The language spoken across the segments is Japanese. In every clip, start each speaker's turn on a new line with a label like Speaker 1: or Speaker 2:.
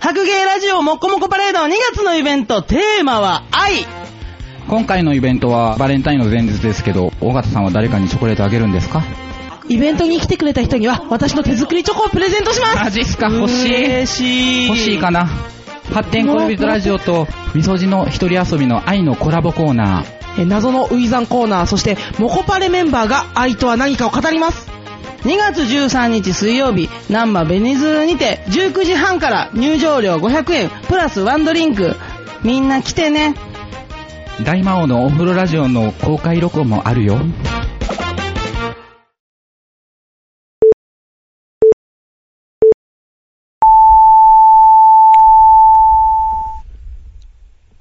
Speaker 1: 白芸ラジオもっこもこパレード2月のイベント、テーマは愛
Speaker 2: 今回のイベントはバレンタインの前日ですけど、尾形さんは誰かにチョコレートあげるんですか
Speaker 1: イベントに来てくれた人には私の手作りチョコをプレゼントします
Speaker 2: マジっすか欲しい
Speaker 1: 嬉しい
Speaker 2: 欲しいかな発展恋人ラジオと、みそじの一人遊びの愛のコラボコーナー。
Speaker 1: えー謎のウイザンコーナーそしてモコパレメンバーが愛とは何かを語ります2月13日水曜日難波ベニズールにて19時半から入場料500円プラスワンドリンクみんな来てね
Speaker 2: 大魔王のお風呂ラジオの公開録音もあるよ。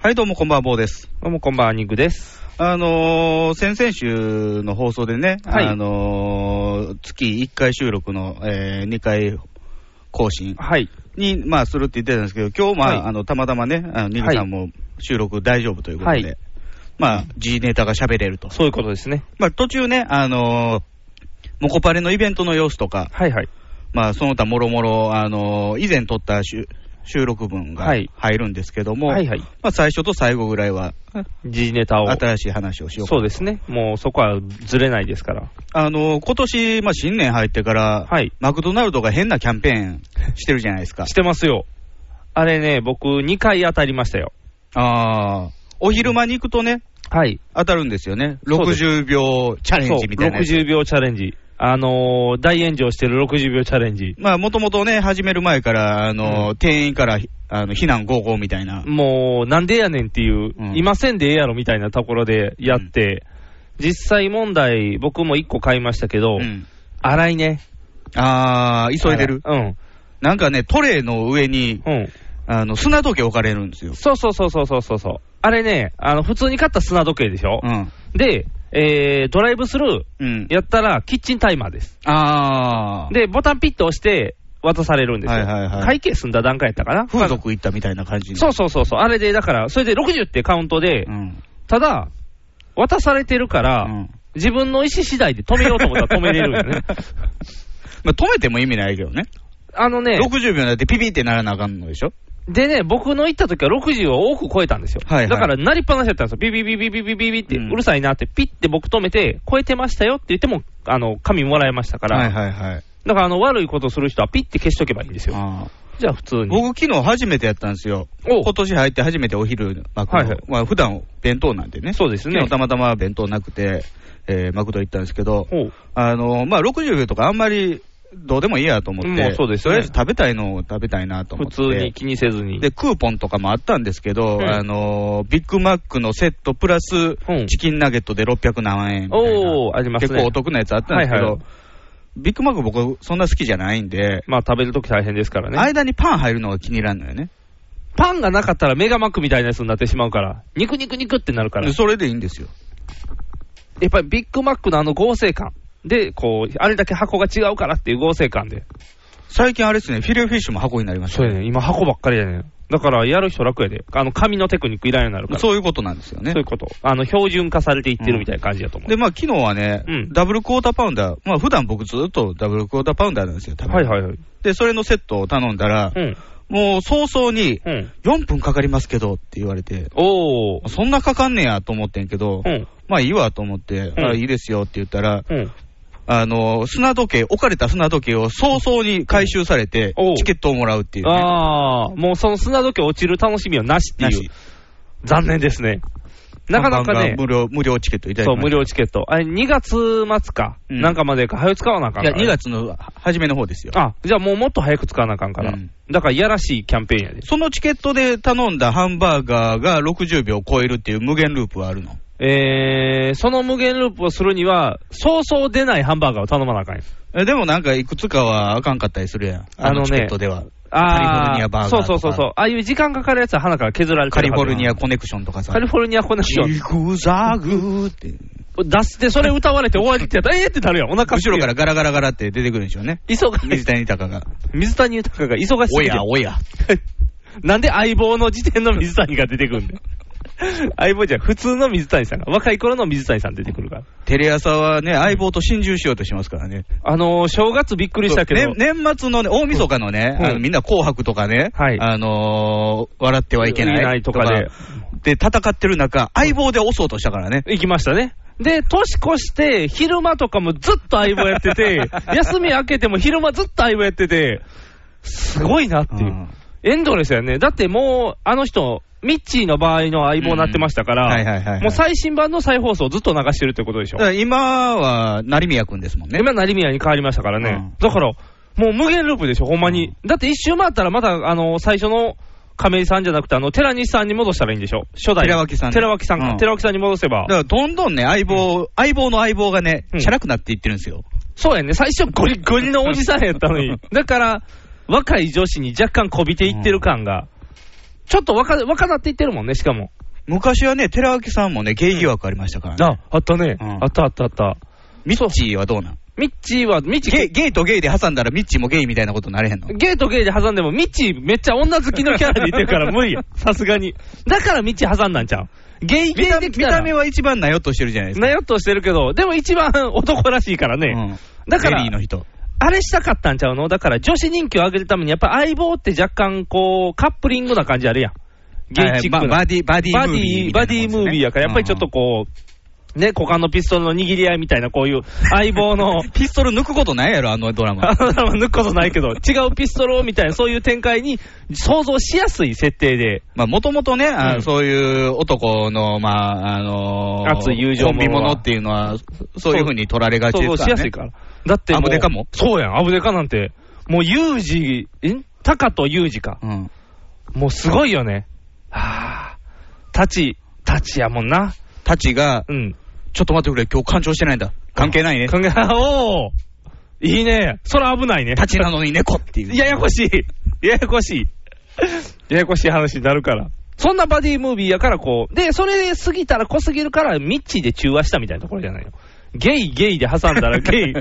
Speaker 3: はい、どうもこんばんは、坊です。
Speaker 4: どうもこんばんは、ニグです。
Speaker 3: あのー、先々週の放送でね、
Speaker 4: はい
Speaker 3: あのー、月1回収録の、え2回更新
Speaker 4: はい。
Speaker 3: に、まあ、するって言ってたんですけど、今日、まあ、
Speaker 4: はい
Speaker 3: あの、たまたまね、あの、ニグさんも収録大丈夫ということで、
Speaker 4: はい
Speaker 3: まあ、G ネタが喋れると。
Speaker 4: そういうことですね。
Speaker 3: まあ、途中ね、あのー、モコパレのイベントの様子とか、
Speaker 4: はいはい。
Speaker 3: まあ、その他もろもろ、あのー以前撮った収収録分が
Speaker 4: はい
Speaker 3: 入るんですけども、
Speaker 4: はいはい。
Speaker 3: まあ、最初と最後ぐらいは、
Speaker 4: 時事ネタを。
Speaker 3: 新しい話をしようか
Speaker 4: そうですね。もうそこはずれないですから。
Speaker 3: あの、今年、まあ、新年入ってから、
Speaker 4: はい。
Speaker 3: マクドナルドが変なキャンペーンしてるじゃないですか
Speaker 4: し。てますよ。あれね、僕2回当たりましたよ。
Speaker 3: ああ。お昼間に行くとね、
Speaker 4: はい。
Speaker 3: 当たるんですよね。
Speaker 4: そうです
Speaker 3: 60秒チャレ
Speaker 4: そ
Speaker 3: ン
Speaker 4: う、
Speaker 3: ジみたいなやつ。
Speaker 4: 60秒チャレンジ。あのー、大炎上してる60秒チャレンジ。
Speaker 3: まあ、もともとね、始める前から、あの、店員から、あの、避難合合みたいな。
Speaker 4: もう、なんでやねんっていう、
Speaker 3: うん
Speaker 4: いませんでええやろみたいなところでやって、実際問題、僕も1個買いましたけど、
Speaker 3: うん
Speaker 4: 荒いね。
Speaker 3: ああ、急いでる。
Speaker 4: うん。
Speaker 3: なんかね、トレイの上に、
Speaker 4: うん。
Speaker 3: あの、砂時計置かれるんですよ。
Speaker 4: そうそうそうそうそうそうそう。あれね、あの普通に買った砂時計でしょ、
Speaker 3: うん。
Speaker 4: で、えードライブスル
Speaker 3: うん
Speaker 4: ー。やったらキッチンタイマーです。
Speaker 3: ああ。
Speaker 4: で、ボタンピッと押して渡されるんですよ。
Speaker 3: はいはいはい
Speaker 4: 会計済んだ段階やったかな。
Speaker 3: 風俗行ったみたいな感じ
Speaker 4: そうそうそうそう。あれで、だから、それで60ってカウントで、
Speaker 3: うん。
Speaker 4: ただ、渡されてるから、
Speaker 3: うん
Speaker 4: 自分の意思次第で止めようと思ったら止めれるん よね。
Speaker 3: まあ、止めても意味ないけどね。
Speaker 4: あのね、
Speaker 3: 60秒だってピピってならなあかんのでしょ
Speaker 4: でね、僕の行った時は60を多く超えたんですよ。
Speaker 3: はいはい
Speaker 4: だから、なりっぱなしだったんですよ。ビビビビビビビビって、
Speaker 3: うん
Speaker 4: うるさいなって、ピッて僕止めて、超えてましたよって言っても、あの、紙もらえましたから、
Speaker 3: はいはいはい。
Speaker 4: だから、あの、悪いことする人はピッて消しとけばいいんですよ。
Speaker 3: ああ
Speaker 4: じゃあ、普通に。
Speaker 3: 僕、昨日初めてやったんですよ。
Speaker 4: お
Speaker 3: 今年入って初めてお昼、マクド。
Speaker 4: はいはい
Speaker 3: まあ、普段弁当なんでね。
Speaker 4: そうですね
Speaker 3: 昨日たまたま弁当なくて、えーマクド行ったんですけど、
Speaker 4: ほう
Speaker 3: あの、まあ、60秒とかあんまりどうでもいいやと思って、
Speaker 4: もうそうです
Speaker 3: と
Speaker 4: ね
Speaker 3: りあえず食べたいのを食べたいなと思
Speaker 4: 普
Speaker 3: って。
Speaker 4: 通に気にせずに。
Speaker 3: で、クーポンとかもあったんですけど、
Speaker 4: うん
Speaker 3: あの、ビッグマックのセットプラス
Speaker 4: うん、
Speaker 3: チキンナゲットで600何円みたいな。
Speaker 4: おー、あります
Speaker 3: 結
Speaker 4: ね。
Speaker 3: 構お得なやつあったんですけど、
Speaker 4: はいはい
Speaker 3: ビッグマック僕そんな好きじゃないんで、
Speaker 4: まあ、食べるとき大変ですからね。
Speaker 3: 間にパン入るのが気に入らんのよね。
Speaker 4: パンがなかったらメガマックみたいなやつになってしまうから、肉肉肉ってなるから、や
Speaker 3: それでいいんですよ。
Speaker 4: っぱりビッグマックのあの合成感。で、こう、あれだけ箱が違うからっていう合成感で。
Speaker 3: 最近あれですね、フィレオフィッシュも箱になりました
Speaker 4: そう
Speaker 3: ね、
Speaker 4: やね、今箱ばっかりやねん。だから、やる人楽やで。あの、紙のテクニックいらんようになるから。
Speaker 3: そういうことなんですよね
Speaker 4: そういう。こと。あの、標準化されていってるみたいな感じだと思う。
Speaker 3: で、まあ、昨日はね、
Speaker 4: うん
Speaker 3: ダブルクォーターパウンダー、まあ、普段僕ずっとダブルクォーターパウンダーなんですよ、多分。
Speaker 4: はいはいはい。
Speaker 3: で、それのセットを頼んだら、
Speaker 4: うん。
Speaker 3: もう早々に、
Speaker 4: うん。
Speaker 3: 4分かかりますけどって言われて、
Speaker 4: おー。
Speaker 3: そんなかかんねやと思ってんけど、
Speaker 4: うん。
Speaker 3: まあいいわと思って、
Speaker 4: うん
Speaker 3: あいいですよって言ったら、
Speaker 4: うん。
Speaker 3: あの、砂時計、置かれた砂時計を早々に回収されて
Speaker 4: おう、
Speaker 3: チケットをもらうっていう、ね。
Speaker 4: あー、もうその砂時計落ちる楽しみはなしって
Speaker 3: ないし
Speaker 4: う。残念ですね。なかなかね
Speaker 3: 看板が、無料、無料チケットいただき
Speaker 4: そう、
Speaker 3: ま
Speaker 4: 無
Speaker 3: し
Speaker 4: 料チケット。あれ、2月末か、
Speaker 3: うん
Speaker 4: なんかまでか、早く使わなあか
Speaker 3: た。い
Speaker 4: んか
Speaker 3: や、
Speaker 4: ら。
Speaker 3: 2。月の初めの方ですよ。
Speaker 4: あ、じゃあもうもっと早く使わなあかんから。
Speaker 3: うん
Speaker 4: だから、いやらしいキャンペーンやで。
Speaker 3: そのチケットで頼んだハンバーガーが60秒超えるっていう無限ループはあるの。
Speaker 4: えー、その無限ループをするには、そうそう出ないハンバーガーを頼まなあかんよ。
Speaker 3: えでもなんかいくつかはあかんかったりするやん。あ
Speaker 4: あの
Speaker 3: の
Speaker 4: ね
Speaker 3: チケットでは。カリフォルニアバーガーと
Speaker 4: そう
Speaker 3: か
Speaker 4: そうそうそう。ああいう時間かかるやつは花から削られて
Speaker 3: カリ
Speaker 4: るは
Speaker 3: フ
Speaker 4: ず
Speaker 3: ォルニアコネクションとかさ
Speaker 4: カ。リフォルニアコネクション。
Speaker 3: ジグザグって。
Speaker 4: 出して、それ歌われて終わりってやったら、えーってなるやん。お腹。
Speaker 3: 後ろかららガラガラガラって出てくるんでしょうね。
Speaker 4: 忙
Speaker 3: 水
Speaker 4: しい。
Speaker 3: 谷豊が。
Speaker 4: 水谷豊が忙しい。
Speaker 3: おやおや。
Speaker 4: なんで相棒の時点の水谷が出てくんだよ相棒じゃん普通の水谷さんが、若い頃の水谷さん出てくるから。
Speaker 3: テレ朝はね、相棒と心中しようとしますからね。
Speaker 4: あのー、正月びっくりしたけど、
Speaker 3: ね年末のね、大晦日のね、
Speaker 4: うん
Speaker 3: あのみんな紅白とかね、
Speaker 4: はい
Speaker 3: あのー笑ってはいけない
Speaker 4: いけないとかで
Speaker 3: で、戦ってる中、相棒で押そうとしたからね。
Speaker 4: 行きましたね。で、年越して、昼間とかもずっと相棒やって て、休み明けても昼間ずっと相棒やってて、すごいなっていう。
Speaker 3: うん
Speaker 4: エンドレスやね。だってもう、あの人、ミッチーの場合の相棒になってましたか
Speaker 3: うんはいはいはいは
Speaker 4: ら、
Speaker 3: い
Speaker 4: もう最新版の再放送ずっと流してるってことでしょ
Speaker 3: だか。ら今は、成宮くんですもんね。
Speaker 4: 今、成宮に変わりましたからね。だから、もう無限ループでしょ、ほんまに。だって一周回ったら、また、あの、最初の亀井さんじゃなくて、あの、寺西さんに戻したらいいんでしょ。初代。
Speaker 3: 寺脇さんね
Speaker 4: 寺脇さんか
Speaker 3: うん
Speaker 4: 寺脇さんに戻せば
Speaker 3: だか。らどんどんね、相棒、相棒の相棒がね、
Speaker 4: うん
Speaker 3: チャラくなっていってるんですよ。
Speaker 4: そうやね。最初ゴリゴリのおじさんやっ たのに。だから、若い女子に若干こびていってる感が。ちょっと若、若なっていってるもんね、しかも。
Speaker 3: 昔はね、寺脇さんもね、芸疑惑ありましたからね。
Speaker 4: あ、あったね
Speaker 3: うん
Speaker 4: あったあったあった。
Speaker 3: ミッチーはどうなん
Speaker 4: ミッチーは、ミッチー
Speaker 3: ゲイゲイとゲイで挟んだらミッチーもゲイみたいなことになれへんの
Speaker 4: ゲーとゲーで挟んでも、ミッチーめっちゃ女好きのキャラでいて るから無理や。さすがに。だからミッチー挟んだんちゃう。ゲイ
Speaker 3: 見
Speaker 4: ゲー
Speaker 3: た
Speaker 4: で
Speaker 3: 見
Speaker 4: きた
Speaker 3: た目
Speaker 4: ら。
Speaker 3: は一番なよっとしてるじゃないですか。
Speaker 4: なよっとしてるけど、でも一番 男らしいからね。
Speaker 3: うん、
Speaker 4: だから
Speaker 3: ゼリーの人。
Speaker 4: あれしたかったんちゃうのだから女子人気を上げるために、やっぱ相棒って若干こう、カップリングな感じあるやん。ゲイチックな。
Speaker 3: はいまあバディ、バディ
Speaker 4: バ
Speaker 3: ム
Speaker 4: デ
Speaker 3: ービー
Speaker 4: ィ、
Speaker 3: みた
Speaker 4: バ
Speaker 3: いな
Speaker 4: デ
Speaker 3: もんですね、
Speaker 4: ィムービーやから、やっぱりちょっとこう、ね、股間のピストルの握り合いみたいな、こう いう相棒の
Speaker 3: うん、うん、ピストル抜くことないやろ、あのドラ
Speaker 4: あ
Speaker 3: マ。
Speaker 4: のドラマ抜くことないけど、違うピストルをみたいな、そういう展開に想像しやすい設定で、
Speaker 3: まあ、もともとね、あ
Speaker 4: うん
Speaker 3: そういう男の、まあ、あのー
Speaker 4: 熱い友情
Speaker 3: コンビ
Speaker 4: もの
Speaker 3: も
Speaker 4: は
Speaker 3: のっていうのは、そういうふうに取られがちで
Speaker 4: 想
Speaker 3: す
Speaker 4: 像
Speaker 3: から、ね。
Speaker 4: しやすいから。だってう
Speaker 3: アブデカも
Speaker 4: そうやん、アブデカなんて、もうユージ、んタカとユージか。
Speaker 3: うん。
Speaker 4: もうすごいよね。はあ、タチ、タチやもんな。
Speaker 3: たちが、
Speaker 4: うん。
Speaker 3: ちょっと待ってくれ、今日干潮してないんだ。関係ないね。
Speaker 4: 考え、 おおいいね。それ危ないね。
Speaker 3: たちなのに猫っていう。
Speaker 4: ややこしい。ややこしい。ややこしい話になるから。そんなバディムービーやからこう。で、それ過ぎたら濃すぎるから、ミッチーで中和したみたいなところじゃないの。ゲイ、ゲイで挟んだ らゲイ。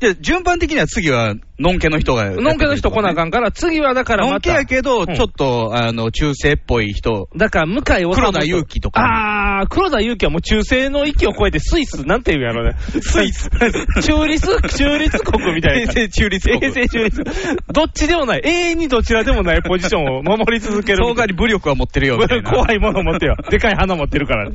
Speaker 3: で、順番的には次は、のんけの人が。
Speaker 4: のんけの人来なあかんから、次はだから
Speaker 3: の
Speaker 4: ま
Speaker 3: んけ
Speaker 4: た。
Speaker 3: やけど、ちょっと、あの、中世っぽい人。
Speaker 4: だから、向井治
Speaker 3: 黒田祐樹とか
Speaker 4: ああ、黒田祐樹はもう中性の域を超えて、スイス、なんていうんやろね。スイス。 中立、中立国みたい
Speaker 3: 平
Speaker 4: な。
Speaker 3: 成中立国
Speaker 4: 平成中立。どっちでもない。永遠にどちらでもないポジションを守り続けるみたいな。
Speaker 3: 総合に武力は持ってるよ、みたいな。
Speaker 4: 怖いもの持って よ。でかい花持ってるから。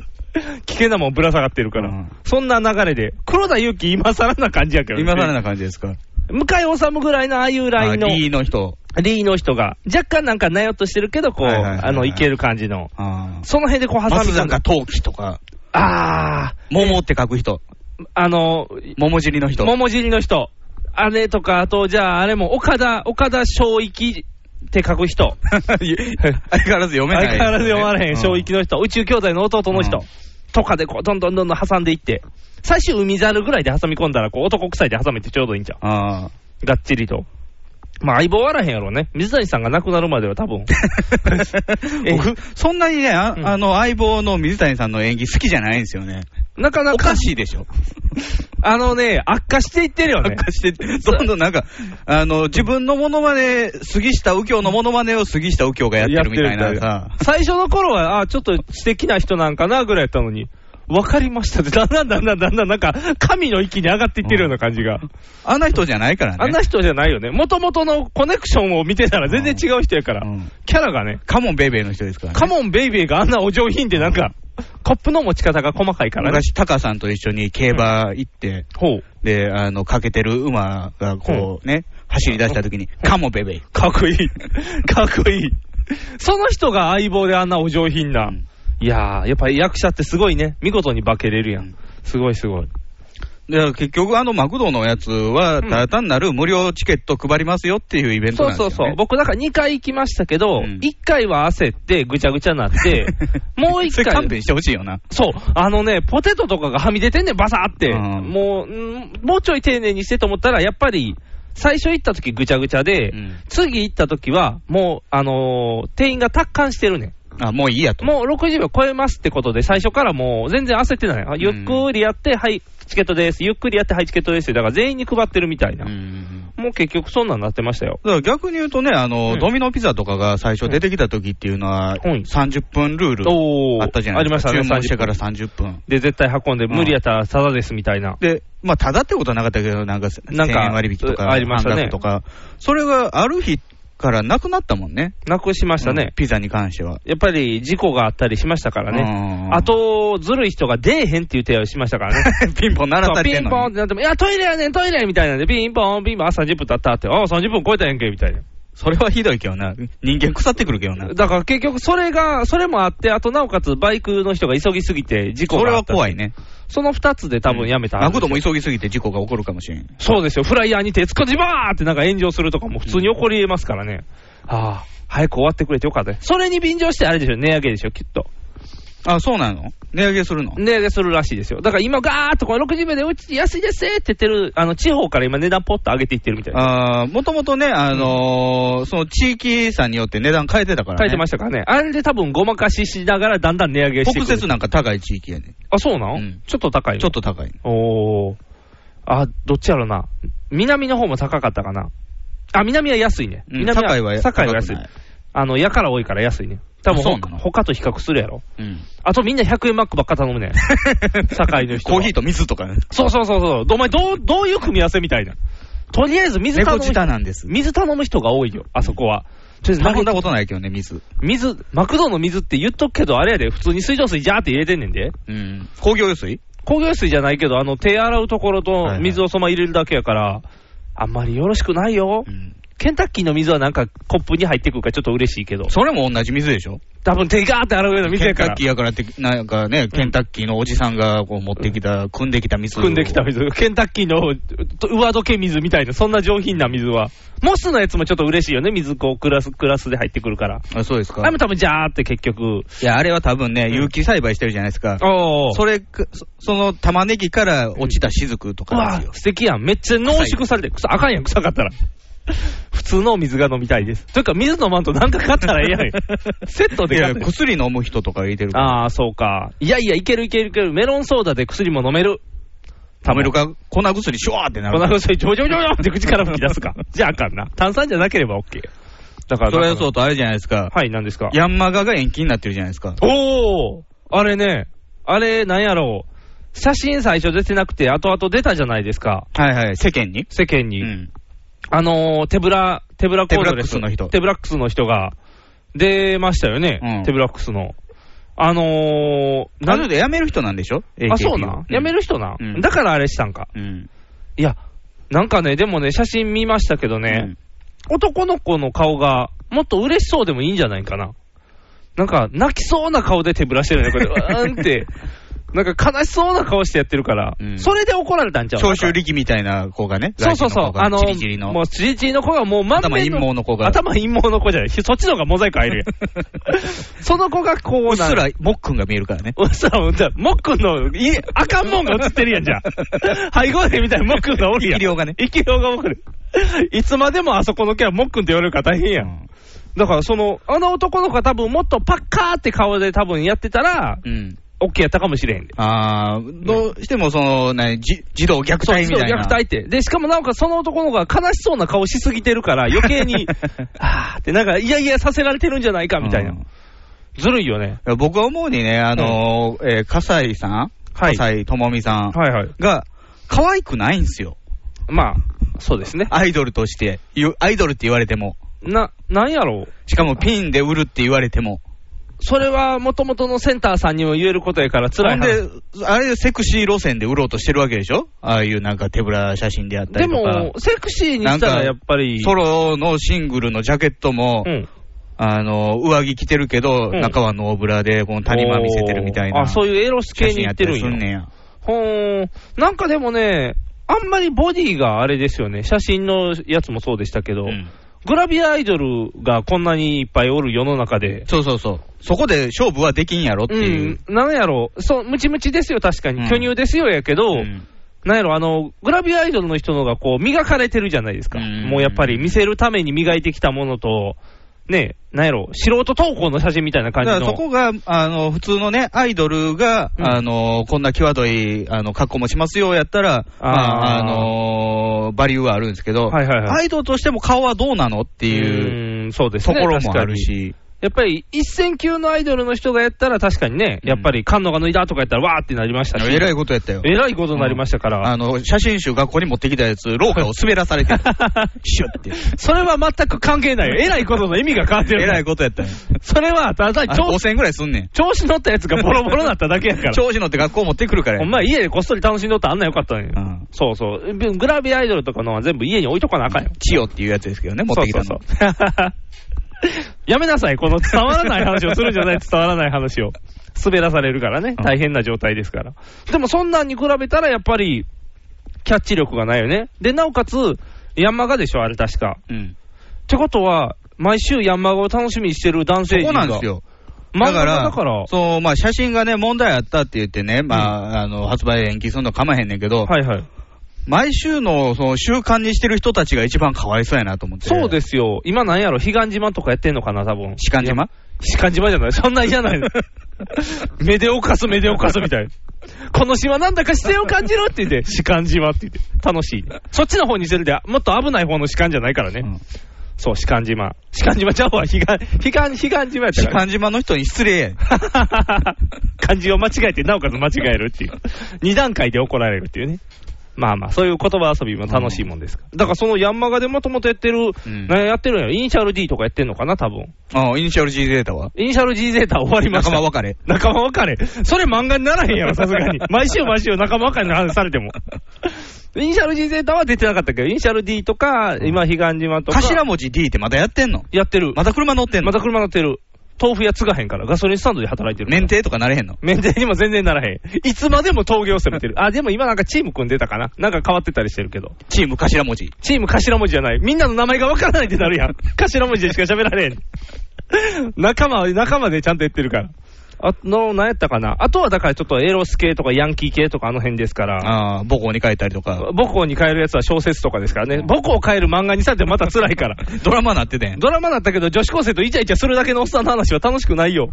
Speaker 4: 危険なもんぶら下がってるから。
Speaker 3: うん
Speaker 4: そんな流れで。黒田祐樹今更な感じやけどね、
Speaker 3: 今更な感じですか。
Speaker 4: 向井治ぐらいのああいうラインの
Speaker 3: あ、D の人。
Speaker 4: リーの人が、若干なんかなよっとしてるけど、こう、
Speaker 3: はいはいはいはい
Speaker 4: あの、いける感じの。
Speaker 3: あ
Speaker 4: その辺でこう挟
Speaker 3: あ。松
Speaker 4: み込んで
Speaker 3: 坂陶器とか、
Speaker 4: あ
Speaker 3: 桃って書く人。
Speaker 4: ー、あの、
Speaker 3: 桃尻の人。
Speaker 4: 桃尻の人。あれとか、あと、じゃあ、あれも、岡田、岡田正域って書く人。
Speaker 3: 相変わらず読めない、
Speaker 4: 相変わらず読まれへん、正域
Speaker 3: の。
Speaker 4: の人、宇宙兄弟の弟の人、
Speaker 3: うん
Speaker 4: とかでこう、どんどんどんどん挟んでいって、最終海猿ぐらいで挟み込んだら、こう、男臭いで挟めてちょうどいいんちゃ
Speaker 3: ああ。
Speaker 4: うがっちりと。まあ、相棒あらへんやろうね。水谷さんが亡くなるまでは多分。 え
Speaker 3: 僕、そんなにね、あ,、
Speaker 4: うん
Speaker 3: あの、相棒の水谷さんの演技好きじゃ ないんですよね。
Speaker 4: なかな
Speaker 3: お
Speaker 4: か
Speaker 3: か、しいでしょ。
Speaker 4: あのね、悪化していってるよね
Speaker 3: 悪。化して、どんどんなんか、あの、自分のモノマネ、杉下右京のモノマネを杉下右京が やってるみたい
Speaker 4: やってる
Speaker 3: な
Speaker 4: みたいな
Speaker 3: さ。
Speaker 4: 最初の頃は、ああ、ちょっと知的な人なんかな、ぐらいやったのに、わかりましたって、だんだんだんだんだんだん、なんか、神の域に上がっていってるような感じが。
Speaker 3: あんな人じゃないからね。
Speaker 4: あんな人じゃないよね。もともとのコネクションを見てたら全然違う人やから。
Speaker 3: うん
Speaker 4: キャラがね、
Speaker 3: カモンベイベーの人ですからね。
Speaker 4: カモンベイベーがあんなお上品でなんか、コップの持ち方が細かいからね。
Speaker 3: 昔、タカさんと一緒に競馬行って、
Speaker 4: ほう。
Speaker 3: で、あの、かけてる馬がこうね、走り出した時に、カモンベイベー。
Speaker 4: かっこいい。 かっこいい。その人が相棒であんなお上品な。
Speaker 3: うん
Speaker 4: いやー、やっぱり役者ってすごいね。見事に化けれるや
Speaker 3: うんん。
Speaker 4: すごいすごい。
Speaker 3: で結局、あのマクドのやつは、
Speaker 4: うん
Speaker 3: ただ単なる無料チケット配りますよっていうイベント
Speaker 4: そ
Speaker 3: な
Speaker 4: うん
Speaker 3: です
Speaker 4: そ
Speaker 3: よ、ね。
Speaker 4: うそう。僕なんか2回行きましたけど、
Speaker 3: うん
Speaker 4: 1回は焦ってぐちゃぐちゃにな って、もう
Speaker 3: それ
Speaker 4: 1回
Speaker 3: 勘。弁してほしいよな。
Speaker 4: そう、あのね、ポテトとかがはみ出てんねん、バサーって、
Speaker 3: うん
Speaker 4: もうん、もうちょい丁寧にしてと思ったら、やっぱり、最初行った時ぐちゃぐちゃで、
Speaker 3: うん
Speaker 4: 次行った時は、もう、あのー店員が達観してるねん。
Speaker 3: あ、もういいやと。
Speaker 4: もう60秒超えますってことで、最初からもう全然焦ってない。あゆっくりやって、はい、チケットです。ゆっくりやって、はい、チケットですよ。だから全員に配ってるみたいな。
Speaker 3: うん
Speaker 4: もう結局そんなんなってましたよ。
Speaker 3: だから逆に言うとね、あの、
Speaker 4: うん
Speaker 3: ドミノピザとかが最初出てきた時っていうのは、
Speaker 4: うん
Speaker 3: 30分ルール
Speaker 4: おー
Speaker 3: あったじゃない
Speaker 4: あり
Speaker 3: で
Speaker 4: ますし
Speaker 3: か。
Speaker 4: たね。
Speaker 3: 注文して
Speaker 4: 30
Speaker 3: から
Speaker 4: 分
Speaker 3: 30分。
Speaker 4: で、絶対運んで、無理やったらタダですみたいな。
Speaker 3: で、まあ、ただってことはなかったけど、なんか、
Speaker 4: なんか
Speaker 3: 1000円割引とか、
Speaker 4: ありましたね
Speaker 3: 半額とか、それがある日からなくなったもんね。
Speaker 4: なくしました
Speaker 3: うん
Speaker 4: ね。
Speaker 3: ピザに関しては。
Speaker 4: やっぱり事故があったりしましたからね。
Speaker 3: ね
Speaker 4: あ、と、ずるい人が出えへんっていう手をしましたからね。
Speaker 3: ピンポン鳴ら
Speaker 4: そ
Speaker 3: さ
Speaker 4: う
Speaker 3: れ
Speaker 4: ピ
Speaker 3: てん
Speaker 4: ンポン
Speaker 3: の
Speaker 4: っ
Speaker 3: に。
Speaker 4: てなっても、いや、トイレやねん、トイレみたいなんで、ピンポン、ピンポン、あ、30分経ったって、あ、30分超えたやんけ、みたいな。
Speaker 3: それはひどいけどな。人間腐ってくるけどな。
Speaker 4: だから結局、それが、それもあって、あとなおかつバイクの人が急ぎすぎて、事故
Speaker 3: それ
Speaker 4: があ
Speaker 3: は
Speaker 4: った。
Speaker 3: 怖いね。
Speaker 4: その2つで多分やめたは
Speaker 3: マ
Speaker 4: ず
Speaker 3: ク
Speaker 4: です
Speaker 3: ド
Speaker 4: よ、
Speaker 3: も急ぎすぎて事故が起こるかもしれん。
Speaker 4: そうですよ、フライヤーに手つこじばーってなんか炎上するとかも普通に起こりえますからね。ああ、早く終わってくれてよかったね。それに便乗してあれでしょ、値上げでしょ、きっと。
Speaker 3: あ、そうなの値上げするの
Speaker 4: 値上げするらしいですよ。だから今、ガーッとこの60名でうち安いですって言ってる、あの地方から今、値段ポッと上げていってるみたいな。
Speaker 3: あもともとね、あのーその地域差によって値段変えてたからね。
Speaker 4: 書いてましたからね。あれで多分ごまかししながらだんだん値上げしてい
Speaker 3: 北
Speaker 4: く。
Speaker 3: 節なんか高い地域やね。
Speaker 4: あ、そうなの、
Speaker 3: うん
Speaker 4: ちょっと高いの
Speaker 3: ちょっと高い。
Speaker 4: おー。あ、どっちやろな。南の方も高かったかな。あ、南は安いね。
Speaker 3: うん
Speaker 4: 南
Speaker 3: 堺は
Speaker 4: 堺は
Speaker 3: 高
Speaker 4: 安
Speaker 3: く
Speaker 4: い
Speaker 3: な。い
Speaker 4: あの、やから多いから安いね。多分
Speaker 3: あそうなの
Speaker 4: ほ他と比較するやろ。
Speaker 3: うん。
Speaker 4: あとみんな100円マックばっか頼 むねん。堺の人
Speaker 3: コ
Speaker 4: は。
Speaker 3: ーヒーと水とかね。
Speaker 4: そうそうそうそう。お前どう、どういう組み合わせみたいな。とりあえず水
Speaker 3: 猫
Speaker 4: 頼む
Speaker 3: 舌
Speaker 4: 人、
Speaker 3: なんです。
Speaker 4: 水頼む人が多いよ、あそこは。とりあえ
Speaker 3: 頼
Speaker 4: ず
Speaker 3: んだことないけどね、水。
Speaker 4: 水、マクドの水って言っとくけど、あれやで、普通に水道水ジャーって入れてんねんで。
Speaker 3: うん。工業用水
Speaker 4: 工業水じゃないけど、あの、手洗うところと水をそのまま入れるだけやから、あんまりよろしくないよ
Speaker 3: う。ん。
Speaker 4: ケンタッキーの水はなんかコップに入ってくるからちょっと嬉しいけど、
Speaker 3: それも同じ水でしょ
Speaker 4: 多分手ガーって洗うような水
Speaker 3: ケ
Speaker 4: や
Speaker 3: ン
Speaker 4: か
Speaker 3: タッ
Speaker 4: ら
Speaker 3: キ。ーやからって、なんかね、ケンタッキーのおじさんがこう持ってきた、汲んできた水を
Speaker 4: 組んできた水、ケンタッキーの上どけ水みたいな、そんな上品な水は、モスのやつもちょっと嬉しいよね、水こうクラス、クラスで入ってくるから、
Speaker 3: あ、そうですか
Speaker 4: あれ。も多分ジャーって結局、
Speaker 3: いや、あれは多分ね、
Speaker 4: ん
Speaker 3: 有機栽培してるじゃないですか。
Speaker 4: お
Speaker 3: それか、そその玉ねぎから落ちた雫と
Speaker 4: う
Speaker 3: か
Speaker 4: わ
Speaker 3: ですよ、
Speaker 4: 素敵やん、めっちゃ濃縮されてる、臭あかんやん、臭かったら。普通のお水が飲みたいです。というか、水飲まんとなんか買ったらえ えやん。セット
Speaker 3: い
Speaker 4: で買
Speaker 3: や
Speaker 4: って
Speaker 3: 薬飲む人とかいてるから、
Speaker 4: ああ、そうか。いやいや、いけるいけるいける。メロンソーダで薬も飲める。
Speaker 3: 食べるか、粉薬、シュワーってな
Speaker 4: 粉
Speaker 3: るから。
Speaker 4: 薬、ジョジョジョジョって口から吹き出 すか。じゃああかんな。炭酸じゃなければ OK。だから、
Speaker 3: それはそうとあれじゃないですか、
Speaker 4: はい、何ですか。
Speaker 3: ヤンマガが延期になってるじゃないですか。
Speaker 4: おおあれね、あれ、なんやろう。写真最初出てなくて、後々出たじゃないですか。
Speaker 3: はいはい、世間に。
Speaker 4: 世間
Speaker 3: う
Speaker 4: に。
Speaker 3: ん。
Speaker 4: あのー、手ぶら、手ぶらコードレス
Speaker 3: 手ぶらックスの人
Speaker 4: 手ぶらックスの人が出ましたよね。
Speaker 3: うん
Speaker 4: 手ぶらックスの。あのー、
Speaker 3: な
Speaker 4: な
Speaker 3: ので辞める人なんでしょ
Speaker 4: あ、そうなん、やめ
Speaker 3: る
Speaker 4: る人なん、
Speaker 3: うん
Speaker 4: だからあれしたんか。
Speaker 3: うん。
Speaker 4: いや、なんかね、でもね、写真見ましたけどね、男の子の顔がもっと嬉しそうでもいいんじゃないかな。なんか、泣きそうな顔で手ぶらしてるね、これ、う ーんって。なんか悲しそうな顔してやってるから、
Speaker 3: うん
Speaker 4: それで怒られたんちゃう
Speaker 3: 長州力みたいな子がね、
Speaker 4: そうそうそう、あ
Speaker 3: あ
Speaker 4: の、
Speaker 3: の、チリチリの
Speaker 4: もう、チリチリの子がもう満
Speaker 3: 頭
Speaker 4: 面
Speaker 3: 陰
Speaker 4: の
Speaker 3: 謀の子が、
Speaker 4: 頭陰謀の子じゃない。そっちの方がモザイク入る やん。その子がこう
Speaker 3: う
Speaker 4: な
Speaker 3: っすらもっくんが見えるからね。
Speaker 4: おっさん、じゃあもっくんの、い、あかんもんが映ってるやん、じゃあ。背後でみたいなもっくんがおる
Speaker 3: 生
Speaker 4: やん。
Speaker 3: き量がね
Speaker 4: 生き量がおる。いつまでもあそこのキャラ、もっくんって言われるから大変やん。だから、その、あの男の子が多分もっとパッカーって顔で多分やってたら、
Speaker 3: うん。
Speaker 4: オッケーやったかもしれへんで。
Speaker 3: ああ、どうしてもその、ね、じ児童虐
Speaker 4: そう
Speaker 3: 待みたいな。
Speaker 4: 虐待って。で、しかもなんかその男の子が悲しそうな顔しすぎてるから、余計 に、あーってなんか、いやいやさせられてるんじゃないか、みたい
Speaker 3: う
Speaker 4: な。
Speaker 3: ん
Speaker 4: ずるいよね。
Speaker 3: 僕は思うにね、あのー、えー笠井さん
Speaker 4: はい
Speaker 3: 笠井智美さん
Speaker 4: はいはい。
Speaker 3: が、可愛くないんですよ。
Speaker 4: まあ、そうですね。
Speaker 3: アイドルとして。ゆアイドルって言われても。
Speaker 4: な、なんやろう。
Speaker 3: しかもピンで売るって言われても。
Speaker 4: それはもともとのセンターさんにも言えることやから辛い
Speaker 3: ほん
Speaker 4: 話。
Speaker 3: で、あれでセクシー路線で売ろうとしてるわけでしょああいうなんか手ぶら写真であった
Speaker 4: で
Speaker 3: りとか。
Speaker 4: も、セクシーにしたらやっぱり、
Speaker 3: ソロのシングルのジャケットも、
Speaker 4: うん、
Speaker 3: あの、上着着てるけど、
Speaker 4: うん
Speaker 3: 中はノーブラで、この谷間見せてるみたいな。
Speaker 4: あ、そういうエロス系
Speaker 3: 写
Speaker 4: に
Speaker 3: 真や
Speaker 4: 行
Speaker 3: っ
Speaker 4: って
Speaker 3: た
Speaker 4: る
Speaker 3: りすん
Speaker 4: ん
Speaker 3: ね
Speaker 4: や。
Speaker 3: や。
Speaker 4: ほーん。なんかでもね、あんまりボディがあれですよね。写真のやつもそうでしたけど、
Speaker 3: うん
Speaker 4: グラビアアイドルがこんなにいっぱいおる世の中で、
Speaker 3: そうそうそう。そこで勝負はできんやろって
Speaker 4: う
Speaker 3: い
Speaker 4: ん
Speaker 3: う。、
Speaker 4: なんやろそう、ムチムチですよ、確か
Speaker 3: うん
Speaker 4: に。巨乳ですよ、やけど、
Speaker 3: うん
Speaker 4: なんやろ、あの、グラビアアイドルの人のがこう、磨かれてるじゃないですか。
Speaker 3: うん
Speaker 4: もうやっぱり見せるために磨いてきたものと、ね、なんやろ、素人投稿の写真みたいな感
Speaker 3: だ
Speaker 4: じ
Speaker 3: からそこ
Speaker 4: の。
Speaker 3: が、あの、普通のね、アイドルが、
Speaker 4: うん
Speaker 3: あの、こんな際どい、あの、格好もしますよ、やったら、
Speaker 4: あー
Speaker 3: まあ、あの、バリューはあるんですけど、
Speaker 4: はいはいはい
Speaker 3: アイドルとしても顔はどうなのっていう
Speaker 4: うーん、そうです
Speaker 3: と
Speaker 4: ね。
Speaker 3: ころもある
Speaker 4: 確かに。
Speaker 3: し、
Speaker 4: やっぱり、一線級のアイドルの人がやったら確かにね、やっぱり、菅野が脱いだとかやったら、わーってなりましたし。
Speaker 3: えらいことやったよ。
Speaker 4: えらいことになりましたから。
Speaker 3: あの、写真集学校に持ってきたやつ、廊下を滑らされて る、シュッて。
Speaker 4: それは全く関係ないよ。えらいことの意味が変わって
Speaker 3: え
Speaker 4: る。
Speaker 3: らいことやったよ。
Speaker 4: それは、ただ
Speaker 3: あ
Speaker 4: 単
Speaker 3: れ
Speaker 4: に調子、
Speaker 3: 5000円ぐらいすんねん。
Speaker 4: 調子乗ったやつがボロボロになっただけや から。
Speaker 3: 調子乗って学校持ってくるから
Speaker 4: ほ
Speaker 3: や
Speaker 4: んま家でこっそり楽しんどったらあんなよかったのに。
Speaker 3: うん
Speaker 4: そうそう。グラビアアイドルとかのは全部家に置いとかなあかんよ。
Speaker 3: チヨっていうやつですけどね、持ってきたの。
Speaker 4: そうそうそう やめなさい、この伝わらない話をするじゃない、伝わらない話を。滑らされるからね、
Speaker 3: うん
Speaker 4: 大変な状態ですから。でもそんなんに比べたら、やっぱり、キャッチ力がないよね。で、なおかつ、ヤンマガでしょ、あれ確か。
Speaker 3: うん
Speaker 4: ってことは、毎週ヤンマガを楽しみにしてる男
Speaker 3: そ
Speaker 4: 性陣
Speaker 3: こ
Speaker 4: が。
Speaker 3: なんです。よ。
Speaker 4: 漫画家だから。
Speaker 3: そう、まあ、写真がね、問題あったって言ってね、まあ、あの、発売延期するのかまへんねんけど、
Speaker 4: はいはい。
Speaker 3: 毎週の、その、習慣にしてる人たちが一番かわいそうやなと思って。。
Speaker 4: そうですすよ。今なんやろ、彼岸島とかやってんのかな、多分。
Speaker 3: 士官島
Speaker 4: 士官島じゃない。そんな嫌 ない。目で犯す、目で犯すみたいな。この島なんだか視線を感じろって言って、士官島って言って。楽しい。そっちの方にしてるで、もっと危ない方の士官じゃないからね。
Speaker 3: うん
Speaker 4: そう、士官島。士官島ちゃうわ、彼岸、彼岸、彼岸島やった
Speaker 3: 士
Speaker 4: から。
Speaker 3: 官島の人に失礼やん。
Speaker 4: 漢字を間違えて、なおかつ間違えるっていう。二段階で怒られるっていうね。まあまあ、そういう言葉遊びも楽しいもんですから。だからそのヤンマガでもともとやってる、
Speaker 3: うん
Speaker 4: なやってるんやろイニシャル D とかやってんのかな、多分。
Speaker 3: あイニシャル G データは
Speaker 4: イニシャル G ゼータ終わりました。
Speaker 3: 仲間別れ。
Speaker 4: 仲間別れ。それ漫画にならへんやろ、さすがに。 毎週毎週仲間別れの話されても。イニシャル G ゼータは出てなかったけど、イニシャル D とか、今、彼岸島とか。
Speaker 3: 頭文字 D ってまだやってんの
Speaker 4: やってる。
Speaker 3: また車乗ってんの
Speaker 4: また車乗ってる。豆腐屋継がへんから、ガソリンスタンドで働いてるから。
Speaker 3: 免停とかなれへんの
Speaker 4: 免停にも全然ならへん。いつまでも峠を攻めてる。あ、でも今なんかチーム組んでたかな。なんか変わってたりしてるけど。
Speaker 3: チーム頭文字。
Speaker 4: チーム頭文字じゃない。みんなの名前がわからないってなるやん。頭文字でしか喋られへん。仲間は、仲間でちゃんと言ってるから。あの、なんやったかな。あとはだからちょっとエロス系とかヤンキー系とかあの辺ですから。
Speaker 3: ああ、母校に書いたりとか。
Speaker 4: 母校に変えるやつは小説とかですからね。母校を変える漫画にされてまた辛いから。
Speaker 3: ドラマなってたやん。
Speaker 4: ドラマだったけど、女子高生とイチャイチャするだけのおっさんの話は楽しくないよ。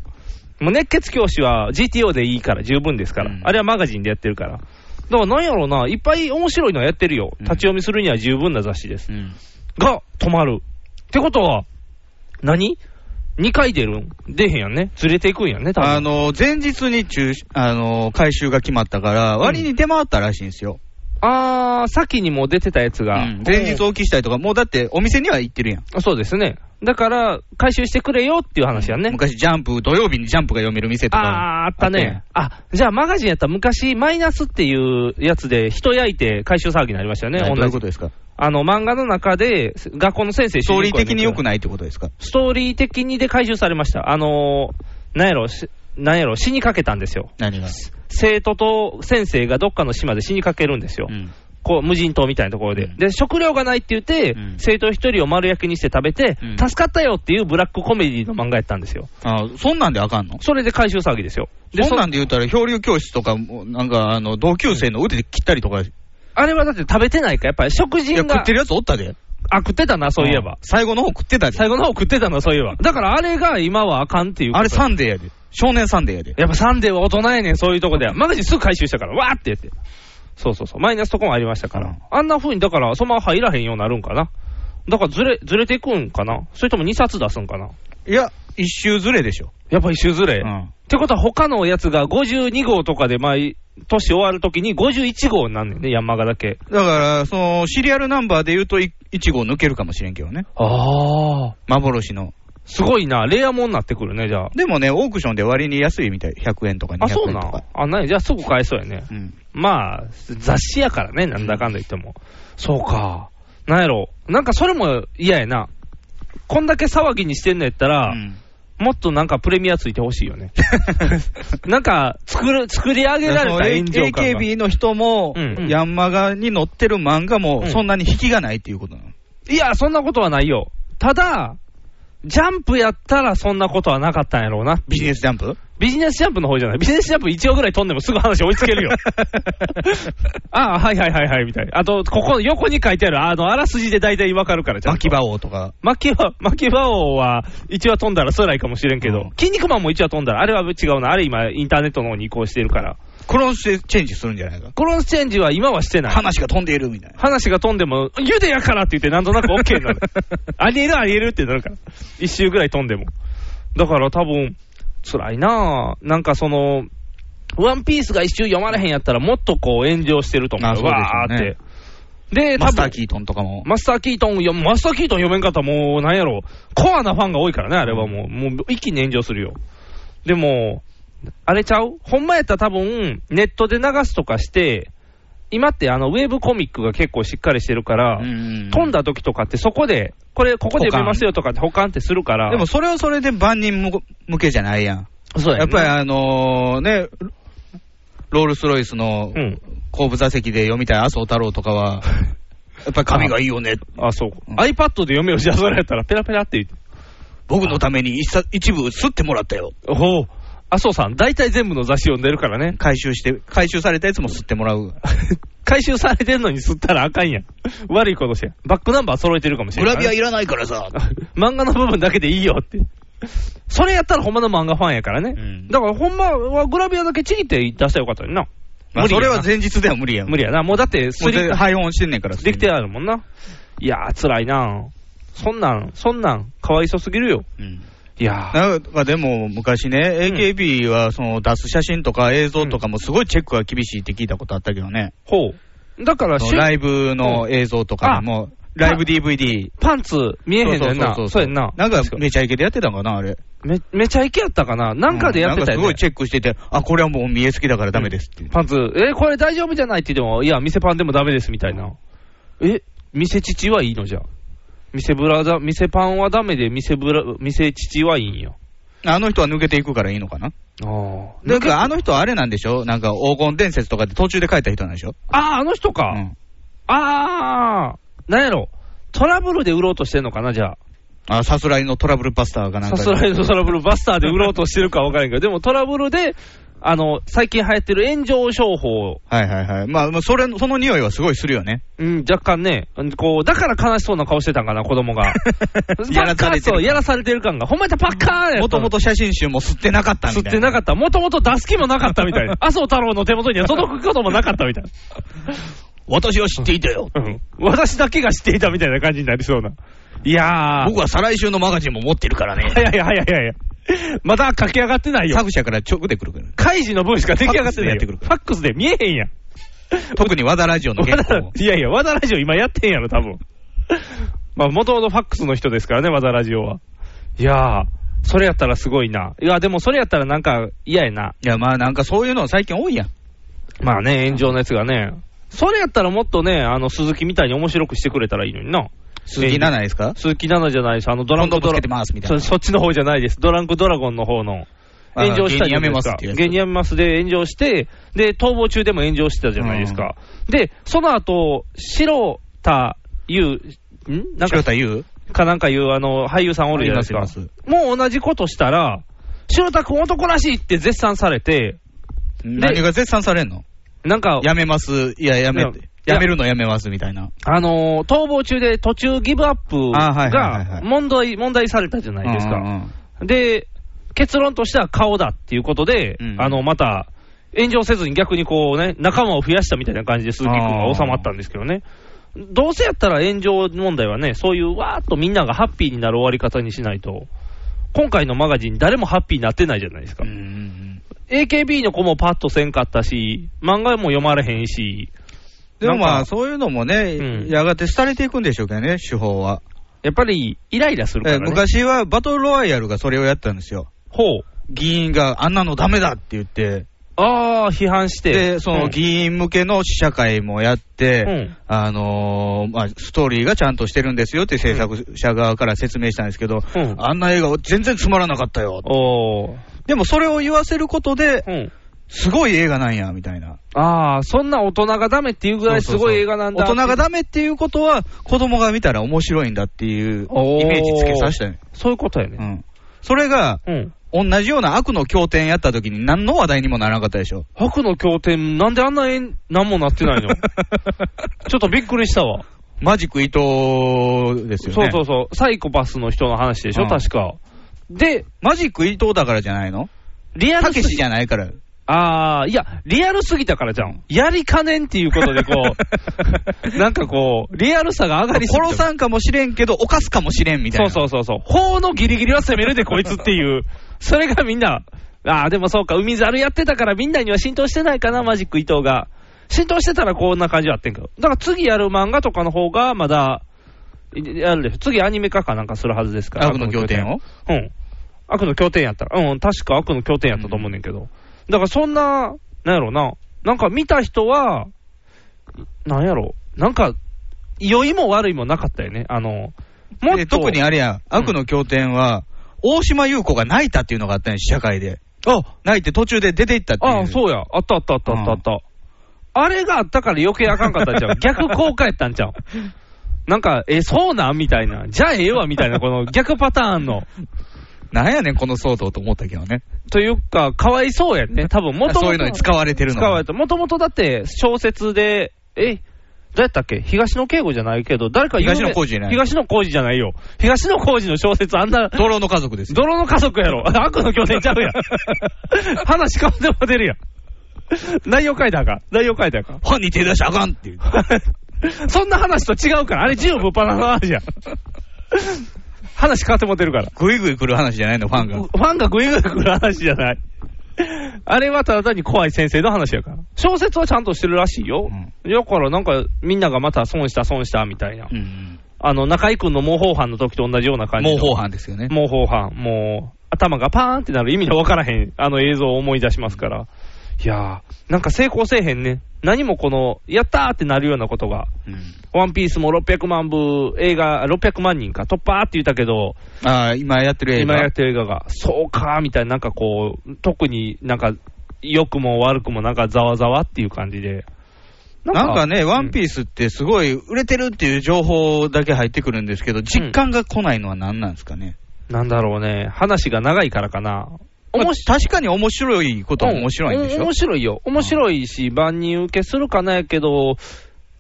Speaker 4: もう熱血教師は GTO でいいから、十分ですから、
Speaker 3: うん
Speaker 4: あれはマガジンでやってるから。だからなんやろうな、いっぱい面白いのはやってるよ。
Speaker 3: うん
Speaker 4: 立ち読みするには十分な雑誌です。
Speaker 3: うん。
Speaker 4: が、止まる。ってことは、何 ?2 回出るん出へんやんね。ずれていくんやんね、多分。
Speaker 3: あの、前日に中止、あの、回収が決まったから、割に出回ったらしいんですよ。
Speaker 4: あー、先にもう出てたやつが。
Speaker 3: うん前日おきしたりとか、もうだってお店には行ってるやん。
Speaker 4: そうですね。だから、回収してくれよっていう話やんね。
Speaker 3: 昔ジャンプ、土曜日にジャンプが読める店とか。
Speaker 4: あー、あったね。
Speaker 3: あっ
Speaker 4: あ、じゃあマガジンやったら昔、マイナスっていうやつで人焼いて回収騒ぎになりましたよ
Speaker 3: た
Speaker 4: ね、
Speaker 3: やんはいどういうこと
Speaker 4: で。
Speaker 3: ですか
Speaker 4: あの、漫画の中で、学校の先生
Speaker 3: ストーリー的に良く
Speaker 4: ない
Speaker 3: ないってことですか
Speaker 4: ストーリー的にで回収されました。あのー、なんやろ、しなんやろ、死にかけたんですよ。
Speaker 3: 何が。
Speaker 4: 生徒と先生がどっかの島で死にかけるんですよ。
Speaker 3: うん
Speaker 4: こう無人島みたいなところで、
Speaker 3: うん
Speaker 4: で食料がないって言って、
Speaker 3: うん
Speaker 4: 生徒一人を丸焼きにして食べて、
Speaker 3: うん
Speaker 4: 助かったよっていうブラックコメディの漫画やったんですよ、
Speaker 3: あーそんなんであかんの
Speaker 4: それで回収騒ぎですよ、で
Speaker 3: そんなんで言うたら、漂流教室とかも、なんか、あの、同級生の腕で切ったりとか、い
Speaker 4: あれはだって食べてないから、やっぱり食
Speaker 3: や、
Speaker 4: 人が。
Speaker 3: 食ってるやつおったで。
Speaker 4: あ、食ってたな、そういえば
Speaker 3: ん。最後の方食ってたで。
Speaker 4: 最後の方食ってたな、そういえば。だからあれが今はあかんっていうこと。
Speaker 3: あれサンデーやで。少年サンデーやで。
Speaker 4: やっぱサンデーは大人やねん、そういうとこで。マガジンすぐ回収したから、わーってやって。そうそうそう。マイナスとこもありましたか
Speaker 3: う
Speaker 4: ら
Speaker 3: ん。
Speaker 4: あんな風に、だから、そのまま入らへんようになるんかな。だからずれ、ずれていくんかなそれとも2冊出すんかない
Speaker 3: や、一周ずれでしょ。
Speaker 4: やっぱ一周ずれ。
Speaker 3: う
Speaker 4: っ
Speaker 3: ん
Speaker 4: てことは他のやつが52号とかで毎年終わるときに51号になんねんね、山がだけ。
Speaker 3: だから、その、シリアルナンバーで言うと、い1号抜けるかもしれんけどね。
Speaker 4: ああ。
Speaker 3: 幻の。
Speaker 4: すごいな。レアもんなってくるね、じゃあ。
Speaker 3: でもね、オークションで割に安いみたい。100円とか200
Speaker 4: あ、そう
Speaker 3: 円と
Speaker 4: な
Speaker 3: か
Speaker 4: ん。あ、ない。じゃあすぐ買えそうやね。
Speaker 3: うん。
Speaker 4: まあ、雑誌やからね、なんだかんだ言っても。そうか。なんやろ。なんかそれも嫌やな。こんだけ騒ぎにしてんのやったら、
Speaker 3: うん
Speaker 4: もっとなんかプレミアついてほしいよ ね。なんか、作る、作り上げられた炎上感が。
Speaker 3: AKB の人も、
Speaker 4: うん
Speaker 3: ヤンマガに載ってる漫画も、
Speaker 4: うん
Speaker 3: そんなに引きがないっていうことなの。
Speaker 4: いや、そんなことはないよ。ただ、ジャンプやったらそんなことはなかったんやろうな。
Speaker 3: ビジネスジャンプ
Speaker 4: ビジネスジャンプの方じゃない。ビジネスジャンプ1話ぐらい飛んでもすぐ話追いつけ るよ。ああ、はいはいはいはい、みたいな。あと、ここ、横に書いてある、あの、あらすじで大体わかるから、ちゃんと
Speaker 3: 巻き場王とか。
Speaker 4: 巻き場、巻き場王は、1話飛んだら辛いかもしれんけ
Speaker 3: う
Speaker 4: ど、
Speaker 3: ん
Speaker 4: 筋肉マンも1話飛んだら、あれは違うな、あれ今、インターネットの方に移行してるから。
Speaker 3: クローンスチェンジするんじゃないか。
Speaker 4: クローンスチェンジは今はしてない。
Speaker 3: 話が飛んでいるみたいな。
Speaker 4: 話が飛んでも、ゆでやからって言って、なんとなく OK に なる。ありえるありえるってなるから。一周ぐらい飛んでも。だから多分、辛いなぁ。なんかその、ワンピースが一周読まれへんやったら、もっとこう炎上してると思
Speaker 3: あ
Speaker 4: う。
Speaker 3: そうでしょうね
Speaker 4: わーって。で、
Speaker 3: マ
Speaker 4: 多
Speaker 3: スター
Speaker 4: 分、
Speaker 3: キートンとかも。
Speaker 4: マスターキートン読む、マスターキートン読めんかったらもう、なんやろ、コアなファンが多いからね、あれはもう、もう一気に炎上するよ。でも、あれちゃうほんまやったら多分、ネットで流すとかして、今ってあの、ウェブコミックが結構しっかりしてるから、飛ん
Speaker 3: だ。
Speaker 4: だ時とかってそこで、これ、ここで読めますよとかって保管ってするから、
Speaker 3: でもそれはそれで万人向向けじゃないやん。
Speaker 4: そう
Speaker 3: やっぱりあのね、ロールスロイスの
Speaker 4: り、うん。
Speaker 3: 後部座席で読みたい麻生太郎とか は、やっぱり髪がいいよね。
Speaker 4: あ、そう。
Speaker 3: うん
Speaker 4: iPad で読めよ、じゃあそれやったら、ペラペラって言って。
Speaker 3: 僕のために一冊一部吸ってもらったよ。
Speaker 4: ほう。麻生さん、大体全部の雑誌読んでるからね。
Speaker 3: 回収して、回収されたやつも吸ってもらう。
Speaker 4: 回収されてんのに吸ったらあかんやん。 悪いことして。バックナンバー揃えてるかもしれ
Speaker 3: グ
Speaker 4: ない。
Speaker 3: ラビアいらないからさ。
Speaker 4: 漫画の部分だけでいいよって。それやったらほんまの漫画ファンやからね。
Speaker 3: うん
Speaker 4: だからほんまはグラビアだけちぎって出したらよかったよな。
Speaker 3: まあ、
Speaker 4: 無
Speaker 3: そ
Speaker 4: 理や
Speaker 3: れ
Speaker 4: な
Speaker 3: は前日では無理やん。
Speaker 4: 無理やな。もうだってス
Speaker 3: もう
Speaker 4: リ
Speaker 3: 全
Speaker 4: ッ
Speaker 3: 然配本してんねんから。
Speaker 4: できてあるもんな。いやー、辛いなそんなん、そんなん、かわいそすぎるよ。
Speaker 3: うん。
Speaker 4: いやー。
Speaker 3: なんかでも昔ね、
Speaker 4: うん
Speaker 3: AKB はその出す写真とか映像とかもすごいチェックが厳しいって聞いたことあったけどね、
Speaker 4: ほう。だから、
Speaker 3: その
Speaker 4: シュ
Speaker 3: ライブの映像とかも、ライブ DVD、
Speaker 4: パンツ見えへんねんな。そうやんな。
Speaker 3: なんか
Speaker 4: 確か
Speaker 3: めちゃイケでやってたんかな、あれ、
Speaker 4: め、めちゃイケやったかな。なんかでやっ
Speaker 3: うんなんか
Speaker 4: てたよ
Speaker 3: す
Speaker 4: ね
Speaker 3: ごい。チェックしてて、あこれはもう見えすぎだからダメですって、
Speaker 4: パンツ、え、これ大丈夫じゃないって言っても、いや、店パンでもダメですみたいな。え、店父はいいのじゃあ。店ブラだ、店パンはダメで、店ブラ、店父はいいんよ。
Speaker 3: あの人は抜けていくからいいのかな、
Speaker 4: ああ。
Speaker 3: なんかあの人、あれなんでしょ、なんか黄金伝説とかで途中で帰った人なんでしょ、
Speaker 4: ああ、あの人か。
Speaker 3: うん
Speaker 4: ああ、なんやろ。トラブルで売ろうとしてんのかな、じゃあ。
Speaker 3: あさすらいのトラブルバスターかなん
Speaker 4: さ
Speaker 3: か
Speaker 4: すらいのトラブルバスターで売ろうとしてるかわからんけど、でもトラブルで、あの、最近流行ってる炎上商法、
Speaker 3: はいはいはい、まあ、まあそれその匂いはすごいするよね、
Speaker 4: うん、若干ね、うんこう、だから悲しそうな顔してたんかな、子供が。
Speaker 3: やらされてる
Speaker 4: パッカーそう やらされてる感が。ほんまやったらパッカーンや
Speaker 3: もとも
Speaker 4: と
Speaker 3: と写真集も吸ってなかったみたい
Speaker 4: 吸
Speaker 3: な。
Speaker 4: ってなかった。もともと出す気もなかったみたい な。麻生太郎の手元には届くこともなかったみたいな。
Speaker 3: 私を知っていたよ。
Speaker 4: うん。私だけが知っていたみたいな感じになりそうな。いやー。
Speaker 3: 僕は再来週のマガジンも持ってるからね。
Speaker 4: 早い早い早い。まだ駆け上がってないよ。
Speaker 3: 作者から直で来るから。
Speaker 4: カイジの分しか出来上がってない
Speaker 3: ファックスでやっ
Speaker 4: よ。
Speaker 3: てくる
Speaker 4: ファックスで見えへんやん。
Speaker 3: 特に和田ラジオの原
Speaker 4: 和田
Speaker 3: 稿。
Speaker 4: いやいや、和田ラジオ今やってんやろ、多分。まあ、もともとファックスの人ですからね、和田ラジオは。いやー、それやったらすごいな。いや、でもそれやったらなんか嫌やな。
Speaker 3: いや、まあなんかそういうの最近多いやん。
Speaker 4: まあね、炎上のやつがね。それやったらもっとね、あの、鈴木みたいに面白くしてくれたらいいのにな。
Speaker 3: 鈴木奈々ですか
Speaker 4: 鈴木奈々じゃないです。あの、ドラン
Speaker 3: 今
Speaker 4: ク
Speaker 3: 度
Speaker 4: ド
Speaker 3: ぶつ
Speaker 4: ラ
Speaker 3: けてますみたい
Speaker 4: そ
Speaker 3: な。
Speaker 4: そっちの方じゃないです。ドランクドラゴンの方の。
Speaker 3: あ
Speaker 4: 炎上したじゃないですか。
Speaker 3: 芸人辞めますっていうやつ
Speaker 4: 芸人辞めますで炎上して、で、逃亡中でも炎上してたじゃないですか。で、その後、白田優、んなん
Speaker 3: 白
Speaker 4: か、
Speaker 3: 田優
Speaker 4: かなんかいうあの、俳優さんおるじゃないです
Speaker 3: い
Speaker 4: か
Speaker 3: ますいま。
Speaker 4: もう同じことしたら、白田君男らしいって絶賛されて、
Speaker 3: 何が絶賛されんの
Speaker 4: なんか、
Speaker 3: やめます。いや、やめ
Speaker 4: いや、
Speaker 3: やめるのやめますみたいな。
Speaker 4: あのー逃亡中で途中ギブアップ
Speaker 3: あはいはいはいは
Speaker 4: が
Speaker 3: い
Speaker 4: 問題、問題されたじゃないです
Speaker 3: うんうん
Speaker 4: か。
Speaker 3: うん
Speaker 4: で、結論としては顔だっていうことで、
Speaker 3: うん
Speaker 4: あの、また、炎上せずに逆にこうね、仲間を増やしたみたいな感じで鈴木君
Speaker 3: あ
Speaker 4: が
Speaker 3: ー
Speaker 4: 収まったんですけどね。どうせやったら炎上問題はね、そういうわーっとみんながハッピーになる終わり方にしないと、今回のマガジン誰もハッピーになってないじゃないですか
Speaker 3: うんう。ん
Speaker 4: AKB の子もパッとせんかったし、漫画も読まれへんし、
Speaker 3: でもま
Speaker 4: なん
Speaker 3: あ
Speaker 4: か
Speaker 3: そういうのも
Speaker 4: う
Speaker 3: ね、
Speaker 4: ん
Speaker 3: やがて廃れていくんでしょうけどね、手法は。
Speaker 4: やっぱりイライラするか
Speaker 3: え
Speaker 4: らね。
Speaker 3: 昔はバトルロワイヤルがそれをやったんですよ。
Speaker 4: ほう。
Speaker 3: 議員があんなのダメだって言って、
Speaker 4: ああ、批判して。
Speaker 3: で、その議員向けの試写会もやって、
Speaker 4: うん
Speaker 3: あのーまあ、ストーリーがちゃんとしてるんですよって制作者側から説明したんですけど、
Speaker 4: うん
Speaker 3: あんな映画全然つまらなかったよ。
Speaker 4: おー。
Speaker 3: でもそれを言わせることで、
Speaker 4: うん。
Speaker 3: すごい映画なんや、みたいな。
Speaker 4: ああ、そんな大人がダメっていうぐらいすごい映画なんだ。
Speaker 3: そうそうそう大人がダメっていうことは、子供が見たら面白いんだっていうイ
Speaker 4: おー
Speaker 3: メージつけさせたよ、
Speaker 4: そういうことや
Speaker 3: う
Speaker 4: ね。
Speaker 3: ん。それが、
Speaker 4: うん。
Speaker 3: 同じような悪の経典やった時に何の話題にもならなかったでしょ。
Speaker 4: 白の経典、なんであんなに何もなって ないのちょっとびっくりしたわ。
Speaker 3: マジック伊藤ですよね。
Speaker 4: そうそうそう。サイコパスの人の話でしょ、
Speaker 3: うん
Speaker 4: 確か。で、
Speaker 3: マジック伊藤だからじゃないの
Speaker 4: リア
Speaker 3: た
Speaker 4: ル
Speaker 3: け
Speaker 4: す
Speaker 3: し
Speaker 4: ぎ
Speaker 3: じゃないから。
Speaker 4: あー、いや、リアルすぎたからじゃん。やりかねんっていうことで、こ う、なんかこう、リアルさが上がりすぎた
Speaker 3: 殺さんかもしれんけど、犯すかもしれんみたい
Speaker 4: そう
Speaker 3: な。う
Speaker 4: そうそうそう。法のギリギリは攻めるで、こいつっ ていう。それがみんな、ああ、でもそうか、海猿やってたからみんなには浸透してないかな、マジック伊藤が。浸透してたらこんな感じはあってんけど。だから次やる漫画とかの方が、まだ、いやるでしょ。次アニメ化かなんかするはずですから。
Speaker 3: 悪の経典を
Speaker 4: うん。悪の経典やったら。うん、確か悪の経典やったと思うねんけど。だからそんな、なんやろな。なんか見た人は、なんやろ。なんか、良いも悪いもなかったよね。あの、もっ
Speaker 3: で
Speaker 4: と。
Speaker 3: 特にあれや、悪の経典は、大島優子が泣いたっていうのがあったんや、社会で。
Speaker 4: あ、
Speaker 3: 泣いて途中で出ていったっていう。
Speaker 4: あそうや。あったあったあったあったあった。あれがあったから余計あかんかっ たんちゃう逆効果やったんちゃうなんか、え、そうなんみたいな。じゃあええわみたい な、この逆パターンの。
Speaker 3: なんやねん、この騒動と思ったけどね。
Speaker 4: というか、かわいそうやね。多分元々
Speaker 3: そういうのに使われてるの。
Speaker 4: 使われた。もともとだって、小説で、え、どうやったっけ東野敬吾じゃないけど、誰か有名
Speaker 3: 東野幸治じゃない
Speaker 4: 東野幸治じゃないよ。東野幸治の小説あん な、
Speaker 3: 泥の家族ですよ。
Speaker 4: 泥の家族やろ。 悪の拠点ちゃうやん。話変わっても出るやん。内容書いたらあかん。内容書いたらあかん。
Speaker 3: 本に手出しちゃあかんっていう。
Speaker 4: そんな話と違うから、あれ、自由ぶっ放の話やん。話変わってもてるから。
Speaker 3: ぐいぐい来る話じゃないの、ファンが。
Speaker 4: ファンがグイグイ来る話じゃない。あれはただ単に怖い先生の話やから。小説はちゃんとしてるらしいよ。だからなんか、みんながまた損した損したみたいな。
Speaker 3: うん
Speaker 4: あの、中井くんの模倣犯の時と同じような感じ。
Speaker 3: 模倣。犯ですよね。
Speaker 4: 模倣犯。もう、頭がパーンってなる意味のわからへん、あの映像を思い出しますから。いやー、なんか成功せえへんね。何もこの、やったーってなるようなことが。
Speaker 3: うん
Speaker 4: ワンピースも600万部、映画600万人か、突破って言ったけど、
Speaker 3: ああ、今やってる映
Speaker 4: 今
Speaker 3: 画。
Speaker 4: やってる映画が、そうかーみたいな、なんかこう、特になんか、良くも悪くもなんかざわざわっていう感じで。
Speaker 3: なんかね、ワン
Speaker 4: ー
Speaker 3: ピースってすごい売れてるっていう情報だけ入ってくるんですけど、実感が来ないのは何なんですかね。
Speaker 4: ス。なんだろうね、話が長いからかな。
Speaker 3: まあ
Speaker 4: 面白い
Speaker 3: 確かに面白いことは面白いんでし
Speaker 4: う
Speaker 3: ょ
Speaker 4: 面白いよ。面白いし、万人受けするかなやけど、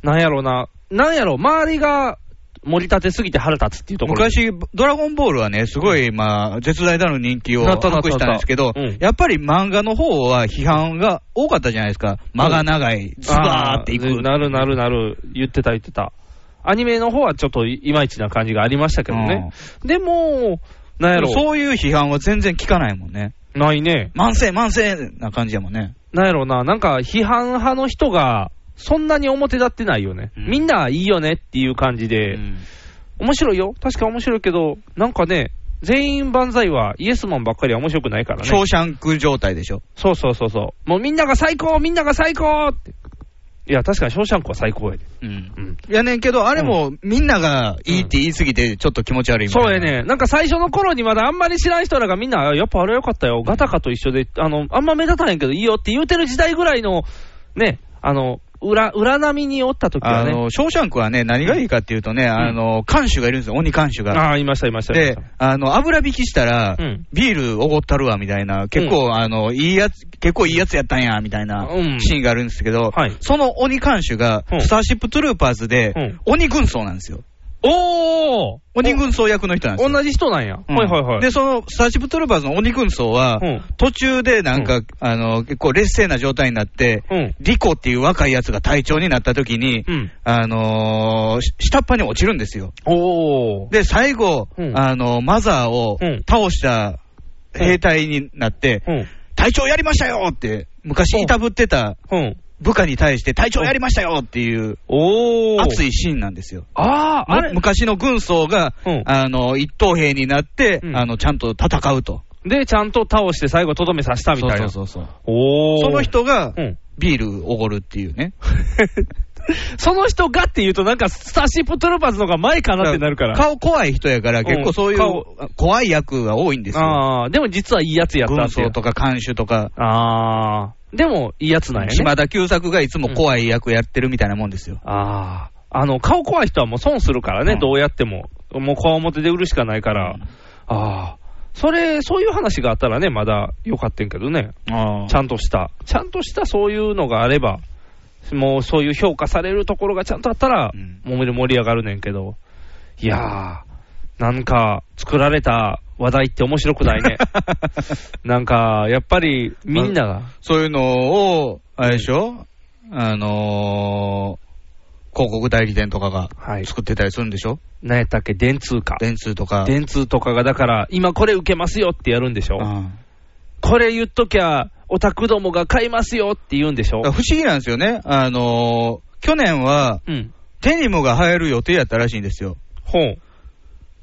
Speaker 4: なんやろな、なんやろ、周りが盛り立てすぎて腹立つっていうところ。
Speaker 3: 昔、ドラゴンボールはね、すごい、まあ、絶大なる人気を
Speaker 4: なったなった
Speaker 3: 博したんですけど
Speaker 4: うん、
Speaker 3: やっぱり漫画の方は批判が多かったじゃないですか。間が長い、ズバーってい
Speaker 4: あ
Speaker 3: く。
Speaker 4: なるなるなる、言ってた言ってた。アニメの方はちょっといまいちな感じがありましたけどね。でも、なんや
Speaker 3: うん。
Speaker 4: ろ、
Speaker 3: そういう批判は全然聞かないもんね。
Speaker 4: ないね。
Speaker 3: 慢性慢性な感じやもんね。
Speaker 4: なんやろな、なんか批判派の人が、そんなに表立ってないよね。
Speaker 3: うん
Speaker 4: みんないいよねっていう感じで、
Speaker 3: うん
Speaker 4: 面白いよ。確か面白いけど、なんかね、全員万歳はイエスマンばっかりは面白くないから
Speaker 3: ショ
Speaker 4: ね
Speaker 3: ー。シャンク状態でしょ。
Speaker 4: そうそうそうそう。もうみんなが最高みんなが最高って。いや、確かにショーシャンクは最高やで。
Speaker 3: うん
Speaker 4: うん。
Speaker 3: やねんけど、あれもみんながいいって言いすぎて、ちょっと気持ち悪いみたい
Speaker 4: そ
Speaker 3: な
Speaker 4: うや。ね。なんか最初の頃にまだあんまり知らん人らがみんな、あやっぱあれ良かったよ。ガタカと一緒で、あの、あんま目立たへんけどいいよって言うてる時代ぐらいの、ね、あの、裏、裏波におった時は
Speaker 3: あ
Speaker 4: ね。
Speaker 3: の、ショーシャンクはね、何がいいかっていうとね、あの、看守がいるんですよ、鬼看守が。
Speaker 4: ああ、いましたいました。いまし
Speaker 3: で
Speaker 4: た、
Speaker 3: あの、油引きしたら
Speaker 4: うん、
Speaker 3: ビールおごったるわ、みたいな、結構、あの、いいやつ、結構いいやつやったんや、みたいな
Speaker 4: うん
Speaker 3: シーンがあるんですけど
Speaker 4: はい、
Speaker 3: その鬼看守が
Speaker 4: う、ん
Speaker 3: スターシップトゥルーパーズで
Speaker 4: うん、
Speaker 3: 鬼軍曹なんですよ。
Speaker 4: おー
Speaker 3: 鬼軍曹役の人なんですよ。
Speaker 4: 同じ人なんや。
Speaker 3: うん
Speaker 4: はいはいはい。
Speaker 3: で、そのスターシップトゥルーパーズの鬼軍曹は
Speaker 4: うん、
Speaker 3: 途中でなんか、あの、結構劣勢な状態になって
Speaker 4: うん、
Speaker 3: リコっていう若いやつが隊長になった時に
Speaker 4: うん、
Speaker 3: あのー、し下っ端に落ちるんですよ。
Speaker 4: おー。
Speaker 3: で、最後、
Speaker 4: うん
Speaker 3: あの、マザーを
Speaker 4: うん
Speaker 3: 倒した兵隊になって、
Speaker 4: うん。
Speaker 3: 隊長やりましたよって、昔いたぶってた
Speaker 4: うん。
Speaker 3: 部下に対して、隊長やりましたよっていう
Speaker 4: おー。
Speaker 3: 熱
Speaker 4: い。
Speaker 3: いシーンなんですよ。
Speaker 4: ああ、あれ
Speaker 3: む、昔の軍曹が、
Speaker 4: うん
Speaker 3: あの、一等兵になって、
Speaker 4: うん
Speaker 3: あの、ちゃんと戦うと。
Speaker 4: で、ちゃんと倒して最後とどめさせたみたいな。
Speaker 3: そうそうそう
Speaker 4: おー。
Speaker 3: その。人が
Speaker 4: う、ん。
Speaker 3: ビールおごるっていうね。
Speaker 4: その人がって言うとなんかスターシップトルーパーズの方が前か なってなるから。
Speaker 3: 顔怖い人やから、結構そういう
Speaker 4: うん
Speaker 3: 怖い役が多いんですよ。
Speaker 4: ああ、でも実はいいやつやった
Speaker 3: 軍
Speaker 4: ってい
Speaker 3: 曹
Speaker 4: う。
Speaker 3: とか看守とか。
Speaker 4: ああ、でもいいやつなんやね。
Speaker 3: 島田久作がいつも怖い役やってるみたいなもんですよ。
Speaker 4: ああ、あの、顔怖い人はもう損するからね、
Speaker 3: うん
Speaker 4: どうやっても。もう顔表で売るしかないから。ああ、それ、そういう話があったらね、まだよかったんけどね。
Speaker 3: あ
Speaker 4: ちゃんとした。ちゃんとしたそういうのがあれば、もうそういう評価されるところがちゃんとあったら、
Speaker 3: うん
Speaker 4: もう盛り上がるねんけど。いやー、なんか、作られた話題って面白くないね。なんか、やっぱり、みんなが。
Speaker 3: そういうのを、あれでしょ、あのー、広告代理店とかが
Speaker 4: はい
Speaker 3: 作ってたりするんでしょ、
Speaker 4: 何やったっけ、電通か。
Speaker 3: 電通とか。
Speaker 4: 電通とかが、だから、今これ受けますよってやるんでしょ。
Speaker 3: うん
Speaker 4: これ言っときゃ、オタクどもが買いますよって言うんでしょ
Speaker 3: だから。不思議なんですよね。あのー、去年は
Speaker 4: うん。
Speaker 3: デニムが流行る予定やったらしいんですよ。
Speaker 4: ほう。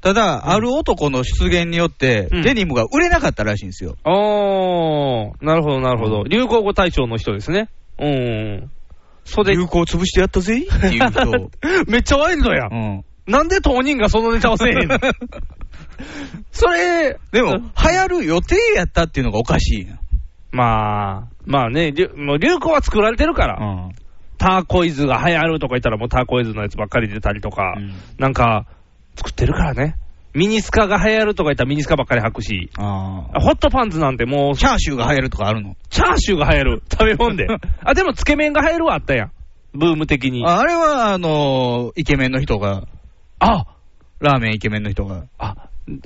Speaker 3: ただ、ある男の出現によって、
Speaker 4: うん
Speaker 3: デニムが売れなかったらしいんですよ。
Speaker 4: あー、なるほど、なるほど。流行語大賞の人ですね。うんうん。袖、
Speaker 3: 流行潰してやった ぜって言うと、
Speaker 4: めっちゃワイルドや
Speaker 3: う。ん、
Speaker 4: なんで当人がそのネタをせえへ んのそれ、
Speaker 3: で も、流行る予定やったっていうのがおかしいな。
Speaker 4: まあ、まあね、流もう流行は作られてるから、
Speaker 3: うん
Speaker 4: ターコイズが流行るとか言ったら、もうターコイズのやつばっかり出たりとか、
Speaker 3: うん
Speaker 4: なんか、作ってるからね。ミニスカが流行るとか言ったらミニスカばっかり履くし、
Speaker 3: あー
Speaker 4: ホットパンツなんてもう、
Speaker 3: チャーシューが流行るとかあるの
Speaker 4: チャーシューが流行る。食べ 物で。あ、でも、つけ麺が流行るはあったやん。ブーム的に。
Speaker 3: ああれは、あのーイケメンの人が、
Speaker 4: あ、
Speaker 3: ラーメンイケメンの人が。
Speaker 4: あ、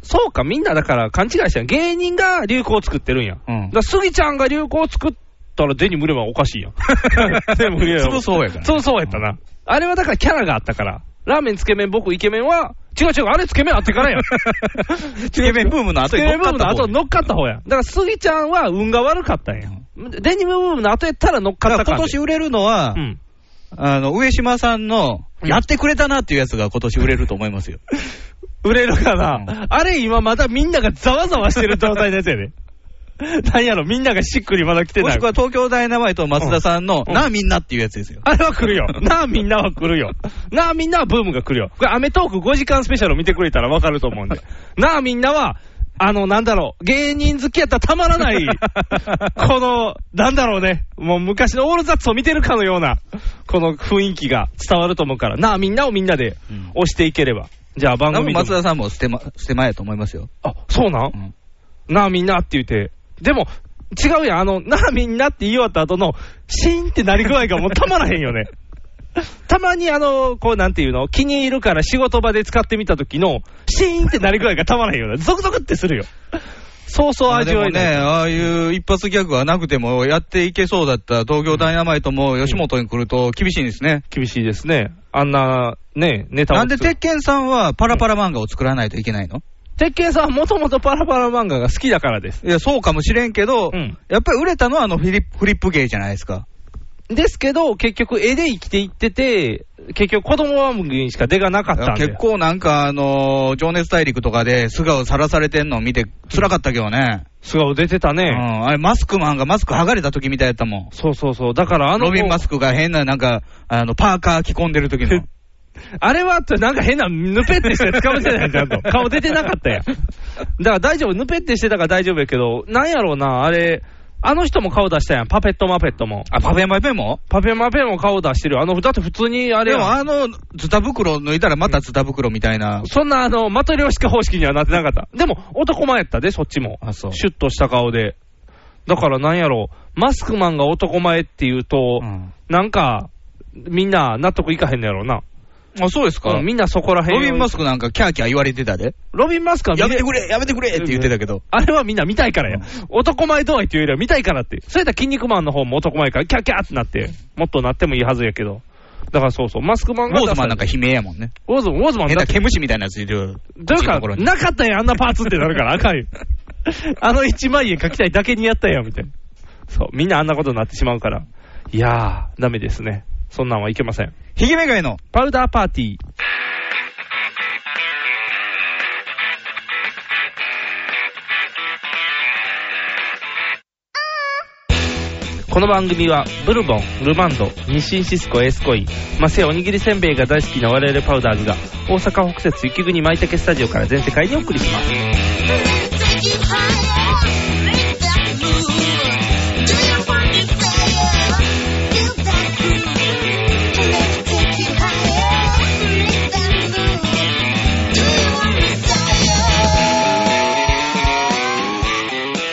Speaker 4: そうか、みんなだから勘違いしたん芸人が流行を作ってるんや。
Speaker 3: う
Speaker 4: だ
Speaker 3: ん
Speaker 4: から、スギちゃんが流行を作ったら、デニム売ればおかしいやん。 デニム売れば
Speaker 3: そうそうやから
Speaker 4: そうそうやったな。あれはだからキャラがあったから。ラーメンつけ麺、僕イケメンは、違う違う、あれつけ麺あってからやん。
Speaker 3: イケメンブームの
Speaker 4: つ
Speaker 3: 後
Speaker 4: け
Speaker 3: に
Speaker 4: 麺ブ
Speaker 3: 乗
Speaker 4: ー
Speaker 3: っ
Speaker 4: ム
Speaker 3: か
Speaker 4: の
Speaker 3: った方
Speaker 4: 後乗っかった方やん。だから、スギちゃんは運が悪かったんや。デニムブームの後やったら乗っか
Speaker 3: だ
Speaker 4: っ
Speaker 3: から
Speaker 4: た感
Speaker 3: 今
Speaker 4: じ
Speaker 3: 年売れるのは、
Speaker 4: うん。
Speaker 3: あの、上島さんの、やってくれたなっていうやつが今年売れると思いますよ。
Speaker 4: 売れるか
Speaker 3: うん
Speaker 4: な、あれ今まだみんながざわざわしてる状態のやつ やで。なんやろ、みんながしっくりまだ来て
Speaker 3: も
Speaker 4: な
Speaker 3: し
Speaker 4: い
Speaker 3: く。は東京ダイナマイト松田さんの、
Speaker 4: うん
Speaker 3: なあみんなっていうやつですよ。
Speaker 4: あれは来るよ。なあみんなは来るよ。なあみんなはブームが来るよ。これアメトーク5時間スペシャルを見てくれたらわかると思う んで。なあみんなは、あの、なんだろう、芸人好きやったらたまら ない、この、なんだろうね、もう昔のオールザッツを見てるかのような、この雰囲気が伝わると思うから、なあみんなをみんなで
Speaker 3: うん
Speaker 4: 押していければ。じゃあ番
Speaker 3: 多分
Speaker 4: 組でも
Speaker 3: 松田さんも捨てま、捨て前やと思いますよ。
Speaker 4: あ、そうなん、
Speaker 3: うん
Speaker 4: なあみんなって言うて。でも、違うやん。あの、なあみんなって言い終わった後の、シーンってなり具合がもうたまらへんよ ね。たまにあの、こうなんていうの、気に入るから仕事場で使ってみた時の、シーンってなり具合がたまらへんよね。ゾクゾクってするよ。そうそう
Speaker 3: あ
Speaker 4: 味
Speaker 3: で
Speaker 4: わ
Speaker 3: も
Speaker 4: い
Speaker 3: ね、
Speaker 4: ね。
Speaker 3: ああいう一発ギャグがなくてもやっていけそうだった東京ダイナマイトも吉本に来ると厳しいんですね。
Speaker 4: 厳しいですね。あんな、ね、ネタを。
Speaker 3: なんで鉄拳さんはパラパラ漫画を作らないといけないの
Speaker 4: 鉄拳さんはもともとパラパラ漫画が好きだからです。
Speaker 3: いや、そうかもしれんけど、
Speaker 4: うん
Speaker 3: やっぱり売れたのはあのフィリップフリップ芸じゃないですか。
Speaker 4: ですけど、結局絵で生きていってて、結局子供番組にしか出がなかったんで。
Speaker 3: 結構なんか、あのー情熱大陸とかで素顔さらされてんのを見て、辛かったけどね。
Speaker 4: 素顔出てた
Speaker 3: う
Speaker 4: ね。
Speaker 3: ん。あれ、マスクマンがマスク剥がれた時みたいやったもん。
Speaker 4: そうそうそう。だからあの、
Speaker 3: ロビン・マスクが変な、なんか、あの、パーカー着込んでる時の。
Speaker 4: あれは、なんか変な、ぬぺってして使うじゃない、ち ゃんと。顔出てなかったやん。だから大丈夫、ぬぺってしてたから大丈夫やけど、なんやろうな、あれ、あの人も顔出したやん。パペットマペットも。
Speaker 3: あ、パフェマペも
Speaker 4: パペマペも顔出してるよ。あの、だって普通にあれ
Speaker 3: で
Speaker 4: やん
Speaker 3: もあの、ズタ袋抜いたらまたズタ袋みたいな。
Speaker 4: そんなあの、マトリョーシカ方式にはなってなかった。でも、男前やったで、そっちも。
Speaker 3: あそう
Speaker 4: シュッとした顔で。だからなんやろう、マスクマンが男前っていうと、
Speaker 3: うん
Speaker 4: なんか、みんな納得いかへんのやろうな。
Speaker 3: あ、そうですか。
Speaker 4: うんみんなそこらへん
Speaker 3: ロビン・マ
Speaker 4: ク。
Speaker 3: スクなんかキャーキャー言われてたで。
Speaker 4: ロビン・マスクは見
Speaker 3: や
Speaker 4: れ
Speaker 3: めてくれやめてくれって言ってたけど。
Speaker 4: あれはみんな見たいからや
Speaker 3: うん。
Speaker 4: 男前度合いっていうよりは見たいからって。そういったら筋肉マンの方も男前からキャーキャーってなって、もっとなってもいいはずやけど。だからそうそう、マスクマ
Speaker 3: ウ
Speaker 4: ン
Speaker 3: ォ
Speaker 4: が出
Speaker 3: ー
Speaker 4: した。
Speaker 3: ズマンなんか悲鳴やもんね。
Speaker 4: ウォーズマン、ウォーズマン
Speaker 3: 変
Speaker 4: だ
Speaker 3: な
Speaker 4: って
Speaker 3: 毛虫みたいなやついるよ。
Speaker 4: どういうか
Speaker 3: 口のところ、に
Speaker 4: なかったやん、あんなパーツってなるから、あかんよ。 あの1万円書きたいだけにやったやん、みたいな。そう、みんなあんなことになってしまうから。いやー、ダメですね。そんなんはいけません。
Speaker 3: ヒゲメガイの
Speaker 4: パウダーパーティー。この番組はブルボン、ルマンド、日清シスコ、エースコイン、マセおにぎりせんべいが大好きな我々パウダーズが大阪北節雪国舞茸スタジオから全世界にお送りします。
Speaker 5: Take it higher, make that move. Do your work and fire, feel that groove. Let's take it higher, make that move. Do your work and fire.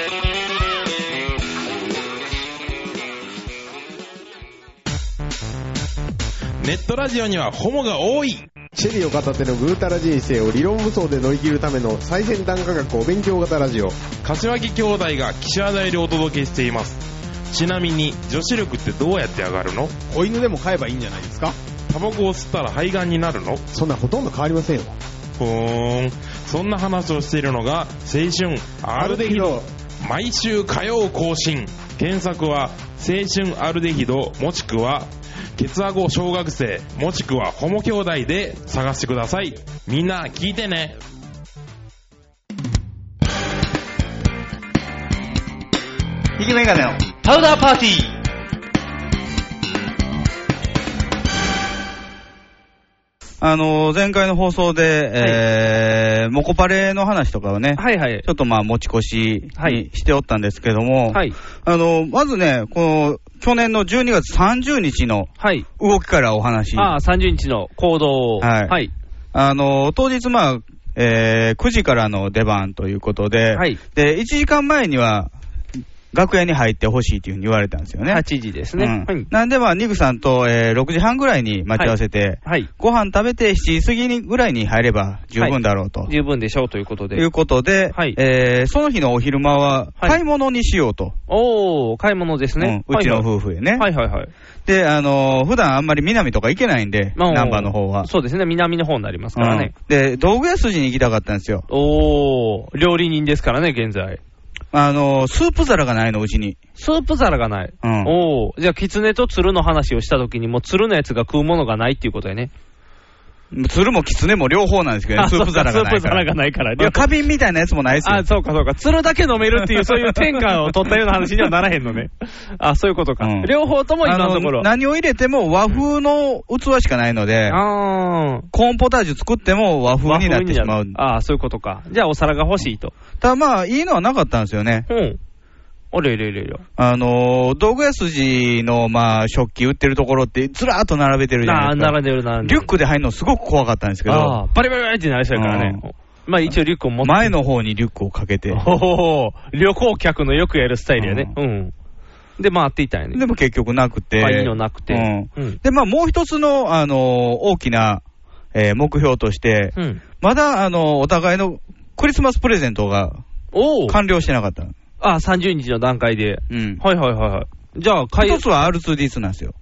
Speaker 6: トラジオにはホモが多い
Speaker 7: シェリーを片手のぐうたら人生を理論武装で乗り切るための最先端科学お勉強型ラジオ
Speaker 6: 柏木兄弟が岸和田よりお届けしていますちなみに女子力ってどうやって上がるの
Speaker 7: 子犬でも飼えばいいんじゃないですか
Speaker 6: タバコを吸ったら肺がんになるの
Speaker 7: そんなほとんど変わりませんよ
Speaker 6: ふーんそんな話をしているのが青春アルデヒド毎週火曜更新検索は青春アルデヒドもしくはケツアゴ小学生もしくはホモ兄弟で探してくださいみんな聞いてね
Speaker 3: 引きメガネの
Speaker 4: パウダーパーティー
Speaker 3: あの、前回の放送で、えー、モコパレの話とかをね、
Speaker 4: はいはい
Speaker 3: ち。ょっとまあ持ち越しにしておったんですけども、
Speaker 4: はい。
Speaker 3: あの、まずね、この、去年の12月30日の
Speaker 4: はい。
Speaker 3: 動きからお話し、
Speaker 4: ああ、30日の行動を。
Speaker 3: はい
Speaker 4: はい。
Speaker 3: あの、当日まあ、えー9時からの出番ということで、
Speaker 4: はい
Speaker 3: で、1時間前には、楽屋に入ってほしいというふうに言われたんですよね。
Speaker 4: 8時ですね。
Speaker 3: うん
Speaker 4: はい。
Speaker 3: なんでまあ、ニグさんと、えー6時半ぐらいに待ち合わせて、
Speaker 4: はい。
Speaker 3: ご飯食べて7時過ぎにぐらいに入れば十分だろうと。い
Speaker 4: 十分でしょうということで。
Speaker 3: うことで、
Speaker 4: はい
Speaker 3: えーその日のお昼間は
Speaker 4: はい
Speaker 3: 買い物にしようと、
Speaker 4: おー、買い物ですね。
Speaker 3: うんうちの夫婦でね。
Speaker 4: はいはいはいはい。
Speaker 3: で、あのー普段あんまり南とか行けないんで、
Speaker 4: まあ
Speaker 3: 難波の方は。
Speaker 4: そうですね、南の方になりますからね。
Speaker 3: うんで、道具屋筋に行きたかったんですよ。
Speaker 4: おー、料理人ですからね、現在。
Speaker 3: あのースープ皿がないの、うちに。
Speaker 4: スープ皿がない。
Speaker 3: うん
Speaker 4: おー、じゃあ、キツネと鶴の話をしたときに、もう鶴のやつが食うものがないっていうことやね。
Speaker 3: 鶴も狐も両方なんですけどね、
Speaker 4: あ
Speaker 3: ス
Speaker 4: そう
Speaker 3: ー
Speaker 4: か
Speaker 3: プ皿がないから。
Speaker 4: スープ皿がないから
Speaker 3: まあ花瓶みたいなやつもないですよ
Speaker 4: あ、。そうかそうか。鶴だけ飲めるっていう、そういう天下を取ったような話にはならへんの ね。あ、そういうことか。
Speaker 3: うん
Speaker 4: 両方とも今のところ。
Speaker 3: 何を入れても和風の器しかないので、
Speaker 4: あー。
Speaker 3: コーンポタージュ作っても和風になってしまう
Speaker 4: 和風に。なるああ、そういうことか。じゃあ、お皿が欲しいと。
Speaker 3: ただまあ、いいのはなかったんですよね。
Speaker 4: うん。おれれれれ。
Speaker 3: あのー道具屋筋の、まあ、食器売ってるところって、ずらーっと並べてるじゃ
Speaker 4: あ
Speaker 3: な
Speaker 4: あ、
Speaker 3: いですか。
Speaker 4: 並んでる並んで
Speaker 3: リュ
Speaker 4: る。
Speaker 3: ックで入るのすごく怖かったんですけ
Speaker 4: ああ
Speaker 3: ど、
Speaker 4: バリバリバリってなりそうやからね。まあ、一応リュックを持って。
Speaker 3: 前の方にリュックをかけて、
Speaker 4: ほほほ旅行客のよくやるスタイルやね。うん。で、回っていたんやね。
Speaker 3: でも結局なくて、
Speaker 4: あいいのなくて。
Speaker 3: う
Speaker 4: うんん。
Speaker 3: で、まあ、もう一つの、あのー大きな、えー目標として、
Speaker 4: うん。
Speaker 3: まだ、あのーお互いのクリスマスプレゼントが
Speaker 4: おお。
Speaker 3: 完了してなかった。
Speaker 4: ああ、30日の段階で。
Speaker 3: うん。
Speaker 4: はいはいはいはい。じゃあ、買い
Speaker 3: 一つは R2D2 なんですよ。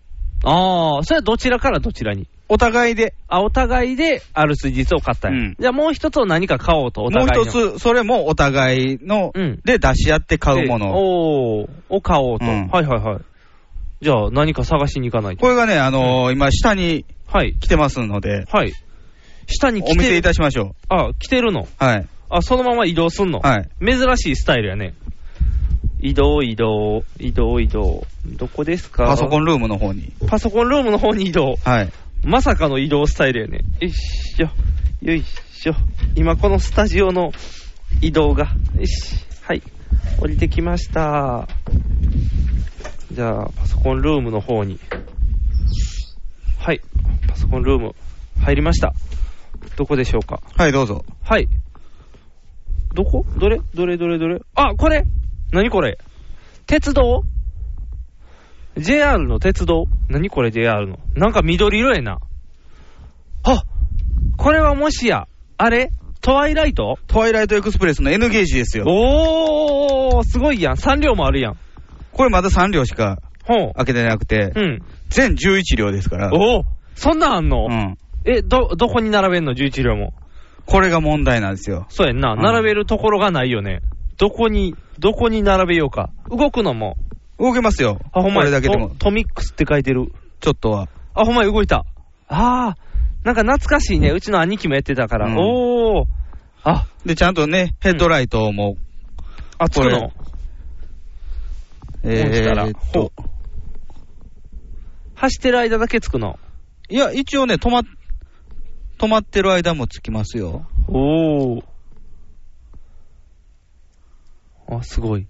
Speaker 4: ああ、それはどちらからどちらに
Speaker 3: お互いで、
Speaker 4: あ、お互いである数日を買ったんや、
Speaker 3: うん
Speaker 4: じゃあもう一つを何か買おうと、お
Speaker 3: もう
Speaker 4: 互いの。
Speaker 3: 一つ、それもお互いの
Speaker 4: うん、
Speaker 3: で出し合って買うもの。
Speaker 4: おーを買おうと、
Speaker 3: うん
Speaker 4: はいはいはい。じゃあ何か探しに行かないと。
Speaker 3: これがね、あのー今、下に
Speaker 4: はい。
Speaker 3: 来てますので、
Speaker 4: はい。下に
Speaker 3: お
Speaker 4: 来
Speaker 3: 見せ
Speaker 4: て
Speaker 3: い
Speaker 4: る。
Speaker 3: たしましょ
Speaker 4: あ、来てるの。
Speaker 3: う。はい。
Speaker 4: あ、そのまま移動すんの。
Speaker 3: はい。
Speaker 4: 珍しいスタイルやね。移動、移動、移動、移動。どこですか
Speaker 3: パソコンルームの方に。
Speaker 4: ン。パソコンルームの方に移動。
Speaker 3: はい。
Speaker 4: まさかの移動スタイルやね。よいしょ、よいしょ。今このスタジオの移動が。よし、はい。降りてきました。じゃあ、パソコンルームの方に。はい。パソコンルーム、入りました。どこでしょうか
Speaker 3: はい、どうぞ。
Speaker 4: はい。どこどれどれどれどれあ、これ何これ鉄道 ?JR の鉄道何これ JR のなんか緑色やな。あこれはもしや、あれトワイライト
Speaker 3: トワイライトエクスプレスの N ゲージですよ。
Speaker 4: おー、すごいやん。3両もあるやん。
Speaker 3: これまだ3両しか
Speaker 4: ほう。
Speaker 3: 開けてなくて
Speaker 4: う、ん。
Speaker 3: 全11両ですから。
Speaker 4: おー、そんなんあんの、
Speaker 3: うん。
Speaker 4: え、ど、どこに並べんの ?11 両も。
Speaker 3: これが問題なんですよ。
Speaker 4: そうやんな。
Speaker 3: うん
Speaker 4: 並べるところがないよね。どこに、どこに並べようか。動くのも、
Speaker 3: 動けますよ。
Speaker 4: あ、ほんま
Speaker 3: こ
Speaker 4: や
Speaker 3: れだけでも
Speaker 4: ト。トミックスって書いてる。
Speaker 3: ちょっとは。
Speaker 4: あ、ほんまや動いた。あー、なんか懐かしいね。うちの兄貴もやってたから。
Speaker 3: うん
Speaker 4: おー。あ、
Speaker 3: で、ちゃんとね、ヘッドライトも、
Speaker 4: あ、つくの。
Speaker 3: えーっと、
Speaker 4: 走ってる間だけつくの。
Speaker 3: いや、一応ね、止ま、止まってる間もつきますよ。
Speaker 4: おー。あ、すごい。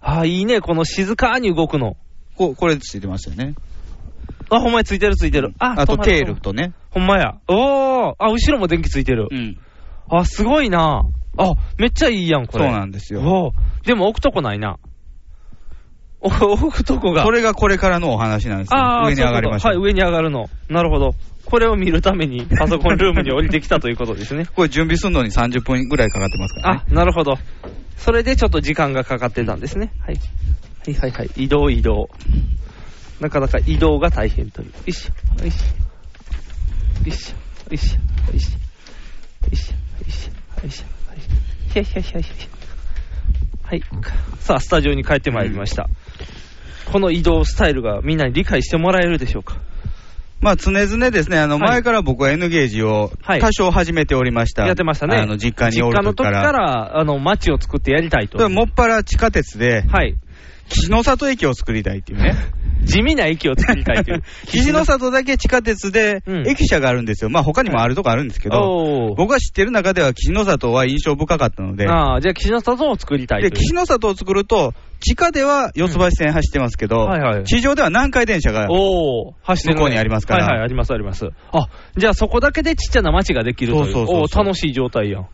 Speaker 4: あー、いいね。この静かに動くの。
Speaker 3: ここれついてましたよね。
Speaker 4: あ、ほんまやついてるついてる。あ、
Speaker 3: あと
Speaker 4: 止まる
Speaker 3: テール。とね。
Speaker 4: ほんまや。おー。あ、後ろも電気ついてる。
Speaker 3: うん。
Speaker 4: あ、すごいな。あ、めっちゃいいやん、こ
Speaker 3: そう
Speaker 4: れ。
Speaker 3: なんですよ。
Speaker 4: おーでも置くとこないな。お置くとこが。
Speaker 3: それがこれからのお話なんですね。
Speaker 4: ああ、
Speaker 3: 上に上がりました。
Speaker 4: そういうことはい、上に上がるの。なるほど。これを見るためにパソコンルームに降りてきたというこ とですね。
Speaker 3: これ準備するのに30分ぐらいかかってますからね
Speaker 4: あ。、なるほど。それでちょっと時間がかかってたんですね。はい。はいはいはい。移動移動。なかなか移動が大変という。よいしょ、よいしょ。よいしょ、よいしょ、よいしょ。よいしょ、よいしょ、よいしょ。よいしょ、よいしょ、よいしょよいしょ。はい。さあ、スタジオに帰ってまいりました。この移動スタイルがみんなに理解してもらえるでしょうか
Speaker 3: まあ、常々ですね、あの、
Speaker 4: はい
Speaker 3: 前から僕は N ゲージを
Speaker 4: はい
Speaker 3: 多少始めておりました。
Speaker 4: やってましたね。
Speaker 3: あの、実家におる時から。
Speaker 4: 実家の時から、あの、街を作ってやりたいと。
Speaker 3: それもっぱら地下鉄で、
Speaker 4: はい。
Speaker 3: 岸の里駅を作りたいって いうね。
Speaker 4: 地味な駅を作りたい という。
Speaker 3: 岸の里だけ地下鉄で
Speaker 4: う、ん
Speaker 3: 駅舎があるんですよ。まあ、他にもあるとこあるんですけど、
Speaker 4: おー
Speaker 3: 僕が知ってる中では岸の里は印象深かったので、
Speaker 4: ああ、じゃあ、岸の里を作りたい
Speaker 3: で、
Speaker 4: という。
Speaker 3: 岸の里を作ると、地下では四つ橋線走ってますけど、
Speaker 4: うんはいはい
Speaker 3: 地上では南海電車が、
Speaker 4: おお、走ってる
Speaker 3: 向こうにありますから
Speaker 4: はいはい、ありますあります。あ、じゃあそこだけでちっちゃな街ができるとい
Speaker 3: そ
Speaker 4: う。
Speaker 3: うそうそうそう
Speaker 4: おー楽しい状態やん。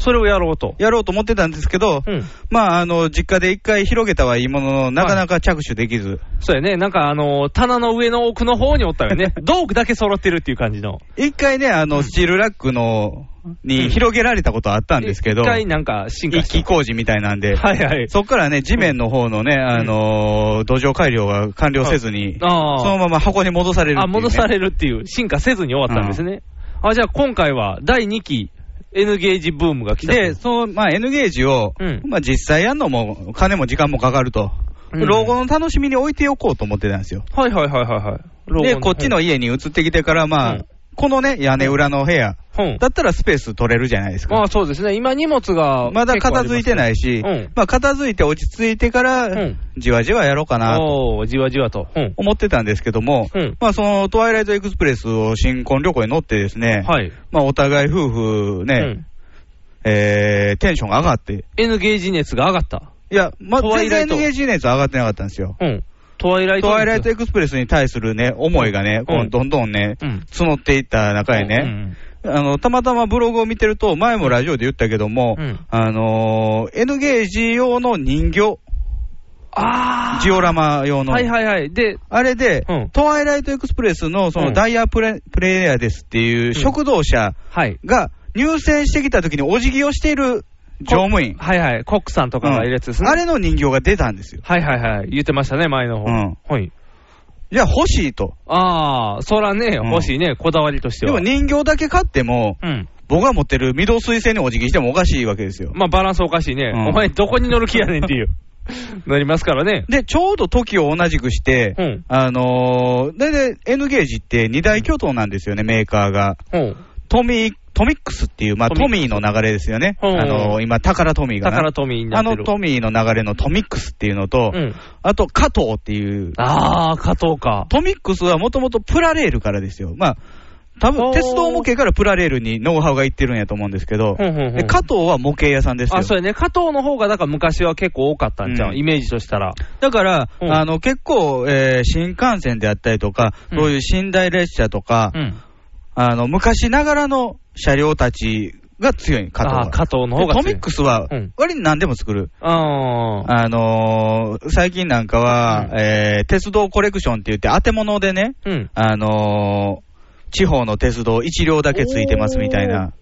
Speaker 4: それをやろうと。
Speaker 3: やろうと思ってたんですけど、
Speaker 4: うん。
Speaker 3: まあ、あの、実家で一回広げたはいいものの、なかなか着手できず、
Speaker 4: そうやね。なんかあのー棚の上の奥の方におった よね。道具だけ揃ってるっていう感じの。
Speaker 3: 一回ね、あの、スチールラックの、に広げられたことはあったんですけど、
Speaker 4: 一回なんか進化
Speaker 3: 一
Speaker 4: して
Speaker 3: 気。工事みたいなんで、
Speaker 4: はいはい。
Speaker 3: そこからね、地面の方のね、あのー土壌改良が完了せずに、
Speaker 4: あ
Speaker 3: そ
Speaker 4: あ。
Speaker 3: のまま箱に戻されるっていうね、
Speaker 4: あ、戻されるっていう、進化せずに終わったんですね。あ、じゃあ今回は第2期 N ゲージブームが来たと。
Speaker 3: で、そう、まあ、N ゲージを、
Speaker 4: うん
Speaker 3: まあ、実際やるのも、金も時間もかかると。
Speaker 4: うん
Speaker 3: 老後の楽しみに置いておこうと思ってたんですよ。
Speaker 4: はいはいはいはいはい。
Speaker 3: で、こっちの家に移ってきてから、まあ、
Speaker 4: うん
Speaker 3: このね、屋根裏の部屋、
Speaker 4: 本。
Speaker 3: だったらスペース取れるじゃないですか。
Speaker 4: まあそうですね、今荷物が。
Speaker 3: まだ片付いてないし、
Speaker 4: 結構ありますねうん
Speaker 3: まあ、片付いて落ち着いてから、
Speaker 4: うん
Speaker 3: じわじわやろうかなと
Speaker 4: おー、じわじわと。うん。
Speaker 3: 思ってたんですけども、
Speaker 4: うん
Speaker 3: まあ、その、トワイライトエクスプレスを新婚旅行に乗ってですね、
Speaker 4: はい。
Speaker 3: まあ、お互い夫婦ね、
Speaker 4: うん
Speaker 3: えー、テンションが上がって、
Speaker 4: N ゲージ熱が上がった。
Speaker 3: いや、まあ、
Speaker 4: トワイ
Speaker 3: 全
Speaker 4: ラ
Speaker 3: 然
Speaker 4: イト
Speaker 3: NGG 熱上がってなかったんですよ。
Speaker 4: うん。トワイライト。
Speaker 3: トワイライトエクスプレスに対するね、思いがね、こ
Speaker 4: う
Speaker 3: うんどんどんね、
Speaker 4: うん。
Speaker 3: 募っていった中で
Speaker 4: う
Speaker 3: ね、
Speaker 4: ん
Speaker 3: あの、たまたまブログを見てると、前もラジオで言ったけども
Speaker 4: うん、
Speaker 3: あのー、N ゲージ用の人形、
Speaker 4: あー。
Speaker 3: ジオラマ用の
Speaker 4: は、いはいはい。で、
Speaker 3: あれで
Speaker 4: うん、
Speaker 3: トワイライトエクスプレスのそうの
Speaker 4: ん
Speaker 3: ダイヤプレプレイヤーですっていう食堂車
Speaker 4: はい。
Speaker 3: が入選してきた時にお辞儀をしている乗務員。
Speaker 4: はいはい。コックさんとかがいるやつですね。
Speaker 3: あれの人形が出たんですよ。
Speaker 4: はいはいはい。言ってましたね、前の方。
Speaker 3: うん
Speaker 4: はい。
Speaker 3: じゃあ欲しいと。
Speaker 4: あー、そらね、
Speaker 3: うん
Speaker 4: 欲しいね、こだわりとして
Speaker 3: で
Speaker 4: は。
Speaker 3: も人形だけ買っても、
Speaker 4: うん。
Speaker 3: 僕が持ってる御堂水星にお辞儀してもおかしいわけですよ。
Speaker 4: まあ、バランスおかしいね。
Speaker 3: うん
Speaker 4: お前、どこに乗る気やねんって いう。なりますからね。
Speaker 3: で、ちょうど時を同じくして、
Speaker 4: うん
Speaker 3: あのー、で、で、N ゲージって二大巨頭なんですよね、メーカーが。
Speaker 4: うん。
Speaker 3: トミー、トミックスっていう、まあ、
Speaker 4: トミ
Speaker 3: トミーの流れですよね。あ
Speaker 4: うん
Speaker 3: のー、今、タカラトミーが
Speaker 4: だ
Speaker 3: な。
Speaker 4: からトミーにな
Speaker 3: あ
Speaker 4: って
Speaker 3: の
Speaker 4: る。
Speaker 3: トミーの流れのトミックスっていうのと、
Speaker 4: うん。
Speaker 3: あと、加藤っていう。
Speaker 4: あー、加藤か。
Speaker 3: トミックスはもともとプラレールからですよ。まあ、多
Speaker 4: お
Speaker 3: 分、
Speaker 4: ー
Speaker 3: 鉄道模型からプラレールにノウハウがいってるんやと思うんですけど、
Speaker 4: うんうんうん
Speaker 3: で加藤は模型屋さんですよ。
Speaker 4: あ、そうやね。加藤の方が、だから昔は結構多かったんじゃん、
Speaker 3: うん
Speaker 4: イメージとしたら。
Speaker 3: だから、
Speaker 4: うん
Speaker 3: あの結構、えー新幹線であったりとか、
Speaker 4: うん
Speaker 3: そういう寝台列車とか、
Speaker 4: ん。
Speaker 3: あの昔ながらの車両たちが強い、加藤
Speaker 4: あ
Speaker 3: は
Speaker 4: ー加藤の方
Speaker 3: で
Speaker 4: が
Speaker 3: ト
Speaker 4: 強い。
Speaker 3: ミックスは
Speaker 4: うん
Speaker 3: 割に何でも作る、
Speaker 4: あー。
Speaker 3: あのー最近なんかは、
Speaker 4: うん
Speaker 3: えー鉄道コレクションって言って、当て物でね、
Speaker 4: うん。
Speaker 3: あのー地方の鉄道1両だけついてますみたいな、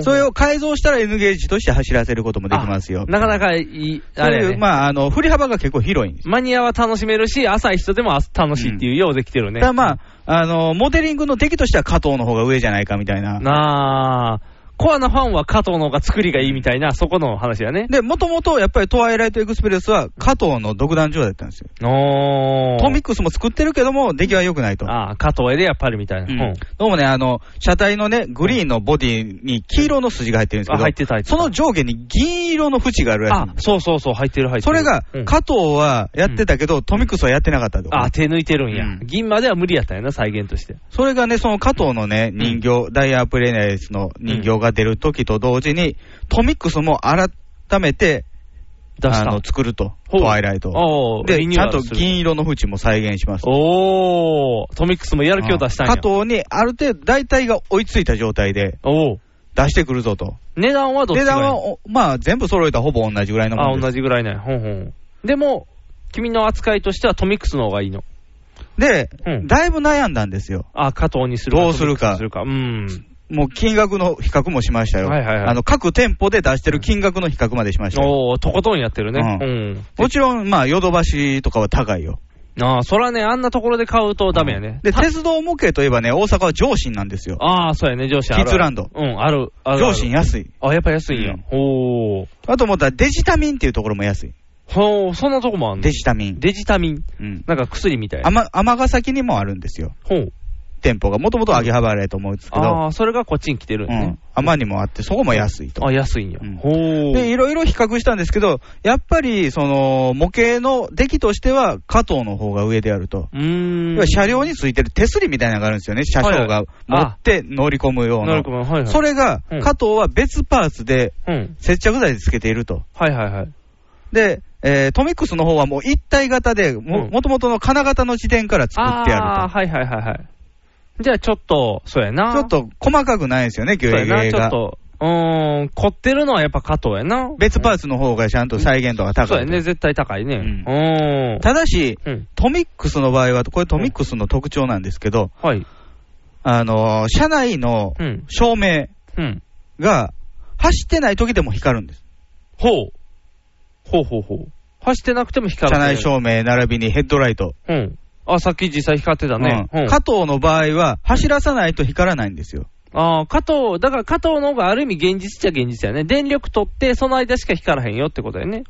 Speaker 3: それを改造したら N ゲージとして走らせることもできますよ
Speaker 4: あ。なかなかいい、
Speaker 3: そ
Speaker 4: あ
Speaker 3: う
Speaker 4: れ
Speaker 3: い
Speaker 4: や
Speaker 3: う、
Speaker 4: ね、
Speaker 3: まあ、あの振り幅が結構広いんですよ
Speaker 4: マニアは楽しめるし、浅い人でもあ楽しいっていうようできてるね。
Speaker 3: ただまあ、あの、モデリングの出来としては加藤の方が上じゃないかみたいな。
Speaker 4: なあ、コアなファンは加藤の方が作りがいいみたいな、そこの話だね。
Speaker 3: で、もともとやっぱりトワイライトエクスプレスは加藤の独壇場だったんですよ。
Speaker 4: おー。
Speaker 3: トミックスも作ってるけども、出来は良くないと。
Speaker 4: ああ、加藤へでやっぱりみたいな。
Speaker 3: う
Speaker 4: うんん。
Speaker 3: どうもね、あの、車体のね、グリーンのボディに黄色の筋が入ってるんですけ
Speaker 4: あ、
Speaker 3: ど、
Speaker 4: 入ってた、入ってた
Speaker 3: その上下に銀色の縁があるらしいん
Speaker 4: あ
Speaker 3: で、す。
Speaker 4: そうそうそう、入ってる、入ってる。
Speaker 3: それが
Speaker 4: う、ん
Speaker 3: 加藤はやってたけど、トミックスはやってなかったと。
Speaker 4: あ、手抜いてるん
Speaker 3: う
Speaker 4: や、
Speaker 3: ん
Speaker 4: 銀までは無理やったんやな、再現として。
Speaker 3: それがね、その加藤のね、人形、ダイヤープレネスの人形が出る時と同時に、トミックスも改めて、
Speaker 4: 出し
Speaker 3: あ
Speaker 4: た
Speaker 3: の。作ると、
Speaker 4: ほう
Speaker 3: トワイライトを。
Speaker 4: おー
Speaker 3: で、
Speaker 4: リニ
Speaker 3: ち
Speaker 4: ュ
Speaker 3: ゃ
Speaker 4: ーア
Speaker 3: んと
Speaker 4: ルする
Speaker 3: 銀色の縁も再現します。
Speaker 4: おー、トミックスもやる気を出したんや。
Speaker 3: 加藤にある程度、大体が追いついた状態で
Speaker 4: おー。
Speaker 3: 出してくるぞと。
Speaker 4: 値段はどっち
Speaker 3: 値
Speaker 4: ぐら
Speaker 3: 段
Speaker 4: い
Speaker 3: は、おまあ、全部揃えたらほぼ同じぐらいのも
Speaker 4: あ、
Speaker 3: んです。
Speaker 4: 同じぐらいね。ほんほん。でも、君の扱いとしてはトミックスの方がいいの。
Speaker 3: で、
Speaker 4: うん
Speaker 3: だいぶ悩んだんですよ。
Speaker 4: あ、加藤にするか。
Speaker 3: どうするか
Speaker 4: トミックスにするか。うん。
Speaker 3: もう金額の比較もしましたよ。
Speaker 4: はいはいはい
Speaker 3: あの各店舗で出してる金額の比較までしましたよ。
Speaker 4: おー、とことんやってるね。
Speaker 3: う
Speaker 4: うん。
Speaker 3: もちろん、まあ、ヨドバシとかは高いよ。
Speaker 4: ああ、そらね、あんなところで買うとダメやね。
Speaker 3: で、鉄道模型といえばね、大阪は上信なんですよ。
Speaker 4: ああ、そうやね、上司あるある。
Speaker 3: キッズランド
Speaker 4: うん、ある。あるある
Speaker 3: 上信安い。
Speaker 4: あ、やっぱ安いんや。おー。
Speaker 3: あと思ったらデジタミンっていうところも安い。
Speaker 4: ほー、そんなとこもあんの
Speaker 3: デジタミン。
Speaker 4: デジタミン。
Speaker 3: うん。
Speaker 4: なんか薬みたいな。
Speaker 3: 尼尼崎にもあるんですよ。
Speaker 4: ほう。
Speaker 3: 店舗が。もともと秋葉原やと思うんですけど、
Speaker 4: ああ、それがこっちに来てるん
Speaker 3: う
Speaker 4: やね
Speaker 3: ん。。天にもあって、そこも安いと。
Speaker 4: あ、安いんや。
Speaker 3: うん
Speaker 4: ほー。
Speaker 3: で、いろいろ比較したんですけど、やっぱり、その、模型の出来としては、加藤の方が上であると。
Speaker 4: うーん。
Speaker 3: 要は車両についてる手すりみたいなのがあるんですよね。車掌が持って乗り込むよう
Speaker 4: な
Speaker 3: な
Speaker 4: るほ。ど、はいはい。
Speaker 3: それが
Speaker 4: うん、
Speaker 3: 加藤は別パーツで
Speaker 4: うん。
Speaker 3: 接着剤でつけていると。
Speaker 4: はいはいはい。
Speaker 3: で、えートミックスの方はもう一体型で、
Speaker 4: う
Speaker 3: も
Speaker 4: ん
Speaker 3: もともとの金型の自転から作って
Speaker 4: ああー、
Speaker 3: ある
Speaker 4: はいはいはいはい。じゃあちょっと、そうやな。
Speaker 3: と。ちょっ、と細かくないんですよね、ギ
Speaker 4: そう
Speaker 3: ュ
Speaker 4: や
Speaker 3: レギュ
Speaker 4: な、
Speaker 3: レ
Speaker 4: ちょっ
Speaker 3: が。
Speaker 4: と。うーん、凝ってるのはやっぱ加藤やな。
Speaker 3: 別パーツの方がちゃんと再現度が
Speaker 4: そう
Speaker 3: 高
Speaker 4: や
Speaker 3: い。
Speaker 4: ね、絶対高いね。
Speaker 3: う
Speaker 4: うーん。
Speaker 3: ただし、
Speaker 4: うん。
Speaker 3: トミックスの場合は、これトミックスの特徴なんですけど、
Speaker 4: はい。
Speaker 3: あのー車内の
Speaker 4: うん。
Speaker 3: 照明
Speaker 4: うん。
Speaker 3: が走ってない時でも光るんです。
Speaker 4: ほう。ほうほうほう。走ってなくても光
Speaker 3: 車
Speaker 4: るね、
Speaker 3: 内照明並びにヘッドライト。
Speaker 4: うん。あ、さっき実際光ってたね。
Speaker 3: う
Speaker 4: うんん。
Speaker 3: 加藤の場合は、走らさないと光らないんですよ。
Speaker 4: ああ、加藤、だから加藤の方がある意味現実っちゃ現実やね。電力取って、その間しか光らへんよってことやね。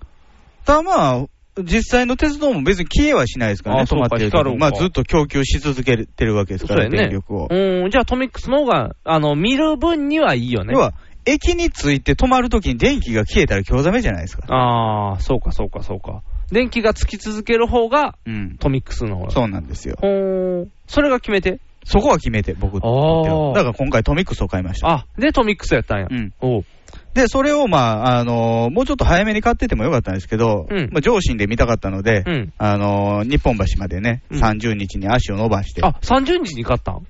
Speaker 3: ただまあ、実際の鉄道も別に消えはしないですから
Speaker 4: あ
Speaker 3: ね、
Speaker 4: あ
Speaker 3: 止まってる
Speaker 4: そうか光
Speaker 3: と。
Speaker 4: るん
Speaker 3: ま
Speaker 4: か
Speaker 3: あずっと供給し続けてるわけです
Speaker 4: そ
Speaker 3: か
Speaker 4: う
Speaker 3: ら、
Speaker 4: やね。
Speaker 3: 電力を。
Speaker 4: うん、じゃあトミックスの方が、あの、見る分にはいいよね。
Speaker 3: 要は、駅に着いて止まるときに電気が消えたら興ざめじゃないですか。
Speaker 4: ああ、そうかそうかそうか。電気がつき続ける方が、
Speaker 3: うん。
Speaker 4: トミックスの方が。
Speaker 3: そうなんですよ。
Speaker 4: ほーん。それが決めて。
Speaker 3: そこは決めて、僕にとって
Speaker 4: あ
Speaker 3: は。
Speaker 4: あ
Speaker 3: だから今回トミックスを買いました。
Speaker 4: あ、でトミックスやったんや。
Speaker 3: うん
Speaker 4: おう。
Speaker 3: で、それをまあ、あのーもうちょっと早めに買っててもよかったんですけど、
Speaker 4: うん
Speaker 3: まあ上心で見たかったので、
Speaker 4: うん
Speaker 3: あのー日本橋までね、
Speaker 4: うん
Speaker 3: 30日に足を伸ばして、
Speaker 4: あ、30日に買ったん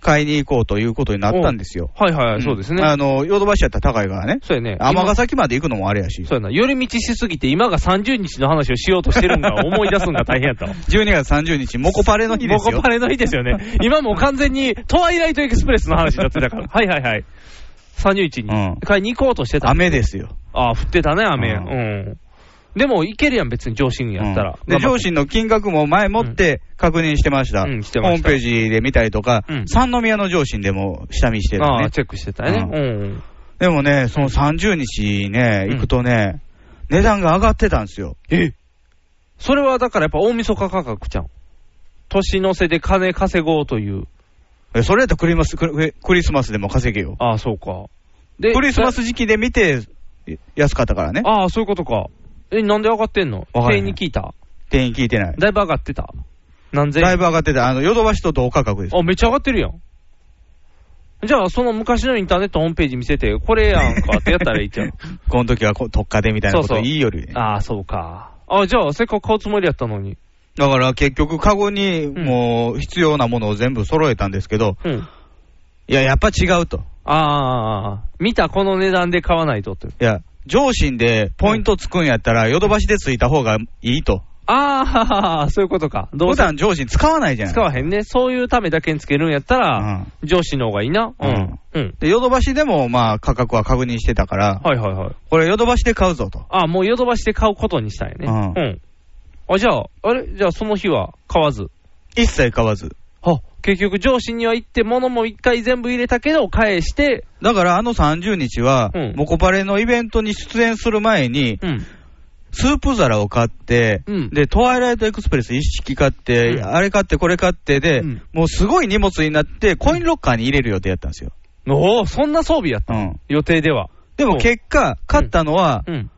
Speaker 3: 買いに行こうということになったんですよ。
Speaker 4: はいはいはい、
Speaker 3: ん
Speaker 4: そうですね。
Speaker 3: あの、ヨドバシやったら高いからね。
Speaker 4: そうやね。
Speaker 3: 尼崎まで行くのもあれやし
Speaker 4: 今。そうやな。寄り道しすぎて、今が30日の話をしようとしてるんが思 い出すんが大変やったわ。
Speaker 3: 12月30日、モコパレの日です
Speaker 4: モコ
Speaker 3: よ
Speaker 4: パ。レの日ですよね。今もう完全にトワイライトエクスプレスの話になってたから。 はいはいはい。31
Speaker 3: うん
Speaker 4: に買いに行こうとしてた。
Speaker 3: 雨ですよ。
Speaker 4: ああ、降ってたね、雨。
Speaker 3: うん
Speaker 4: うん。でも、行けるやん、別に上司にやったら。
Speaker 3: うんで、上司の金額も前もって確認してました。
Speaker 4: うんしてました
Speaker 3: ホームページで見たりとか、
Speaker 4: うん
Speaker 3: 三宮の上司でも下見してる
Speaker 4: あ
Speaker 3: ね
Speaker 4: あ、。チェックしてたね。
Speaker 3: うん
Speaker 4: うん。
Speaker 3: でもね、その30日ね、
Speaker 4: うん
Speaker 3: 行くとね、値段が上がってたんですよ。
Speaker 4: えそれはだからやっぱ大晦日価格じゃん。年の瀬で金稼ごうという。
Speaker 3: えそれやったらクリマスクリクリスマスでも稼げよ。
Speaker 4: ああ、そうか。で
Speaker 3: クリスマス時期で見て、安かったからね。
Speaker 4: ああ、そういうことか。え、なんで上がってんの
Speaker 3: わからへ
Speaker 4: 店
Speaker 3: ん
Speaker 4: 員に聞いた。
Speaker 3: 店員聞いてない。
Speaker 4: だいぶ上がってた。何千円
Speaker 3: だいぶ上がってた。あの、ヨドバシと同価格です。
Speaker 4: あ、めっちゃ上がってるやん。じゃあ、その昔のインターネットホームページ見せて、これやんかってやったらいいじゃ ん。
Speaker 3: この時はこ特価でみたいなこと
Speaker 4: そうそう
Speaker 3: いいよりね。
Speaker 4: ああ、そうか。あじゃあ、せっかく買うつもりやったのに。
Speaker 3: だから結局、カゴにもう必要なものを全部揃えたんですけど、
Speaker 4: うん。
Speaker 3: いや、やっぱ違うと。
Speaker 4: ああ、見たこの値段で買わないとって。
Speaker 3: いや、上心でポイントつくんやったら、ヨドバシでついた方がいいと。
Speaker 4: ああ、そういうことか。どう
Speaker 3: 普
Speaker 4: せ
Speaker 3: 段上心使わないじゃない
Speaker 4: 使わへんね。そういうためだけにつけるんやったら、上司の方がいいな。うん。うん。
Speaker 3: で、ヨドバシでもまあ価格は確認してたから、
Speaker 4: はいはいはい。
Speaker 3: これヨドバシで買うぞと。
Speaker 4: ああ、もうヨドバシで買うことにしたんやね。
Speaker 3: う
Speaker 4: うん。あ、じゃあ、あれじゃあその日は買わず。
Speaker 3: 一切買わず。
Speaker 4: あ、結局上司には行って、物も一回全部入れたけど、返して、
Speaker 3: だからあの30日は
Speaker 4: うん、
Speaker 3: モコパレのイベントに出演する前に、
Speaker 4: うん。
Speaker 3: スープ皿を買って、
Speaker 4: うん
Speaker 3: で、トワイライトエクスプレス一式買って、
Speaker 4: うん
Speaker 3: あれ買ってこれ買ってで、
Speaker 4: うん
Speaker 3: もうすごい荷物になって、コインロッカーに入れる予定やったんですよ。
Speaker 4: おお、そんな装備やった。
Speaker 3: うん。
Speaker 4: 予定では。
Speaker 3: でも結果、買ったのは、
Speaker 4: うん。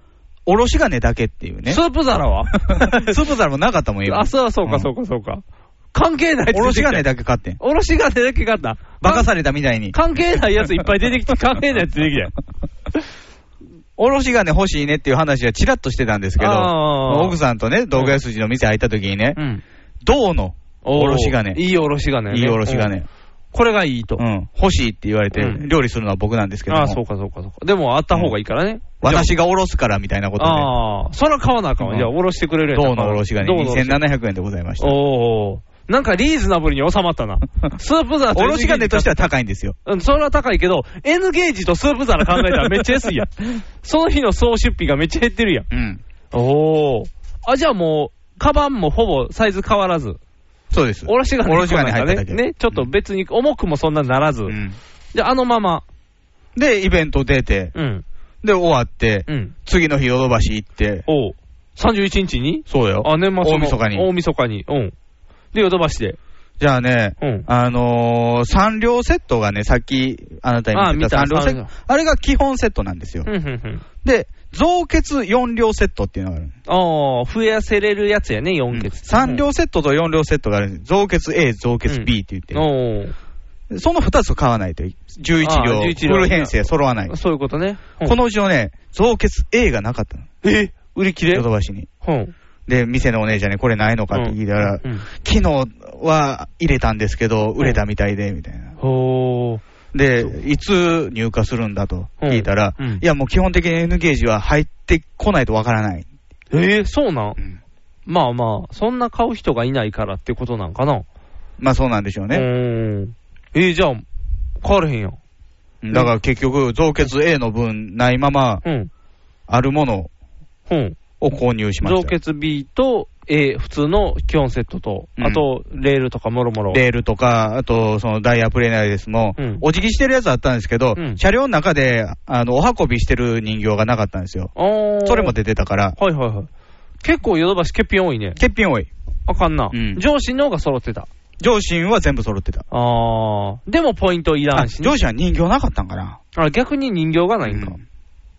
Speaker 3: おろし金だけっていうね。
Speaker 4: ス
Speaker 3: ス
Speaker 4: ープ皿は
Speaker 3: ープ皿もなかったもん、今
Speaker 4: あ、。そうそう
Speaker 3: う
Speaker 4: か、
Speaker 3: ん
Speaker 4: そうか、そうか。関係ないやつ
Speaker 3: おろし金
Speaker 4: 出てき
Speaker 3: だけ買ってん。
Speaker 4: た。おろし金だけ買った。
Speaker 3: 化かされたみたいに。
Speaker 4: 関係ないやついっぱい出てきて、関係ないやつ出てき たよ。
Speaker 3: おろし金欲しいねっていう話はチラッとしてたんですけど、
Speaker 4: あー
Speaker 3: 奥さんとね、道具屋筋の店開いた時にね
Speaker 4: う、ん。
Speaker 3: 銅のおろし金
Speaker 4: いいおろし金、ね。
Speaker 3: いいおろし金。
Speaker 4: これがいいと。
Speaker 3: うん、欲しいって言われて、
Speaker 4: うん
Speaker 3: 料理するのは僕なんですけども
Speaker 4: ああ、そうかそうかそうか。でもあった方がいいからね。
Speaker 3: 私がおろすからみたいなこと
Speaker 4: ああ、そら買わなあかんわ。
Speaker 3: うん
Speaker 4: じゃあ、おろしてくれ
Speaker 3: で、
Speaker 4: るやん。
Speaker 3: 銅のおろしがね、
Speaker 4: 銅のおろし
Speaker 3: 2700円でございました。
Speaker 4: おお。なんかリーズナブルに収まっ たな。スープ皿
Speaker 3: おろし金として
Speaker 4: は。
Speaker 3: は高いんですよ。
Speaker 4: うん、それは高いけど、N ゲージとスープ皿考えたらめっちゃ安い やん。その日の総出費がめっちゃ減ってるやん。
Speaker 3: うん。
Speaker 4: おお。あ、じゃあもう、カバンもほぼサイズ変わらず。
Speaker 3: そうです。
Speaker 4: おろし金
Speaker 3: おろし金入った
Speaker 4: ね
Speaker 3: だけ。
Speaker 4: ね、ちょっと別に重くもそんなならず。
Speaker 3: うん
Speaker 4: で、あのまま。
Speaker 3: で、イベント出て、
Speaker 4: うん。
Speaker 3: で、終わって、
Speaker 4: うん。
Speaker 3: 次の日、ヨドバシ行って、
Speaker 4: おう。31日に
Speaker 3: そうだよ。
Speaker 4: あ、年末
Speaker 3: 大
Speaker 4: の
Speaker 3: 晦日
Speaker 4: 大
Speaker 3: に。
Speaker 4: 晦日に。うん。で、ヨドバシで。
Speaker 3: じゃあね、
Speaker 4: うん
Speaker 3: あのー、三両セットがね、さっき、あなたに見せた
Speaker 4: あ
Speaker 3: 三
Speaker 4: 見た
Speaker 3: 両セッ
Speaker 4: 三
Speaker 3: ト。あれが基本セットなんですよ
Speaker 4: う。ん、うん、うん。
Speaker 3: で、増血四両セットっていうのがある。
Speaker 4: ああ、増やせれるやつやね、4欠。
Speaker 3: 3両セットと4両セットがあるんです増血 A、増血 B って言って、
Speaker 4: おー
Speaker 3: その2つを買わないと、11両、
Speaker 4: あー11両
Speaker 3: フル編成揃わない。
Speaker 4: そういうことね。うん
Speaker 3: こ、のうちのね、増血 A がなかったの、
Speaker 4: え売り切れ
Speaker 3: ヨドバシに。
Speaker 4: うん。
Speaker 3: で、店のお姉ちゃんにこれないのかって聞いたら、
Speaker 4: うんうん
Speaker 3: 昨日は入れたんですけど、売れたみたいで、みたいな。
Speaker 4: ほー。
Speaker 3: で、いつ入荷するんだと聞いたら、
Speaker 4: うんうん
Speaker 3: いや、もう基本的に N ゲージは入ってこないとわからない。
Speaker 4: えー、そうなん
Speaker 3: うん
Speaker 4: まあまあ、そんな買う人がいないからってことなんかな。
Speaker 3: まあそうなんでしょう
Speaker 4: う
Speaker 3: ね。
Speaker 4: ーん。えー、じゃあ、買われへんやん。
Speaker 3: だから結局、増血 A の分ないまま、
Speaker 4: うん。
Speaker 3: あるもの
Speaker 4: うん。
Speaker 3: を購入しまし
Speaker 4: 造
Speaker 3: たよ。
Speaker 4: 血 B と、えー、普通の基本セットと、
Speaker 3: うん
Speaker 4: あと、レールとかもろもろ。
Speaker 3: レールとか、あと、そのダイヤプレーナーですも、
Speaker 4: うん
Speaker 3: お辞儀してるやつあったんですけど、
Speaker 4: うん
Speaker 3: 車両の中で、あの、お運びしてる人形がなかったんですよ。
Speaker 4: あー
Speaker 3: それも出てたから、
Speaker 4: はいはいはい。結構ヨドバシ欠品多いね。
Speaker 3: 欠品多い。
Speaker 4: あかんな。
Speaker 3: うん
Speaker 4: 上司の方が揃ってた。
Speaker 3: 上心は全部揃ってた。
Speaker 4: あー。でもポイントいら
Speaker 3: あ
Speaker 4: んし、ね。
Speaker 3: 上心は人形なかったんかな。
Speaker 4: あ、逆に人形がないんか。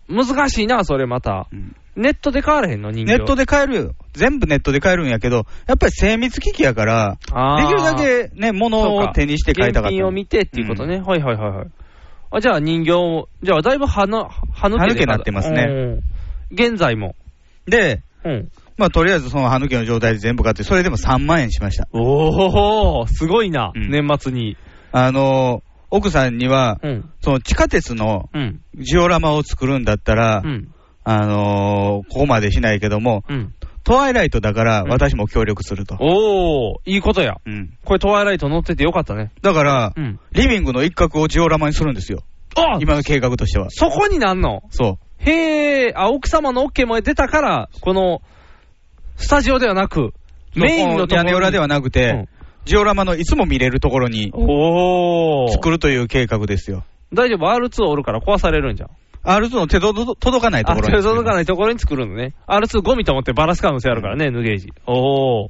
Speaker 4: 難しいな、それまた。
Speaker 3: うん
Speaker 4: ネットで買われへんの、人
Speaker 3: ネ
Speaker 4: 形。
Speaker 3: ット
Speaker 4: で。
Speaker 3: で買えるよ。全部ネットで買えるんやけど、やっぱり精密機器やから、
Speaker 4: あ
Speaker 3: で
Speaker 4: ー
Speaker 3: きるだけね、物
Speaker 4: そう
Speaker 3: を
Speaker 4: か
Speaker 3: 手にして買いたかった。
Speaker 4: 現品を見てっていうことね。はいはいはいはい。あ、じゃあ人形を、じゃあだいぶ歯の、歯抜け
Speaker 3: 歯抜けになってますね
Speaker 4: うん現在も。
Speaker 3: で、
Speaker 4: うん。
Speaker 3: まあとりあえずその歯抜けの状態で全部買って、それでも3万円しました。
Speaker 4: おー、すごいな、
Speaker 3: うん
Speaker 4: 年末に。
Speaker 3: あの、奥さんには、
Speaker 4: うん。
Speaker 3: その地下鉄の
Speaker 4: うん。
Speaker 3: ジオラマを作るんだったら、
Speaker 4: うん。
Speaker 3: あのここまでしないけども、
Speaker 4: うん。
Speaker 3: トワイライトだから
Speaker 4: うん
Speaker 3: 私も協力すると。
Speaker 4: おー、いいことや。
Speaker 3: うん。
Speaker 4: これトワイライト乗っててよかったね。
Speaker 3: だから、
Speaker 4: うん。
Speaker 3: リビングの一角をジオラマにするんですよ。
Speaker 4: あ
Speaker 3: 今の計画としては。
Speaker 4: そこになんの
Speaker 3: そう。
Speaker 4: へえ、あ、奥様の OK も出たから、この、スタジオではなく、メインのところに
Speaker 3: 屋根裏ではなくて、
Speaker 4: うん
Speaker 3: ジオラマのいつも見れるところに
Speaker 4: おー。
Speaker 3: 作るという計画ですよ。
Speaker 4: 大丈夫 ?R2 おるから壊されるんじゃん。
Speaker 3: R2 の手どど届かないと
Speaker 4: あ、
Speaker 3: ころ
Speaker 4: 手
Speaker 3: に。
Speaker 4: 届かないところに作るのね。R2 ゴミと思ってバラす可能性あるからね、N ゲージ。おー。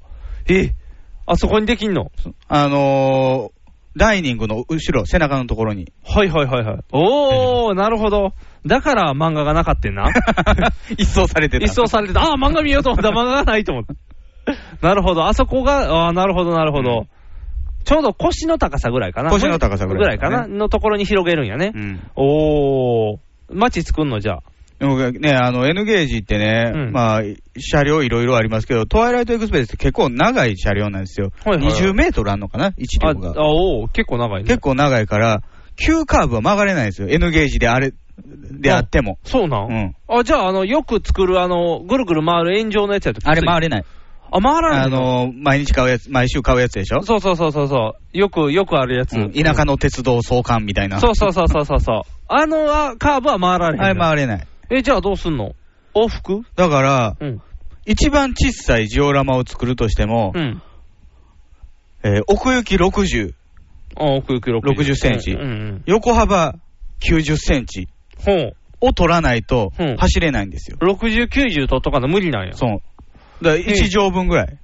Speaker 4: え、あそこにできんの
Speaker 3: あのー、ダイニングの後ろ、背中のところに。
Speaker 4: はいはいはいはい。おー、なるほど。だから漫画がなかったん な。
Speaker 3: 一掃されてた。
Speaker 4: 一掃されてた。ああ、漫画見ようと思った。 漫画がないと思った。なるほど。あそこが、ああ、なるほど、なるほど。ちょうど腰の高さぐらいかな。
Speaker 3: 腰の高さぐらい
Speaker 4: か
Speaker 3: か
Speaker 4: な。
Speaker 3: な
Speaker 4: のところに広げるんやね
Speaker 3: う。ん。
Speaker 4: おー。街作んのじゃあ。
Speaker 3: でもね、あの、N ゲージってね、
Speaker 4: うん
Speaker 3: まあ、車両いろいろありますけど、トワイライトエクスプレスって結構長い車両なんですよ。
Speaker 4: はいはいはい
Speaker 3: 20メートルあんのかな ?1
Speaker 4: あ、
Speaker 3: 両が。
Speaker 4: あおー、結構長いね。
Speaker 3: 結構長いから、急カーブは曲がれないんですよ。N ゲージであれ、であっても。
Speaker 4: そうなん、
Speaker 3: うん
Speaker 4: あ、じゃあ、あの、よく作る、あの、ぐるぐる回る炎上のやつやときつい
Speaker 3: あれ回れない。
Speaker 4: あ、回らない
Speaker 3: あの、毎日買うやつ、毎週買うやつでしょ
Speaker 4: そうそうそうそうそう。よく、よくあるやつ。
Speaker 3: うん田舎の鉄道相関みたいな。
Speaker 4: そうそうそうそうそうそう。あのあカーブは回られへん。
Speaker 3: あれ回れない。
Speaker 4: え、じゃあどうすんの往復
Speaker 3: だから、
Speaker 4: うん。
Speaker 3: 一番小さいジオラマを作るとしても、
Speaker 4: うん。
Speaker 3: えー奥行き60、
Speaker 4: あ、奥行き60。
Speaker 3: 60センチ
Speaker 4: うんうん。
Speaker 3: 横幅90センチ
Speaker 4: ほう。
Speaker 3: を取らないと
Speaker 4: うん
Speaker 3: 走れないんですよ。
Speaker 4: 60、90取っとかの無理なんや。
Speaker 3: そう。だから1畳分ぐらい。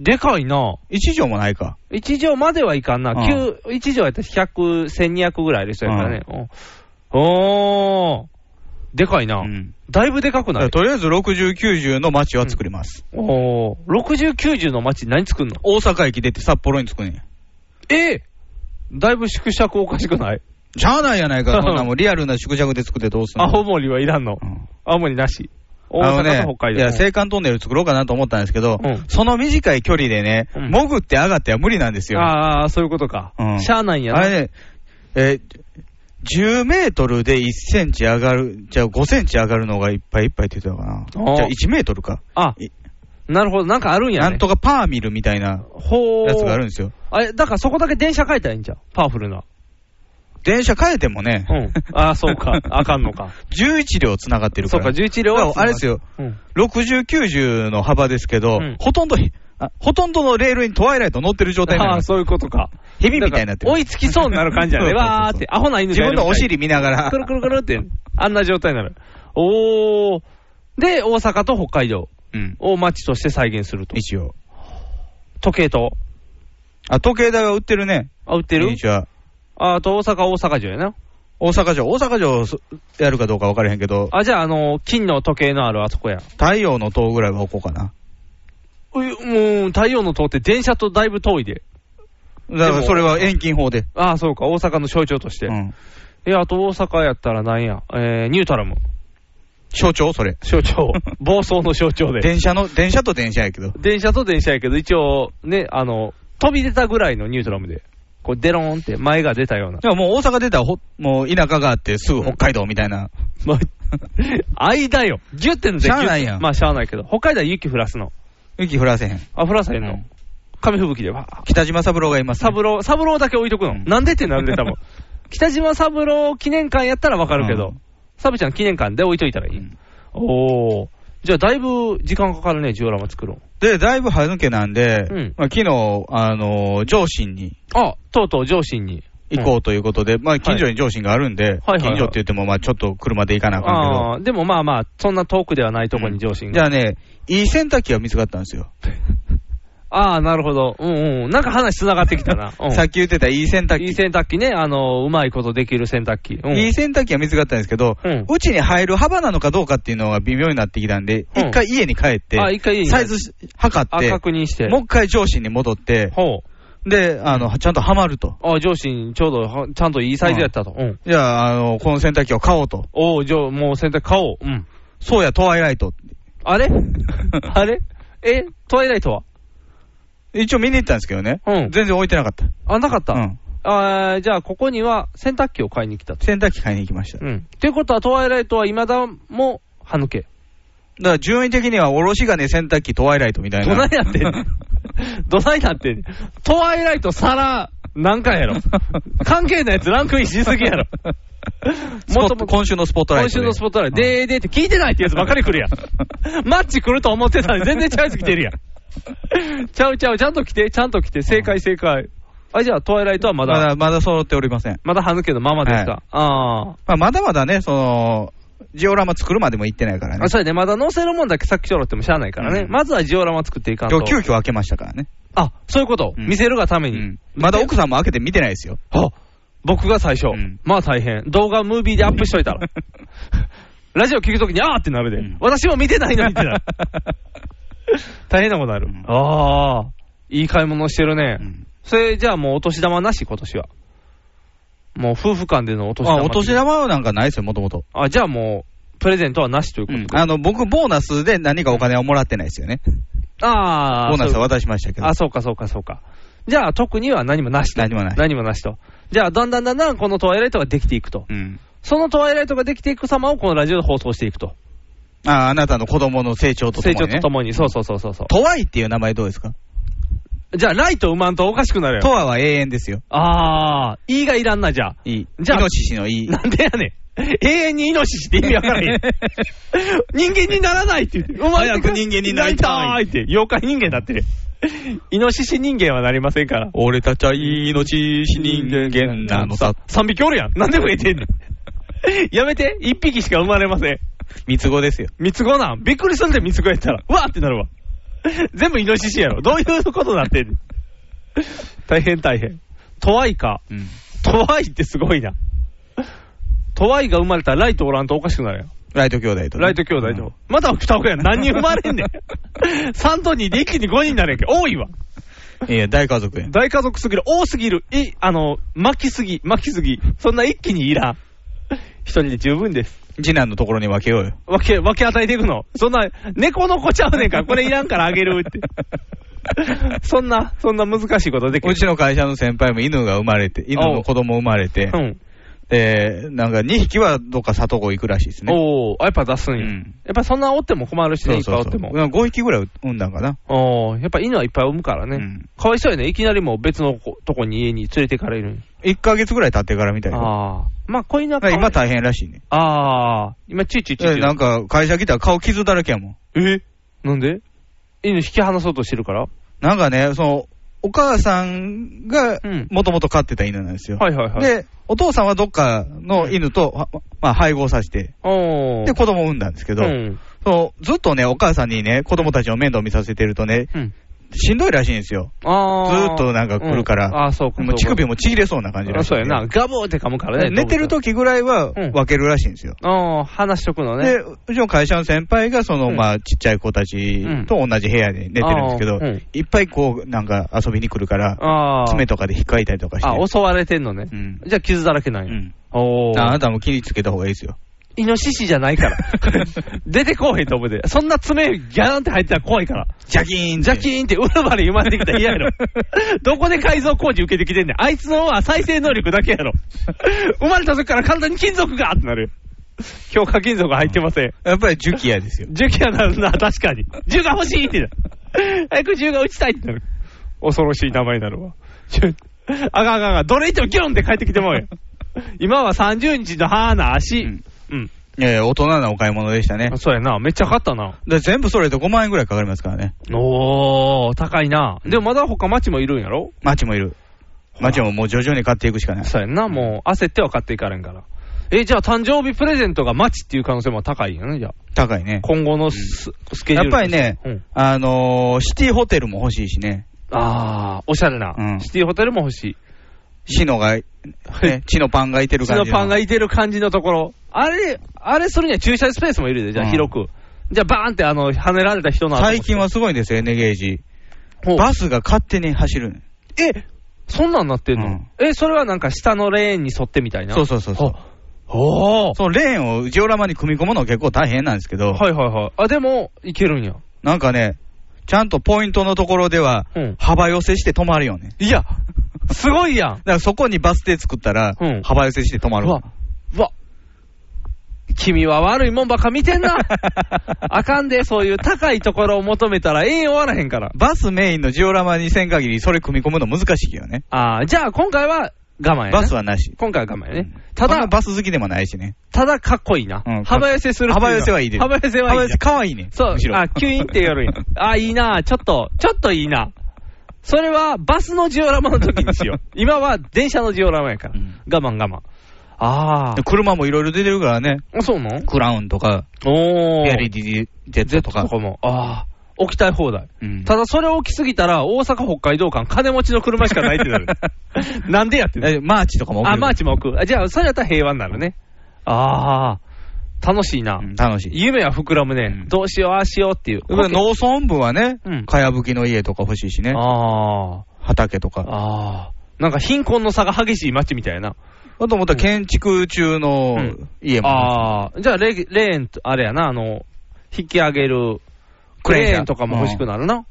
Speaker 4: でかいな。
Speaker 3: 1畳もないか。
Speaker 4: 1畳まではいかんな。
Speaker 3: うん
Speaker 4: 9、1畳やったら100、1200ぐらいある人やからね。うんおー。でかいな。
Speaker 3: うん
Speaker 4: だいぶでかく
Speaker 3: だか
Speaker 4: な
Speaker 3: ら
Speaker 4: い
Speaker 3: とりあえず60、90の街は作ります。
Speaker 4: おー。60、90の街何作んの
Speaker 3: 大阪駅出て札幌に着くねん。
Speaker 4: えだいぶ縮尺おかしくない
Speaker 3: しゃあないやないか、そんなもんリアルな縮尺で作ってどうすん
Speaker 4: 青
Speaker 3: の
Speaker 4: 森はいらんの
Speaker 3: う。ん
Speaker 4: 青森なし。大
Speaker 3: あの
Speaker 4: 阪
Speaker 3: ね
Speaker 4: と北海
Speaker 3: い
Speaker 4: 道。
Speaker 3: や、青函トンネル作ろうかなと思ったんですけど、
Speaker 4: うん
Speaker 3: その短い距離でね、
Speaker 4: うん
Speaker 3: 潜って上がっては無理なんですよ。
Speaker 4: ああ、そういうことか。
Speaker 3: うん
Speaker 4: しゃあないんや
Speaker 3: あ
Speaker 4: な。
Speaker 3: れね、えー10メートルで1センチ上がる、じゃあ5センチ上がるのがいっぱいいっぱいって言ってたかな。じ
Speaker 4: あー
Speaker 3: ゃあ1メートルか。
Speaker 4: あ、なるほど。なんかあるんやね。
Speaker 3: なんとかパーミルみたいな
Speaker 4: ほう。
Speaker 3: やつがあるんですよ。
Speaker 4: あれ、だからそこだけ電車変えたらいいんじゃん。パワフルな。
Speaker 3: 電車変えてもね、
Speaker 4: うん。ああ、そ うか。あかんのか。
Speaker 3: 11両繋がってるか
Speaker 4: そう
Speaker 3: ら。
Speaker 4: か、11両は。
Speaker 3: あれですよ。
Speaker 4: うん。
Speaker 3: 60、90の幅ですけど、
Speaker 4: うん
Speaker 3: ほとんど、あほとんどのレールにトワイライト乗ってる状態にな
Speaker 4: あ
Speaker 3: り
Speaker 4: あ、
Speaker 3: ます。
Speaker 4: そういうことか。
Speaker 3: ヘビみたいになって
Speaker 4: だ
Speaker 3: る
Speaker 4: から追。いつきそうになる感じやね。
Speaker 3: そうそうそうそう
Speaker 4: わーって、アホな犬
Speaker 3: 自
Speaker 4: がいる
Speaker 3: 分
Speaker 4: みたい
Speaker 3: のお尻見ながら
Speaker 4: く、るくるくるって、あんな状態になる。おー。で、大阪と北海道
Speaker 3: うん、
Speaker 4: を街として再現すると。
Speaker 3: 一応。
Speaker 4: 時計と。
Speaker 3: あ、時計台は売ってるね。
Speaker 4: あ、売ってる
Speaker 3: 電車
Speaker 4: ああと大阪、大阪城やな。
Speaker 3: 大阪城、大阪城そやるかどうか分からへんけど、
Speaker 4: あ、じゃあ、あのー、金の時計のあるあそこや。
Speaker 3: 太陽の塔ぐらいは置こうかな。
Speaker 4: うもう、太陽の塔って電車とだいぶ遠いで。
Speaker 3: だか
Speaker 4: で
Speaker 3: ら
Speaker 4: も
Speaker 3: それは遠近法で。
Speaker 4: ああ、そうか、大阪の象徴として。
Speaker 3: うん。
Speaker 4: え、あと大阪やったらなんや、えー、ニュータラム、
Speaker 3: 象徴それ。
Speaker 4: 象 徴、暴走の象徴で。
Speaker 3: 電車の、電車と電車やけど。
Speaker 4: 電車と電車やけど、一応、ね、あの、飛び出たぐらいのニュートラムで、こう、デローンって前が出たような。
Speaker 3: でももう大阪出たらほ、もう田舎があってすぐ北海道みたいな。
Speaker 4: まあ 間よ。ギュってんで
Speaker 3: しゃあないやん
Speaker 4: ギュッまあ、しゃあないけど。北海道は雪降らすの。
Speaker 3: 雪降らせへん。
Speaker 4: あ、降らさへん
Speaker 3: う
Speaker 4: の
Speaker 3: ん。
Speaker 4: 紙吹雪でわー。
Speaker 3: 北島三郎がいます、
Speaker 4: サブロー、サブローだけ置いとくの。
Speaker 3: うん
Speaker 4: なんでってなんで 多分。北島三郎記念館やったらわかるけど、
Speaker 3: うん
Speaker 4: サブちゃん記念館で置いといたらいい。
Speaker 3: うん
Speaker 4: おー。じゃあ、だいぶ時間かかるね、ジオラマ作ろう。
Speaker 3: で、だいぶ歯抜けなんで、
Speaker 4: うん
Speaker 3: まあ、昨日、あのー上信に
Speaker 4: あ、とうとう上心に。
Speaker 3: 行こうということで、まあ、近所に上信があるんで、
Speaker 4: はいはい
Speaker 3: 近所って言っても、まあ、ちょっと車で行かなあかんけど、
Speaker 4: ああー、でもまあまあ、そんな遠くではないとこに上心
Speaker 3: じゃ
Speaker 4: が。
Speaker 3: あね、いい洗濯機が見つかったんですよ。
Speaker 4: ああ、なるほど。うんうん。なんか話繋がってきたな。う ん
Speaker 3: さっき言ってたいい洗濯機。
Speaker 4: いい洗濯機ね、あの、うまいことできる洗濯機。うん
Speaker 3: いい洗濯機が見つかったんですけど、
Speaker 4: うん
Speaker 3: うち、に入る幅なのかどうかっていうのが微妙になってきたんで、
Speaker 4: うん
Speaker 3: 一回家に帰って、
Speaker 4: あ、一回いいね
Speaker 3: サイズし測っ
Speaker 4: あ、
Speaker 3: て、
Speaker 4: 確認して。
Speaker 3: もう一回上司に戻って、
Speaker 4: ほ
Speaker 3: で、あの、ちゃんとはまると。
Speaker 4: う。あ、上心、ちょうどは、ちゃんといいサイズやったと。うん。
Speaker 3: じゃあ、あの、この洗濯機を買おうと。
Speaker 4: おう、じゃあもう洗濯買おう。うん。
Speaker 3: そうや、トワイライト。
Speaker 4: あれあれえトワイライトは
Speaker 3: 一応見に行ったんですけどね。
Speaker 4: うん。
Speaker 3: 全然置いてなかった。
Speaker 4: あ、なかった。
Speaker 3: うん。
Speaker 4: あーじゃあ、ここには洗濯機を買いに来たと。
Speaker 3: 洗濯機買いに行きました。だ
Speaker 4: うん。ということは、トワイライトは未だも、歯抜け。
Speaker 3: から順位的には、おろし金、洗濯機、トワイライトみ たい
Speaker 4: ど
Speaker 3: な。
Speaker 4: ないやってん ねんどないやってんねんトワイライト、皿、何回 やろ。関係ないやつ、ランクインしすぎやろ。
Speaker 3: スポット
Speaker 4: もともと
Speaker 3: 今週のスポットライト
Speaker 4: 今
Speaker 3: で。
Speaker 4: 週のスポットライト、でーでーって聞いてないってやつばっかり来るやん。マッチ来ると思ってたのに全然ちゃうやつ来てるやん。ちゃうちゃう、ちゃんと来て、ちゃんと来て、正解正解。あ、じゃあ、トワイライトはま
Speaker 3: ま
Speaker 4: だ、
Speaker 3: だ、まだ揃っておりません。
Speaker 4: まだ歯抜けのままですか。
Speaker 3: はい
Speaker 4: あ
Speaker 3: まあ、まだまだね、その、ジオラマ作るまでも行ってないから
Speaker 4: ー
Speaker 3: ね
Speaker 4: あ。。そうやね、まだ載せるもんだけさっきちょろってもしゃあないからね。
Speaker 3: うん
Speaker 4: まずはジオラマ作っていかん
Speaker 3: 今
Speaker 4: と。
Speaker 3: 日急遽開けましたからね。
Speaker 4: あ、そういうこと。
Speaker 3: うん
Speaker 4: 見せるがため
Speaker 3: う
Speaker 4: に。
Speaker 3: ん。まだ奥さんも開けて見てないですよ。
Speaker 4: あ、僕が最初。
Speaker 3: うん
Speaker 4: まあ大変。動画、ムービーでアップしとい たら。ラジオ聞くときに、あーってなるで。
Speaker 3: うん
Speaker 4: 私も見てないのにって なる。大変なことある。
Speaker 3: うん
Speaker 4: ああ、いい買い物してるね。
Speaker 3: うん
Speaker 4: それじゃあもうお年玉なし、今年は。もう夫婦間でのお年
Speaker 3: あ、
Speaker 4: 玉。
Speaker 3: お年玉なんかないですよ、もともと。
Speaker 4: あ、じゃあもう、プレゼントはなしというこ
Speaker 3: う
Speaker 4: と。
Speaker 3: んあの、僕、ボーナスで何かお金をもらってないですよね。
Speaker 4: ああ、
Speaker 3: ボーナス
Speaker 4: そう
Speaker 3: は渡しましたけど
Speaker 4: あ、。そうか、そうか、そうか。じゃあ特には何もなしと。
Speaker 3: 何もない
Speaker 4: 何もなしと。じゃあだんだんだんだんこのトワイライトができていくと。
Speaker 3: うん。
Speaker 4: そのトワイライトができていく様をこのラジオで放送していくと。
Speaker 3: あ、あなたの子供の成長とと
Speaker 4: 成
Speaker 3: も
Speaker 4: 長
Speaker 3: にね
Speaker 4: と。ともに。そうそうそうそうそ
Speaker 3: トワイっていう名前どうですか
Speaker 4: う。じゃあ、ライトうまんとおかしくなる
Speaker 3: ト
Speaker 4: よ。
Speaker 3: ワは永遠ですよ。
Speaker 4: あー、いいがいらんな、じゃあ。
Speaker 3: いい。
Speaker 4: じゃあ
Speaker 3: イノシシのいい。
Speaker 4: なんでやねん。永遠にイノシシって意味わから へん。人間にならないって言って。うまい
Speaker 3: 早く人間になりたい
Speaker 4: いって。妖怪人間だってる。イノシシ人間はなりませんから。
Speaker 3: 俺たちは命し人間なのさ。
Speaker 4: 3匹おるやん。なんで増えてんの やめて。1匹しか生まれません。
Speaker 3: 三つ子ですよ。
Speaker 4: 三つ子なんびっくりするで三つ子やったら。うわーってなるわ。全部イノシシやろ。どういうことなってんの大変大変。トワイか。
Speaker 3: うん。
Speaker 4: トワイってすごいな。トワイが生まれたらライトおらんとおかしくなるやん。
Speaker 3: ライト兄弟とね。
Speaker 4: ライト兄弟
Speaker 3: う
Speaker 4: と
Speaker 3: ん。。
Speaker 4: また双子やん。何人生まれんねん。3と2で 一気に5人になるやんけ。多いわ。
Speaker 3: いや、大家族やん。
Speaker 4: 大家族すぎる。多すぎる。い、あの、巻きすぎ。巻きすぎ。そんな一気にいらん。一一人で十分です。
Speaker 3: 次男のところに分けようよ。
Speaker 4: 分け、分け与えていくの。そんな、猫の子ちゃうねんから、これいらんからあげるって。 そんな、そんな難しいことでき
Speaker 3: う
Speaker 4: る。
Speaker 3: ちの会社の先輩も犬が生まれて、犬の子供生まれて
Speaker 4: う、ん。
Speaker 3: で、なんか2匹はどっか里子行くらしいですね。
Speaker 4: おー、あやっぱ出すんや。
Speaker 3: うん
Speaker 4: やっぱそんなおっても困るしね、いっぱいおっても。
Speaker 3: 5匹ぐらい産んだんかな。
Speaker 4: おー、やっぱ犬はいっぱい産むからね。
Speaker 3: うん
Speaker 4: かわいそうやね。いきなりもう別の子とこに家に連れてかれる。
Speaker 3: 1ヶ月ぐらい経ってからみたいな。
Speaker 4: あー。まあ、子犬は
Speaker 3: だから今
Speaker 4: 今
Speaker 3: 大変らしいね。
Speaker 4: あー。今、チューチューチュー
Speaker 3: え
Speaker 4: チュー
Speaker 3: なんか会社来たら顔傷だらけやもん。
Speaker 4: えなんで犬引き離そうとしてるから
Speaker 3: なんかね、その、お母さんが
Speaker 4: うん
Speaker 3: もともと飼ってた犬なんですよ。
Speaker 4: はいはいはい。、
Speaker 3: で、お父さんはどっかの犬と、はまあ、配合させて、
Speaker 4: おー。
Speaker 3: で、子供を産んだんですけど、
Speaker 4: うん。
Speaker 3: そのずっとね、お母さんにね、子供たちの面倒見させてるとね、
Speaker 4: うん。
Speaker 3: しんどいらしいんですよ。ず
Speaker 4: あー。
Speaker 3: ーっとなんか来るから
Speaker 4: うんあー、そうか。
Speaker 3: もう乳首
Speaker 4: も
Speaker 3: もちぎれそうな感じらしい。
Speaker 4: そうやな。。ガブーって噛むからね。
Speaker 3: 寝てる
Speaker 4: と。
Speaker 3: 時ぐらいは
Speaker 4: うん
Speaker 3: 分けるらしいんですよ。
Speaker 4: あー、話しとくのね。
Speaker 3: で、うちの会社の先輩が、その、
Speaker 4: うん
Speaker 3: まあ、ちっちゃい子たちと同じ部屋で寝てるんですけど、
Speaker 4: うんあーうん
Speaker 3: いっぱいこう、なんか遊びに来るから、
Speaker 4: あー。
Speaker 3: 爪とかで引っかいたりとかして。
Speaker 4: あ、襲われてんのね。
Speaker 3: うん。
Speaker 4: じゃあ傷だらけな
Speaker 3: うん
Speaker 4: や。
Speaker 3: ん。
Speaker 4: お
Speaker 3: あ
Speaker 4: ー。
Speaker 3: あなたも気につけた方がいいですよ。
Speaker 4: イノシシじゃない から。出てこうへんと思うで。そんな爪ギャーンって入ったら怖いから。
Speaker 3: ジャキーン
Speaker 4: ジャキーンってウルバリン生まれてきたら嫌 やろ。どこで改造工事受けてきてんねん。あいつのは再生能力だけや ろ。生まれた時から体に金属がってなる。強化金属入ってません。
Speaker 3: やっぱりジュキヤですよ。
Speaker 4: 銃器はなるな、確かに。銃が欲しいってな る。早く銃が撃ちたいってなる。恐ろしい名前になるわ。ちょあがあがあがん、どれ以上ギュンって帰ってきてもうよ。今は30日の歯な足。う
Speaker 3: うんん。
Speaker 4: うん、
Speaker 3: いやいや、大人なお買い物でしたね。
Speaker 4: そうやな、めっちゃ買ったな。
Speaker 3: で全部それで5万円ぐらいかかりますからね。
Speaker 4: おー、高いな。でもまだ他町もいるんやろ
Speaker 3: 町もいる。町ももう徐々に買っていくしかない。
Speaker 4: そうやんな、もう焦っては買っていかれんから。え、じゃあ誕生日プレゼントが町っていう可能性も高いんやね、じゃあ。
Speaker 3: 高いね。
Speaker 4: 今後のス,、ケジュ
Speaker 3: や
Speaker 4: ー
Speaker 3: っ
Speaker 4: ルと
Speaker 3: ぱ
Speaker 4: し
Speaker 3: り
Speaker 4: て。
Speaker 3: ね、
Speaker 4: うん
Speaker 3: あのーシティホテルも欲しいしね。
Speaker 4: あー、おしゃれな、
Speaker 3: うん
Speaker 4: シティホテルも欲しい。
Speaker 3: シノが、ね、チノパンがいてる
Speaker 4: うち
Speaker 3: 感
Speaker 4: の
Speaker 3: じ
Speaker 4: パンがいてる感じのところ。あれ、あれするには駐車スペースもいるで、じゃあ
Speaker 3: うん
Speaker 4: 広く。じゃあバーンってあの、跳ねられた人の後
Speaker 3: 最近はすごいんですよ、エネゲージ。
Speaker 4: ほう
Speaker 3: バスが勝手に走るね。
Speaker 4: え、そんなんなってんの、
Speaker 3: うん
Speaker 4: え、それはなんか下のレーンに沿ってみたいな。
Speaker 3: そうそうそうそう。
Speaker 4: おー。
Speaker 3: そのレーンをジオラマに組み込むの結構大変なんですけど、
Speaker 4: はいはいはい。あ、でも、いけるんや。
Speaker 3: なんかね、ちゃんとポイントのところでは
Speaker 4: うん、
Speaker 3: 幅寄せして止まるよね。
Speaker 4: いや、すごいやん。
Speaker 3: だからそこにバス停作ったら
Speaker 4: うん、
Speaker 3: 幅寄せして止まる。
Speaker 4: うわ、うわ。君は悪いもんばっか見て んな。あかんで、そういう高いところを求めたら、ええ終わらへんから。
Speaker 3: バスメインのジオラマにせん限り、それ組み込むの難しいよね。
Speaker 4: あーじゃあ今回は我慢やね。
Speaker 3: バスはなし。
Speaker 4: 今回は我慢やね。た
Speaker 3: ただ、
Speaker 4: だ、
Speaker 3: バス好きでもないしね。
Speaker 4: ただかっこいいな。
Speaker 3: うん
Speaker 4: 幅寄せするってうの
Speaker 3: 幅寄せはいいで。
Speaker 4: 幅寄せはいい
Speaker 3: 幅
Speaker 4: な
Speaker 3: 寄せかわいいね。
Speaker 4: そう
Speaker 3: むし、ろ。
Speaker 4: あ、キュインってやるんや あ、いいな、ちょっと、ちょっといいな。それはバスのジオラマの時にしよう。今は電車のジオラマやから。
Speaker 3: うん
Speaker 4: 我慢我慢。あ
Speaker 3: で車もいろいろ出てるからね。
Speaker 4: あ。そうなん
Speaker 3: クラウンとか、
Speaker 4: おー。
Speaker 3: エリディジェットとか
Speaker 4: と。かも。ああ。置きたい放題。
Speaker 3: うん
Speaker 4: ただそれを置きすぎたら、大阪北海道間金持ちの車しかないって なる。なんでやってんの
Speaker 3: えマーチとかも送る
Speaker 4: あ、マーチも置く。あじゃあ、それやったら平和になるね。ああ、楽しいな。
Speaker 3: うん楽しい。
Speaker 4: 夢は膨らむね。
Speaker 3: うん
Speaker 4: どうしよう、ああしようっていう。
Speaker 3: だから農村部はね
Speaker 4: うん、
Speaker 3: かやぶきの家とか欲しいしね。
Speaker 4: あ
Speaker 3: 畑と
Speaker 4: あ、
Speaker 3: か。
Speaker 4: ああ。なんか貧困の差が激しい街みたいな。
Speaker 3: あと思ったら建築中の
Speaker 4: うん
Speaker 3: 家も。
Speaker 4: ああ、じゃあレ、レーンと、あれやな、あの、引き上げるク
Speaker 3: クレーン
Speaker 4: レ
Speaker 3: 車
Speaker 4: ーンとかも欲しくなるな。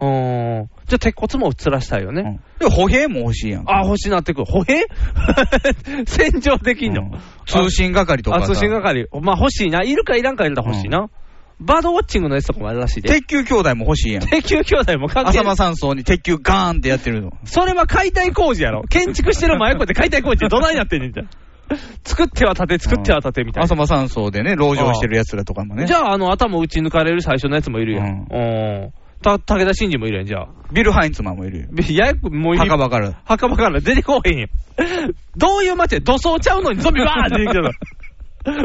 Speaker 4: うーん。じゃあ、鉄骨も吊らしたいよね。
Speaker 3: うんで、歩兵も欲しいやん。
Speaker 4: あ、欲しいなってくる。歩兵 戦場できんの、
Speaker 3: うん通信係と
Speaker 4: あ、
Speaker 3: かさ。
Speaker 4: 通信係。まあ欲しいな。いるかいらんかいるら欲しいな。バードウォッチングのやつとかもあるらし いで。
Speaker 3: 鉄球兄弟も欲しいやん。
Speaker 4: 鉄球兄弟も関係
Speaker 3: 浅
Speaker 4: な
Speaker 3: 間
Speaker 4: い。
Speaker 3: 山荘に鉄球ガーンってやってるの。
Speaker 4: それは解体工事やろ。建築してる真横で解体工事ってどないなってんね んじゃん。作っては建て、作っては建てみたい
Speaker 3: 浅間山荘でね、籠城してる奴らとかも
Speaker 4: な。
Speaker 3: ね。
Speaker 4: じゃあ、あの、頭打ち抜かれる最初のやつもいるやん。
Speaker 3: う
Speaker 4: うん。た、武田真治もいるや ん、じゃあ。
Speaker 3: ビル・ハインツマンもいるよ。
Speaker 4: ややこ、もうい
Speaker 3: 墓場から。
Speaker 4: 墓場から出てこうへんやん。どういう街や土葬ちゃうのにゾンビバーン出てき たの。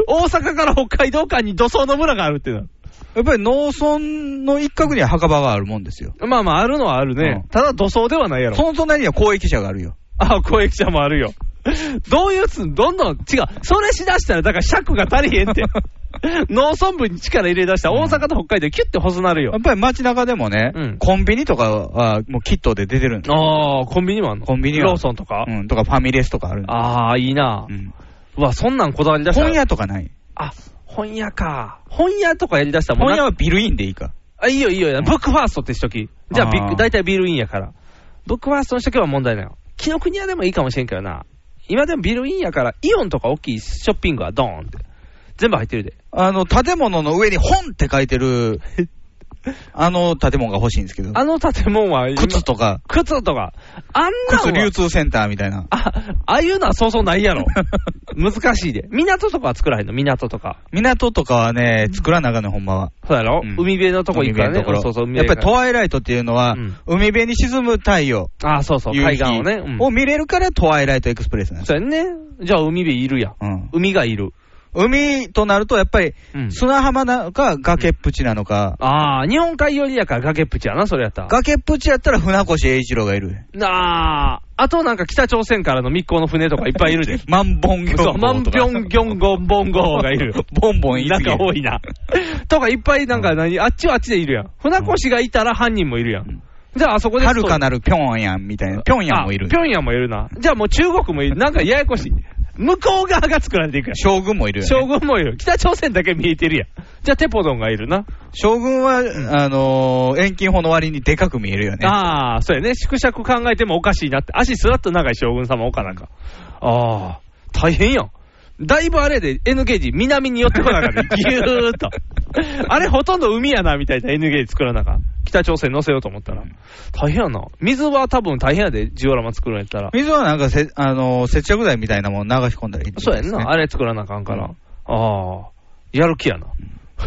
Speaker 4: 大阪から北海道間に土葬の村があるっていう
Speaker 3: やっぱり農村の一角には墓場があるもんですよ。
Speaker 4: の。まあまあ、あるのはあるね。
Speaker 3: うん
Speaker 4: ただ土葬ではないやろ。
Speaker 3: その隣には公益者があるよ。
Speaker 4: あ、公益者もあるよ。どういうつ、どんどん、違う。それしだしたら、だから尺が足りへん って。農村部に力入れ出したら、大阪と北海道キュッて細なる
Speaker 3: や
Speaker 4: よ
Speaker 3: っ。ぱり街中でもね、
Speaker 4: うん
Speaker 3: コンビニとかはもうキットで出てるんです
Speaker 4: ああ、コンビニもあんの
Speaker 3: コンビニは
Speaker 4: ローソンとか、
Speaker 3: うん、とかファミレスとかあるんです
Speaker 4: ああ、いいな、
Speaker 3: うん
Speaker 4: うわ、そんなんこだわり出したら。
Speaker 3: 本屋とかない。
Speaker 4: あ、本屋か。本屋とかやりだしたらもう
Speaker 3: 本
Speaker 4: な
Speaker 3: 屋はビルインでいいか。
Speaker 4: あ、いいよいいよ。ブックファーストってしとき。じゃあビッ
Speaker 3: あ
Speaker 4: グ、
Speaker 3: ー
Speaker 4: 大体ビールインやから。ブックファーストにしとけば問題ないよ。紀ノ国屋でもいいかもしれんけどな。今でもビールインやから、イオンとか大きいショッピングはドーンって。全部入ってるで。
Speaker 3: あの、建物の上に本って書いて る、あの建物が欲しいんですけど。
Speaker 4: あの建物は今
Speaker 3: 靴とか、
Speaker 4: 靴とか。あんなん
Speaker 3: 靴
Speaker 4: は
Speaker 3: 流通センターみた いな。
Speaker 4: あ、ああいうのはそうそうない やろ。難しいで。港とかは作らへんの、港とか。
Speaker 3: 港とかはね、作らなあかんねん、ほんまは。
Speaker 4: そうやろ、
Speaker 3: うん
Speaker 4: 海辺のとこ行くからね。
Speaker 3: 海辺の
Speaker 4: そうそ
Speaker 3: とこ
Speaker 4: う、
Speaker 3: ろ
Speaker 4: 海
Speaker 3: やっぱ
Speaker 4: 辺
Speaker 3: りトワイライトっていうのは、
Speaker 4: うん
Speaker 3: 海辺に沈む太陽、
Speaker 4: ああ、そうそう、
Speaker 3: 夕
Speaker 4: 海
Speaker 3: 日
Speaker 4: 岸をね。うん
Speaker 3: を見れるからトワイライトエクスプレスなんです
Speaker 4: そうやんね。じゃあ海辺いるやん。
Speaker 3: うん
Speaker 4: 海がいる。
Speaker 3: 海となると、やっぱり
Speaker 4: うん
Speaker 3: 砂浜なのか、崖っぷちなのか、
Speaker 4: ああ、日本海寄りやから崖っぷちやな、それやったら。
Speaker 3: 崖っぷちやったら船越英一郎がいる。
Speaker 4: ああ、あとなんか北朝鮮からの密航の船とかいっぱいいるで。
Speaker 3: 万本魚
Speaker 4: そう、マンピョンギョンゴンボンゴーがいる。
Speaker 3: ボンボンい
Speaker 4: なん
Speaker 3: つ
Speaker 4: か多いな。とかいっぱいなんか何、あっちはあっちでいるやん。船越がいたら犯人もいるやん。じゃああそこで。
Speaker 3: はるかなるピョンヤンみたいな、ピョンヤンもいる
Speaker 4: あピ。ョンヤンもいるな。じゃあもう中国もいる。なんかややこしい。向こう側が作られていくやん。
Speaker 3: 将軍もいるよ、ね。
Speaker 4: 将軍もいる。北朝鮮だけ見えてるやん。じゃあテポドンがいるな。
Speaker 3: 将軍は、あのー遠近法の割にでかく見えるよね。
Speaker 4: ああ、そうやね。縮尺考えてもおかしいなって。足スラッと長い将軍様おかなんか。ああ、大変やん。だいぶあれで N ゲージ南に寄ってこなか った。ぎゅーっと。あれほとんど海やな、みたいな N ゲージ作らなあかん。北朝鮮乗せようと思ったら。大変やな。水は多分大変やで、ジオラマ作るんやったら。
Speaker 3: 水はなんかせ、あのー接着剤みたいなもの流し込んだらいいんです
Speaker 4: そう
Speaker 3: ね、
Speaker 4: やんな。あれ作らなあかんから。
Speaker 3: うん
Speaker 4: ああ、やる気やな。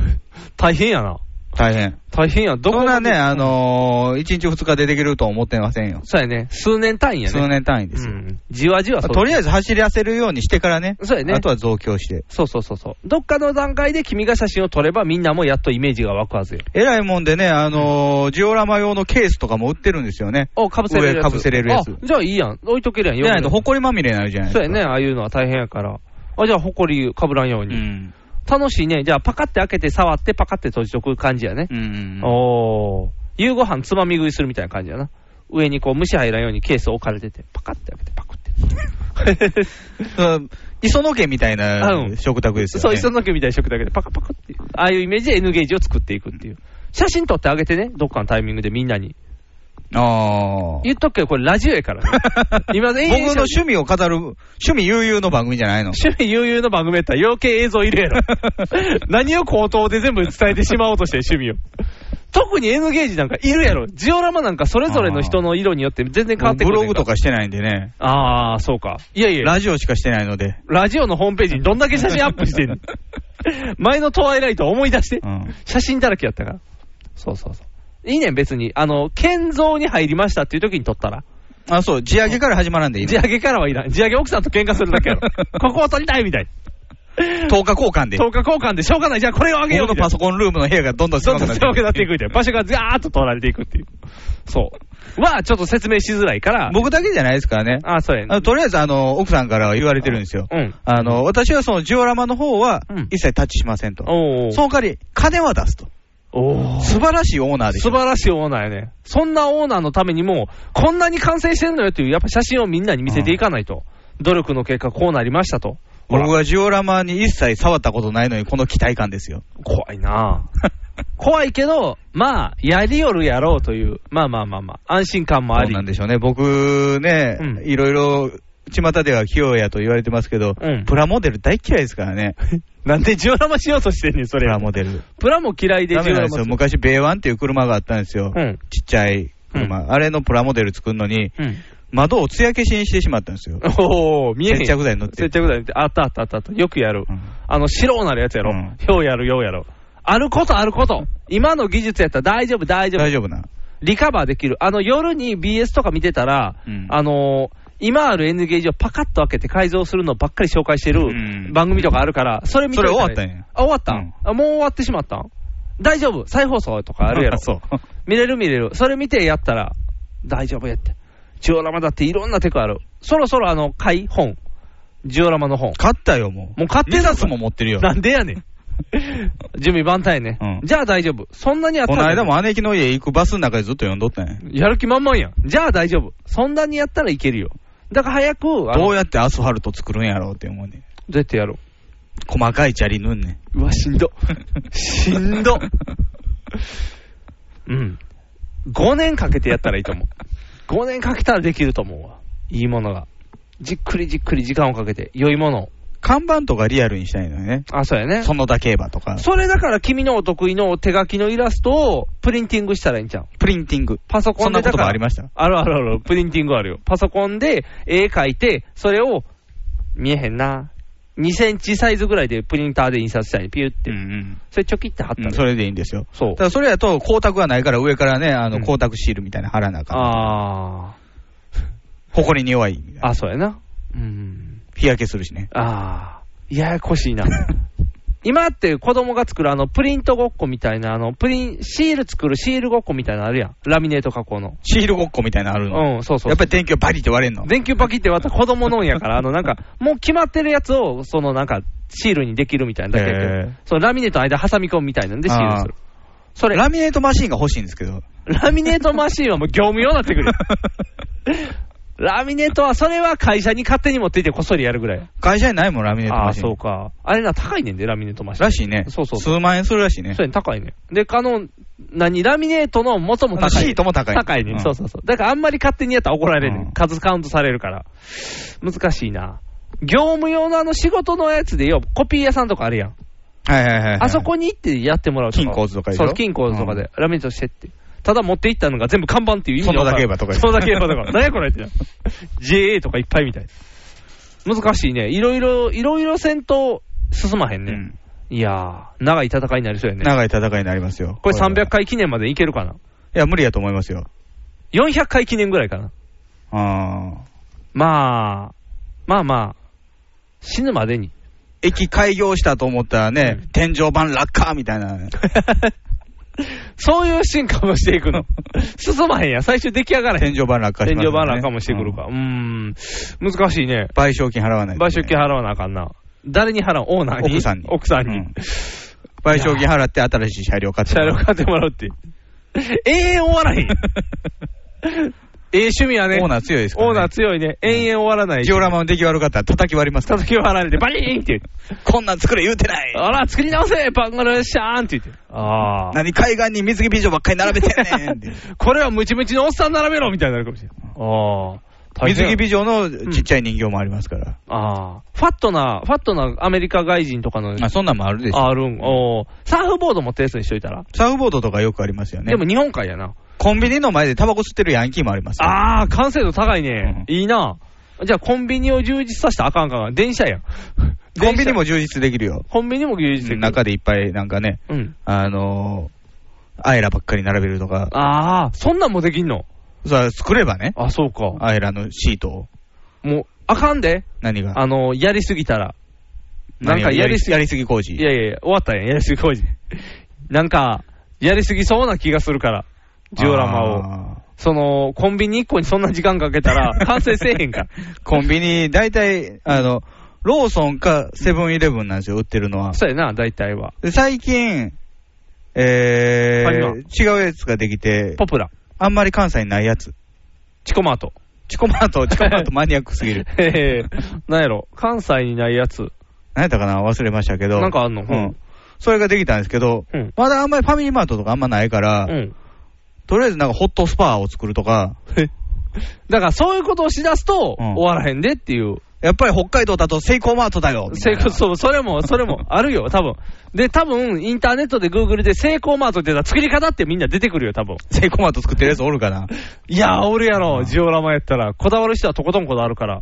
Speaker 4: 大変やな。
Speaker 3: 大変。
Speaker 4: 大変や。どこ
Speaker 3: そん
Speaker 4: ま
Speaker 3: な
Speaker 4: で
Speaker 3: ね、あのー、1日2日でできるとは思ってませんよ。
Speaker 4: そうやね。数年単位やね。
Speaker 3: 数年単位ですよ。
Speaker 4: うん。じわじわそう
Speaker 3: とりあえず走らせるようにしてからね。
Speaker 4: そうやね
Speaker 3: あとは増強して。
Speaker 4: そうそうそうそう。どっかの段階で君が写真を撮れば、みんなもやっとイメージが湧くはずよ。
Speaker 3: えらいもんでね、あのージオラマ用のケースとかも売ってるんですよね。
Speaker 4: お、かぶせれるやつ。
Speaker 3: 上被せれるやつ
Speaker 4: あじゃあいいやん。置いとけるやん。
Speaker 3: じゃないと、
Speaker 4: よく
Speaker 3: 埃まみれになるじゃないです
Speaker 4: そう
Speaker 3: か。
Speaker 4: やね。ああいうのは大変やから。あ、じゃあ、ほこりかぶらんように。
Speaker 3: うん。
Speaker 4: 楽しいね。じゃあ、パカって開けて、触って、パカって閉じとく感じやね。
Speaker 3: うんうんうん。
Speaker 4: おー。夕ご飯つまみ食いするみたいな感じやな。上にこう、虫入らんようにケース置かれてて、パカって開けて、パクって。
Speaker 3: そう磯野家みたいな
Speaker 4: うん
Speaker 3: 食卓ですよね。
Speaker 4: そう、磯野家みたいな食だけでパカパカって、ああいうイメージで N ゲージを作っていくっていう。写真撮ってあげてね、どっかのタイミングでみんなに。
Speaker 3: ああ。
Speaker 4: 言っとくけど、これラジオやから ね。 今ね、
Speaker 3: 僕の趣味を語る、趣味悠々の番組じゃないの。
Speaker 4: 趣味悠々の番組やったら、余計映像入れやろ。 何を口頭で全部伝えてしまおうとして、趣味を。特に N ゲージなんかいるやろ。ジオラマなんかそれぞれの人の色によって全然変わってく
Speaker 3: ブ
Speaker 4: る。
Speaker 3: ログと。かしてないんでね。
Speaker 4: ああ、そうか。いやいや、
Speaker 3: ラジオしかしてないので。
Speaker 4: ラジオのホームページにどんだけ写真アップしてん の前のトワイライト思い出して。
Speaker 3: うん。
Speaker 4: 写真だらけやったから。そうそうそう。いいねん、別に。あの、建造に入りましたっていう時に撮ったら。
Speaker 3: あ、そう、地上げから始まらんでいい
Speaker 4: 地
Speaker 3: の。
Speaker 4: 上げからはいらん。地上げ奥さんと喧嘩するだ けやろ。ここを撮りたいみたい。
Speaker 3: 10日交換で。
Speaker 4: 10日交換でしょうがない。じゃあこれをあげよう
Speaker 3: 僕
Speaker 4: み
Speaker 3: のパ
Speaker 4: たいな。
Speaker 3: ソコンルームの部屋がどんどん
Speaker 4: ど
Speaker 3: 狭
Speaker 4: ん
Speaker 3: く
Speaker 4: どん
Speaker 3: なって
Speaker 4: 狭くなっていくみたいな。場所がザーッと取られていくっていう。そう。は、ちょっと説明しづらいから。
Speaker 3: 僕だけじゃないですからね。
Speaker 4: あ、そうや
Speaker 3: あ
Speaker 4: ね
Speaker 3: の。とりあえず、あの、奥さんからは言われてるんですよ。
Speaker 4: うん。
Speaker 3: あの、私はそのジオラマの方は
Speaker 4: うん
Speaker 3: 一切タッチしませんと。
Speaker 4: おー
Speaker 3: その代わり、金は出すと。
Speaker 4: おー
Speaker 3: 素晴らしいオーナーでし
Speaker 4: 素
Speaker 3: ょ。
Speaker 4: 晴らしいオーナーやね。そんなオーナーのためにも、こんなに完成してんのよっていう、やっぱ写真をみんなに見せていかないと。努力の結果、こうなりましたと。ほら
Speaker 3: 僕はジオラマに一切触ったことないのに、この期待感ですよ。
Speaker 4: 怖いな ぁ怖いけど、まあ、やりよるやろうという、まあまあまあまあ、安心感もあ
Speaker 3: そう
Speaker 4: り。
Speaker 3: なんでしょうね。僕ね、
Speaker 4: うん
Speaker 3: いろいろ、巷では器用やと言われてますけど、
Speaker 4: うん
Speaker 3: プラモデル大嫌いですからね。
Speaker 4: なんでジオラマしようとしてんねん、そ
Speaker 3: プ
Speaker 4: れ
Speaker 3: ラ。モデル。
Speaker 4: プラも嫌いで
Speaker 3: ダ
Speaker 4: ジ
Speaker 3: メ
Speaker 4: オ
Speaker 3: なん
Speaker 4: ラ
Speaker 3: です
Speaker 4: マ
Speaker 3: よ。。昔、ベイワンっていう車があったんですよ。
Speaker 4: うん。
Speaker 3: ちっちゃい車、あれのプラモデル作るのに、
Speaker 4: うん。
Speaker 3: 窓を艶消しにしてしまったんですよ。
Speaker 4: おー、見えへん。
Speaker 3: 接着剤塗って
Speaker 4: 接着剤塗って。あったあったあったあった。よくやる。
Speaker 3: うん
Speaker 4: あの、白なるやつやろ。
Speaker 3: うん
Speaker 4: ひょうやる、ようやろ。あることあること。今の技術やったら大丈夫、大丈夫
Speaker 3: 大。丈夫な。
Speaker 4: リカバーできる。あの、夜に BS とか見てたら、
Speaker 3: うん
Speaker 4: あのー今ある N ゲージをパカッと開けて改造するのばっかり紹介して
Speaker 3: う
Speaker 4: る
Speaker 3: ん
Speaker 4: 番組とかあるから、それ見て
Speaker 3: それ終わったんや
Speaker 4: あ、終わった、ん、あもう終わってしまったん大丈夫。再放送とかあるやろ。
Speaker 3: そう。
Speaker 4: 見れる見れる。それ見てやったら、大丈夫やって。ジオラマだっていろんなテクある。そろそろあの、買い本。ジオラマの本。
Speaker 3: 買ったよ、もう。
Speaker 4: もう買ってた
Speaker 3: 2冊も持ってるよ。
Speaker 4: なんで やねん。準備万端やね、
Speaker 3: うん
Speaker 4: じゃあ大丈夫。そんなにやった
Speaker 3: こ
Speaker 4: ら
Speaker 3: の間も姉貴の家行くバスの中でずっと読んどったんや。
Speaker 4: やる気満々やん。じゃあ大丈夫。そんなにやったらいけるよ。だから早く、あの
Speaker 3: どうやってアスファルト作るんやろうって思うねん。
Speaker 4: どうやってやろ
Speaker 3: 細かいチャリ塗んねん。
Speaker 4: ううわ、しん ど。しんど。うん。5年かけてやったらいいと思う。5年かけたらできると思うわ。いいものが。じっくりじっくり時間をかけて、良いものを。
Speaker 3: 看板とかリアルにしたいのよね。
Speaker 4: あ、そうやね。
Speaker 3: 園田競馬とか。
Speaker 4: それだから君のお得意の手書きのイラストをプリンティングしたらいいんじゃん。
Speaker 3: プリンティング。
Speaker 4: パソコ
Speaker 3: そん
Speaker 4: ンで
Speaker 3: な
Speaker 4: だ
Speaker 3: 言
Speaker 4: から
Speaker 3: 葉ありました
Speaker 4: あるあるある、プリンティングあるよ。パソコンで絵描いて、それを、見えへんな。2センチサイズぐらいでプリンターで印刷したり、ピュって。
Speaker 3: うん
Speaker 4: それチョキって貼った
Speaker 3: う
Speaker 4: の
Speaker 3: ん。それでいいんですよ。
Speaker 4: そう
Speaker 3: た。だそれやと光沢がないから上からね、あ
Speaker 4: う
Speaker 3: の
Speaker 4: ん
Speaker 3: 光沢シールみたいなの貼らなあかん。
Speaker 4: あ
Speaker 3: 埃に弱いみたい
Speaker 4: あ。
Speaker 3: な。
Speaker 4: あ、そうやな。うん。
Speaker 3: 日焼けするしね。
Speaker 4: ああ。ややこし いな。今って子供が作るあのプリントごっこみたいな、あのプリン、シール作るシールごっこみたいなのあるやん。ラミネート加工の。
Speaker 3: シールごっこみたいなのあるの。
Speaker 4: うん、そうそう
Speaker 3: やっぱり電球バリって割れんの。
Speaker 4: 電球パキって割ったら子供のん やから、あのなんか、もう決まってるやつを、そのなんか、シールにできるみたいなだけやけど
Speaker 3: へー
Speaker 4: そのラミネートの間挟み込むみたいなんでシールする。それ、ラ
Speaker 3: ラミネートマシンが欲しいんですけ ど。
Speaker 4: ラミネートマシーンはもう業務用になってくる。 ラミネートは、それは会社に勝手に持っていってこっそりやるぐらい。
Speaker 3: 会社にないもん、ラミネート
Speaker 4: ああ
Speaker 3: マ
Speaker 4: ー、
Speaker 3: シン。
Speaker 4: そうか。あれな、高いねんで、ラミネートマシン。
Speaker 3: らしいね。
Speaker 4: そうそうそう
Speaker 3: 数万円するらしいね
Speaker 4: そ。うやね高いねん。で、あの、何、ラミネートの元も高
Speaker 3: あ
Speaker 4: い。
Speaker 3: のシートも高い
Speaker 4: 高いねん、
Speaker 3: うん
Speaker 4: そうそうそう。だからあんまり勝手にやったら怒られるねん、
Speaker 3: うん
Speaker 4: 数カウントされるから。難しいな。業務用のあの仕事のやつでよ、コピー屋さんとかあるやん。
Speaker 3: はいはいはいはい。
Speaker 4: あそこに行ってやってもらうとか。
Speaker 3: 金庫図とかでし
Speaker 4: そ
Speaker 3: ょ
Speaker 4: う、金庫図とかで、ラミネートしてって。ただ持って行ったのが全部看板っていう意味
Speaker 3: 園田競馬とか
Speaker 4: そのだけ馬と か。何やこれってな。JA とかいっぱいみたい。難しいね。いろいろ、いろいろ戦闘進まへん
Speaker 3: う
Speaker 4: ね。
Speaker 3: ん。
Speaker 4: いやー、長い戦いになりそうやね。
Speaker 3: 長い戦いになりますよ。
Speaker 4: これ300
Speaker 3: は
Speaker 4: 回記念までいけるかない
Speaker 3: や、無理やと思いますよ。
Speaker 4: ?400 回記念ぐらいかな
Speaker 3: ああ。
Speaker 4: まあ、まあまあ、死ぬまでに。
Speaker 3: 駅開業したと思ったらね、天井板落下みたいな、ね。
Speaker 4: そういう進化もしていく の。進まへんや。最終出来上がらへん。
Speaker 3: 天井板落下し
Speaker 4: 天
Speaker 3: ます
Speaker 4: 井
Speaker 3: よね
Speaker 4: バラかもしてくるか。うーん、難しいね。
Speaker 3: 賠償金払わないと
Speaker 4: 賠
Speaker 3: ね、
Speaker 4: 償金払わなあかんな。誰に払うオーナーに
Speaker 3: 奥さんに。
Speaker 4: 奥さんに。
Speaker 3: うん賠償金払って新しい車両買って
Speaker 4: 車
Speaker 3: もら
Speaker 4: 両
Speaker 3: う。
Speaker 4: 買ってもらうって。 永遠終わらへん。ええ趣味やね。
Speaker 3: オーナー強いですからね
Speaker 4: オーナー強いね。永遠終わらない。
Speaker 3: ジオラマの出来悪かったら叩き割りますから
Speaker 4: 叩き笑われて、バリーンって。
Speaker 3: こんなん作れ言うてない
Speaker 4: あら、作り直せバンガルシャーンって言って。ああ。
Speaker 3: 何海岸に水着美女ばっかり並べてん ねんっていう
Speaker 4: これはムチムチのおっさん並べろみたいになるかもしれない。ああ。
Speaker 3: 水着
Speaker 4: ビ
Speaker 3: 美女のちっちゃい人形もありますから。
Speaker 4: ああ。ファットな、ファットなアメリカ外人とかの、
Speaker 3: あ、そんなんもあるでしょ。
Speaker 4: あるん。おお。サーフボード持ったやつにしといたら。
Speaker 3: サーフボードとかよくありますよね。
Speaker 4: でも日本海やな。
Speaker 3: コンビニの前でタバコ吸ってるヤンキーもありますよ。
Speaker 4: ああ、完成度高いね。いいな。じゃあコンビニを充実させたらあかんかんが。電車やん。
Speaker 3: コンビニも充実できるよ。
Speaker 4: コンビニも充実できる。
Speaker 3: 中でいっぱいなんかね、
Speaker 4: うん。
Speaker 3: あのー、アイラばっかり並べるとか、
Speaker 4: ああ、そんなんもできんの
Speaker 3: さあ作ればね、
Speaker 4: あ、そうか。
Speaker 3: アイラのシートを。
Speaker 4: もう、あかんで。
Speaker 3: 何が
Speaker 4: あの、やりすぎたら。なんか
Speaker 3: 何を
Speaker 4: やりすぎ
Speaker 3: やりすぎ工
Speaker 4: い
Speaker 3: 事。
Speaker 4: やいやいや、終わったやん、やりすぎ工事。なんか、やりすぎそうな気がするから、ジオラマを。
Speaker 3: を。
Speaker 4: その、コンビニ1個にそんな時間かけた ら、完成せえへんから。
Speaker 3: コンビニ、大体、あの、ローソンかセブンイレブンなんですよ、売ってるのは。
Speaker 4: そうやな、大体は。
Speaker 3: で最近、え
Speaker 4: 他には
Speaker 3: ー、違うやつができて、
Speaker 4: ポプラ、
Speaker 3: あんまり関西にないやつ。
Speaker 4: チコマート。
Speaker 3: チコマー ト、チコマートマニアックすぎる。
Speaker 4: ええ、なんやろ、関西にないやつ。
Speaker 3: 何やったかな忘れましたけど。
Speaker 4: なんかあんの
Speaker 3: う
Speaker 4: うん
Speaker 3: ん。それができたんですけど、
Speaker 4: うん。
Speaker 3: まだあんまりファミリーマートとかあんまないから、
Speaker 4: うん。
Speaker 3: とりあえずなんかホットスパーを作るとか、
Speaker 4: だから、そういうことをしだすと、
Speaker 3: うん
Speaker 4: 終わらへんでっていう。
Speaker 3: やっぱり北海道だとセイコーマートだよみた
Speaker 4: 成
Speaker 3: いな
Speaker 4: 功、そう、それも、それも、あるよ、多分。で、多分、インターネットで Google で成功マートって言ったら作り方ってみんな出てくるよ、多分。
Speaker 3: セイコーマート作ってるやつおるかな。
Speaker 4: いやー、おるやろ、ジオラマやったら。こだわる人はとことんこだわるから。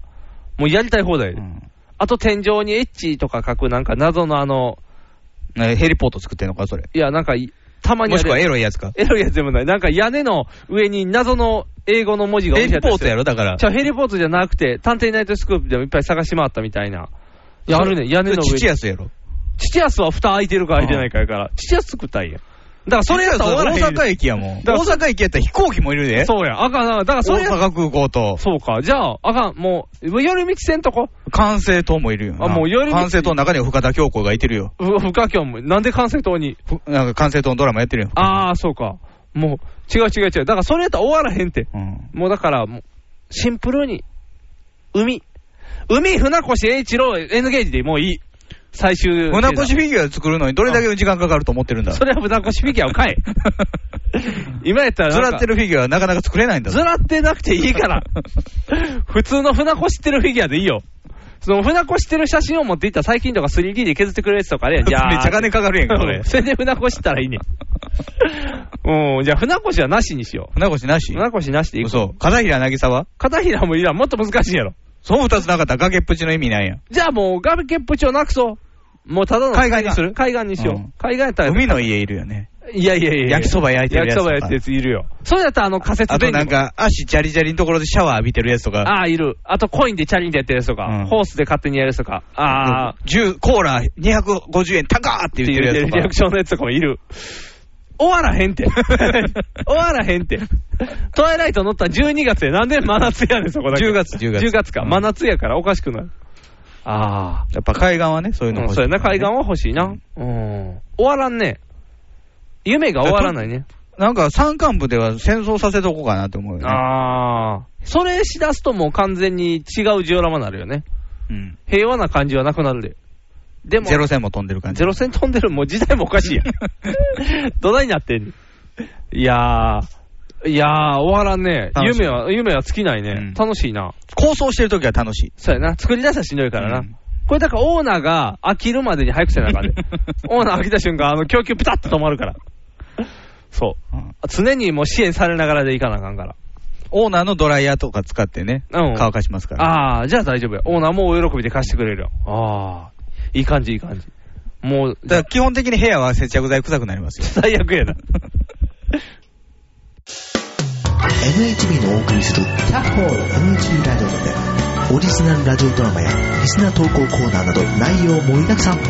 Speaker 4: もうやりたい放題。
Speaker 3: うん
Speaker 4: あと天井にエッチとか書く、なんか謎のあの、
Speaker 3: ねヘリポート作ってんのか、それ。
Speaker 4: いや、なんかい、たまにあ
Speaker 3: もし
Speaker 4: る
Speaker 3: くはエロいやつか。
Speaker 4: エロいやつでもない。なんか屋根の上に謎の英語の文字が
Speaker 3: ヘ
Speaker 4: て
Speaker 3: リポートや
Speaker 4: ろ
Speaker 3: ろ、だから。
Speaker 4: じゃあヘリポートじゃなくて、探偵ナイトスクープでもいっぱい探し回ったみたいな。いや、あるね、屋根の上
Speaker 3: ちっちゃい
Speaker 4: に。
Speaker 3: やつやろ。
Speaker 4: 父安は蓋開いてるか開いてないかやから、父安作ったんや。だからそれやったら終わらへん
Speaker 3: 大阪駅やもん。
Speaker 4: だ
Speaker 3: 大
Speaker 4: から
Speaker 3: 阪駅やったら飛行機もいるで。
Speaker 4: そうや、あかんな。だからそれ
Speaker 3: 大
Speaker 4: や
Speaker 3: 阪空港と、
Speaker 4: そうか、じゃあ、あかん、もう、夜道せんとこ。
Speaker 3: 関西島もいるよな。
Speaker 4: あもう寄り道
Speaker 3: 関西島の中には深田恭子がいてるよ。
Speaker 4: うわ、不可教も、なんで管制塔に。
Speaker 3: ふなんか関西島のドラマやってるよ。
Speaker 4: ああ、そうか。もう、違う違う違う。だから、それやったら終わらへんって。
Speaker 3: うん。
Speaker 4: もうだから、もうシンプルに、海。海、船越英一郎、N ゲージでもういい。最終。
Speaker 3: 船越フィギュア作るのにどれだけの時間かかると思ってるんだ。
Speaker 4: それは船越フィギュアを 買え。今やったらな
Speaker 3: ず
Speaker 4: んから
Speaker 3: ってるフィギュアはなかなか作れないんだ
Speaker 4: ず
Speaker 3: ぞ。
Speaker 4: らってなくていいから。普通の船越ってるフィギュアでいいよ。その船越してる写真を持っていったら最近とか 3D で削ってくれるやつとかで、じゃ あ。。
Speaker 3: めっちゃ金かかるやんか、それ
Speaker 4: それで船越したらいいね ん。うん、じゃあ船越はなしにしよう。
Speaker 3: 船越なし
Speaker 4: 船越なしでいく。
Speaker 3: そう。片平なぎさは
Speaker 4: 片平もいらん。もっと難しいやろ。
Speaker 3: そう二つなかったら崖っぷちの意味ないやん。
Speaker 4: じゃあもうガルケップ帳なくそう。もうただの。
Speaker 3: 海岸にする
Speaker 4: 海岸にしよう。
Speaker 3: うん
Speaker 4: 海岸やったら。
Speaker 3: 海の家いるよね。
Speaker 4: いやいやいや。
Speaker 3: 焼きそば焼いてるやつと
Speaker 4: 焼きそ
Speaker 3: か
Speaker 4: ば焼いてるやついるよ。そうやったらあの仮設
Speaker 3: あ
Speaker 4: 便
Speaker 3: と
Speaker 4: 利も
Speaker 3: なんか、足ジャリジャリのところでシャワー浴びてるやつとか。
Speaker 4: ああ、いる。あと、コインでチャリンでやってるやつとか、
Speaker 3: うん
Speaker 4: ホースで勝手にやるやつとか、ああ、っ
Speaker 3: 10、コーラ250円高ーって
Speaker 4: て
Speaker 3: 言って
Speaker 4: 言って
Speaker 3: る
Speaker 4: るリア
Speaker 3: や
Speaker 4: ク
Speaker 3: つ
Speaker 4: ションのやつとかもいる。終わら へんて。終わらへんて。トワイライト乗ったら12月で、なんで真夏やねん、そこだけ。
Speaker 3: 10月10月
Speaker 4: 10月か。
Speaker 3: うん
Speaker 4: 真夏やからおかしくなる。ああ。
Speaker 3: やっぱ海岸はね、そういうの
Speaker 4: うん
Speaker 3: 欲しい
Speaker 4: そうやな、海岸は欲しいな。うん。終わらんね。夢が終わらないね。
Speaker 3: なんか山間部では戦争させとこうかなって思うよね。
Speaker 4: ああ。それしだすともう完全に違うジオラマになるよね。
Speaker 3: うん。
Speaker 4: 平和な感じはなくなるで。でも、
Speaker 3: ゼロ戦も飛んでる感じ
Speaker 4: ゼ。ロ戦飛んでる、もう時代もおかしいやん。 どないなってんのいやー、いやー、終わらんね。
Speaker 3: 楽しい
Speaker 4: 夢は、夢は尽きないね。
Speaker 3: うん
Speaker 4: 楽しいな。
Speaker 3: 構想してる時は楽しい。
Speaker 4: そうやな。作り出したらしんどいからな。
Speaker 3: うん
Speaker 4: これだからオーナーが飽きるまでに早くせなあか んねオーナー飽きた瞬間、あの供給ピタッと止まるから。そう。
Speaker 3: うん
Speaker 4: 常にもう支援されながらでいかなあかんから。
Speaker 3: オーナーのドライヤーとか使ってね、
Speaker 4: うん
Speaker 3: 乾かしますから。
Speaker 4: ああ、じゃあ大丈夫や。オーナーもお喜びで貸してくれるよ。ああ、いい感じ、いい感じ。もう、
Speaker 3: だから基本的に部屋は接着剤臭くなりますよ。
Speaker 4: 最悪やな。
Speaker 8: NHB のお送りする「キャッホール NHB ラジオ」でオリジナルラジオドラマやリスナー投稿コーナーなど内容盛りだくさんホー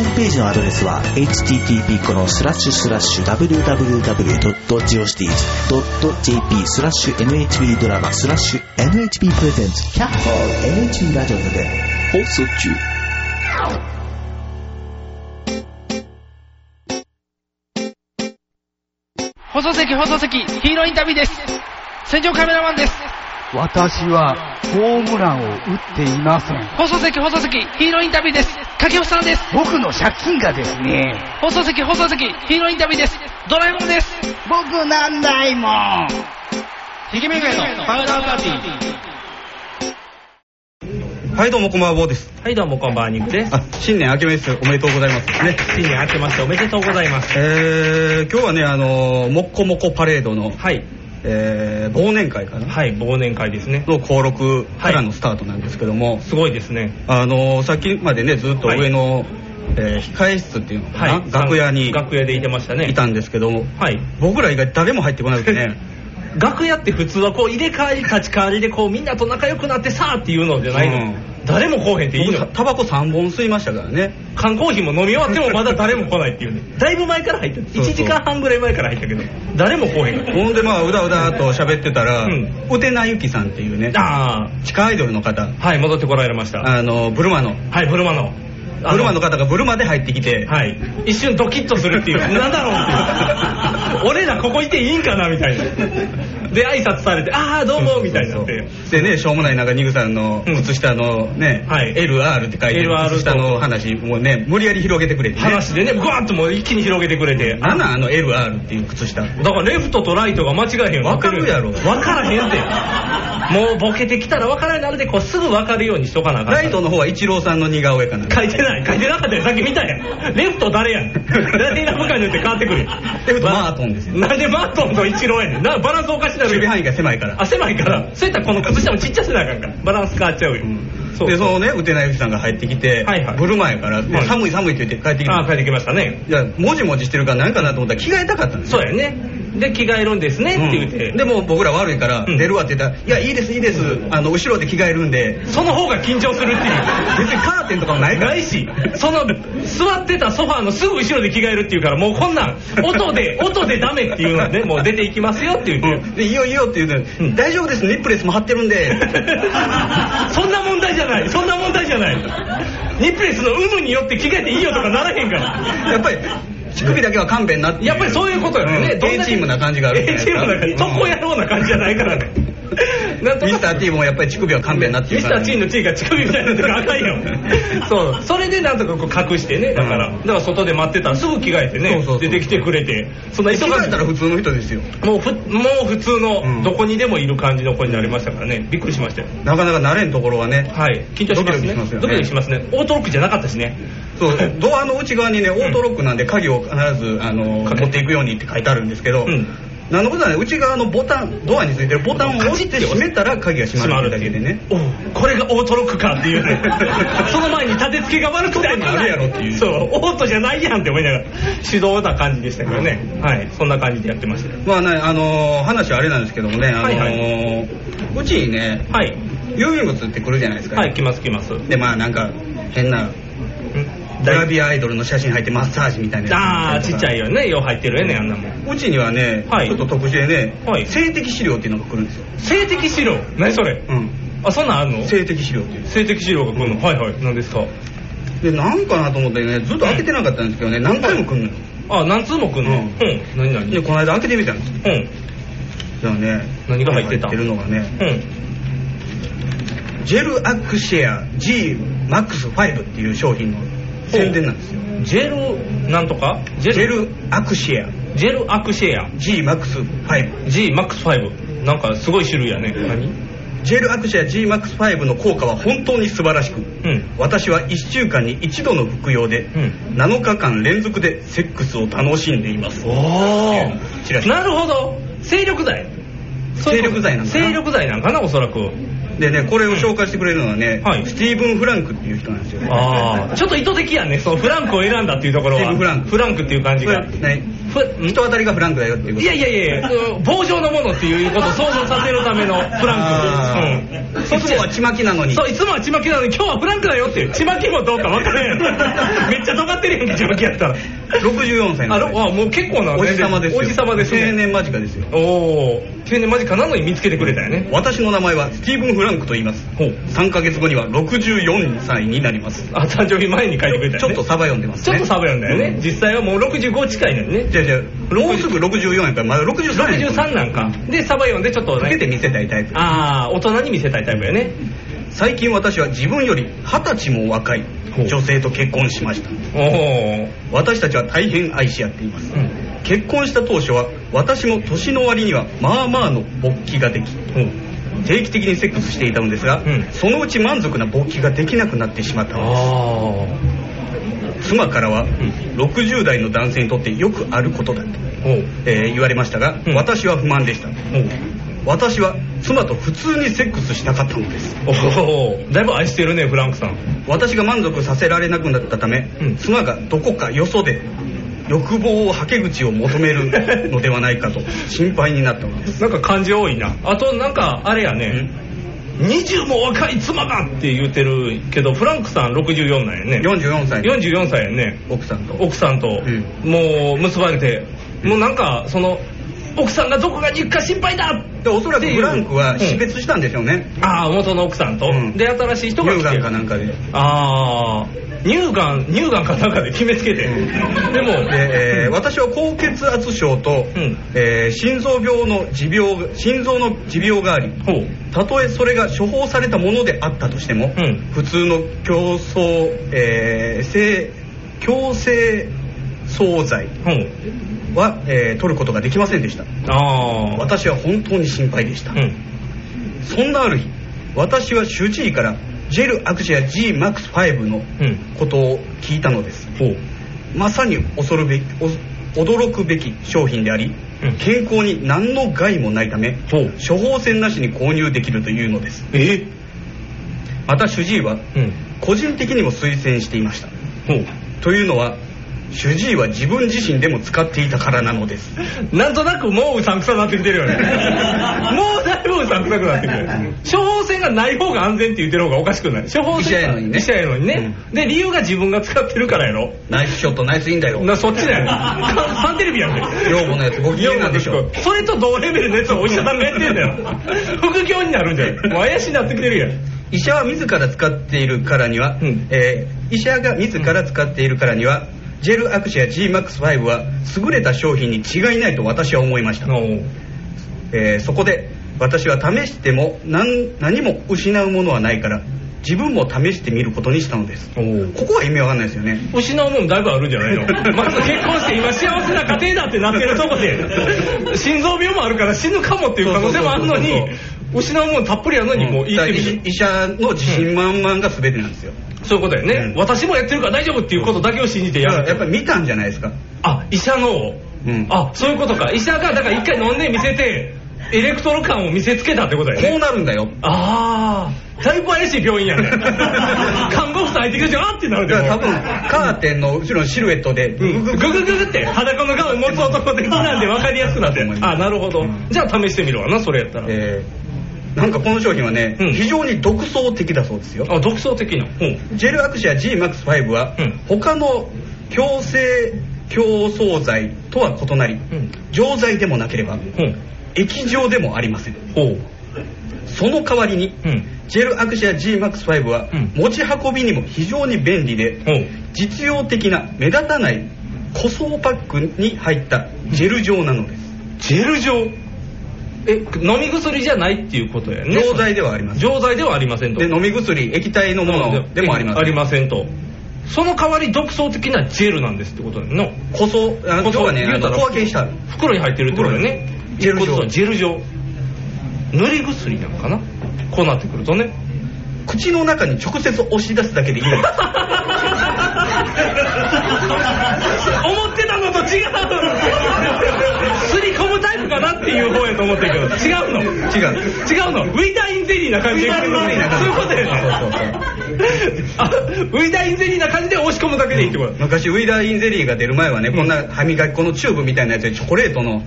Speaker 8: ムページのアドレスは http このスラッシュスラッシュ www.geocities.jp スラッシュ NHB ドラマスラッシュ NHB プレゼンツキャッホール NHB ラジオで
Speaker 9: 放送中
Speaker 10: 放送席、放送席、ヒーローインタビューです。戦場カメラマンです。
Speaker 2: 私はホームランを打っていません。
Speaker 10: 放送席、放送席、ヒーローインタビューです。掛布さんです。
Speaker 2: 僕の借金がですね、
Speaker 10: 放送席、放送席、ヒーローインタビューです。ドラえもんです。
Speaker 2: 僕なんないもん。
Speaker 10: ひめがのパウダーパーティー。
Speaker 3: はい、どうもこんばんは、ぼうです。
Speaker 10: はい、どうもこんばんは、ニックです。
Speaker 3: あ、新年明けましておめでとうございます。ね。
Speaker 10: 新年明けましておめでとうございます。
Speaker 3: えー、今日はね、あのー、もっこもこパレードの、
Speaker 10: はい。
Speaker 3: えー、忘年会かな。
Speaker 10: はい、忘年会ですね。
Speaker 3: の登録からのスタートなんですけども、
Speaker 10: すごいですね。
Speaker 3: あのー、さっきまでね、ずっと
Speaker 10: はい
Speaker 3: 上の、えー控え室っていうのかな、
Speaker 10: はい。
Speaker 3: 楽屋に
Speaker 10: 楽屋でいてましたね。
Speaker 3: いたんですけども、
Speaker 10: はい。
Speaker 3: 僕ら以外誰も入ってこなくてね、
Speaker 10: 楽屋って普通はこう入れ替わり立ち替わりでこうみんなと仲良くなってさーっていうのじゃないの、
Speaker 3: うん
Speaker 10: 誰も来おへん っていい
Speaker 3: 僕
Speaker 10: の
Speaker 3: タバコ3本吸いましたから ね、
Speaker 10: 缶コーヒーも飲み終わってもまだ誰も来ないっていうねだいぶ前から入った
Speaker 3: そうそう
Speaker 10: 1時間半ぐらい前から入ったけど誰も来おへんかっ
Speaker 3: ほんでまあ、うだうだと喋ってたら、
Speaker 10: うん
Speaker 3: うてなゆきさんっていうね、
Speaker 10: たあ
Speaker 3: 地下アイドルの方、
Speaker 10: あはい戻ってこられました
Speaker 3: あの、ブルマの、
Speaker 10: はいブルマのあ
Speaker 3: ブルマの方がブルマで入ってきて、
Speaker 10: はい一瞬ドキッとするっていうなんだろうって いう俺らここいていいんかなみたいなで挨拶されてああどうもみたいになって
Speaker 3: でね、しょうもないなんかニグさんの
Speaker 10: うん
Speaker 3: 靴下のね、
Speaker 10: はい
Speaker 3: LR って書いてる
Speaker 10: LR
Speaker 3: 靴下の話、もうね、無理やり広げてくれて、ね、
Speaker 10: 話でねグワーッともう一気に広げてくれて
Speaker 3: なんなんあの LR っていう靴下。
Speaker 10: だからレフトとライトが間違えへんようになって
Speaker 3: わかるやろ
Speaker 10: わからへんってもうボケてきたらわからんようになるでこうすぐわかるようにしとかなあかん
Speaker 3: ライトの方はイチローさんの似顔絵かな。
Speaker 10: 書いてない書いてなかったよさっき見たやんレフト誰やん誰選ぶかによって変わってくるやん
Speaker 3: レフトマートンですよ。
Speaker 10: なんでマートンとイチローやねんなバランスおかしな
Speaker 3: 守
Speaker 10: る
Speaker 3: 備範
Speaker 10: やん
Speaker 3: 囲が狭いから
Speaker 10: あ。狭いからそういったらこの靴下もちっちゃせなあかんからバランス変わっちゃうよ、そう
Speaker 3: で、そのね、うてなゆきさんが入ってきて、
Speaker 10: はいはい
Speaker 3: ブルマやから、
Speaker 10: はい
Speaker 3: 寒い寒いって言って帰ってき
Speaker 10: あ
Speaker 3: た。
Speaker 10: あ帰ってきましたね
Speaker 3: いや、もじもじしてるから何かなと思ったら着替えたかったんです
Speaker 10: そうやねで着替えるんですねって言って、
Speaker 3: でも僕ら悪いから、
Speaker 10: うん
Speaker 3: 出るわって言ったら、いや、いいです、いいです、あの、後ろで着替えるんで、
Speaker 10: その方が緊張するっていう
Speaker 3: 別にカーテンとかもないから。
Speaker 10: ないし、その座ってたソファーのすぐ後ろで着替えるっていうから、もうこんなん、音で、音でダメっていうので、もう出ていきますよっていうて、
Speaker 3: で、いいよいいよって言うて、
Speaker 10: うん
Speaker 3: 大丈夫です、ネックレスも貼ってるん で、
Speaker 10: そんな問題じゃない、そんな問題じゃない、ニップレスの有無によって着替えていいよとかならへんから。
Speaker 3: やっぱり、乳首だけは勘弁なっていう
Speaker 10: やっぱりそういうことよね。
Speaker 3: うん A チームな感じがある
Speaker 10: A チームな感じ、特攻野郎な感じじゃないからね。
Speaker 11: なんと
Speaker 10: ミ
Speaker 11: か
Speaker 10: スター T もやっぱり乳首は勘弁なっ
Speaker 11: ミ
Speaker 10: てる
Speaker 11: ス
Speaker 10: か
Speaker 11: タ
Speaker 10: ら
Speaker 11: ー T の T が乳首みたいになってるから 赤いよそうそれでなんとかこう隠してねだから、だから外で待ってたらすぐ着替えてね出てきてくれてそんな急がれたら普通の人ですよもうふもう普通のどこにでもいる感じの子になりましたからね、びっくりしましたよ
Speaker 10: なかなか慣れんところはね
Speaker 11: はい緊張しますねド
Speaker 10: ド
Speaker 11: キ
Speaker 10: キ
Speaker 11: ド
Speaker 10: ド
Speaker 11: キ
Speaker 10: キ
Speaker 11: し
Speaker 10: し
Speaker 11: ま
Speaker 10: ます
Speaker 11: ねオートロックじゃなかったしね
Speaker 10: そうドアの内側にねオートロックなんで鍵を必ずあの持っていくようにって書いてあるんですけど、何のことはない内側のボタンドアについてるボタンを押して閉めたら鍵が閉まるだけでね
Speaker 11: おうこれがオートロックかっていうねその前に立て付けが悪くてあるやろっていうそうオートじゃないやんって思いながら手動な感じでしたけどね、はいそんな感じでやってましたよ
Speaker 10: まあねあのー話はあれなんですけどもね、あのー
Speaker 11: はいは
Speaker 10: うちにね、郵便物って来るじゃないですか、
Speaker 11: はい来ます来ます
Speaker 10: でまあなんか変なグラビアアイドルの写真入ってマッサージみたいな
Speaker 11: ああちっちゃいよねよう入ってるよねあんなもん
Speaker 10: うちにはね、ちょっと特殊でね、性的資料っていうのが来るんですよ
Speaker 11: 性的資料何それ、あそんなんあるの
Speaker 10: 性的資料っていう
Speaker 11: 性的資料が来るの、はいはい何ですか
Speaker 10: でなんかなと思ってねずっと開けてなかったんですけどね、何回も来るのよ
Speaker 11: あ何通も来るのうん、何何
Speaker 10: でこの間開けてみたんですよ
Speaker 11: うん
Speaker 10: じゃあね
Speaker 11: 何が入ってた
Speaker 10: 入ってるのがね
Speaker 11: うん
Speaker 10: ジェルアックシェア GMAX5 っていう商品の宣伝なんですよ
Speaker 11: ジェルなんとかジェル
Speaker 10: アクシェ
Speaker 11: アジェルアクシェア
Speaker 10: GMAX5
Speaker 11: GMAX5 なんかすごい種類やね何
Speaker 10: ジェルアクシェア GMAX5 の効果は本当に素晴らしく、私は1週間に1度の服用で、7日間連続でセックスを楽しんでいます
Speaker 11: なるほど精力剤
Speaker 10: 精力剤なんかな
Speaker 11: 精力剤なんかなおそらく
Speaker 10: でねこれを紹介してくれるのはね、スティーブン・フランクっていう人なんですよ
Speaker 11: ああちょっと意図的やねそのフランクを選んだっていうところは
Speaker 10: スティーブフラン
Speaker 11: フランクっていう感じが
Speaker 10: 人当たりがフランクだよっていうこと
Speaker 11: いやいやいやその 棒状のものっていうことを想像させるためのフランク、うん、そっちは
Speaker 10: ちまきなのに
Speaker 11: そういつもはちまきなのに今日はフランクだよっていうちまきもどうか分からへんやろめっちゃ尖ってるやんけちまきやったら
Speaker 10: 64歳の
Speaker 11: あろあもう結構な
Speaker 10: おじさまですよ
Speaker 11: おじさまですね
Speaker 10: 青年間近ですよ
Speaker 11: おお青年間近なのに見つけてくれたよね
Speaker 10: 私の名前はスティーブン・フランクと言います3ヶ月後には64歳になります
Speaker 11: あ誕生日前に書いてくれたよね
Speaker 10: ちょっとサバ読んでます
Speaker 11: ちょっとサブやんだよね、
Speaker 10: うん
Speaker 11: 実際はもう65近いのにね
Speaker 10: じゃあじゃあもうすぐ64やからまだ63や
Speaker 11: 63なんかでサバ読んでちょっと
Speaker 10: かけて見せたいタイプ
Speaker 11: ああ大人に見せたいタイプよね
Speaker 10: 最近私は自分より二十歳も若い女性と結婚しました私たちは大変愛し合っています、結婚した当初は私も年の割にはまあまあの勃起ができ、定期的にセックスしていたのですが、そのうち満足な勃起ができなくなってしまったのです妻からは、60代の男性にとってよくあることだと、えー言われましたが、私は不満でした、私は妻と普通にセックスしたかったのです
Speaker 11: おおだいぶ愛してるねフランクさん
Speaker 10: 私が満足させられなくなったため、妻がどこかよそで欲望をはけ口を求め るのではないかと心配になったのです
Speaker 11: なんか漢字多いなあとなんかあれやね20も若い妻がって言うてるけどフランクさん64なんやね
Speaker 10: 44歳
Speaker 11: 44歳やね
Speaker 10: 奥さんと
Speaker 11: 奥さんと、もう結ばれて、もうなんかその奥さんがどこがに行くか心配だ
Speaker 10: でおそらくフランクは死
Speaker 11: 別
Speaker 10: 別したんでしょうね、
Speaker 11: ああ元の奥さんと、で新しい人が来て
Speaker 10: 乳がんかなんかで
Speaker 11: ああ乳がん乳がんかなんかで決めつけて、でも
Speaker 10: で、えー私は高血圧症と、えー心臓病の持病心臓の持病がありたとえそれが処方されたものであったとしても、普通の競争、えー性強制総剤は、えー取ることができませんでした私は本当に心配でした、そんなある日私は主治医からジェルアクシア GMAX5 のことを聞いたのです、まさに恐るべきお驚くべき商品であり、健康に何の害もないため、処方箋なしに購入できるというのですまた主治医は、個人的にも推薦していましたというのは主治医は自分自身でも使っていたからなのです
Speaker 11: なんとなくもううさんくさなってきてるよねもうだいぶうさんくさくなってくる処方箋がない方が安全って言ってる方がおかしくない処方箋が 医者やのにね、で理由が自分が使ってるからやろ
Speaker 10: ナイスショットナイスインだよ
Speaker 11: なそっち だよかサンテレビやんけ
Speaker 10: 養母のやつご機嫌なんでしょ
Speaker 11: それと同レベルのやつをお医者さんがやってん だよ副業になるんじゃないもう怪しいなってきてるやん
Speaker 10: 医者は自ら使っているからには、えー医者が自ら使っているからには、ジェルアクシア GMAX5 は優れた商品に違いないと私は思いました、えーそこで私は試しても何何も失うものはないから自分も試してみることにしたのですここは意味わかんないですよね
Speaker 4: 失うもんだいぶあるんじゃ ないのまず結婚して今幸せな家庭だってなってるとこ で心臓病もあるから死ぬかもっていう可能性もあるのに失うもんたっぷりあるのにもう言ってみる
Speaker 10: 医者の自信満々が全てなんですよ、
Speaker 4: そういうことだよね、私もやってるから大丈夫っていうことだけを信じてやるやっぱり見たんじゃないですかあ医者のを、あそういうことか医者がだから一回飲んで見せてエレクトロ感を見せつけたってことだよねこうなるんだよああだいぶ怪しい病院や ね看護婦さん入ってきてあーってなるで多分
Speaker 10: カーテンの後ろのシルエットでググ
Speaker 4: ググググって裸の顔を持つ男的なんで分かりやすくなってあなるほど、じゃあ試してみるわなそれやったら
Speaker 10: えーなんかこの商品はね、非常に独創的だそうですよ
Speaker 4: あ独創的な、
Speaker 10: ジェルアクシア GMAX5 は、他の強制競争剤とは異なり、錠剤でもなければ、液状でもありませんその代わりに、ジェルアクシア GMAX5 は、持ち運びにも非常に便利で、実用的な目立たない個装パックに入ったジェル状なのです
Speaker 4: ジェル状え飲み薬じゃないっていうことやね
Speaker 10: 錠剤ではありません
Speaker 4: 錠剤ではありませんと
Speaker 10: で飲み薬液体のものでもありませ
Speaker 4: あ
Speaker 10: ん
Speaker 4: りませんとその代わり独創的なジェルなんですってことだよね
Speaker 10: こそあ
Speaker 4: こ
Speaker 10: 今日
Speaker 4: そ
Speaker 10: はね
Speaker 4: 言うたら
Speaker 10: あの小分けにした
Speaker 4: 袋に入ってるってことだよねジェル状ジェル状塗り薬なのかなこうなってくるとね
Speaker 10: 口の中に直接押し出すだけでいいんです
Speaker 4: 思ってたのと違うすり込むタイプかなっていう方やと思ってるけど違うの違う違うのウィダインゼリーな感じでそういうことやねあウィダインゼリーな感じで押し込むだけでいいってこと
Speaker 10: 昔ウィダーインゼリーが出る前はね、こんな歯磨き粉のチューブみたいなやつでチョコレートの飲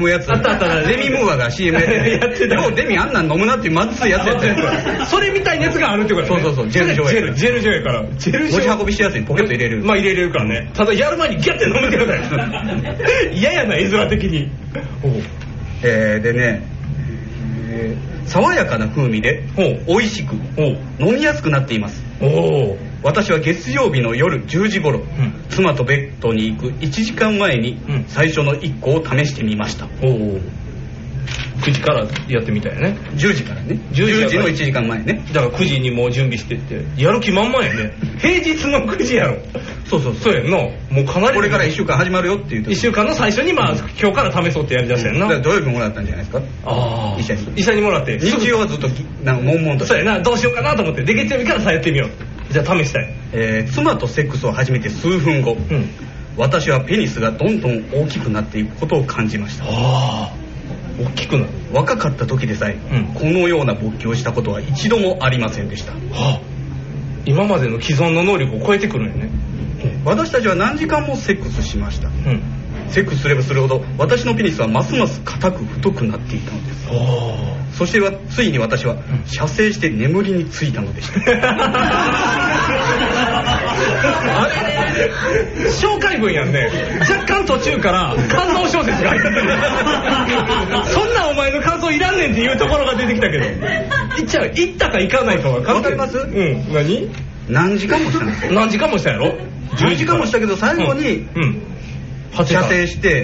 Speaker 10: むやつあったあったデミムーアが CM やって てようデミあんなん飲むなっていうまずいやつやったや
Speaker 4: つそれみたいなやつがあるってこと
Speaker 10: そうそうそうジェル状
Speaker 4: ジェ
Speaker 10: や
Speaker 4: ルジェル状やからジェル
Speaker 10: 持ち運びしやすいポケット入れる
Speaker 4: まあ入れれるからねただやる前にギャッて飲めてくださ い嫌やな絵面的に
Speaker 10: えーでね、えー爽やかな風味で美味しく飲みやすくなっています私は月曜日の夜10時頃、妻とベッドに行く1時間前に最初の1個を試してみました、
Speaker 4: 9時からやってみたいね
Speaker 10: 10時からね10時の1時間前ね
Speaker 4: だから9時にもう準備してってやる気満々やね平日の9時やろそうそうそうやんなもうかなり
Speaker 10: これから1週間始まるよっていう
Speaker 4: 1週間の最初にまあ今日から試そうってやりだしたやんな
Speaker 10: 土曜日もらったんじゃないですか
Speaker 4: ああ
Speaker 10: 医者に
Speaker 4: 医者にもらって
Speaker 10: 日曜はずっときなんか悶々と
Speaker 4: そうやなどうしようかなと思ってで月曜日からさやってみようじゃあ試したい
Speaker 10: えー妻とセックスを始めて数分後、私はペニスがどんどん大きくなっていくことを感じました
Speaker 4: 大きくなる
Speaker 10: 若かった時でさえ、このような勃起をしたことは一度もありませんでした
Speaker 4: 今までの既存の能力を超えてくるんやね
Speaker 10: 私たちは何時間もセックスしました、セックスすればするほど私のペニスはますます硬く太くなっていたのですそしてはついに私は射精して眠りについたのでした
Speaker 4: 紹介文やんね若干途中から感動小説が入ってるそんなお前の感想いらんねんっていうところが出てきたけど行っちゃう行ったか行かないかはわかりますうん何
Speaker 10: 何時間もしたんですよ
Speaker 4: 何時間もしたやろ
Speaker 10: 10時間もしたけど最後に
Speaker 4: 8時間
Speaker 10: 射精して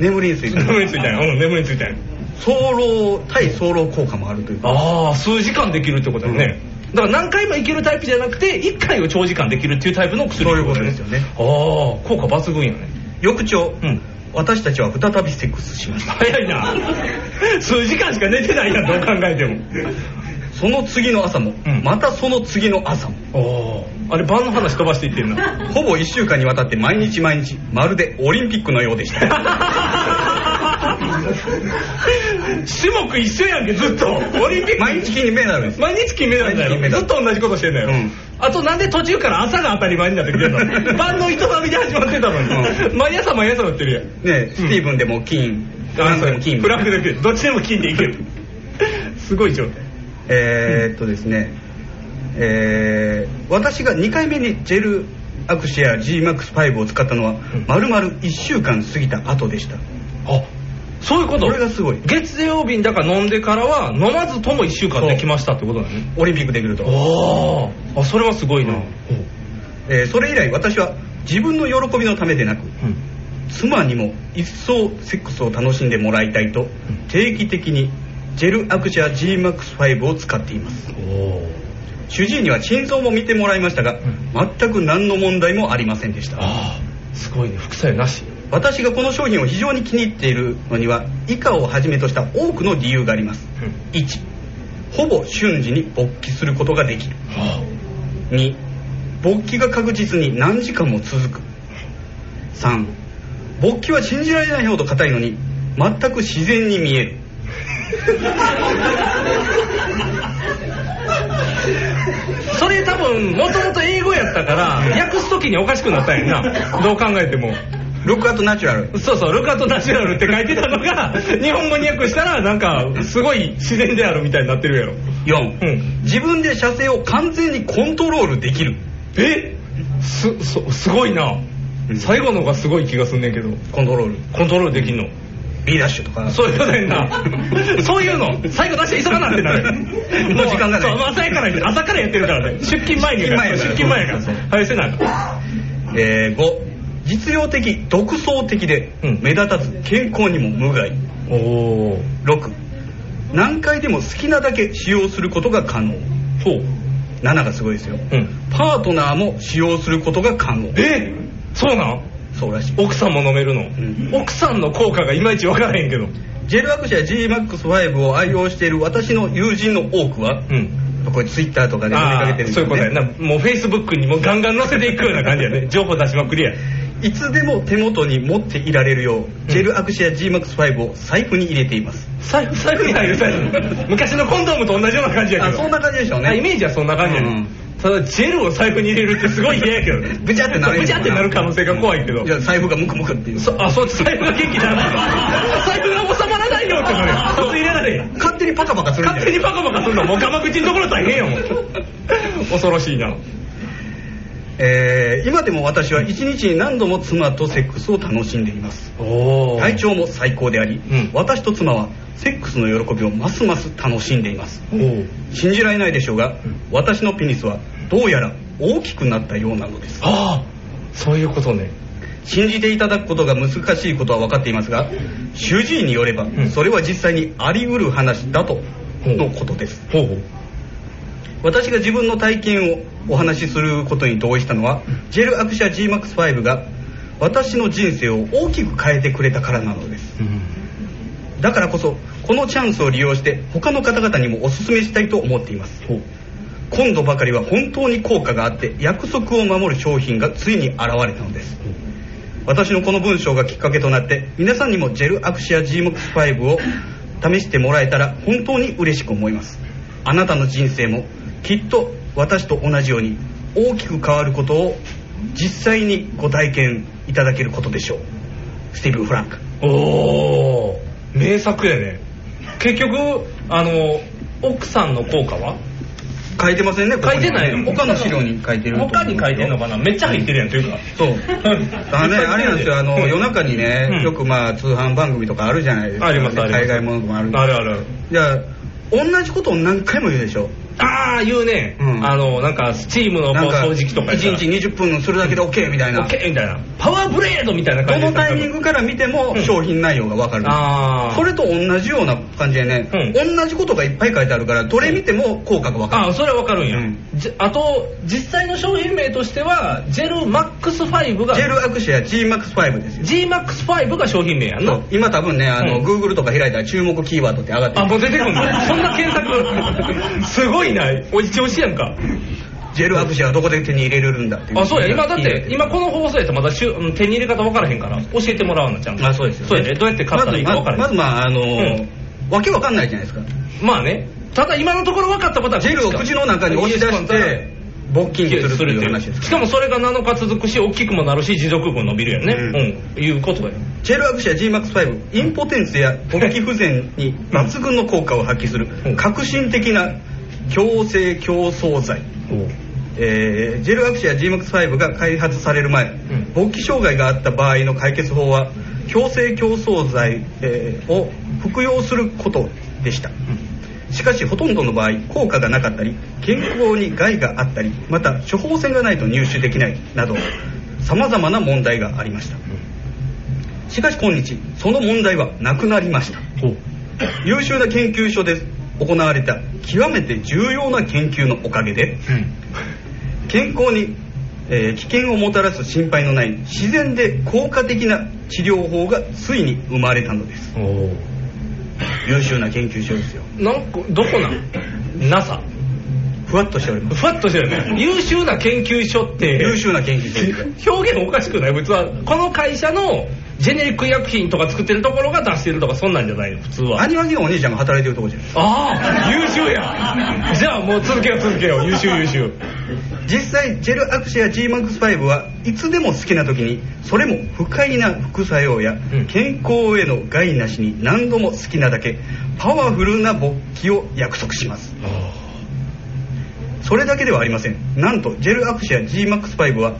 Speaker 10: 眠りについた
Speaker 4: 眠りについたんやうん眠りについたんや
Speaker 10: 早漏対早漏効果もあるという
Speaker 4: ああ数時間できるってことだよね、だから何回もいけるタイプじゃなくて1回を長時間できるっていうタイプの薬そういうことですよねああ効果抜群やね
Speaker 10: 翌朝、私たちは再びセックスしました
Speaker 4: 早いな数時間しか寝てないやんどう考えても
Speaker 10: その次の朝も、またその次の朝
Speaker 4: もあれ晩の話飛ばしていってるな
Speaker 10: ほぼ1週間にわたって毎日毎日まるでオリンピックのようでした
Speaker 4: 種目一緒やんけずっとオリンピック毎
Speaker 10: 日金メダルです
Speaker 4: 毎日金メダルだよずっと同じことしてんだよ、あとなんで途中から朝が当たり前になってくれ たの晩の営みで始まってたのに、毎朝毎朝やってるやん
Speaker 10: ねスティーブンでも金、フランクでも金
Speaker 4: フランクでも金どっちでも金でいけ るすごい状態
Speaker 10: えー、っとですね、えー、私が2回目にジェルアクシア GMAX5 を使ったのは、丸々1週間過ぎた後でした
Speaker 4: そういうことこれがすごい月曜日にだから飲んでからは飲まずとも1週間できましたってことだね
Speaker 10: オリンピックできると
Speaker 4: おあそれはすごいな、
Speaker 10: えーそれ以来私は自分の喜びのためでなく、妻にも一層セックスを楽しんでもらいたいと定期的にジェルアクシア GMAX5 を使っています主治医には心臓も見てもらいましたが、全く何の問題もありませんでしたすごいね副作用なし私がこの商品を非常に気に入っているのには以下をはじめとした多くの理由があります、1ほぼ瞬時に勃起することができる、2勃起が確実に何時間も続く3勃起は信じられないほど硬いのに全く自然に見える
Speaker 11: それ多分もともと英語やったから訳す時におかしくなったんやなどう考えても「
Speaker 10: ルックアットナチュラル」
Speaker 11: そうそう「ルックアットナチュラル」って書いてたの が日本語に訳したらなんかすごい自然であるみたいになってるやろ
Speaker 10: 4、自分で射精を完全にコントロールできる
Speaker 11: えすそすごいな最後のがすごい気がすんねんけど
Speaker 10: コントロール
Speaker 11: コントロールできんの
Speaker 10: B ダッシュとか
Speaker 11: そういうことやん なそういうの最後出して急がなってなるもう時間がない朝やから朝からやってるからね出勤前にやから
Speaker 10: 出
Speaker 11: 出
Speaker 10: 勤
Speaker 11: 勤
Speaker 10: 前
Speaker 11: 前
Speaker 10: や
Speaker 11: や
Speaker 10: から
Speaker 11: から早せなあかん
Speaker 10: えー、5実用的独創的で目立たず健康にも無害、6何回でも好きなだけ使用することが可能7がすごいですよ、パートナーも使用することが可能
Speaker 11: えそうなん
Speaker 10: そうらしい
Speaker 11: 奥さんも飲めるの、奥さんの効果がいまいち分からへんけど
Speaker 10: ジェルアクシア GMAX5 を愛用している私の友人の多くは、これツイッターとかで見かけてるんです
Speaker 11: そういうことやなもうフェイスブックにもガンガン載せていくような感じやね情報出しまくりや
Speaker 10: いつでも手元に持っていられるよう、ジェルアクシア GMAX5 を財布に入れています
Speaker 11: 財布財布に入る財布 昔のコンドームと同じような感じやけど
Speaker 10: あそんな感じでしょうね
Speaker 11: あイメージはそんな感じやね、ただジェルを財布に入れるってすごい嫌やけどね
Speaker 10: ブチャってなる
Speaker 11: ブチャってなる可能性が怖いけど
Speaker 10: いや財布がムクムクっていう
Speaker 11: あそう財布が元気に ならない財布が収まらないよってそれ 札入れられへん
Speaker 10: 勝手にパカパカするんじゃな
Speaker 11: 勝
Speaker 10: い
Speaker 11: 手にパカパカするのもうガマ口のところ大変やもん恐ろしいな
Speaker 10: えー今でも私は一日に何度も妻とセックスを楽しんでいます体調も最高であり、私と妻はセックスの喜びをますます楽しんでいます信じられないでしょうが、私のペニスはどうやら大きくなったようなのです
Speaker 11: ああそういうことね
Speaker 10: 信じていただくことが難しいことは分かっていますが主治医によれば、それは実際にあり得る話だとのことです私が自分の体験をお話しすることに同意したのは、ジェルアクシア GMAX5 が私の人生を大きく変えてくれたからなのです、だからこそこのチャンスを利用して他の方々にもお勧めしたいと思っています今度ばかりは本当に効果があって約束を守る商品がついに現れたのです私のこの文章がきっかけとなって皆さんにもジェルアクシア GMAX5 を試してもらえたら本当に嬉しく思いますあなたの人生もきっと私と同じように大きく変わることを実際にご体験いただけることでしょうスティーブン・フランク
Speaker 11: おお名作やね結局あの奥さんの効果は
Speaker 10: 書いてませんね
Speaker 11: 書いてないの
Speaker 10: 他の資料に書いてる
Speaker 11: 他に書いてんのかなめっちゃ入ってるやんと いうか
Speaker 10: そうあね、あれなんですよあの夜中にね、よくまあ通販番組とかあるじゃないですか、
Speaker 11: ありますあります
Speaker 10: 海外ものとかもあるんです
Speaker 11: あるある
Speaker 10: じゃあ同じことを何回も言うでしょ
Speaker 11: ああ言うね、あのなんかスチームの
Speaker 10: なん
Speaker 11: こう
Speaker 10: か
Speaker 11: 掃除機とかやったら
Speaker 10: 1日20分するだけで OK みたいな
Speaker 11: OK みたいなパワーブレードみたいな
Speaker 10: ど
Speaker 11: 感じ
Speaker 10: のタイミングから見ても商品内容が分かる、
Speaker 11: あー
Speaker 10: それと同じような感じでね、同じことがいっぱい書いてあるからどれ見ても効果が分かる、
Speaker 11: ああそれはわかるんや、じあと実際の商品名としてはジェルマックス5が
Speaker 10: ジェルアクシア GMAX5 ですよ
Speaker 11: GMAX5 が商品名やんな
Speaker 10: そう今多分ねあの、
Speaker 11: うん
Speaker 10: Google とか開いたら注目キーワードって上がってる
Speaker 11: あもう出てくんだそんな検 索すごいなお一押しやんか
Speaker 10: ジェルアクシアはどこで手に入れれるんだってい
Speaker 11: あそうや今だって今この放送やったらまだしゅうん手に入れ方分からへんから教えてもらわなちゃんと
Speaker 10: あそうですよね
Speaker 11: そうやねどうやって買ったらいいか分からへん
Speaker 10: まずままずまああのー
Speaker 11: うん
Speaker 10: わけわかんないじゃないですか
Speaker 11: まあねただ今のところ分かったことは
Speaker 10: ジェルを口の中に押し出して勃起するっていう話です
Speaker 11: しかもそれが7日続くし大きくもなるし持続力も伸びるやんねうん、いうことだよ
Speaker 10: ジェルアクシア GMAX5 インポテンスや勃起不全に抜群の効果を発揮する革新的な強制競争剤えージェルアクシア GMAX5 が開発される前勃起障害があった場合の解決法は強制競争剤、えーを服用することでしたしかしほとんどの場合効果がなかったり健康に害があったりまた処方箋がないと入手できないなどさまざまな問題がありましたしかし今日その問題はなくなりました優秀な研究所で行われた極めて重要な研究のおかげで、健康に、えー危険をもたらす心配のない自然で効果的な治療法がついに生まれたのです優秀な研究所ですよ
Speaker 11: なんかどこなん NASA
Speaker 10: ふわっとしております
Speaker 11: ふわっとしてるね優秀な研究所って
Speaker 10: 優秀な研究所
Speaker 11: 表現おかしくない普通はこの会社のジェネリック医薬品とか作ってるところが出してるとかそんなんじゃないの普通は
Speaker 10: アニマのお兄ちゃんが働いてるとこじゃない
Speaker 11: ああ優秀 やじゃあもう続けよう続けよう優秀優秀
Speaker 10: 実際ジェルアクシア GMAX5 はいつでも好きな時にそれも不快な副作用や健康への害なしに何度も好きなだけパワフルな勃起を約束しますそれだけではありませんなんとジェルアクシア GMAX5 は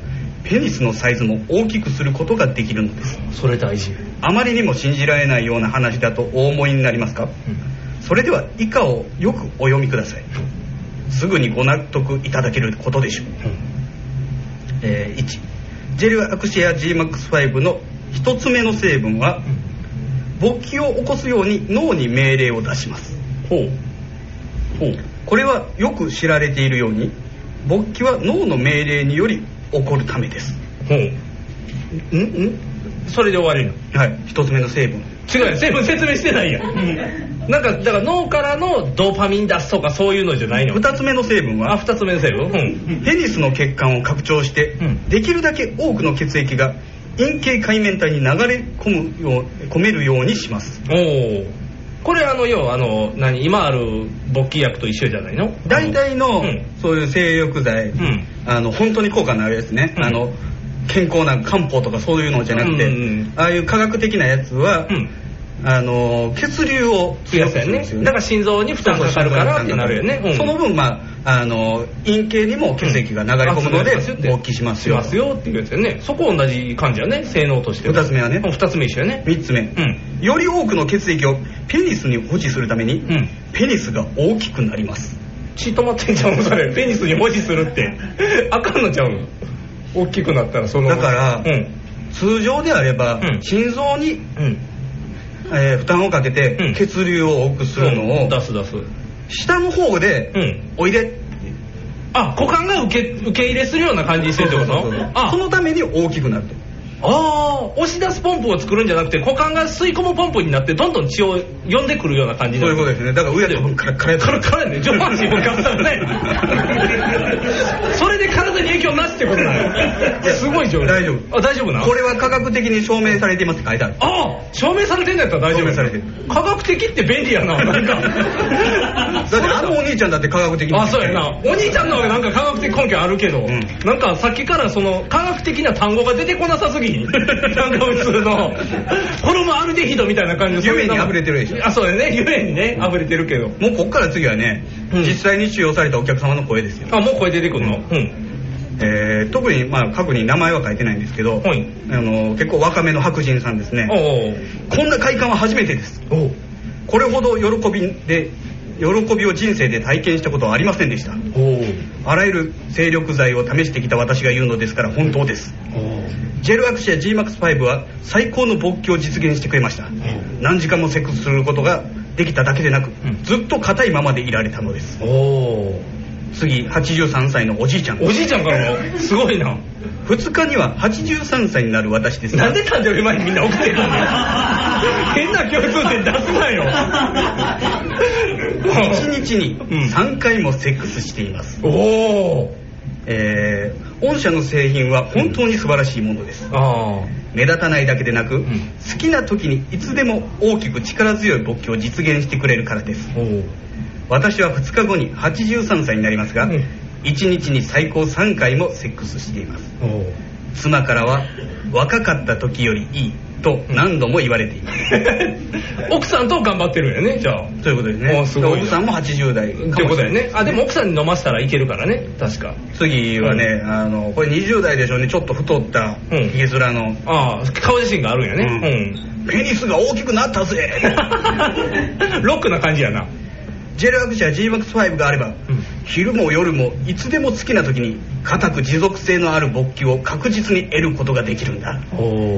Speaker 10: ペニスのサイズも大きくすることができるのです
Speaker 11: それ大事
Speaker 10: あまりにも信じられないような話だとお思いになりますか、それでは以下をよくお読みくださいすぐにご納得いただけることでしょう、えー1ジェルアクシア GMAX5 の1つ目の成分は勃起を起こすように脳に命令を出しますほうほうこれはよく知られているように勃起は脳の命令により起こるためです
Speaker 11: ほうんんそれで終わり
Speaker 10: なはい一つ目の成分
Speaker 11: 違うよ成分説明してないや んなんかだから脳からのドーパミン出すとかそういうのじゃないの
Speaker 10: 2つ目の成分は
Speaker 11: あ二つ目の成分うん
Speaker 10: ペニスの血管を拡張して、できるだけ多くの血液が陰茎界面体に流れ込むよう込めるようにします
Speaker 11: おおこれあの要はあの何今ある勃起薬と一緒じゃないの
Speaker 10: 大体の、
Speaker 11: うん
Speaker 10: そういう性欲剤、
Speaker 11: ん
Speaker 10: あの本当に効果のあるやつね、あの健康な漢方とかそういうのじゃなくて、
Speaker 11: うんうん
Speaker 10: ああいう科学的なやつは、あの血流を
Speaker 11: 増やすやん
Speaker 10: ん
Speaker 11: ね
Speaker 10: ですよ
Speaker 11: だから心臓に負担かかるからってなるよね、うん
Speaker 10: その分、まあ、あの陰茎にも血液が流れ込むので勃起しますよ
Speaker 11: しますよっていうやつよねそこ同じ感じやね性能として
Speaker 10: 2つ目はね
Speaker 11: 2つ目一緒やね
Speaker 10: 3つ目、より多くの血液をペニスに保持するために、ペニスが大きくなります
Speaker 11: 血止まってんじゃんそれペニスに保持するってあかんのちゃうん大きくなったらその
Speaker 10: だから、通常であれば、心臓に、えー負担をかけて血流を多くするのを、
Speaker 11: 出す出す
Speaker 10: 下の方で、おいで
Speaker 11: あ股間が受け受け入れするような感じにしてるってことあ
Speaker 10: そのために大きくなると
Speaker 11: ああ押し出すポンプを作るんじゃなくて股間が吸い込むポンプになってどんどん血を呼んでくるような感じ
Speaker 10: そういうことですねだから上と
Speaker 11: 分
Speaker 10: からから
Speaker 11: からからね上半身もガッサねそれで体に影響なしってことなのすごい状態
Speaker 10: 大丈夫
Speaker 11: あ大丈夫な
Speaker 10: これは科学的に証明されていますって書いてある
Speaker 11: ああ証明されてんだったら大丈夫されて科学的って便利やななんか
Speaker 10: だってあのお兄ちゃんだって科学的に
Speaker 11: あそうやなお兄ちゃんの方がなんか科学的根拠あるけど、なんかさっきからその科学的な単語が出てこなさすぎひんなんか普通のホルモンアルデヒドみたいな感じの
Speaker 10: 夢に溢れてるでしょ
Speaker 11: あそうやね夢にね溢れてるけど
Speaker 10: もうこっから次はね、実際に使用されたお客様の声ですよ
Speaker 11: あもう声出てくるのうん、
Speaker 10: えー特に、まあ、過去に名前は書いてないんですけど、あの結構若めの白人さんですねこんな快感は初めてですこれほど喜びで喜びを人生で体験したことはありませんでしたあらゆる精力剤を試してきた私が言うのですから本当ですジェルアクシア GMAX5 は最高の勃起を実現してくれました何時間もセックスすることができただけでなくずっと硬いままでいられたのです次83歳のおじいちゃん
Speaker 11: おじいちゃんからもすごいな
Speaker 10: 2日には83歳になる私です
Speaker 11: なんで誕生日前にみんな送っ てくるの変な共通点出すなよ
Speaker 10: 1日に3回もセックスしています、
Speaker 11: おお
Speaker 10: えー御社の製品は本当に素晴らしいものです、目立たないだけでなく、好きな時にいつでも大きく力強い勃起を実現してくれるからです私は2日後に83歳になりますが、1日に最高3回もセックスしています妻からは若かった時よりいいと何度も言われています
Speaker 11: 奥さんと頑張ってるんやねじゃあ
Speaker 10: ということですね
Speaker 11: すごいな
Speaker 10: 奥さんも80代かもし
Speaker 11: っ
Speaker 10: れ
Speaker 11: て
Speaker 10: な
Speaker 11: こ
Speaker 10: い
Speaker 11: とだよねあでも奥さんに飲ませたらいけるからね確か
Speaker 10: 次はね、あのこれ20代でしょうねちょっと太ったひげ面の、
Speaker 11: ああ顔自身があるんやね
Speaker 10: ペニスが大きくなったぜ
Speaker 11: ロックな感じやな
Speaker 10: ジェルアクシア GMAX5 があれば、昼も夜もいつでも好きな時に固く持続性のある勃起を確実に得ることができるんだ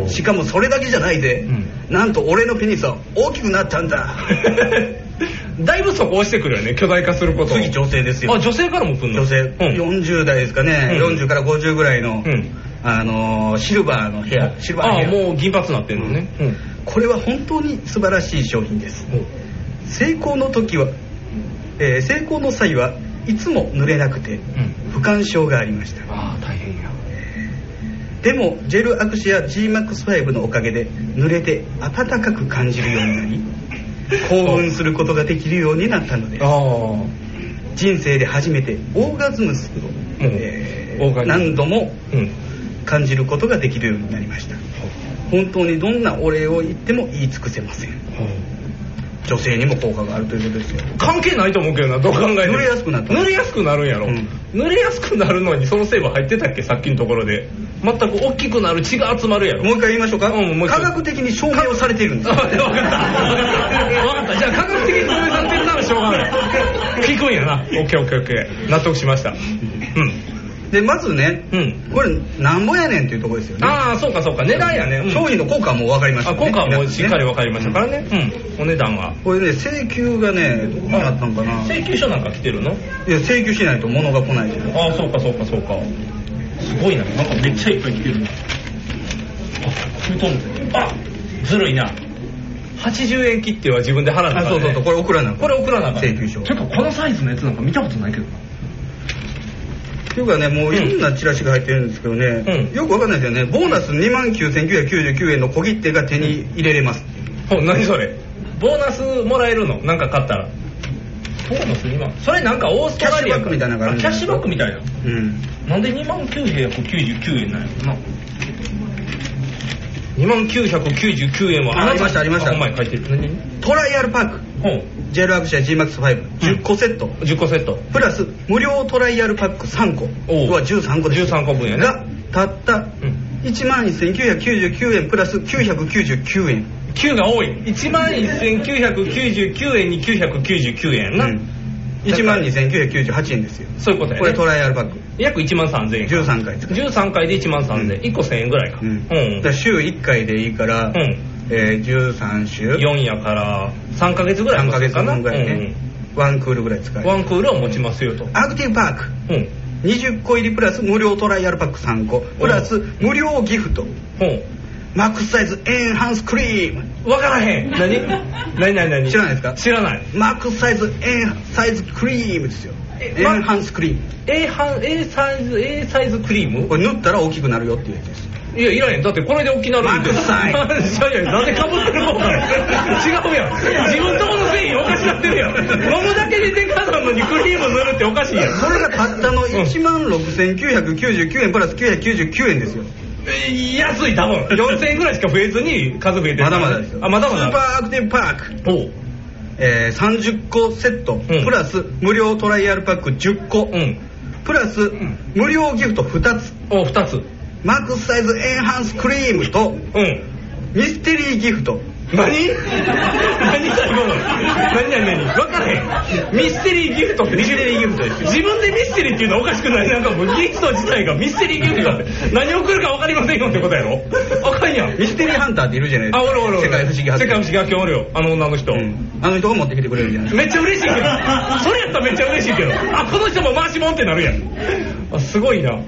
Speaker 10: しかもそれだけじゃないぜ、なんと俺のペニスは大きくなったん だだいぶそこ押してくるよね巨大化すること次女性ですよあ女性からも来るの女性、40代ですかね、
Speaker 11: うん
Speaker 10: 40から50ぐらいの、あのーシルバーの部屋シルバーの部屋
Speaker 11: あもう銀髪になってんのね、うん
Speaker 10: これは本当に素晴らしい商品です成功の時は、えー成功の際はいつも濡れなくて、不感症がありましたああ大変やでもジェルアクシア GMAX5 のおかげで濡れて暖かく感じるようにな り興奮することができるようになったのです人生で初めてオーガズムスを、えー何度も感じることができるようになりました本当にどんなお礼を言っても言い尽くせません女性にも効果があるということですよ
Speaker 11: 関係ないと思うけどなどう考えても
Speaker 10: 濡れやすくなった
Speaker 11: 濡れやすくなるんやろ、濡れやすくなるのにその成分入ってたっけさっきのところで全く大きくなる血が集まるやろもう一回言いましょうか、うん、もう科学
Speaker 10: 的に証明をされているんです
Speaker 11: 分かった分かったじゃあ科学的に証明されてるならしょうがない 聞くんやな OKOKOK 納得しました
Speaker 10: でまずね、これなんぼやねんっていうところですよね
Speaker 11: ああそうかそうか値段やね、うん
Speaker 10: 商品の効果はもう分かりました
Speaker 11: あ
Speaker 10: ね
Speaker 11: 効果はもうしっかり分かりましたからね、うんお値段は
Speaker 10: これね請求がねどうなったんかな
Speaker 11: 請求書なんか来てるの
Speaker 10: いや請求しないと物が来ないじゃん
Speaker 11: ああそうかそうかそうかすごいななんかめっちゃいっぱい来てるなあ封筒もあずるいな80円切っては自分で払ったから、ね、
Speaker 10: あそうそうそうこれ送らなあかん
Speaker 11: これ送らなあかん
Speaker 10: 請求書
Speaker 11: てかこのサイズのやつなんか見たことないけどな
Speaker 10: っていうかねもういろんなチラシが入ってるんですけどね、よく分かんないですよねボーナス2万9999円の小切手が手に入れれます、
Speaker 11: ほ何 それボーナスもらえるのなんか買ったらボーナス2万それなんかオーストラリアか
Speaker 10: キャッシュバックみたいなのがあるん
Speaker 11: あ
Speaker 10: じ
Speaker 11: キャッ
Speaker 10: ゃない
Speaker 11: シュバックみたいな
Speaker 10: うん、
Speaker 11: なんで2万999円なんやろな2万999円は
Speaker 10: あありましたありました
Speaker 11: お前書いてる何
Speaker 10: トライアルパークジェルアクシア GMAX510 個セット、
Speaker 11: 10個セット
Speaker 10: プラス無料トライアルパック3個は13個です13
Speaker 11: 個分やね
Speaker 10: がたった1万1999円プラス999円
Speaker 11: 9が多い1万1999円に999円やんな、
Speaker 10: 1万2998円ですよ
Speaker 11: そういうことやね
Speaker 10: これトライアルパック
Speaker 11: 約1万3000円
Speaker 10: 13回使う
Speaker 11: 13回で1万3000円、1個1000円ぐらいか、うん
Speaker 10: だから週1回でいいから、えー13週
Speaker 11: 4やから3ヶ月ぐらい
Speaker 10: 3ヶ月分ぐらいね、ワンクールぐらい使える
Speaker 11: ワンクールを持ちますよと
Speaker 10: アクティブパーク、20個入りプラス無料トライアルパック3個プラス無料ギフト、マックスサイズエンハンスクリーム
Speaker 11: わからへん何何何何
Speaker 10: 知らないですか
Speaker 11: 知らない
Speaker 10: マックスサイズエンサイズクリームですよ
Speaker 11: え
Speaker 10: エンハンスクリーム
Speaker 11: A, 半 A サイズ A サイズクリーム
Speaker 10: これ塗ったら大きくなるよっていうやつです
Speaker 11: いやいらへんだってこれで沖縄の
Speaker 10: マックスサ イ
Speaker 11: いやいやなんでかぶってるのお前違うやん自分とこの繊維おかしなってるやん飲むだけででかさんのにクリーム塗るっておかしいやん
Speaker 10: それがたったの1万6999円プラス999円ですよ
Speaker 11: えー安い多分4000円ぐらいしか増えずに数増えてる
Speaker 10: まだまだですよ
Speaker 11: あまだまだ
Speaker 10: スーパーアクティブパークえー30個セット、プラス無料トライアルパック10個、プラス無料ギフト2つ
Speaker 11: お2つ
Speaker 10: マックスサイズエンハンスクリームと、ミステリーギフト
Speaker 11: 何何最後の何何何分からへんミステリーギフトってミステリーギフトです自分でミステリーっていうのはおかしくないなんかもうギフト自体がミステリーギフトだって何を送るか分かりませんよってことやろあかんやん
Speaker 10: ミステリーハンターっているじゃないです
Speaker 11: あ
Speaker 10: か
Speaker 11: おるおるおる
Speaker 10: 世界不思議発
Speaker 11: 世界
Speaker 10: 見
Speaker 11: 不思議発見おるよあの女の人、
Speaker 10: あの人が持ってきてくれるじゃない
Speaker 11: めっちゃ嬉しいけどそれやったらめっちゃ嬉しいけどあこの人も回しもんってなるやんあすごいな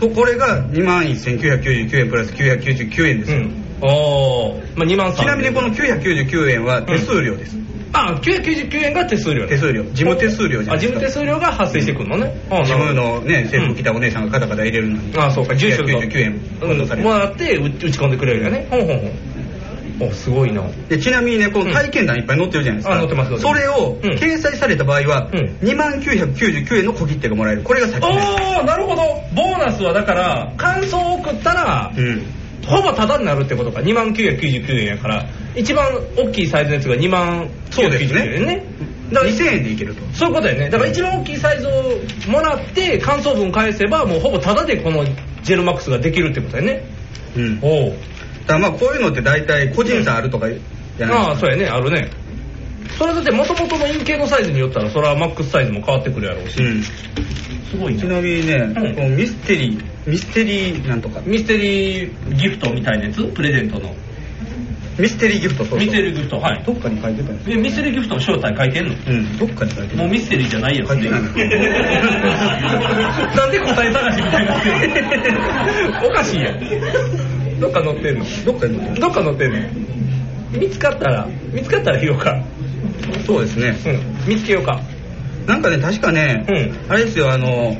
Speaker 10: そうこれが2万1999円プラス999円ですよ、
Speaker 11: おお、まあ、2万3
Speaker 10: ちなみにこの999円は手数料です、
Speaker 11: あ999円が手数料
Speaker 10: 手数料事務手数料じゃ
Speaker 11: あ
Speaker 10: ない
Speaker 11: 事
Speaker 10: で
Speaker 11: 務手
Speaker 10: すか
Speaker 11: 数料が発生してくるのね、あ
Speaker 10: 自分
Speaker 11: の
Speaker 10: のね制服着たお姉さんがカタカタ入れるのに
Speaker 11: あそうか住所と
Speaker 10: 999円
Speaker 11: うん
Speaker 10: 戻される
Speaker 11: もらってう打ち込んでくれるよねほんほんほんおすごいな
Speaker 10: でちなみにねこの体験談いっぱい載ってるじゃないですか、
Speaker 11: あ載ってます載って
Speaker 10: そ
Speaker 11: ます
Speaker 10: れを掲載された場合は2万999円の小切手がもらえるこれが先
Speaker 11: お
Speaker 10: です
Speaker 11: ーなるほどボーナスはだから感想を送ったら
Speaker 10: うん
Speaker 11: ほぼタダになるってことか2万999円やから一番大きいサイズのやつが2万
Speaker 10: そうで
Speaker 11: 999
Speaker 10: すね
Speaker 11: 円ねだから
Speaker 10: 2000円でいけると
Speaker 11: そういうことやねだから一番大きいサイズをもらって感想文返せばもうほぼタダでこのジェルマックスができるってことやね
Speaker 10: うん
Speaker 11: おう
Speaker 10: だからまあこういうのって大体個人差あるとかじゃないですか
Speaker 11: ああそうやねあるねそれだって元々の陰茎のサイズによったらそれはマックスサイズも変わってくるやろうし、すごい
Speaker 10: ちなみにね、このミステリーミステリーなんとか
Speaker 11: ミステリーギフトみたいなやつプレゼントのミステリーギフトミステリーギフトはいどっかに書いてたミステリーギフトの正体書いてんのうんどっかに書いてもうミステリーじゃないやつねなんで答え探しみたいになってるのおかしいやんどっか載ってんのどっかに載ってんのどっか載ってんの見つかったら見つかったら言おうか
Speaker 10: そうですね、
Speaker 11: 見つけようか
Speaker 10: なんかね確かね、あれですよあの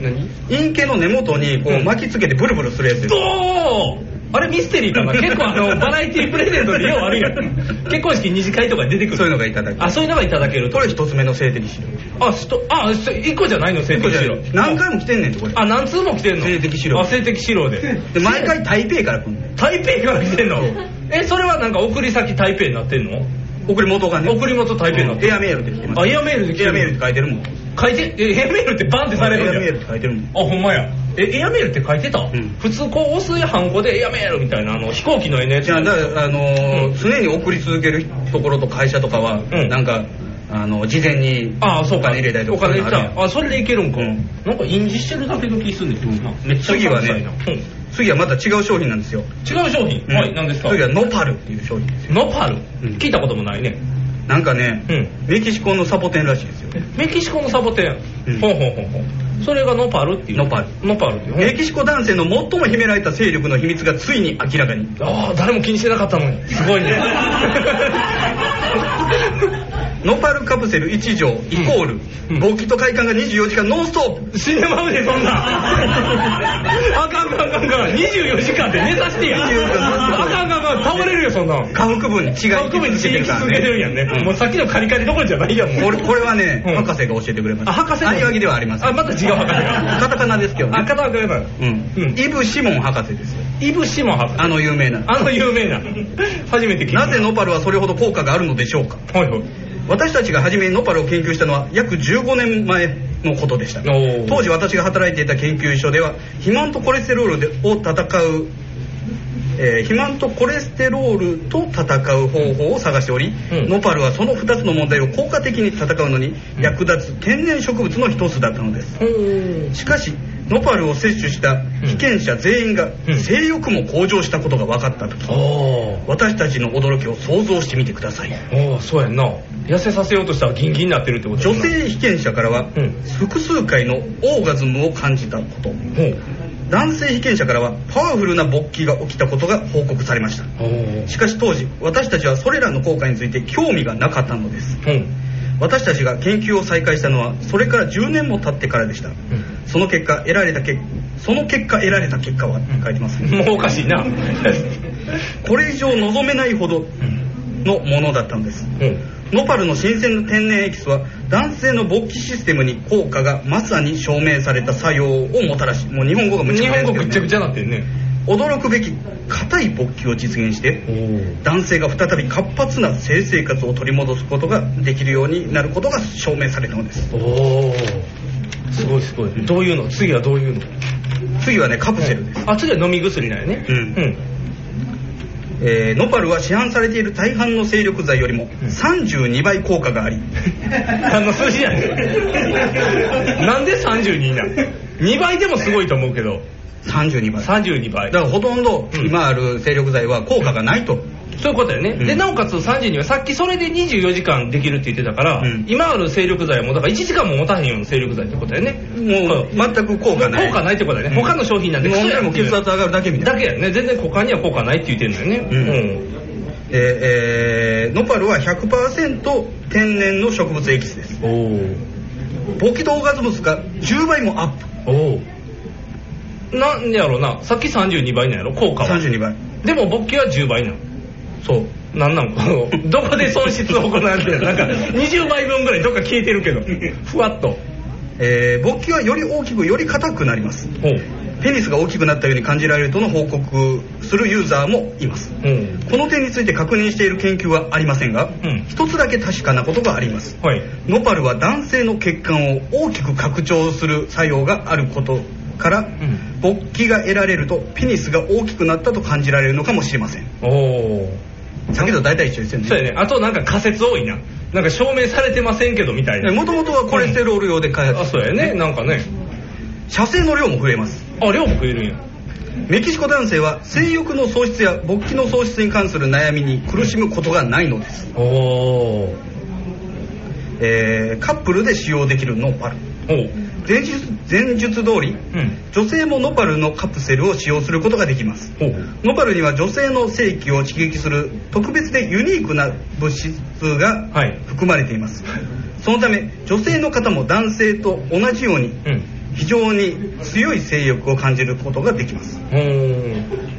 Speaker 10: 陰茎の根元にこう巻きつけてブルブルするやつです
Speaker 11: おーあれミステリーかな 結構あのバラエティプレゼントでようあるや ん結婚式二次会とかに出てくるそういうのがいただけるあそういうのがいただけるこれ一つ目の性的資料あしとあそ一個じゃないの性的資料何回も来てんねんってこれあ何通も来てんの性的資料あ性的資料でで毎回台北から来んの台北から来てんのえそれはなんか送り先台北になってんの送り元がね送り元台北になってエアメールで来てますあエアメールで来てエアメールって書いてるもん書いてえエアメールってバンってされるんや
Speaker 10: エアメールって書いてるもん
Speaker 11: あほんまやえエアメールって書いてた、普通こう押すハンコでエアメールみたいなあの飛行機の絵のやつ
Speaker 10: じゃあだからあのー常に送り続けるところと会社とかは、なんかあの事前にお金入れたりと
Speaker 11: お
Speaker 10: か
Speaker 11: 金
Speaker 10: そう
Speaker 11: 入れ
Speaker 10: いうのあ
Speaker 11: た
Speaker 10: る
Speaker 11: らあそれでいけるんか、なんか印字してるだけの気すんねんけどなめっちゃ
Speaker 10: 次はね
Speaker 11: うるさいな
Speaker 10: 次はまた違う商品なんですよ
Speaker 11: 違う商品、
Speaker 10: うん
Speaker 11: はい何ですか
Speaker 10: 次はノパルっていう商品ですよ
Speaker 11: ノパル、聞いたこともないね
Speaker 10: なんかね、メキシコのサボテンらしいですよ
Speaker 11: メキシコのサボテン、ほんほんほんほんそれがノパルっていうノパルノパルっていう
Speaker 10: メキシコ男性の最も秘められた勢力の秘密がついに明らかに
Speaker 11: ああ誰も気にしてなかったのにすごいね
Speaker 10: ノパルカプセル1錠イコール、勃起と快感が24時間ノンストップ
Speaker 11: 死ねまうでそん なあかんあかんあかんあかん24時間で目指してやあかんあかんあかん倒れるよそんな
Speaker 10: 下腹部に血が行き続けてるか
Speaker 11: 下腹部に血行き
Speaker 10: ら
Speaker 11: 続けてるやんねもうさっきのカリカリどころじゃないやんもう
Speaker 10: これこれはね、博士が教えてくれました
Speaker 11: あ博士
Speaker 10: アニワギではありません
Speaker 11: あまた違う博士が
Speaker 10: カタカナですけど、ね、あ
Speaker 11: カタカナ
Speaker 10: うん、イブ・シモン博士ですよ
Speaker 11: イブ・シモン博士
Speaker 10: あの有名な
Speaker 11: あの有名な初めて聞い
Speaker 10: なぜノパルはそれほど効果があるのでしょうか私たちが初めにノパルを研究したのは約15年前のことでした当時私が働いていた研究所では肥満とコレステロールでを戦う、えー肥満とコレステロールと戦う方法を探しており、ノパルはその2つの問題を効果的に戦うのに役立つ天然植物の一つだったのですしかしノパルを摂取した被験者全員が性欲も向上したことが分かった時私たちの驚きを想像してみてください
Speaker 11: おおそうやんな痩せさせようとしたらギンギンになってるってこと
Speaker 10: 女性被験者からは複数回のオーガズムを感じたこと、男性被験者からはパワフルな勃起が起きたことが報告されましたしかし当時私たちはそれらの効果について興味がなかったのです、私たちが研究を再開したのはそれから10年も経ってからでした、その結果得られた結その結果得られた結果はって書いてますね
Speaker 11: もうおかしいな
Speaker 10: これ以上望めないほどのものだったのです、ノパルの新鮮な天然エキスは男性の勃起システムに効果がまさに証明された作用をもたらしもう日本語がむちゃくちゃ
Speaker 11: 日本語ぐっちゃぐちゃなってんね
Speaker 10: 驚くべき硬い勃起を実現して男性が再び活発な性生活を取り戻すことができるようになることが証明されたのです
Speaker 11: おおすごいすごいどういうの次はどういうの
Speaker 10: 次はねカプセルです、
Speaker 11: あ次は飲み薬なんやね
Speaker 10: うん、えーノパルは市販されている大半の精力剤よりも32倍効果があり
Speaker 11: あの数字やねなんで32なん2倍でもすごいと思うけど
Speaker 10: 32倍
Speaker 11: 32倍
Speaker 10: だからほとんど今ある精力剤は効果がないと、
Speaker 11: そういうことだよね、でなおかつ32はさっきそれで24時間できるって言ってたから、今ある精力剤はもうだから1時間も持たへんような精力剤ってことだよね
Speaker 10: もう全く効果ない
Speaker 11: 効果ないってことだよね、他の商品なんで
Speaker 10: もう俺らも血圧上がるだけみたいな
Speaker 11: だけやね全然他には効果ないって言ってるんだよねうん、
Speaker 10: でえーノパルは100%天然の植物エキスです勃起とオーガズムスが10倍もアップ
Speaker 11: おなんやろなさっき32倍なんやろ効果は
Speaker 10: 32倍
Speaker 11: でも勃起は10倍なのそうなんなんこの どこで損失を行われてるなん か20倍分ぐらいどっか消えてるけどふわっと
Speaker 10: えー勃起はより大きくより硬くなりますペニスが大きくなったように感じられるとの報告するユーザーもいますこの点について確認している研究はありませんが、一つだけ確かなことがあります、ノパルは男性の血管を大きく拡張する作用があることから、勃起が得られるとペニスが大きくなったと感じられるのかもしれません
Speaker 11: おお
Speaker 10: さっきと大体一緒ですよね
Speaker 11: そうやねあとなんか仮説多いななんか証明されてませんけどみたいな
Speaker 10: もともとはコレステロール用で開発、あそうやねなんかね射精の量も増えますあ量も増えるんやメキシコ男性は性欲の喪失や勃起の喪失に関する悩みに苦しむことがないのですおお、えーカップルで使用できるノーパル前述前述通り、女性もノパルのカプセルを使用することができますノパルには女性の性器を刺激する特別でユニークな物質が含まれています、そのため女性の方も男性と同じように非常に強い性欲を感じることができます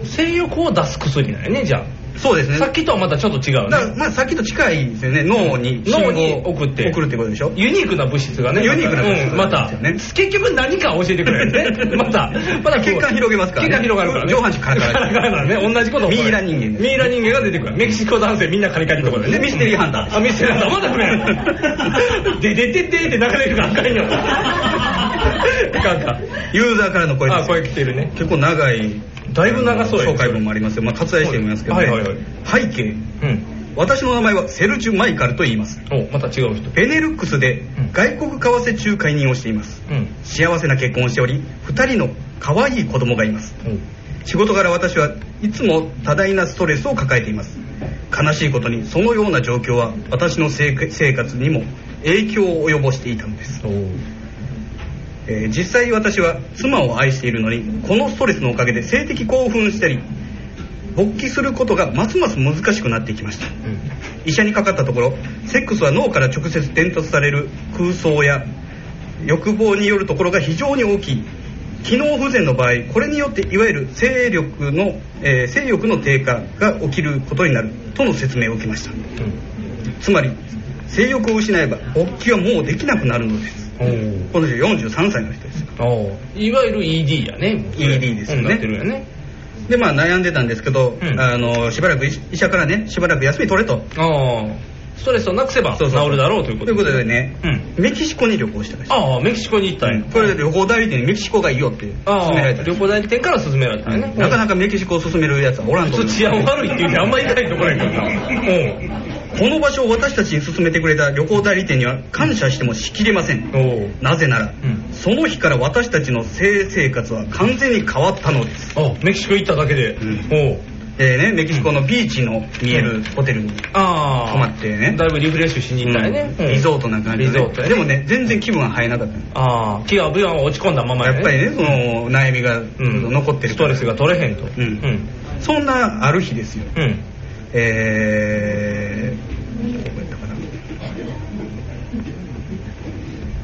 Speaker 10: 性欲を出す薬なんやねじゃあそうですねさっきとはまたちょっと違うねまあさっきと近いですよね脳に
Speaker 11: 脳に
Speaker 10: 信号を
Speaker 11: 送って
Speaker 10: 送るってことでしょ
Speaker 11: ユニークな物質がね
Speaker 10: ユニークな物質
Speaker 11: うんまた結局何か教えてくれる ねまたまた血管広げます
Speaker 10: からね
Speaker 11: 血管広がるからね
Speaker 10: 上半身カリカリ
Speaker 11: カリカリだね同じこと
Speaker 10: ミイラ人
Speaker 11: 間ミイラ人間が出てくるメキシコ男性みんなカリカリってことだよね
Speaker 10: ミステリーハンター
Speaker 11: あミステリーハンターまだ これででででって流れるからあかんよあかんあかん
Speaker 10: ユーザーからの声ですあ声
Speaker 11: 来てるね
Speaker 10: 結構長いだいぶ長そう紹介文もありますよ、まあ、割愛してみますけど、ね
Speaker 11: はいはいはい
Speaker 10: 背景、私の名前はセルジュ・マイカルと言います
Speaker 11: また違う人
Speaker 10: ベネルックスで外国為替仲介人をしています、
Speaker 11: うん
Speaker 10: 幸せな結婚をしており2人の可愛い子供がいます、仕事から私はいつも多大なストレスを抱えています悲しいことにそのような状況は私の生生活にも影響を及ぼしていたのです、えー実際私は妻を愛しているのにこのストレスのおかげで性的興奮したり勃起することがますます難しくなってきました、医者にかかったところセックスは脳から直接伝達される空想や欲望によるところが非常に大きい機能不全の場合これによっていわゆる性力の、えー性欲の低下が起きることになるとの説明を受けました、つまり性欲を失えば勃起はもうできなくなるのですこの人43歳の人ですいわゆる ED やね ED ですよねでまあ悩んでたんですけど、あのしばらく医医者からねしばらく休み取れと
Speaker 11: ストレスをなくせば治
Speaker 10: そうそう
Speaker 11: るだろうということ
Speaker 10: ということでね、メキシコに旅行したらしい
Speaker 11: ああメキシコに行ったんや
Speaker 10: これで旅行代理店にメキシコがいいよって勧められた旅行代理店から勧められたねなかなかメキシコを勧めるやつはおらんと
Speaker 11: 普通治安悪いっていう人あんまりいないところやけどな
Speaker 10: この場所を私たちに勧めてくれた旅行代理店には感謝してもしきれませんなぜなら、その日から私たちの性生活は完全に変わったのですメキシコ行っただけで、おでねメキシコのビーチの見えるホテルに
Speaker 11: ああ
Speaker 10: 泊まってね
Speaker 11: だいぶリフレッシュしに行ったんやね
Speaker 10: うんリゾートな感じで、
Speaker 11: リゾートやね
Speaker 10: でもね全然気分は生えなかった
Speaker 11: ああ気が分は落ち込んだまま
Speaker 10: やっぱりねその悩みが残ってる、ストレスが取れへんと、そんなある日ですよ、えーどこやったか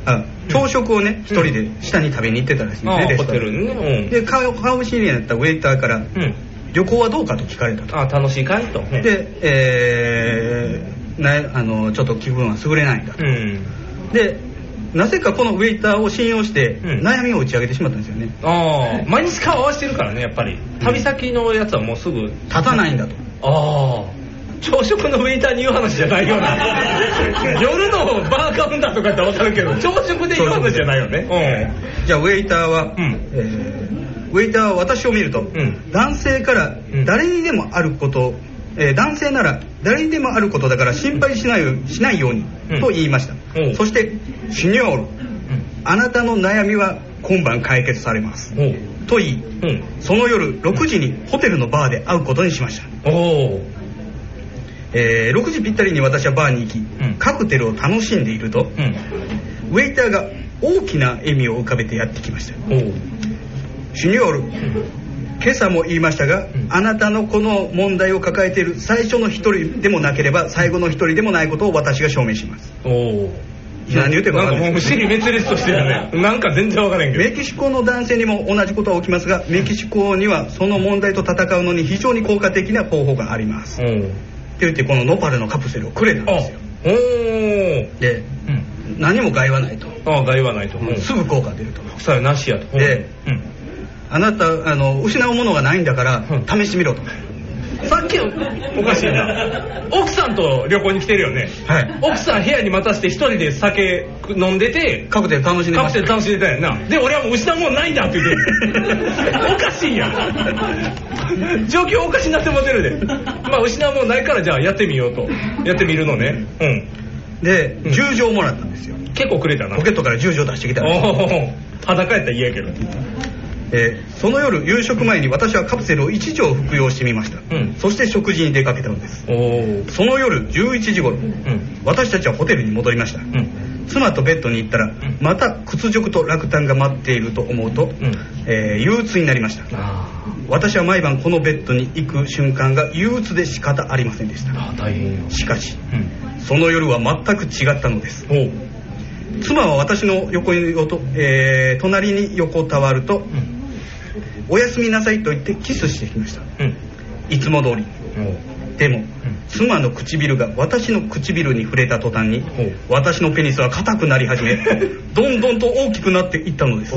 Speaker 10: なあ朝食をね一人で下に食べに行ってたらしいん
Speaker 11: ああ
Speaker 10: ですねレストラン
Speaker 11: ホテルにねうん
Speaker 10: で顔顔知り合いになったウェイターから、旅行はどうかと聞かれたと
Speaker 11: ああ楽しいかいと
Speaker 10: で、えーなあのちょっと気分は優れないんだと、でなぜかこのウェイターを信用して悩みを打ち上げてしまったんですよね、
Speaker 11: ああ毎日顔合わせてるからねやっぱり旅先のやつはもうすぐ立
Speaker 10: たないんだと
Speaker 11: ああ朝食のウェイターに言う話じゃないような 夜のバーカウンターとかやってわかるけど朝食で言う話じゃないよね
Speaker 10: じゃあウェイターは、えーウェイターは私を見ると、男性から誰にでもあること、えー男性なら誰にでもあることだから心配しないよしないように、と言いました、そして「シニョール、あなたの悩みは今晩解決されます」と言い、その夜6時にホテルのバーで会うことにしましたえー6時ぴったりに私はバーに行き、カクテルを楽しんでいると、ウェイターが大きな笑みを浮かべてやってきましたシニョール今朝も言いましたが、あなたのこの問題を抱えている最初の一人でもなければ最後の一人でもないことを私が証明します
Speaker 11: おお
Speaker 10: 何言うてるか分かんない
Speaker 11: なんかもう不思議滅裂としてるねなんか全然分からへんけど
Speaker 10: メキシコの男性にも同じことは起きますがメキシコにはその問題と戦うのに非常に効果的な方法があります、って言ってこのノパルのカプセルをくれたんですよ
Speaker 11: おお
Speaker 10: で、何も害はないと
Speaker 11: ああ害はないと
Speaker 10: すぐ効果出ると
Speaker 11: 副作用なしやと
Speaker 10: で、あなたあの失うものがないんだから試してみろと、
Speaker 11: さっきおかしいな奥さんと旅行に来てるよね、奥さん部屋に待たせて一人で酒飲んでて
Speaker 10: カクテル楽しんで
Speaker 11: カクテル 楽しんでたんやなで俺はもう失うもんないんだって言っておかしいやん状況おかしになってもてるでまあ失うもんないからじゃあやってみようとやってみるのねうんで10錠もらったんですよ結構くれたなポケットから10錠出してきたんですよ裸やったら嫌やけど
Speaker 10: えーその夜夕食前に私はカプセルを1錠服用してみました、そして食事に出かけたのですその夜11時頃、私たちはホテルに戻りました、妻とベッドに行ったら、また屈辱と落胆が待っていると思うと、えー憂鬱になりました私は毎晩このベッドに行く瞬間が憂鬱で仕方ありませんでしたしかし、その夜は全く違ったのです妻は私の横によと、えー隣に横たわると、おやすみなさいと言ってキスしてきました、いつも通りでも、妻の唇が私の唇に触れた途端に私のペニスは硬くなり始めどんどんと大きくなっていったのです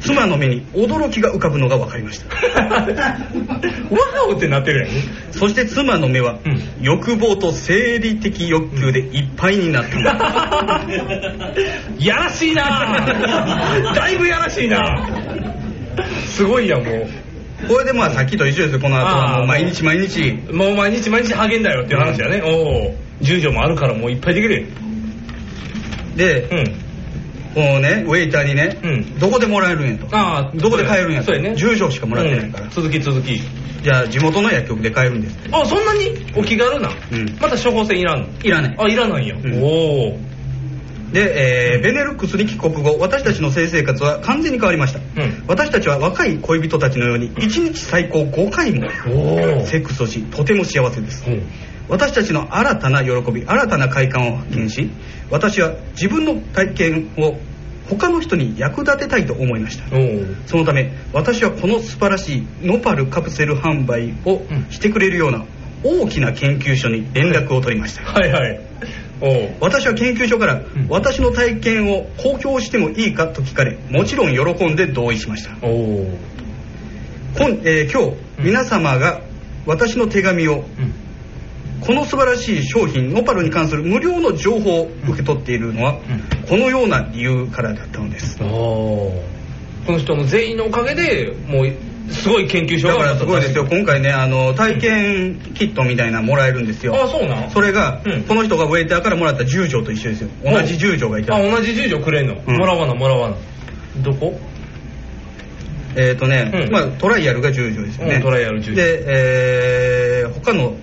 Speaker 10: 妻の目に驚きが浮かぶのが分かりました わおってなってるやんそして妻の目は、欲望と生理的欲求でいっぱいになったのです
Speaker 11: やらしい なだいぶやらしいなすごいやんもう
Speaker 10: これでまあさっきと一緒ですよこの後はもう毎日毎日
Speaker 11: もう毎日毎日励んだよっていう話だね、おお10錠もあるからもういっぱいできるよ
Speaker 10: で、このねウェイターにね、どこでもらえるんやと
Speaker 11: ああ
Speaker 10: どこで買えるんやと
Speaker 11: そうやね
Speaker 10: 住所しかもらってないから、
Speaker 11: 続き続き
Speaker 10: じゃあ地元の薬局で買えるんです
Speaker 11: あそんなにお気軽な、また処方箋いらんの
Speaker 10: いらない
Speaker 11: あいらないんや、おお
Speaker 10: で、えーベネルックスに帰国後私たちの性生活は完全に変わりました、私たちは若い恋人たちのように1日最高5回もセックスをしとても幸せです、私たちの新たな喜び新たな快感を発見し私は自分の体験を他の人に役立てたいと思いましたそのため私はこの素晴らしいノパルカプセル販売をしてくれるような大きな研究所に連絡を取りました、
Speaker 11: はいはい
Speaker 10: 私は研究所から私の体験を公表してもいいかと聞かれもちろん喜んで同意しました今,、えー今日皆様が私の手紙をこの素晴らしい商品ノパルに関する無料の情報を受け取っているのはこのような理由からだったのです
Speaker 11: この人の全員のおかげでもうすごい研究所
Speaker 10: だ
Speaker 11: が
Speaker 10: からすごいですよ今回ねあの体験キットみたいなのもらえるんですよ
Speaker 11: あそうなん
Speaker 10: それが、この人がウェイターからもらった10錠と一緒ですよ同じ10錠がいた
Speaker 11: あ同じ10錠くれんの、もらわなもらわなどこ
Speaker 10: えっ、とね、まあ、トライアルが10錠ですよね、
Speaker 11: うんトライアル10錠
Speaker 10: で、えー他の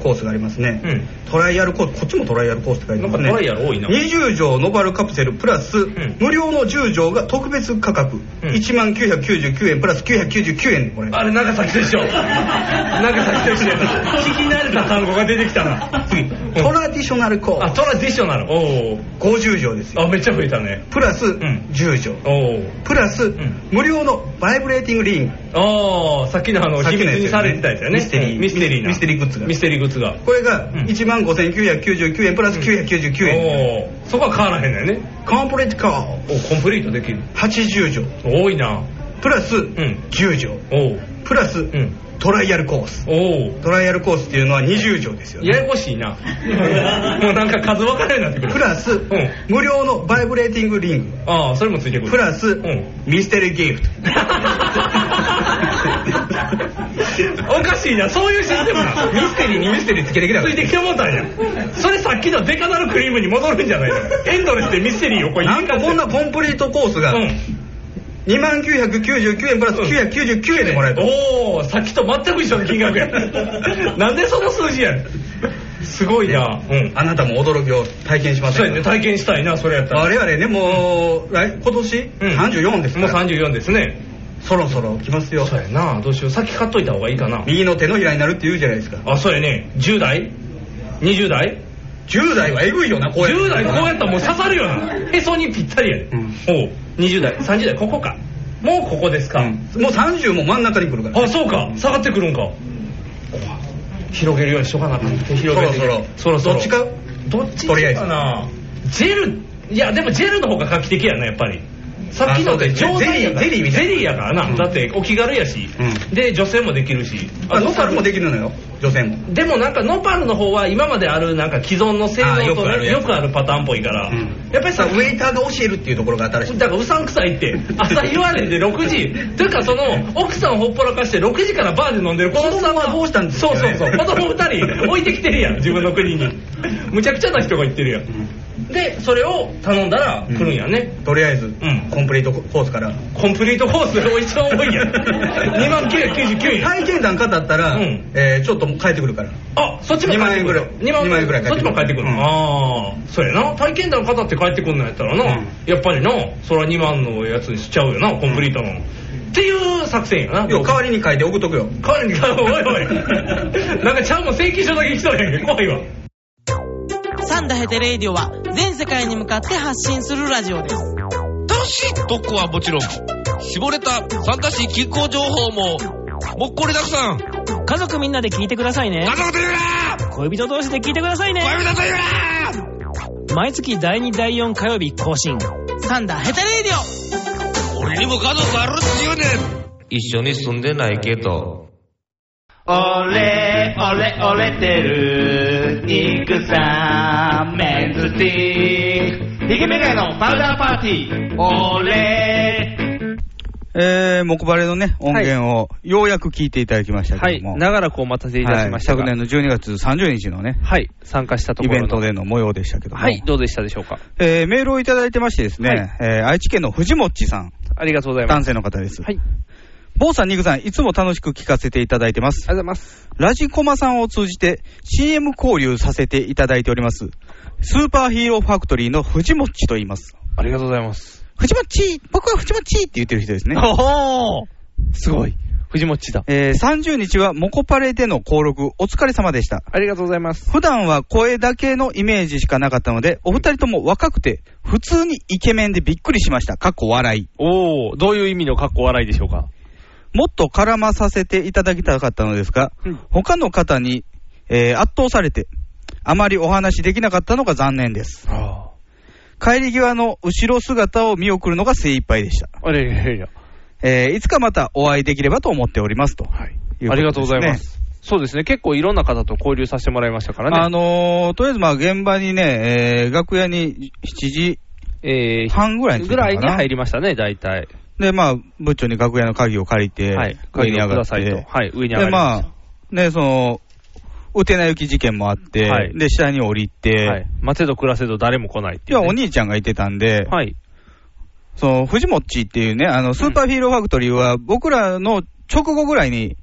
Speaker 10: コースがありますね、トライアルコースこっちもトライアルコースって書いてますね
Speaker 11: なんかトライアル多いな
Speaker 10: 20錠ノバルカプセルプラス、無料の10錠が特別価格、1万999円プラス999円でこれ
Speaker 11: あれ長崎と一緒 長崎と一緒やな聞き慣れた単語が出てきたな次
Speaker 10: トラディショナルコー
Speaker 11: あ
Speaker 10: ス
Speaker 11: トラディショナルおお
Speaker 10: 50錠ですよ
Speaker 11: あめっちゃ増えたね
Speaker 10: プラス10錠、プラス、無料のバイブレーティングリング
Speaker 11: ああさっきのあの
Speaker 10: さっ
Speaker 11: 秘
Speaker 10: き
Speaker 11: 密
Speaker 10: のやつ
Speaker 11: にされてたやつやね
Speaker 10: ミステリ
Speaker 11: う
Speaker 10: ー
Speaker 11: んミステリーな
Speaker 10: ミステリーグッズが
Speaker 11: ミステリーグッズが
Speaker 10: これが1万5999円プラス999円、
Speaker 11: おおそこは変わらへんのよね
Speaker 10: コンプリートカー
Speaker 11: おコンプリートできる
Speaker 10: 80錠
Speaker 11: 多いな
Speaker 10: プラス10錠、プラス、トライアルコーストライアルコースっていうのは20錠ですよね
Speaker 11: ややこしいなもうなんか数分からへんなってくる
Speaker 10: プラス、無料のバイブレーティングリング
Speaker 11: ああそれもついてくる
Speaker 10: プラス、ミステリーギフト
Speaker 11: おかしいなそういうシステムなミステリーにミステリーつけてきたついてきてもうたんやそれさっきのデカダルクリームに戻るんじゃないのエンドレスでミステリーをこう
Speaker 10: なんかこんなコンプリートコースが、2万999円プラス999円でもらえる、
Speaker 11: おおさっきと全く一緒の金額やなんでその数字やねんすごいな
Speaker 10: あなたも驚きを体験しませ
Speaker 11: そ
Speaker 10: ん
Speaker 11: うやね体験したいなそれやったら
Speaker 10: 我々ねもう来今年34です
Speaker 11: もう
Speaker 10: から
Speaker 11: 34ですね
Speaker 10: そろそろ来ますよ
Speaker 11: そうやなどうしよう先買っといた方がいいかな
Speaker 10: 右の手のひらになるって言うじゃないですか
Speaker 11: あそうやね10代20代
Speaker 10: 10代はえぐいよなこうやって
Speaker 11: 10代こうやったらもう刺さるよなへそにぴったりやで、おう20代30代ここかもうここですか、
Speaker 10: もう30も真ん中に来るから
Speaker 11: あそうか下がってくるんか広げるようにしとかなあかん手広げて
Speaker 10: そろ
Speaker 11: そろそろ
Speaker 10: どっちか
Speaker 11: どっち
Speaker 10: とりあえず
Speaker 11: かなジェルいやでもジェルの方が画期的やなやっぱり
Speaker 10: さっきのって錠剤やから
Speaker 12: ゼリーゼリーみたいな
Speaker 10: ゼリーやからな、だってお気軽やし、で女性もできるし
Speaker 12: あノパルもできるのよ女性も
Speaker 10: でもなんかノパルの方は今まであるなんか既存の性
Speaker 12: あ
Speaker 10: 能
Speaker 12: よ
Speaker 10: と
Speaker 12: くあるやつ
Speaker 10: よくあるパターンっぽいから、やっぱりさウェイターが教えるっていうところが新しいだからうさんくさいって朝言われて6時 というかその奥さんをほっぽらかして6時からバーで飲んでる子供さんがどうしたんですそうそうそう子供2人置いてきてるやん自分の国にむちゃくちゃな人が行ってるやん、でそれを頼んだら来るんやね、とりあえず、コンプリートコースからコンプリートコースが一番多いや ん2万999円
Speaker 12: 体験談語ったら、えーちょっともう帰ってくるから
Speaker 10: あそっちも
Speaker 12: 2万円ぐらい
Speaker 10: 2万円
Speaker 12: 2万円ぐらい
Speaker 10: そっちも帰ってくる、
Speaker 12: うん
Speaker 10: ああそうやな体験談語って帰ってくんのやったらな、やっぱりなそら2万のやつにしちゃうよなコンプリートの、っていう作戦やな代わりに書いて送っとくよ代わりに書 いておいおいなんかちゃんも請求書だけ来とるやんけ怖いわ
Speaker 1: サンダヘテレイディオは全世界に向かって発信するラジオです。
Speaker 11: 楽しい特攻はもちろん、絞れた参加し気候情報も、もっこりたくさん。家族みんなで聞いてくださいね。家族と言うな恋人同士で聞いてくださいね。恋人と言うな毎月第2第4火曜日更新。
Speaker 1: サンダヘテレイディオ
Speaker 11: 俺にも家族あるっちゅうね一緒に住んでないけど。
Speaker 13: 俺、俺、俺てる、インクさん、メンズティー。ヒゲメガネのパウダーパーティー。俺、
Speaker 3: えー、木バレのね、音源をようやく聞いていただきましたけども。
Speaker 4: 長らくお待たせいたしました
Speaker 3: は
Speaker 4: が、
Speaker 3: い昨年の12月30日のね、
Speaker 4: はい、参加したところ
Speaker 3: イ
Speaker 4: の
Speaker 3: ベントでの模様でしたけども。
Speaker 4: はい、どうでしたでしょうか。
Speaker 3: えーメールをいただいてましてですね、えー愛知県の藤もっちさん。
Speaker 4: ありがとうござい
Speaker 3: ます。男性の方です。
Speaker 4: はい。
Speaker 3: 坊さん、ニグさん、いつも楽しく聞かせていただいてます。
Speaker 4: ありがとうございます。
Speaker 3: ラジコマさんを通じて CM 交流させていただいております。スーパーヒーローファクトリーの藤もっちと言います。
Speaker 4: ありがとうございます。
Speaker 3: 藤もっち僕は藤もっちって言ってる人ですね。
Speaker 4: おーすごい。藤もっちだ。
Speaker 3: えー30日はモコパレでの登録お疲れ様でした。
Speaker 4: ありがとうございます。
Speaker 3: 普段は声だけのイメージしかなかったので、お二人とも若くて、普通にイケメンでびっくりしました。かっこ笑い。
Speaker 4: おー、どういう意味のかっこ笑いでしょうか。
Speaker 3: もっと絡まさせていただきたかったのですが、他の方に、えー圧倒されて、あまりお話しできなかったのが残念です。帰り際の後ろ姿を見送るのが精一杯でした。
Speaker 4: あれ、いやいや。
Speaker 3: えーいつかまたお会いできればと思っておりますということですね
Speaker 4: ありがとうございます。そうですね、結構いろんな方と交流させてもらいましたからね。
Speaker 3: あのー、とりあえずまあ現場にね、えー楽屋に7時、半ぐらいに着い
Speaker 4: ぐ
Speaker 3: たのからない
Speaker 4: に入りましたね、大体。
Speaker 3: で、まあ、部長に楽屋の鍵を借りて、
Speaker 4: はい
Speaker 3: 鍵に上がって、
Speaker 4: 上に上がってくださいとはい上に上が
Speaker 3: で、ま
Speaker 4: りま
Speaker 3: あ、ね、その、うてなゆき事件もあって、
Speaker 4: はい
Speaker 3: で、下に降りて、、
Speaker 4: はいい。待てど暮らせど誰も来ないっていう
Speaker 3: や、
Speaker 4: ね、
Speaker 3: お兄ちゃんがいてたんで、
Speaker 4: はい。
Speaker 3: その、藤もっちっていうね、あの、スーパーヒーローファクトリーは、僕らの直後ぐらいに、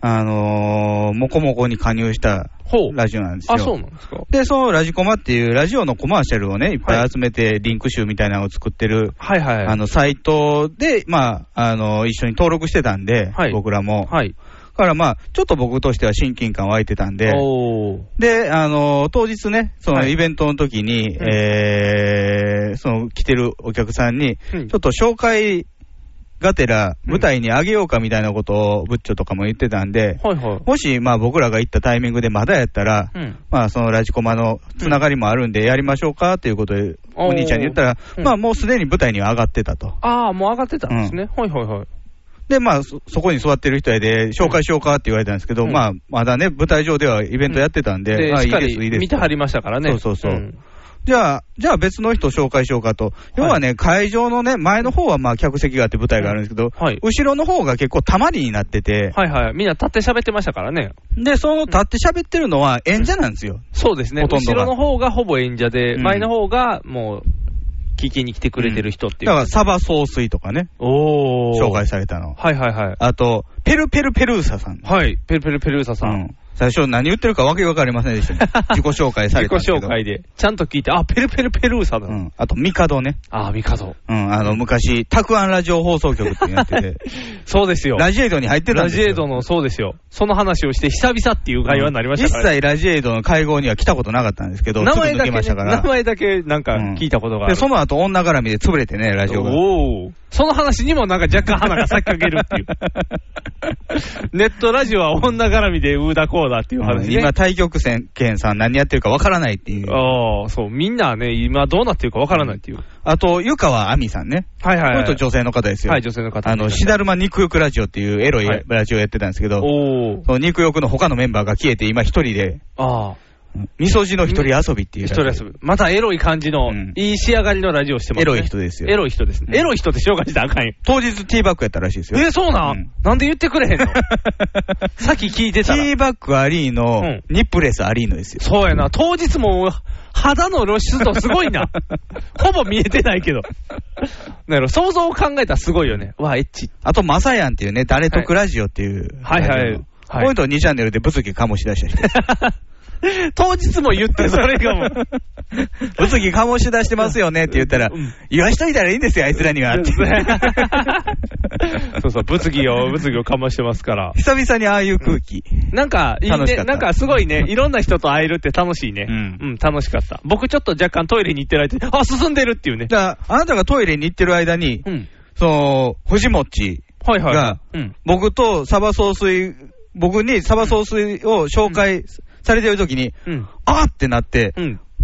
Speaker 3: あのー、もこもこに加入したラジオなんですよ。
Speaker 4: あ、そうなんですか。
Speaker 3: で、そのラジコマっていうラジオのコマーシャルをね、いっぱい集めて、リンク集みたいなのを作ってる、
Speaker 4: はいはい。
Speaker 3: あの、サイトで、まあ、あの、一緒に登録してたんで、僕らも。だからまあ、ちょっと僕としては親近感湧いてたんで、で、あの、当日ね、そのイベントの時に、えーその来てるお客さんに、
Speaker 4: うん
Speaker 3: ちょっと紹介がてら舞台にあげようかみたいなことを、ブッチョとかも言ってたんで、
Speaker 4: はいはい。
Speaker 3: もし、まあ僕らが行ったタイミングでまだやったら、
Speaker 4: うん。
Speaker 3: まあ、そのラジコマのつながりもあるんで、やりましょうかということで、
Speaker 4: おー
Speaker 3: お兄ちゃんに言ったら、
Speaker 4: うん
Speaker 3: まあ、もうすでに舞台には上がってたと。
Speaker 4: ああ、もう上がってたんですね。はいはいはい。
Speaker 3: で、まあ、そそこに座ってる人やで、紹介しようかって言われたんですけど、
Speaker 4: うん
Speaker 3: まあ、まだね、舞台上ではイベントやってたんで、
Speaker 4: で、
Speaker 3: まあ、い
Speaker 4: しっ
Speaker 3: い
Speaker 4: か
Speaker 3: です、いい
Speaker 4: り
Speaker 3: で
Speaker 4: 見
Speaker 3: す
Speaker 4: て。はりましたからね。
Speaker 3: そうそうそうんじゃあ、じゃあ別の人紹介しようかと。要はね、会場のね、前の方はまあ客席があって舞台があるんですけど、後ろの方が結構たまりになってて、
Speaker 4: はいはい。みんな立って喋ってましたからね。
Speaker 3: で、その立って喋ってるのは演者なんですよ。
Speaker 4: そうですね。
Speaker 3: ほとんど
Speaker 4: 後
Speaker 3: が
Speaker 4: ろの方がほぼ演者で、
Speaker 3: うん
Speaker 4: 前の方がもう、聞きに来てくれてる人っていう。
Speaker 3: だから、サバ総帥とかね、
Speaker 4: おー
Speaker 3: 紹介されたの。
Speaker 4: はいはいはい。
Speaker 3: あと、ペルペルペルーサさん。
Speaker 4: はい、ペルペルペルーサさん。
Speaker 3: 最初何言ってるかわけわかりませんで したけど。自己紹介され
Speaker 4: 自己
Speaker 3: たんですけど。
Speaker 4: 紹介で。ちゃんと聞いて、あ、ペルペルペルーサだ。
Speaker 3: うん。あと、ミカドね。
Speaker 4: あ、ミカド。
Speaker 3: うん、あの、昔、たくあんラジオ放送局ってやってて、
Speaker 4: そうですよ。
Speaker 3: ラジエイドに入ってたんですよ
Speaker 4: ラジエイドの、そうですよ。その話をして、久々っていう会話になりました
Speaker 3: 一
Speaker 4: からね、
Speaker 3: 切ラジエイドの会合には来たことなかったんですけど、
Speaker 4: 名前
Speaker 3: すぐ抜
Speaker 4: だ
Speaker 3: け
Speaker 4: け、
Speaker 3: ま
Speaker 4: ね、
Speaker 3: したから
Speaker 4: 名。前だけなんか聞いたことがある。
Speaker 3: で、その後、女絡みで潰れてね、ラジオが。
Speaker 4: おーその話にもなんか 若干花が咲きかけるっていう。ネットラジオは女絡みでうーだこそうだっていう話ね。
Speaker 3: 今、対局戦、県さん何やってるかわからないっていう。
Speaker 4: ああ、そう、みんなね、今どうなってるかわからないっていう。
Speaker 3: あと、湯川亜美さんね。
Speaker 4: はいはいはい
Speaker 3: これと女性の方ですよ。
Speaker 4: はい女性の方
Speaker 3: あの、しだるま肉欲ラジオっていうエロい
Speaker 4: はい
Speaker 3: ラジオやってたんですけど、
Speaker 4: お
Speaker 3: その肉欲の他のメンバーが消えて、今一人で、
Speaker 4: ああ。
Speaker 3: みそじの一人遊びっていう。
Speaker 4: 一人遊ぶ。またエロい感じの、いい仕上がりのラジオしてますね。
Speaker 3: エロい人ですよ
Speaker 4: エロい人ですね。エロい人って紹介したらあかんよ。
Speaker 3: 当日ティーバックやったらしいですよ。
Speaker 4: え、そうなんなんで言ってくれへ んのさっき聞いてたら。
Speaker 3: ティーバックアリーノ、ニップレスアリーノですよ。
Speaker 4: そうやな。当日も肌の露出度すごい な。ほぼ見えてないけど。なるほど想像を考えたらすごいよね。わ、エッチ。
Speaker 3: あと、マサヤンっていうね、誰とくラジオっていう。
Speaker 4: はいは
Speaker 3: ラ
Speaker 4: いはい
Speaker 3: ジオのこういうの2チャンネルで物議醸し出した人です。
Speaker 4: 当日も言って、それがもう。
Speaker 3: 物議醸し出してますよねって言ったら、言わしといたらいいんですよ、あいつらに はって。
Speaker 4: そうそう、物議を、物議をかましてますから。
Speaker 3: 久々にああいう空気。
Speaker 4: なんか、いい
Speaker 3: 楽し
Speaker 4: ね。
Speaker 3: かった
Speaker 4: なんかすごいね、いろんな人と会えるって楽しいね。うん、楽しかった。僕ちょっと若干トイレに行ってる間に、あ、進んでるっていうね。
Speaker 3: じゃあ、あなたがトイレに行ってる間に、その、星もっち
Speaker 4: はいはい。
Speaker 3: が、
Speaker 4: うん。
Speaker 3: 僕とサバ総帥、僕にサバ総帥を紹介されてる時に、
Speaker 4: うん。
Speaker 3: あーってなって、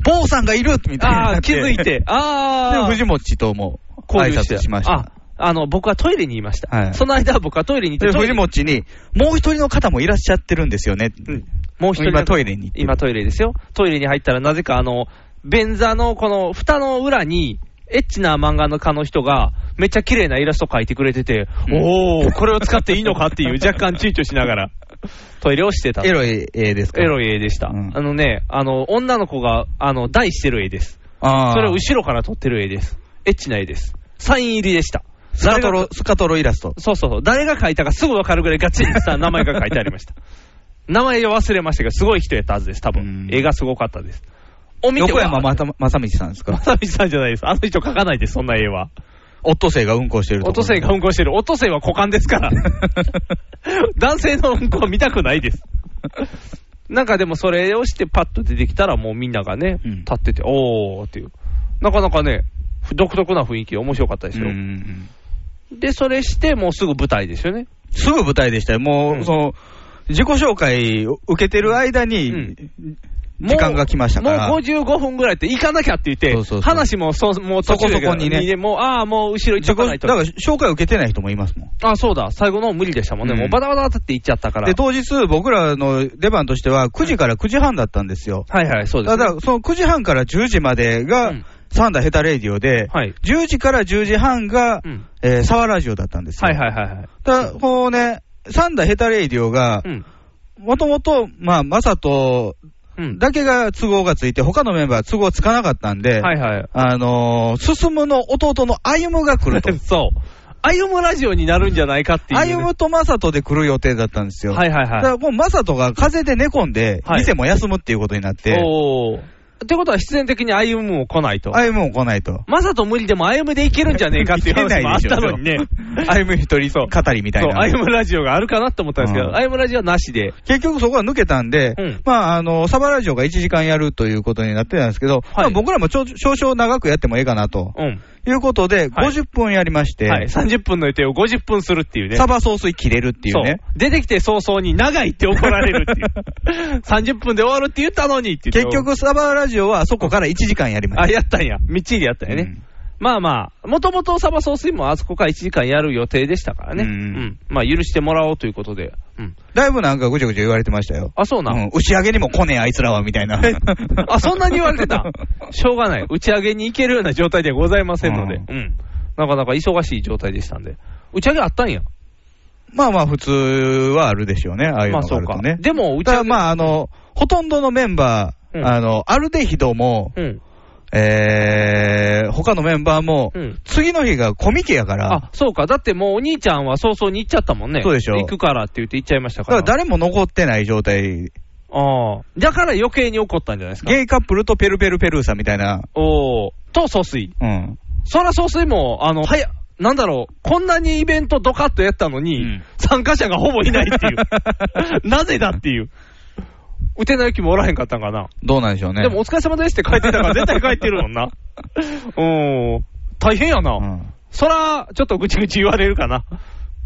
Speaker 3: 坊さんがいるみたいに
Speaker 4: あ
Speaker 3: な
Speaker 4: あ、
Speaker 3: って。
Speaker 4: 気づい て。ああ。
Speaker 3: で、藤本とも挨拶しました。
Speaker 4: あ、あの、僕はトイレにいました。
Speaker 3: はい
Speaker 4: その間は僕はトイレに行
Speaker 3: で、
Speaker 4: って、トイ
Speaker 3: 藤
Speaker 4: レ
Speaker 3: 本に、もう一人の方もいらっしゃってるんですよね。
Speaker 4: もう一人
Speaker 3: 今トイレに。
Speaker 4: 今トイレですよ。トイレに入ったらなぜかあの、便座のこの蓋の裏に、エッチな漫画の家の人が、めっちゃ綺麗なイラスト描いてくれてて、おー、これを使っていいのかって いう、若干躊躇しながら、トイレをしてた。
Speaker 3: エロい絵ですか
Speaker 4: エロい絵でした。あのね、あの、女の子が、あの、台してる絵です。
Speaker 3: あー
Speaker 4: それを後ろから撮ってる絵です。エッチな絵です。サイン入りでした。
Speaker 3: スカトロ、スカトロイラスト。
Speaker 4: そうそうそう、誰が書いたかすぐ分かるぐらいガチリ した名前が書いてありました。名前を忘れましたけど、すごい人やったはずです、多分。絵がすごかったです。お見て
Speaker 3: 横山また正道さんです か
Speaker 4: 正道さんじゃないです。あの人書かないです、そんな絵は。
Speaker 3: オットセイが運行してると
Speaker 4: オ
Speaker 3: こ
Speaker 4: トセイが運行してる。オトセイは股間で すから。男性の運行見たくないです。なんかでもそれをしてパッと出てきたらもうみんながね、立ってて、おーっていう。なかなかね、独特な雰囲気、面白かったですよ。で、それして、もうすぐ舞台ですよね。
Speaker 3: すぐ舞台でしたよ。もう、その、自己紹介を受けてる間に、時間が来ましたから。
Speaker 4: もう55分ぐらいって行かなきゃって言って、話もそうもう
Speaker 3: そ
Speaker 4: 途
Speaker 3: こそ
Speaker 4: 中やけど
Speaker 3: こにね。
Speaker 4: もう、ああ、もう後ろ行っとかないと。
Speaker 3: だから、紹介受けてない人もいますもん。
Speaker 4: あそうだ、最後の無理でしたもんね。
Speaker 3: うん
Speaker 4: もうバタバタって行っちゃったから。
Speaker 3: で、当日、僕らの出番としては、9時から9時半だったんですよ。
Speaker 4: はいはい、そうです、
Speaker 3: ただ、その9時半から10時までが、サンダーヘタレーディオで、10時から10時半が、えーサワラジオだったんですよ。
Speaker 4: はいはいはいはい。
Speaker 3: ただ、こうね、サンダーヘタレーディオが、もともと、まあ、マサトだけが都合がついて、他のメンバーは都合つかなかったんで、
Speaker 4: はいはい
Speaker 3: あのー進むの弟の歩むが来 ると。
Speaker 4: そう。歩むラジオになるんじゃないかっていうね、
Speaker 3: 歩むとマサトで来る予定だったんですよ。
Speaker 4: はいはいはい
Speaker 3: だからもうマサトが風邪で寝込んで、
Speaker 4: はい
Speaker 3: 店も休むっていうことになって、
Speaker 4: おーってことは必然的に歩むも来ないと。
Speaker 3: 歩むも来ないと。
Speaker 4: まさと無理でも歩むでいけるんじゃねえかっていう話もあったの に ね。
Speaker 3: 歩む一人語りみたい
Speaker 4: そう、
Speaker 3: な。
Speaker 4: 歩むラジオがあるかなと思ったんですけ
Speaker 3: う
Speaker 4: ど、
Speaker 3: ん
Speaker 4: 歩むラジオはなしで。
Speaker 3: 結局そこは抜けたんで、まあ、あの、サバラジオが1時間やるということになってたんですけど、まあ僕らもちょ少々長くやってもええかなと、いうことで、50分やりまして、
Speaker 4: はい、30分の予定を50分するっていうね。
Speaker 3: サバ総帥切れるっていうね。
Speaker 4: そう出てきて早々に長いって怒られるっていう。30分 で終わるって言ったのにって言
Speaker 3: 結
Speaker 4: って
Speaker 3: 局、サバラジオはそこから1時間やりました。
Speaker 4: あ、やったんや。みっちりやったんやね。まあまあ、もともとサバ総帥もあそこから1時間やる予定でしたからね。うん,、まあ許してもらおうということで。うん。
Speaker 3: だいぶなんかぐちゃぐちゃ言われてましたよ。
Speaker 4: あ、そうなん、
Speaker 3: うん打ち上げにも来ねえあいつらは、みたいな。
Speaker 4: あ、そんなに言われてたしょうがない。打ち上げに行けるような状態ではございませんので。うん。なかなか忙しい状態でしたんで。打ち上げあったんや。
Speaker 3: まあまあ、普通はあるでしょうね、ああいうのがあるとね。
Speaker 4: でも、
Speaker 3: ただまあ、あの、ほとんどのメンバー、あの、アルデヒドも、えー、他のメンバーも、次の日がコミケやから、
Speaker 4: あ、そうか。だってもうお兄ちゃんは早々に行っちゃったもんね。
Speaker 3: そうでしょ
Speaker 4: 行くからって言って行っちゃいました
Speaker 3: だ
Speaker 4: か
Speaker 3: から
Speaker 4: ら。
Speaker 3: 誰も残ってない状態。
Speaker 4: ああ。だから余計に怒ったんじゃないですか。
Speaker 3: ゲイカップルとペルペルペルーサみたいな。
Speaker 4: おお。と、疎水。
Speaker 3: うん。
Speaker 4: そら総帥も、あの、はや、なんだろう、こんなにイベントドカッとやったのに、参加者がほぼいないって いう。なぜだっていう。打てない気もおらへんかったんかな。
Speaker 3: どうなんでしょうね。
Speaker 4: でも、お疲れ様ですって書いてたから、絶対書いてるも んな。うん。大変やな。そら、ちょっとぐちぐち言われるかな。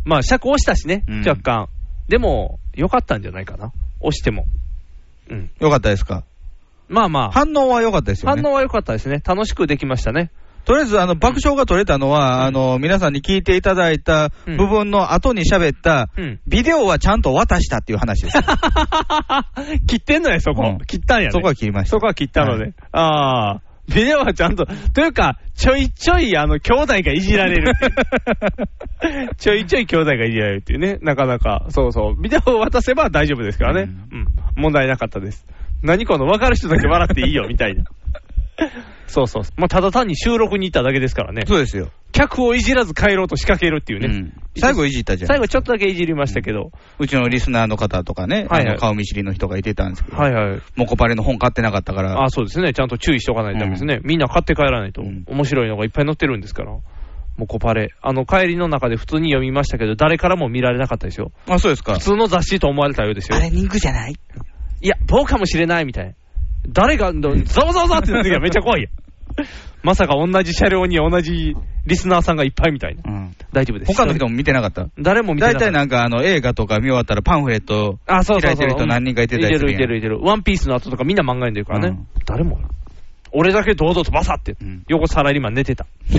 Speaker 4: まあ、尺押したしね、若干。でも、良かったんじゃないかな。押しても。
Speaker 3: よかったですか
Speaker 4: まあまあ。
Speaker 3: 反応は良かったですよね
Speaker 4: 反応は良かったですね。楽しくできましたね。
Speaker 3: とりあえず、あの、爆笑が取れたのは、あの、皆さんに聞いていただいた部分の後に喋った、
Speaker 4: うん
Speaker 3: ビデオはちゃんと渡したっていう話 です。
Speaker 4: 切ってんのや、そこ。切ったんや、ね。
Speaker 3: そこは切りました。
Speaker 4: そこは切ったので。ああ。ビデオはちゃんと、というか、ちょいちょい、あの、兄弟がいじられる。 ちょいちょい兄弟がいじられるっていうね、なかなか、そうそう。ビデオを渡せば大丈夫ですからね。うん。問題なかったです。何この分かる人だけ笑っていいよ、みたいな。 そうそう。まあ、ただ単に収録に行っただけですからね。
Speaker 3: そうですよ。
Speaker 4: 客をいじらず帰ろうと仕掛けるっていうね。
Speaker 3: 最後いじったじゃん。
Speaker 4: 最後ちょっとだけいじりましたけど。
Speaker 3: うちのリスナーの方とかね、
Speaker 4: はいはい
Speaker 3: あの顔見知りの人がいてたんですけど、
Speaker 4: はいはい。
Speaker 3: モコパレの本買ってなかったから、
Speaker 4: あそうですね、ちゃんと注意しておかないとダメですね、みんな買って帰らないと、面白いのがいっぱい載ってるんですから、もうコパレ、あの帰りの中で普通に読みましたけど、誰からも見られなかったですよ、
Speaker 3: あ、そうですか
Speaker 4: 普。通の雑誌と思われたようですよ、
Speaker 3: 人気じゃない
Speaker 4: いや、棒かもしれないみたいな、誰が、どざわざわざわってなる時はめっちゃ怖い やんまさか同じ車両に同じリスナーさんがいっぱいみたいな、大丈夫です。
Speaker 3: 他の人も見てなかった
Speaker 4: 誰も見て
Speaker 3: 大
Speaker 4: なかった
Speaker 3: 体なんかあの映画とか見終わったらパンフレット
Speaker 4: あ、そうそう
Speaker 3: 開
Speaker 4: そう。
Speaker 3: いてる人何人かいてたりする
Speaker 4: いて
Speaker 3: やん
Speaker 4: るいてるいてる。ワンピースの後とかみんな漫画読んでるからね。誰も。俺だけ堂々とバサって、横サラリーマン寝てた。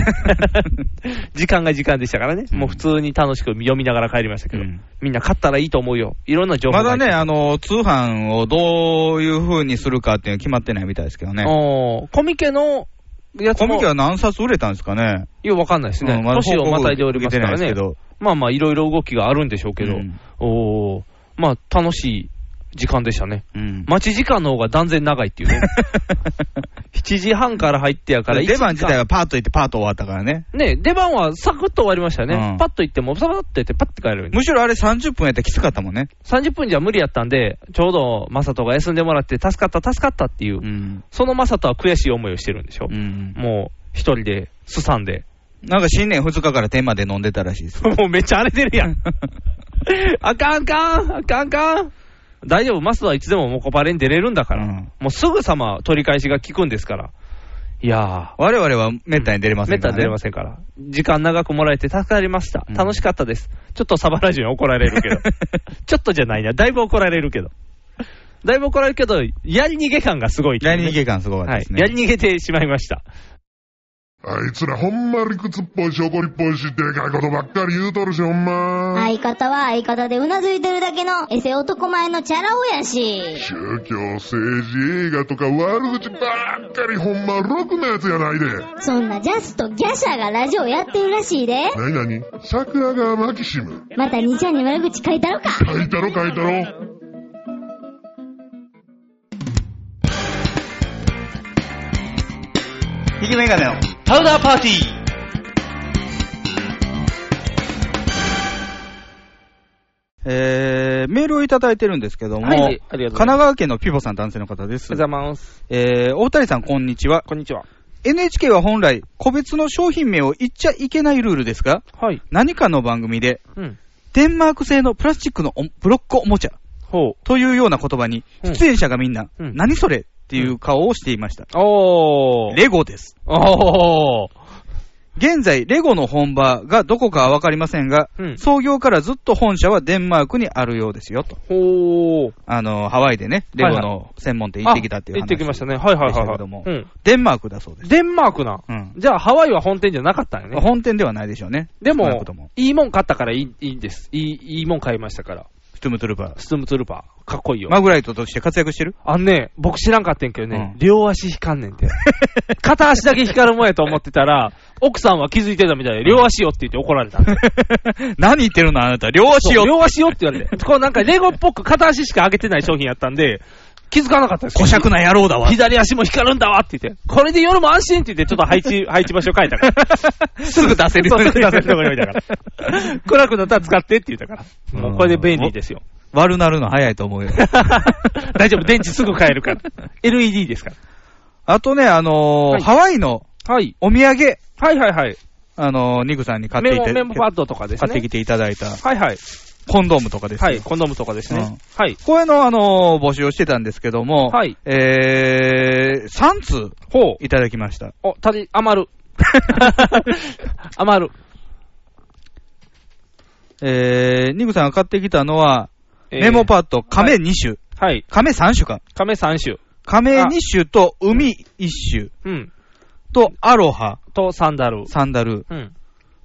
Speaker 4: 時間が時間でしたからね。もう普通に楽しく読みながら帰りましたけど。みんな勝ったらいいと思うよ。いろんな情報
Speaker 3: ま
Speaker 4: が
Speaker 3: だ
Speaker 4: 入っ
Speaker 3: ね、
Speaker 4: て
Speaker 3: あの、通販をどういう風にするかっていうのは決まってないみたいですけどね。
Speaker 4: おーコミケのやつ
Speaker 3: コ
Speaker 4: も。
Speaker 3: ミケは何冊売れたんですかね。
Speaker 4: いや、わかんないですね。
Speaker 3: うんまだ報
Speaker 4: 年
Speaker 3: 告
Speaker 4: をまたいでおりますから
Speaker 3: 受けてない
Speaker 4: ね
Speaker 3: ですけど。
Speaker 4: まあまあ、いろいろ動きがあるんでしょうけど、おーまあ、楽しい時間でしたね。待ち時間の方が断然長いっていう ね。7時半から入ってやから、
Speaker 3: 出番自体
Speaker 4: は。
Speaker 3: はパーッと行ってパーッと終わったからね。
Speaker 4: ね、出番はサクッと終わりましたよね。
Speaker 3: うん
Speaker 4: パッと行っても、サバッと行って、パッと帰る。
Speaker 3: むしろあれ30分やったらきつかったもんね。
Speaker 4: 30分じゃ無理やったんで、ちょうどマサトが休んでもらって、助かった、助かったっていう、そのマサトは悔しい思いをしてるんでしょ。もう、一人で、すさんで。
Speaker 3: なんか新年2日から天まで飲んでたらしいです。
Speaker 4: もうめっちゃ荒れてるや ん。あかんあかん、あかんあかん。大丈夫、マスはいつでもモコパレに出れるんだから、もうすぐさま取り返しが効くんですから、いやー、
Speaker 3: 我々はめったに出れませ
Speaker 4: め
Speaker 3: ん
Speaker 4: っ
Speaker 3: から、
Speaker 4: たに
Speaker 3: ね。
Speaker 4: 出れませんから、時間長くもらえて助かりました、楽しかったです、ちょっとサバラジオに怒られる けど、ちょっとじゃないな、だいぶ怒られるけど、だいぶ怒られるけど、やり逃げ感がすごいっていうね、
Speaker 3: やり逃げ感すごかったですね
Speaker 4: はい、やり逃げてしまいました。
Speaker 14: あいつらほんま理屈っぽいし怒りっぽいしでかいことばっかり言うとるしほんま。
Speaker 15: 相方は相方でうなずいてるだけのエセ男前のチャラ男やし。
Speaker 14: 宗教、政治、映画とか悪口ばっかりほんまろくなやつやないで。
Speaker 15: そんなジャスとギャシャがラジオやってるらしいで。
Speaker 14: なになに桜川マキシム。
Speaker 15: また兄ちゃんに悪口書いたろか。
Speaker 14: 書いたろ書いたろ。
Speaker 16: 引きメガネのパウダーパーティー
Speaker 3: えー、メールをいただいてるんですけども、
Speaker 4: はいありがとうござ
Speaker 3: 神
Speaker 4: います
Speaker 3: 奈川県のピボさん男性の方です。
Speaker 4: おはようございます。
Speaker 3: えー、お二人さん、こんにちは。
Speaker 4: こんにちは。
Speaker 3: NHK は本来、個別の商品名を言っちゃいけないルールですが、
Speaker 4: はい、
Speaker 3: 何かの番組で、
Speaker 4: うん
Speaker 3: デンマーク製のプラスチックのおブロックおもちゃというような言葉に、出演者がみんな、何それっていう顔をしていました。
Speaker 4: お
Speaker 3: レゴです。
Speaker 4: お
Speaker 3: 現在、レゴの本場がどこかはわかりませんが、創業からずっと本社はデンマークにあるようですよと。あの、ハワイでね、レゴ
Speaker 4: はいは
Speaker 3: の専門店行ってきたっていう話
Speaker 4: あ行っ
Speaker 3: で
Speaker 4: て
Speaker 3: し
Speaker 4: きましたね。はいはいは
Speaker 3: た
Speaker 4: い、は
Speaker 3: け
Speaker 4: い
Speaker 3: ども
Speaker 4: う、ん。
Speaker 3: デンマークだそうです。
Speaker 4: デンマークな、じゃあハワイは本店じゃなかったんやね。
Speaker 3: 本店ではないでしょうね。
Speaker 4: で
Speaker 3: 少な
Speaker 4: も
Speaker 3: くとも、
Speaker 4: いいもん買ったからいいいいんですいい。いいもん買いましたから。
Speaker 3: ストゥムトゥルパー。
Speaker 4: ストゥムトゥルパー。かっこいいよ。
Speaker 3: マグライトとして活躍してる
Speaker 4: あのね、僕知らんかったんやけどね、両足引かんねんて。 片足だけ光るもんやと思ってたら、奥さんは気づいてたみたいで、両足よって言って怒られた。
Speaker 3: 何言ってるのあなた、両足よ
Speaker 4: そう両足よって言われて。こうなんかレゴっぽく片足しか上げてない商品やったんで、気づかなかったです。小
Speaker 3: 尺な野郎だわ
Speaker 4: 左足も光るんだわって言って、これで夜も安心って言って、ちょっと配 置、配置場所変えたから。 すぐ出
Speaker 3: せる
Speaker 4: そう、すぐ出せるところに置いた から。暗くなったら使ってって言ったから。もうこれで便利ですよ。
Speaker 3: 悪なるの早いと思う よ。
Speaker 4: 大丈夫、電池すぐ変える から。LED ですから。
Speaker 3: あとね、あのー
Speaker 4: はい
Speaker 3: ハワイのお土産。はい
Speaker 4: はいはい。
Speaker 3: あのーニグさんに買って
Speaker 4: メ
Speaker 3: い
Speaker 4: モ、
Speaker 3: て、
Speaker 4: メモパッドとかですね。
Speaker 3: 買ってきていただいた
Speaker 4: はいはい。
Speaker 3: コンドームとかですよ
Speaker 4: はい、コンドームとかですね。はい。
Speaker 3: こういうのを、あのー募集をしてたんですけども、
Speaker 4: はい
Speaker 3: えー、3通いただきました。
Speaker 4: お、たり、余 る。余る。
Speaker 3: えー、ニグさんが買ってきたのは、
Speaker 4: えー
Speaker 3: メモパッド、亀2種、
Speaker 4: はい。
Speaker 3: 亀3種か。
Speaker 4: 亀3種。
Speaker 3: 亀2種と海1種。
Speaker 4: うん。
Speaker 3: とアロハ。
Speaker 4: とサンダル。
Speaker 3: サンダル。
Speaker 4: うん。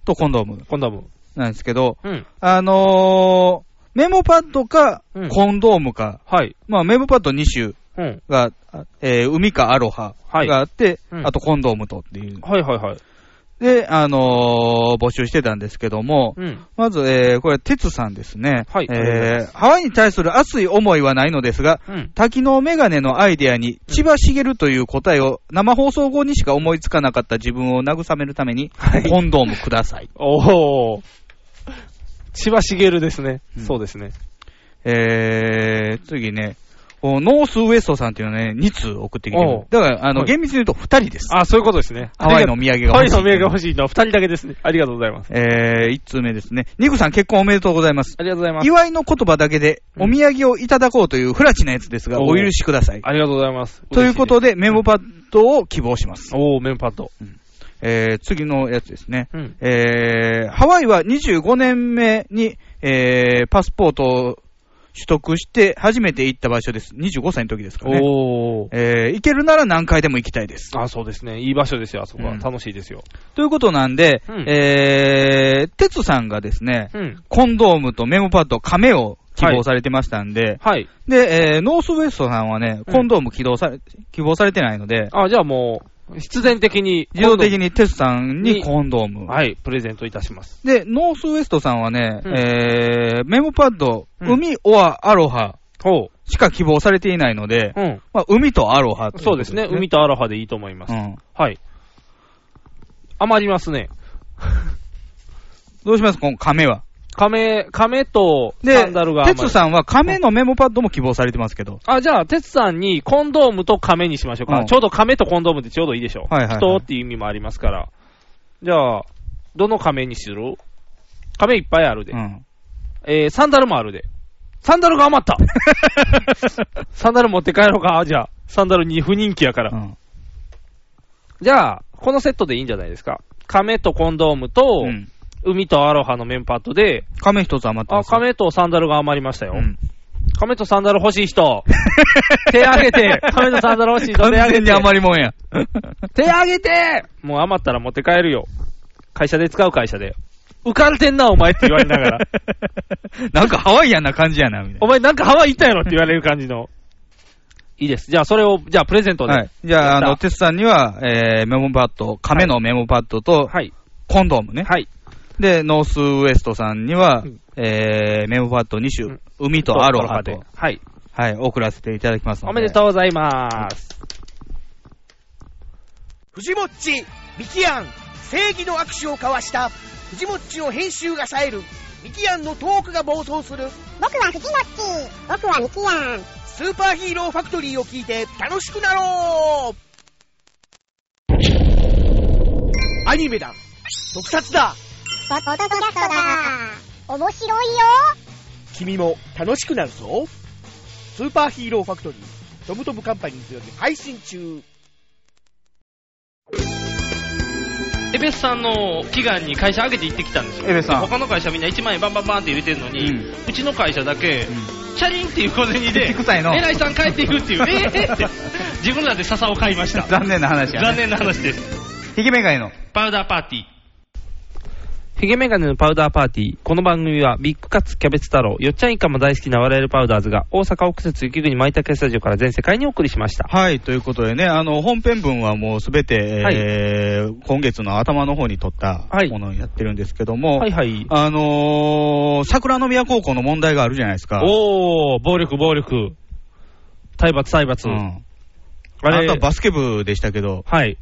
Speaker 3: とコンドーム。
Speaker 4: コンドーム。
Speaker 3: なんですけど、
Speaker 4: うん。
Speaker 3: あのー、メモパッドか
Speaker 4: うん、
Speaker 3: コンドームか。
Speaker 4: はい。
Speaker 3: まあ、メモパッド2種
Speaker 4: うん。
Speaker 3: が、えー海かアロハがあって、
Speaker 4: うん
Speaker 3: あとコンドームとっていう。
Speaker 4: はいはいはい。
Speaker 3: で、あのー募集してたんですけども、
Speaker 4: うん。
Speaker 3: まず、えーこれ、鉄さんですね。
Speaker 4: はい
Speaker 3: えーハワイに対する熱い思いはないのですが、
Speaker 4: うん。
Speaker 3: 滝のメガネのアイデアに、千葉茂という答えを生放送後にしか思いつかなかった自分を慰めるために、コンドームください。
Speaker 4: おー。千葉茂ですね。そうですね。
Speaker 3: えー、次ね、おノースウエストさんっていうのね、2通送ってきて
Speaker 4: おう
Speaker 3: る。だから、あの、
Speaker 4: はい
Speaker 3: 厳密に言うと2人です。
Speaker 4: あ、そういうことですね。
Speaker 3: ハワイのお土産が
Speaker 4: ハワ
Speaker 3: 欲
Speaker 4: イ
Speaker 3: しい
Speaker 4: のお土産が欲しいのは2人だけですね。ありがとうございます。
Speaker 3: えー、1通目ですね。ニグさん結婚おめでとうございます。
Speaker 4: ありがとうございます。
Speaker 3: 祝いの言葉だけで、お土産をいただこうというフラチなやつですが、
Speaker 4: おう
Speaker 3: お許しください。
Speaker 4: ありがとうございます。
Speaker 3: ということで、メモパッドを希望します。
Speaker 4: おー、メンパッド。
Speaker 3: えー、次のやつですね。
Speaker 4: うん
Speaker 3: えー、ハワイは25年目に、えー、パスポートを取得して初めて行った場所です。25歳の時ですかね。
Speaker 4: おー。
Speaker 3: えー行けるなら何回でも行きたいです。
Speaker 4: あ、そうですね。いい場所ですよ、あそこは。楽しいですよ。
Speaker 3: ということなんで、
Speaker 4: うん
Speaker 3: えー、哲さんがですね、
Speaker 4: うん。
Speaker 3: コンドームとメモパッド、亀を希望されてましたんで、
Speaker 4: はい。
Speaker 3: で、えーノースウエストさんはね、コンドーム起動され、希望されてないので、
Speaker 4: あ、じゃあもう、必然的に、
Speaker 3: 自動的に哲さんにコンドーム。
Speaker 4: はい、プレゼントいたします。
Speaker 3: で、ノースウエストさんはね、
Speaker 4: うん
Speaker 3: えーメモパッド、
Speaker 4: うん
Speaker 3: 海、オア、アロハ
Speaker 4: ほ
Speaker 3: しか希望されていないので、
Speaker 4: うん。
Speaker 3: まあ、海とアロハとい
Speaker 4: そ
Speaker 3: こと
Speaker 4: うですね。海とアロハでいいと思います。
Speaker 3: うん
Speaker 4: はい。余りますね。
Speaker 3: どうしますこの亀は。
Speaker 4: 亀、亀とサ
Speaker 3: で
Speaker 4: ンダルが、余る
Speaker 3: 哲さんは亀のメモパッドも希望されてますけど、
Speaker 4: あ、じゃあ、てつさんにコンドームと亀にしましょうか。
Speaker 3: うん
Speaker 4: ちょうど亀とコンドームってちょうどいいでしょう。
Speaker 3: はいはいはい
Speaker 4: 人っていう意味もありますから。じゃあ、どの亀にする亀いっぱいあるで。
Speaker 3: うん
Speaker 4: えー、サンダルもあるで。サンダルが余った サンダル持って帰ろうか、じゃあ。サンダルに不人気やから。
Speaker 3: うん
Speaker 4: じゃあ、このセットでいいんじゃないですか。亀とコンドームと、
Speaker 3: うん
Speaker 4: 海とアロハのメンパッドで、
Speaker 3: 亀一つ余ってま
Speaker 4: あ、
Speaker 3: す。
Speaker 4: 亀とサンダルが余りましたよ。
Speaker 3: うん
Speaker 4: 亀とサンダル欲しい 人、手挙げて、亀とサンダル欲しい人、手
Speaker 3: 完
Speaker 4: 挙げ
Speaker 3: 全に
Speaker 4: て、
Speaker 3: 余りもんや。
Speaker 4: 手挙げてもう余ったら持って帰るよ。会社で使う会社で。浮かれてんな、お前って言われながら。
Speaker 3: なんかハワイアンな感じやな、みたいな。
Speaker 4: お前なんかハワイ行ったやろって言われる感じの。 いいです。じゃあ、それを、じゃあ、プレゼントで。
Speaker 3: はい。じゃあ、
Speaker 4: や
Speaker 3: あ
Speaker 4: った
Speaker 3: の、テスさんには、えー、メモパッド、亀のメモパッドと、
Speaker 4: はい。
Speaker 3: コンドームね。
Speaker 4: はい。
Speaker 3: で、ノースウエストさんには、えー、メモパッド2種、海とアロハ
Speaker 4: で
Speaker 3: と、。
Speaker 4: はい。
Speaker 3: はい、送らせていただきますの
Speaker 4: お
Speaker 3: で。
Speaker 4: めでとうございます。
Speaker 17: 藤もっち、ミキアン、正義の握手を交わした、藤もっちの編集が冴える、ミキアンのトークが暴走する。僕は藤もっち、僕はミキアン。スーパーヒーローファクトリーを聞いて楽しくなろうアニメだ特撮だ
Speaker 15: ポッドキャストだ面白いよ
Speaker 17: 君も楽しくなるぞスーパーヒーローファクトリー、トムトムカンパニーズより配信中
Speaker 4: エベスさんの祈願に会社上げて行ってきたんですよ。
Speaker 3: エベスさん
Speaker 4: で他の会社みんな1万円バンバンバンって入れてるのに、うちの会社だけ、チャリンっていう小銭で、
Speaker 3: 口臭いの
Speaker 4: 偉いさん帰っていくっていう、えーって、自分らで笹を 買いました。
Speaker 3: 残念な話や、ね。
Speaker 4: 残念な話です。
Speaker 3: ヒゲメガイの。
Speaker 4: パウダーパーティー。ヒゲメガネのパウダーパーティー。この番組は、ビッグカツ、キャベツ太郎、よっちゃんイカも大好きな我々パウダーズが、大阪奥節雪国舞茸スタジオから全世界にお送りしました。
Speaker 3: はい、ということでね、あの、本編文はもうすべて、えー今月の頭の方に撮ったものをやってるんですけども、
Speaker 4: はいはい
Speaker 3: あのー、桜の宮高校の問題があるじゃないですか。
Speaker 4: おー、暴力、暴力。体罰、体罰。
Speaker 3: うん。
Speaker 4: あ
Speaker 3: あ
Speaker 4: れ
Speaker 3: なたバスケ部でしたけど、
Speaker 4: はい。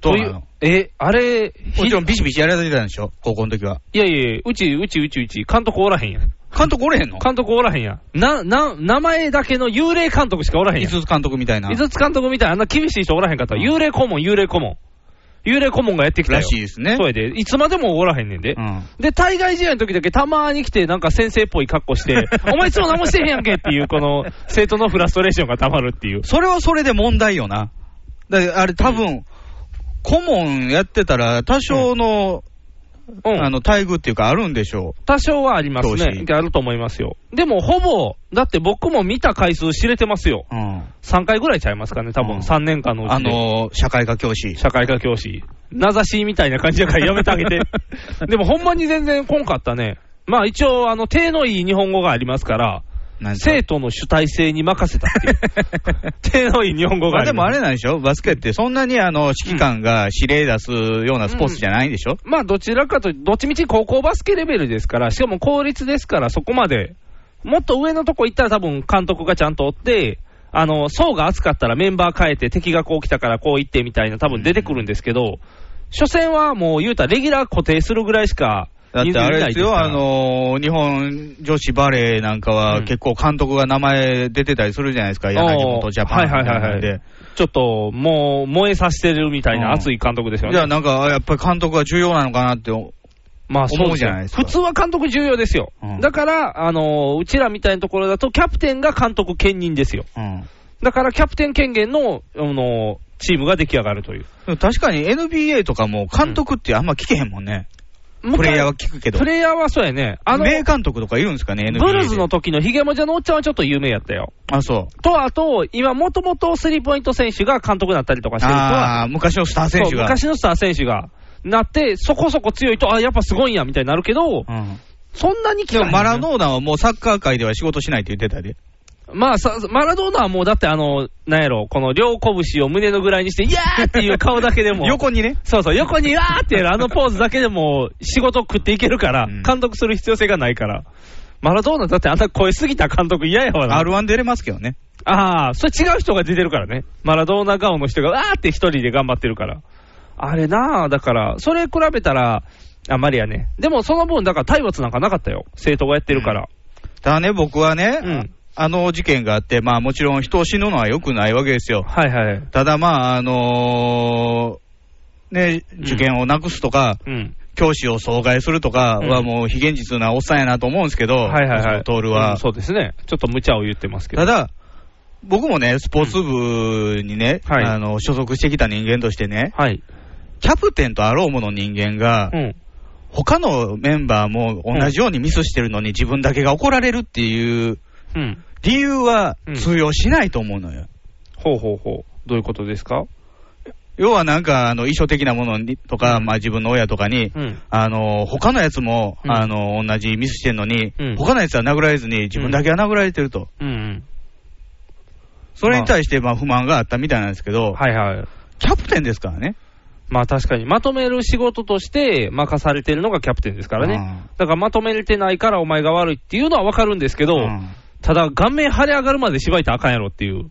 Speaker 3: どうなの
Speaker 4: というえ、あれ、
Speaker 3: もちろんビシビシやられてたんでしょ高校の時は。
Speaker 4: いやいや、うち、うち、うち、うち、監督おらへんやん。
Speaker 3: 監督おれへんの
Speaker 4: 監督おらへんやん。な、な、名前だけの幽霊監督しかおらへんやん。
Speaker 3: 五つ監督みたいな。
Speaker 4: 五つ監督みたいな、あんな厳しい人おらへんかった。幽霊顧問、幽霊顧問。幽霊顧問がやってきたよ。
Speaker 3: らしいですね
Speaker 4: そうやで。いつまでもおらへんねんで。
Speaker 3: うん。
Speaker 4: で、対外試合の時だけたまーに来て、なんか先生っぽい格好 して、お前いつも何もしてへんやんけっていう、この、生徒のフラストレーションが溜まるっていう。
Speaker 3: それはそれで問題よな。だからあれ多分、顧問やってたら多少の、あの、待遇っていうかあるんでしょう。
Speaker 4: 多少はあります
Speaker 3: 投
Speaker 4: ね。あると思いますよ。でも、ほぼ、だって僕も見た回数知れてますよ。3回ぐらいちゃいますかね、多分3年間のうち
Speaker 3: あの社会科教師。
Speaker 4: 社会科教師。名指しみたいな感じだからやめてあ げて。でも、ほんまに全然こんかったね。まあ、一応、あの、手のいい日本語がありますから、生徒の主体性に任せ たっていう。手のいい日本語が
Speaker 3: まあ
Speaker 4: あり
Speaker 3: でも
Speaker 4: ま
Speaker 3: あ
Speaker 4: す
Speaker 3: れなんでしょバスケってそんなにあの、指揮官が指令出すようなスポーツじゃないんでしょ、
Speaker 4: まあ、どちらかと、どっちみち高校バスケレベルですから、しかも公立ですから、そこまで、もっと上のとこ行ったら、多分監督がちゃんとおって、あの層が厚かったらメンバー変えて、敵がこう来たからこう行ってみたいな、多分出てくるんですけど、初戦はもう言うたら、レギュラー固定するぐらいしか
Speaker 3: だってあれですよ、
Speaker 4: 人数いない
Speaker 3: あの日本女子バレーなんかは結構監督が名前出てたりするじゃないですか、柳本ジャパンみたいな
Speaker 4: は
Speaker 3: の
Speaker 4: いはいはいは
Speaker 3: で
Speaker 4: い。ちょっともう燃えさせてるみたいな熱い監督ですよね。
Speaker 3: じゃあなんか、あやっぱり監督が重要なのかなって思
Speaker 4: まあそう
Speaker 3: うじゃないですか。
Speaker 4: 普通は監督重要ですよ。だから、あのーうちらみたいなところだと、キャプテンが監督兼任ですよ。だから、キャプテン権限の、あのーチームが出来上がるという。
Speaker 3: でも確かに NBA とかも監督ってあんま聞けへんもんね。プレイヤーは聞くけど。
Speaker 4: プレイヤーはそうやね。あの、
Speaker 3: 名監督とかいるんですかね、NBA で。
Speaker 4: ブルーズの時のヒゲモジャのおっちゃんはちょっと有名やったよ。
Speaker 3: あ、そう。
Speaker 4: と、あと、今、もともとスリーポイント選手が監督になったりとかしてる人
Speaker 3: あ
Speaker 4: は
Speaker 3: あ、、昔のスター選手
Speaker 4: そう
Speaker 3: が。
Speaker 4: 昔のスター選手がなって、そこそこ強いと、あやっぱすごいんやみたいになるけど、そんなに
Speaker 3: でもマラドーナはもうサッカー界では仕事しないって言ってたで。
Speaker 4: まあさ、マラドーナはもうだって、あの、なんやろ、この両拳を胸のぐらいにして、いやーっていう顔だけでも、 横
Speaker 3: にね、
Speaker 4: そうそう、横に、あーってやる、あのポーズだけでも、仕事食っていけるから、監督する必要性がないから、マラドーナだって、あんな声すぎた監督、嫌やわな。
Speaker 3: R1 出れますけどね。
Speaker 4: ああ、それ違う人が出てるからね、マラドーナ顔の人が、わーって一人で頑張ってるから、あれなあ、だから、それ比べたら、あんまりやね、でもその分、だから体罰なんかなかったよ、生徒がやってるから。
Speaker 3: ただね、僕はね、あの事件があって、まあもちろん人を死ぬのは良くないわけですよ。
Speaker 4: はいはい。
Speaker 3: ただまあ、あのーね、受験をなくすとか、
Speaker 4: うん
Speaker 3: 教師を阻害するとかはもう非現実なおっさんやなと思うんですけど、
Speaker 4: はいはいはい。
Speaker 3: トールは、
Speaker 4: うんそうですね。ちょっと無茶を言ってますけど。
Speaker 3: ただ、僕もね、スポーツ部にね、あの所属してきた人間としてね、キャプテンとあろうもの人間が、他のメンバーも同じようにミスしてるのに自分だけが怒られるっていう
Speaker 4: うん。
Speaker 3: 理由は通用しないと思うのよ。
Speaker 4: ほうほうほう。どういうことですか
Speaker 3: 要はなんか、あの、衣装的なものにとか、まあ自分の親とかに、
Speaker 4: うん。
Speaker 3: あの、他のやつも、あの、同じミスしてんのに、他のやつは殴られずに自分だけは殴られてると。
Speaker 4: うんうん。
Speaker 3: それに対して、まあ不満があったみたいなんですけど、
Speaker 4: はいはい。
Speaker 3: キャプテンですからね。
Speaker 4: まあ確かに、まとめる仕事として任されてるのがキャプテンですからね。だからまとめれてないからお前が悪いっていうのはわかるんですけど、ただ顔面腫れ上がるまでしばいたらあかんやろっていう。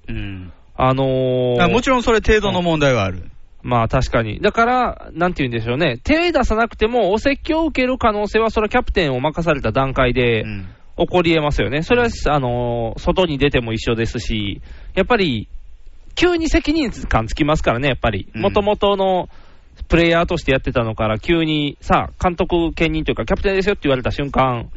Speaker 4: あ
Speaker 3: だ
Speaker 4: のー
Speaker 3: からもちろんそれ程度の問題はある。
Speaker 4: まあ確かに。だから、なんて言うんでしょうね。手出さなくても、お説教を受ける可能性は、それはキャプテンを任された段階で、起こり得ますよね。それは、あのー外に出ても一緒ですし、やっぱり、急に責任感つきますからね、やっぱり。もともとの、プレイヤーとしてやってたのから、急にさ、監督兼任というか、キャプテンですよって言われた瞬間、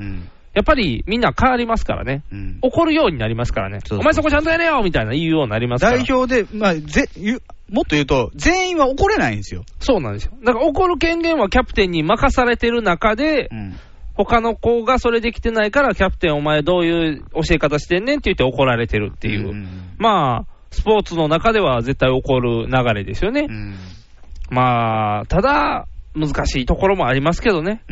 Speaker 4: やっぱりみんな変わりますからね、怒るようになりますからね、お前そこちゃんとやれよみたいな言うようになりますから
Speaker 3: 代表で、まあ、ぜゆもっと言うと、全員は怒れないんですよ。
Speaker 4: そうなんですよ。だから怒る権限はキャプテンに任されてる中で、他の子がそれできてないから、キャプテン、お前、どういう教え方してんねんって言って怒られてるっていう、まあ、スポーツの中では絶対起こる流れですよね。まあ、ただ、難しいところもありますけどね。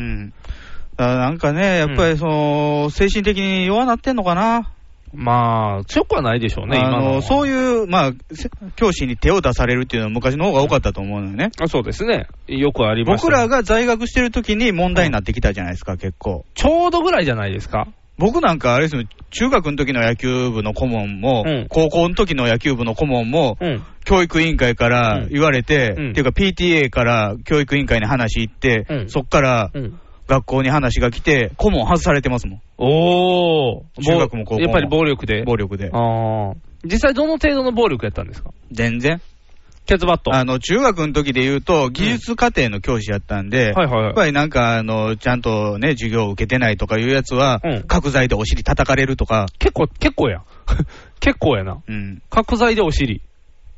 Speaker 3: だからなんかね、やっぱりその、精神的に弱なってんのかな。
Speaker 4: まあ、強くはないでしょうね、
Speaker 3: あ
Speaker 4: 今の
Speaker 3: の
Speaker 4: は。
Speaker 3: そういう、まあ、せ教師に手を出されるっていうのは昔の方が多かったと思うのよね。
Speaker 4: あそうですね。よくありました
Speaker 3: 僕らが在学してる時に問題になってきたじゃないですか、結構。
Speaker 4: ちょうどぐらいじゃないですか。
Speaker 3: 僕なんかあれですよ、中学の時の野球部の顧問も、高校の時の野球部の顧問も、教育委員会から言われて、っていうか PTA から教育委員会に話行って、そっから学校に話が来て、顧問外されてますもん。
Speaker 4: おー、
Speaker 3: 中学も高校も
Speaker 4: やっぱり暴力で。
Speaker 3: 暴力で。
Speaker 4: あー実際、どの程度の暴力やったんですか
Speaker 3: 全然。
Speaker 4: ケツバット。
Speaker 3: あの、中学の時で言うと、技術課程の教師やったんで、
Speaker 4: はいはいはい
Speaker 3: やっぱりなんか、あの、ちゃんとね、授業を受けてないとかいうやつは、角材でお尻叩かれるとか。
Speaker 4: 結構、結構や。結構やな。
Speaker 3: うん。
Speaker 4: 角材でお尻。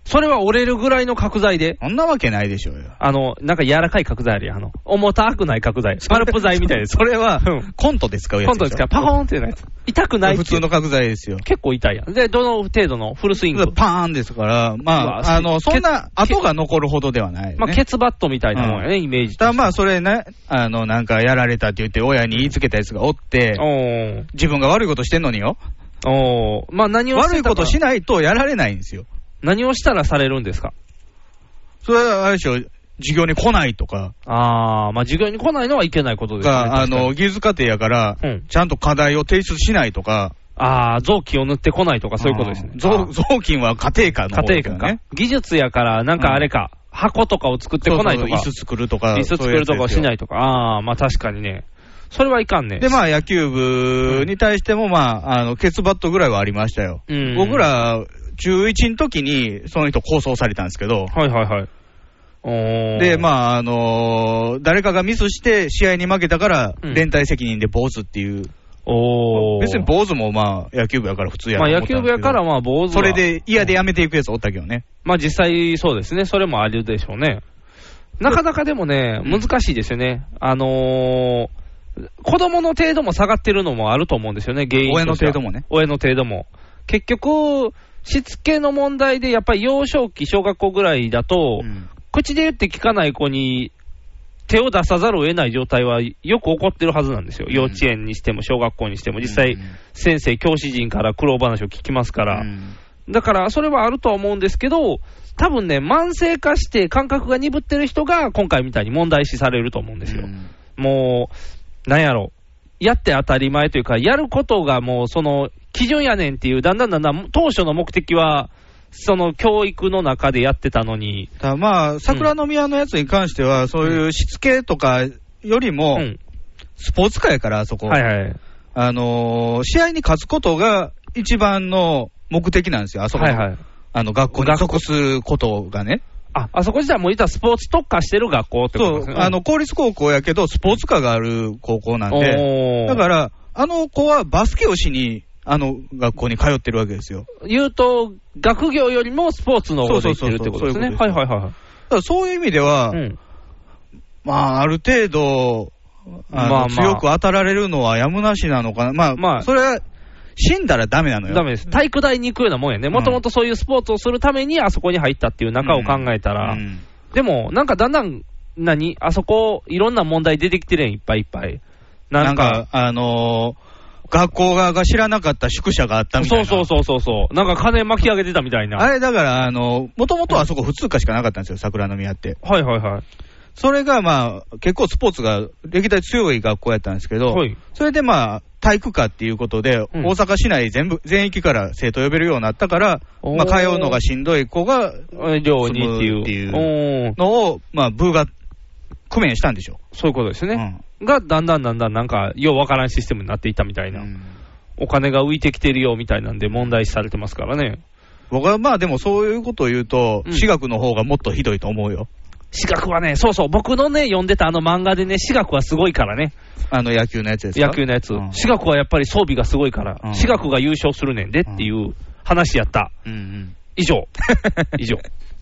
Speaker 4: それは折れるぐらいの角材で。
Speaker 3: そんなわけないでしょうよ。
Speaker 4: あの、なんか柔らかい角材あるやん。あの、重たくない角材。パルプ材み たいな。それは、
Speaker 3: コントで使うやつ
Speaker 4: コ
Speaker 3: で
Speaker 4: ン
Speaker 3: しょ
Speaker 4: トですから、パコーンっていうやつ。痛くない
Speaker 3: 普通の角材ですよ。
Speaker 4: 結構痛いやん。で、どの程度のフルスイング
Speaker 3: パーンですから、ま
Speaker 4: うわ
Speaker 3: あ、あの、そんな跡が残るほどではない、ね。
Speaker 4: まあ、ケツバットみたいなもんやね、
Speaker 3: う
Speaker 4: イメージ。
Speaker 3: ただまあ、それね、あの、なんかやられたって言って、親に言いつけたやつがおって、自分が悪いことしてんのによ。
Speaker 4: まあ、何を
Speaker 3: 悪いことしないとやられないんですよ。
Speaker 4: 何をしたらされるんですか
Speaker 3: それは、あれでしょ、授業に来ないとか。
Speaker 4: ああ、まあ、授業に来ないのはいけないことですね
Speaker 3: が、あ
Speaker 4: 確かに
Speaker 3: の、技術課程やから、ちゃんと課題を提出しないとか。
Speaker 4: ああ、臓器を塗ってこないとかそういうことですね。
Speaker 3: 臓雑巾は家庭科の
Speaker 4: 家
Speaker 3: 方
Speaker 4: 庭
Speaker 3: です
Speaker 4: 科
Speaker 3: よね
Speaker 4: か。技術やから、なんかあれか、箱とかを作ってこないとか。
Speaker 3: そうそう椅子作るとか
Speaker 4: 椅子作るとかをし
Speaker 3: そういうやつですよ
Speaker 4: ないとか。ああ、まあ確かにね。それはいかんね。
Speaker 3: で、まあ、野球部に対しても、まあ、あの、ケツバットぐらいはありましたよ。
Speaker 4: うん
Speaker 3: 僕ら、中1の時に、その人構想されたんですけど。
Speaker 4: はいはいはい。
Speaker 3: で、まあ、あのー誰かがミスして試合に負けたから、連帯責任で坊主っていう。
Speaker 4: お
Speaker 3: 別に坊主もまあ、野球部やから普通や
Speaker 4: ま
Speaker 3: と
Speaker 4: あ
Speaker 3: 思ったんです
Speaker 4: 野
Speaker 3: けど
Speaker 4: 球部やから、まあ坊主は
Speaker 3: それで、嫌でやめていくやつおったけどね。
Speaker 4: まあ実際そうですね。それもあるでしょうね。なかなかでもね、難しいですよね。あのー子供の程度も下がってるのもあると思うんですよね、原因としては
Speaker 3: 親の程度もね。
Speaker 4: 親の程度も。結局、しつけの問題で、やっぱり幼少期、小学校ぐらいだと、口で言って聞かない子に手を出さざるを得ない状態はよく起こってるはずなんですよ、幼稚園にしても小学校にしても、実際、先生、教師陣から苦労話を聞きますから、だからそれはあるとは思うんですけど、多分ね、慢性化して感覚が鈍ってる人が、今回みたいに問題視されると思うんですよ。もう、なんやろ、やって当たり前というか、やることがもう、その基準やねんっていう、だんだんだんだん当初の目的は、その教育の中でやってたのに、
Speaker 3: ただまあ、桜の宮のやつに関しては、そういうしつけとかよりも、スポーツ界やから、あそこ。
Speaker 4: はいはい
Speaker 3: あのー試合に勝つことが一番の目的なんですよ、あそこの。
Speaker 4: はいはい
Speaker 3: あの、学校に属することがね。
Speaker 4: あ、あそこ自体もいたらスポーツ特化してる学校ってこと
Speaker 3: そ
Speaker 4: です
Speaker 3: う、
Speaker 4: ね。
Speaker 3: あの、公立高校やけど、スポーツ科がある高校なん
Speaker 4: おー
Speaker 3: で、だから、あの子はバスケをしに、あの学校に通ってるわけですよ。
Speaker 4: 言うと、学業よりもスポーツの方で行ってるってことですね。
Speaker 3: そうそうそうそう
Speaker 4: はいはいはいは
Speaker 3: だ
Speaker 4: い。
Speaker 3: からそういう意味では、まあ、ある程度、あの
Speaker 4: まあまあ
Speaker 3: 強く当たられるのはやむなしなのかな、まあ、
Speaker 4: まあ
Speaker 3: それは死んだらダメなのよ。
Speaker 4: ダメです。体育大に行くようなもんやね。もともとそういうスポーツをするためにあそこに入ったっていう中を考えたら、でも、なんかだんだん、何あそこ、いろんな問題出てきてるやん、いっぱいいっぱい。
Speaker 3: な
Speaker 4: なんんか、
Speaker 3: か、あのー学校側が知らなかった宿舎があったみたい
Speaker 4: そ
Speaker 3: な。
Speaker 4: うそうそうそうそう。なんか金巻き上げてたみたいな。
Speaker 3: あれだから、あの、もともとあそこ普通科しかなかったんですよ、桜の宮って。
Speaker 4: はいはいはい。
Speaker 3: それがまあ、結構スポーツが歴代強い学校やったんですけど、それでまあ、体育科っていうことで、大阪市内全部、全域から生徒呼べるようになったから、
Speaker 4: おー
Speaker 3: まあ、通うのがしんどい子が、
Speaker 4: 寮にっていう
Speaker 3: 住むのを、まあ、部が工面したんでしょ。
Speaker 4: そういうことですね。が、だんだんだんだん、なんか、ようわからんシステムになっていったみたいな。お金が浮いてきてるよみたいなんで問題視されてますからね。
Speaker 3: 僕はまあ、でもそういうことを言うと、私学の方がもっとひどいと思うよ。
Speaker 4: 私学はね、そうそう、僕のね、読んでたあの漫画でね、私学はすごいからね。
Speaker 3: あの野球のやつですか
Speaker 4: 野球のやつ。私学はやっぱり装備がすごいから、私学が優勝するねんでっていう話やった。以上。以上。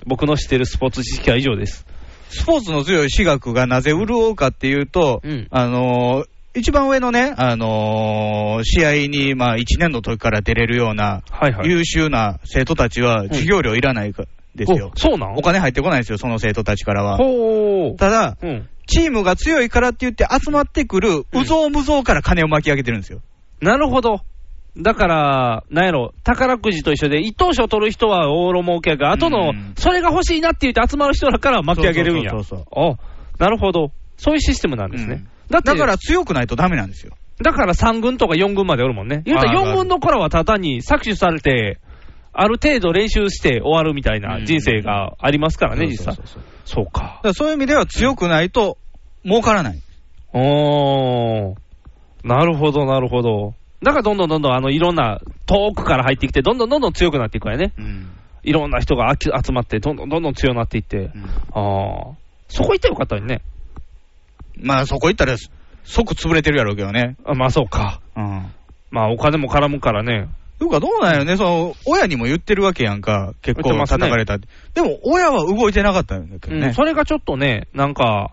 Speaker 4: 僕の知ってるスポーツ知識は以上です。
Speaker 3: スポーツの強い私学がなぜ潤うかっていうと、あのー一番上のね、あのー試合にまあ1年の時から出れるような
Speaker 4: はい
Speaker 3: 優秀な生徒たちは授業料いらないかですよ、
Speaker 4: そうなん
Speaker 3: お金入ってこないんですよ、その生徒たちからは。
Speaker 4: ほ
Speaker 3: ただ、
Speaker 4: ん
Speaker 3: チームが強いからって言って集まってくる、うぞうむぞうから金を巻き上げてるんですよ。
Speaker 4: なるほど。だから、なんやろ、宝くじと一緒で、一等賞取る人は大儲けやが、後の、それが欲しいなって言って集まる人らから巻き上げるんや。
Speaker 3: そうそうそう
Speaker 4: あ、なるほど。そういうシステムなんですね。だって
Speaker 3: だから強くないとダメなんですよ。
Speaker 4: だから3軍とか4軍までおるもんね。言うたら
Speaker 3: あー
Speaker 4: 4軍の頃はただに搾取されて、ある程度練習して終わるみたいな人生がありますからね、
Speaker 3: うん
Speaker 4: 実際。そうか。
Speaker 3: だからそういう意味では強くないと儲からない。
Speaker 4: おー。なるほど、なるほど。だからどんどんどんどん、あの、いろんな、遠くから入ってきて、どんどんどんどん強くなっていくわよね。いろんな人があき集まって、どんどんどんどん強くなっていって。あー。そこ行ったらよかったのにね。
Speaker 3: まあそこ行ったら即潰れてるやろうけどね。
Speaker 4: あまあそうか。
Speaker 3: うん。
Speaker 4: まあお金も絡むからね。
Speaker 3: うか、どうなんやろね、その、親にも言ってるわけやんか、結
Speaker 4: 言って
Speaker 3: 構
Speaker 4: ますね
Speaker 3: 叩かれたって。でも、親は動いてなかったんだけどね。
Speaker 4: うんそれがちょっとね、なんか、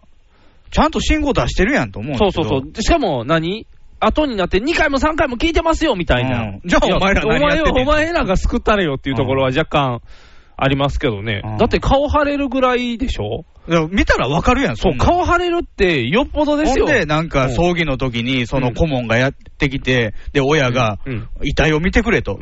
Speaker 3: ちゃんと信号出してるやんと思うん
Speaker 4: そ
Speaker 3: で
Speaker 4: う
Speaker 3: すけ
Speaker 4: そう
Speaker 3: ど
Speaker 4: そう。しかも何、後になって2回も3回も聞いてますよみたいな。
Speaker 3: うんじゃあお前ら何やってんねん
Speaker 4: いお前お前らが救ったれよっていうところは若干ありますけどね。だって顔腫れるぐらいでしょ
Speaker 3: 見たらわかるやん、
Speaker 4: そう、顔腫れるってよっぽどですよ。
Speaker 3: ほんで、なんか、葬儀の時に、その顧問がやってきて、で、親が、遺体を見てくれと。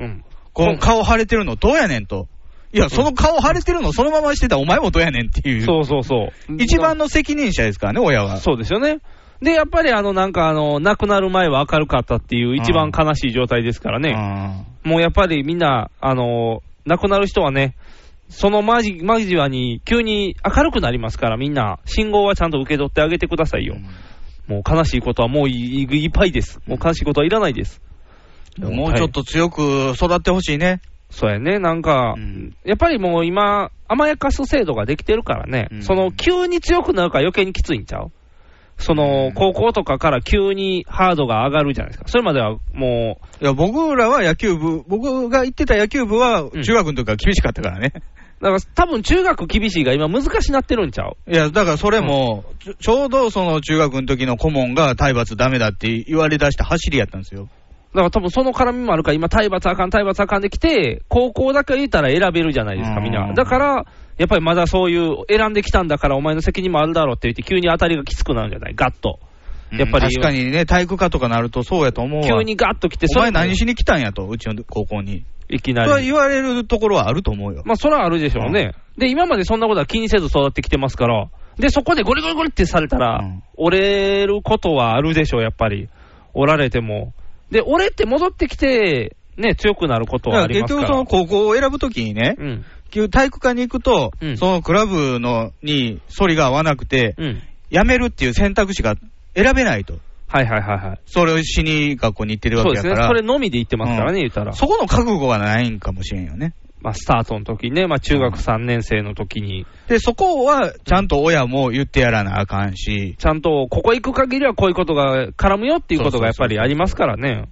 Speaker 3: この顔腫れてるのどうやねんと。いや、その顔腫れてるのそのまましてたらお前もどうやねんっていう。
Speaker 4: そうそうそう。
Speaker 3: 一番の責任者ですからね、親は。
Speaker 4: そうですよね。で、やっぱりあの、なんかあの、亡くなる前は明るかったっていう一番悲しい状態ですから
Speaker 3: ね。
Speaker 4: もうやっぱりみんな、あの、亡くなる人はね、その間じ間際に急に明るくなりますから、みんな、信号はちゃんと受け取ってあげてくださいよ。もう悲しいことはもういいいっぱいです。もう悲しいことはいらないです。
Speaker 3: もうちょっと強く育ってほしいね。
Speaker 4: そうやね、なんか、やっぱりもう今、甘やかす制度ができてるからね、その急に強くなるから余計にきついんちゃうその、高校とかから急にハードが上がるじゃないですか。それまではも
Speaker 3: う。いや、僕らは野球部、僕が行ってた野球部は、中学の時から厳しかったからね。
Speaker 4: だから多分中学厳しいが今難しなってるんちゃう
Speaker 3: いや、だからそれも、ちょちょうどその中学の時の顧問が体罰ダメだって言われ出した走りやったんですよ。
Speaker 4: だから多分その絡みもあるから、今、体罰あかん、体罰あかんできて、高校だけ言ったら選べるじゃないですか、みんな。だから、やっぱりまだそういう、選んできたんだから、お前の責任もあるだろうって言って、急に当たりがきつくなるんじゃない、ガッと。やっぱり、
Speaker 3: 確かにね、体育科とかなるとそうやと思うわ。
Speaker 4: 急にガッと来て、
Speaker 3: お前何
Speaker 4: に
Speaker 3: しに来たんやと、うちの高校に。
Speaker 4: いきな
Speaker 3: とは
Speaker 4: り。
Speaker 3: 言われるところはあると思うよ。
Speaker 4: まあ、それはあるでしょうね。で、今までそんなことは気にせず育ってきてますから、で、そこでゴリゴリゴリってされたら、折れることはあるでしょう、やっぱり。折られても。で、折れて戻ってきて、ね、強くなること
Speaker 3: だか
Speaker 4: は
Speaker 3: ら
Speaker 4: ありま
Speaker 3: 結
Speaker 4: すか
Speaker 3: 局
Speaker 4: ら。
Speaker 3: その高校を選ぶときにね、急体育科に行くと、そのクラブのに反りが合わなくて、辞めるっていう選択肢が選べないと。
Speaker 4: はいはいはいはい。
Speaker 3: それをしに学校に行ってるわ
Speaker 4: そ
Speaker 3: け
Speaker 4: うで
Speaker 3: だ
Speaker 4: す
Speaker 3: か
Speaker 4: ね、
Speaker 3: ら。
Speaker 4: それのみで言ってますからね、言ったら。
Speaker 3: そこの覚悟がないんかもしれんよね。
Speaker 4: まあ、スタートの時にね、まあ、中学3年生の時に、
Speaker 3: で、そこはちゃんと親も言ってやらなあかんし、
Speaker 4: ちゃんとここ行く限りはこういうことが絡むよっていうことがやっぱりありますからね。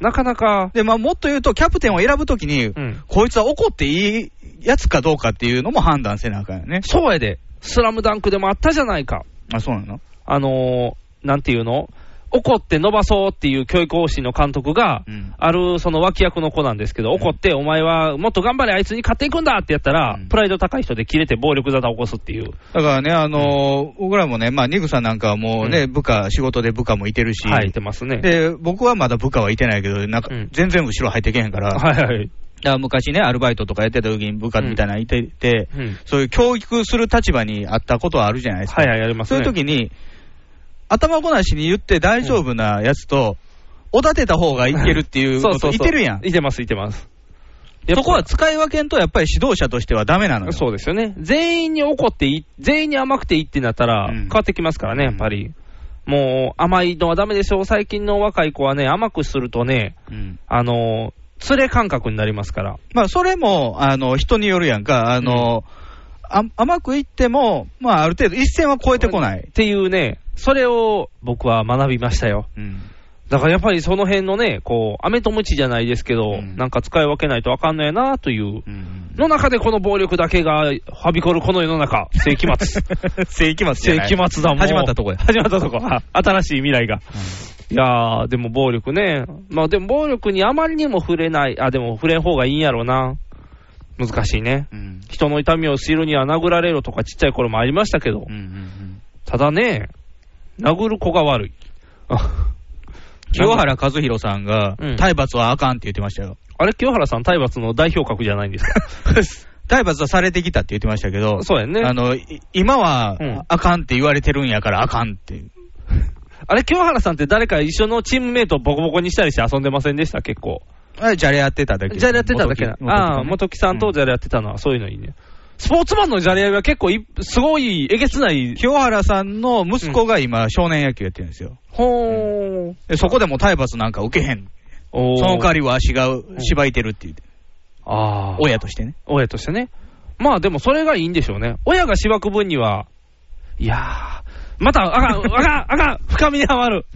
Speaker 4: なかなか。
Speaker 3: で、まあ、もっと言うと、キャプテンを選ぶときに、こいつは怒っていいやつかどうかっていうのも判断せなあかんよね。
Speaker 4: そうやで、スラムダンクでもあったじゃないか。
Speaker 3: あ、そうなの
Speaker 4: あのー、なんていうの怒って伸ばそうっていう教育方針の監督が、あるその脇役の子なんですけど、怒って、お前はもっと頑張れ、あいつに勝っていくんだってやったら、プライド高い人で切れて暴力沙汰を起こすっていう。
Speaker 3: だからね、あのー僕らもね、まあ、ニグさんなんかはもうね、部下、仕事で部下もいてるし、
Speaker 4: はい、いてますね。
Speaker 3: で、僕はまだ部下はいてないけど、なんか、全然後ろ入ってけへんから、
Speaker 4: はいは
Speaker 3: だ
Speaker 4: い。
Speaker 3: から昔ね、アルバイトとかやってた時に部下みたいなのいてて、そういう教育する立場にあったことはあるじゃないですか。
Speaker 4: はいはいありますね
Speaker 3: そういう時に、頭ごなしに言って大丈夫なやつと、おだてた方がいけるっていう
Speaker 4: そう
Speaker 3: こ
Speaker 4: そ
Speaker 3: と、
Speaker 4: う
Speaker 3: い
Speaker 4: そう
Speaker 3: てるやん。
Speaker 4: いてます、いてます。
Speaker 3: そこは使い分けんと、やっぱり指導者としてはダメなのよ。
Speaker 4: そうですよね。全員に怒っていい、全員に甘くていいってなったら、変わってきますからね、やっぱり。もう、甘いのはダメでしょう。最近の若い子はね、甘くするとね、あの、連れ感覚になりますから。
Speaker 3: まあ、それも、あの、人によるやんか、あの、あ甘くいっても、まあ、ある程度、一線は越えてこない。
Speaker 4: っていうね、それを僕は学びましたよ。だからやっぱりその辺のね、こう、飴とムチじゃないですけど、なんか使い分けないとわかんないなという、の中でこの暴力だけがはびこるこの世の中、世紀末。
Speaker 3: 世紀末
Speaker 4: 世紀末だもん。
Speaker 3: 始まったとこ や。
Speaker 4: 始まったとこ。あ新しい未来が。いやー、でも暴力ね。まあでも暴力にあまりにも触れない。あ、でも触れん方がいいんやろうな。難しいね。人の痛みを知るには殴られろとかちっちゃい頃もありましたけど。ただね、殴る子が悪い。
Speaker 3: 清原和博さんが、
Speaker 4: うん
Speaker 3: 体罰はあかんって言ってました よ。
Speaker 4: あれ、清原さん、体罰の代表格じゃないんですか
Speaker 3: 体罰はされてきたって言ってましたけど、
Speaker 4: そうやね
Speaker 3: あの、い今は、あかんって言われてるんやからあかんっていう。
Speaker 4: あれ、清原さんって誰か一緒のチームメイトをボコボコにしたりして遊んでませんでした、結構。
Speaker 3: あれじゃれやってただけ。
Speaker 4: じゃれやってただけな。
Speaker 3: 元木
Speaker 4: ああ、元木さんとじゃれやってたのは、そういうのいいね。スポーツマンのじゃれ合いは結構い、すごい、えげつない。
Speaker 3: 清原さんの息子が今、少年野球やってるんですよ。
Speaker 4: ほー。
Speaker 3: でそこでも体罰なんか受けへん。
Speaker 4: そ
Speaker 3: の代わりは足がしばいてるって言って。
Speaker 4: ああ。
Speaker 3: 親としてね。
Speaker 4: 親としてね。まあでもそれがいいんでしょうね。親がしばく分には、いや ー、また、あかん、あかん、あかん、深みにはまる。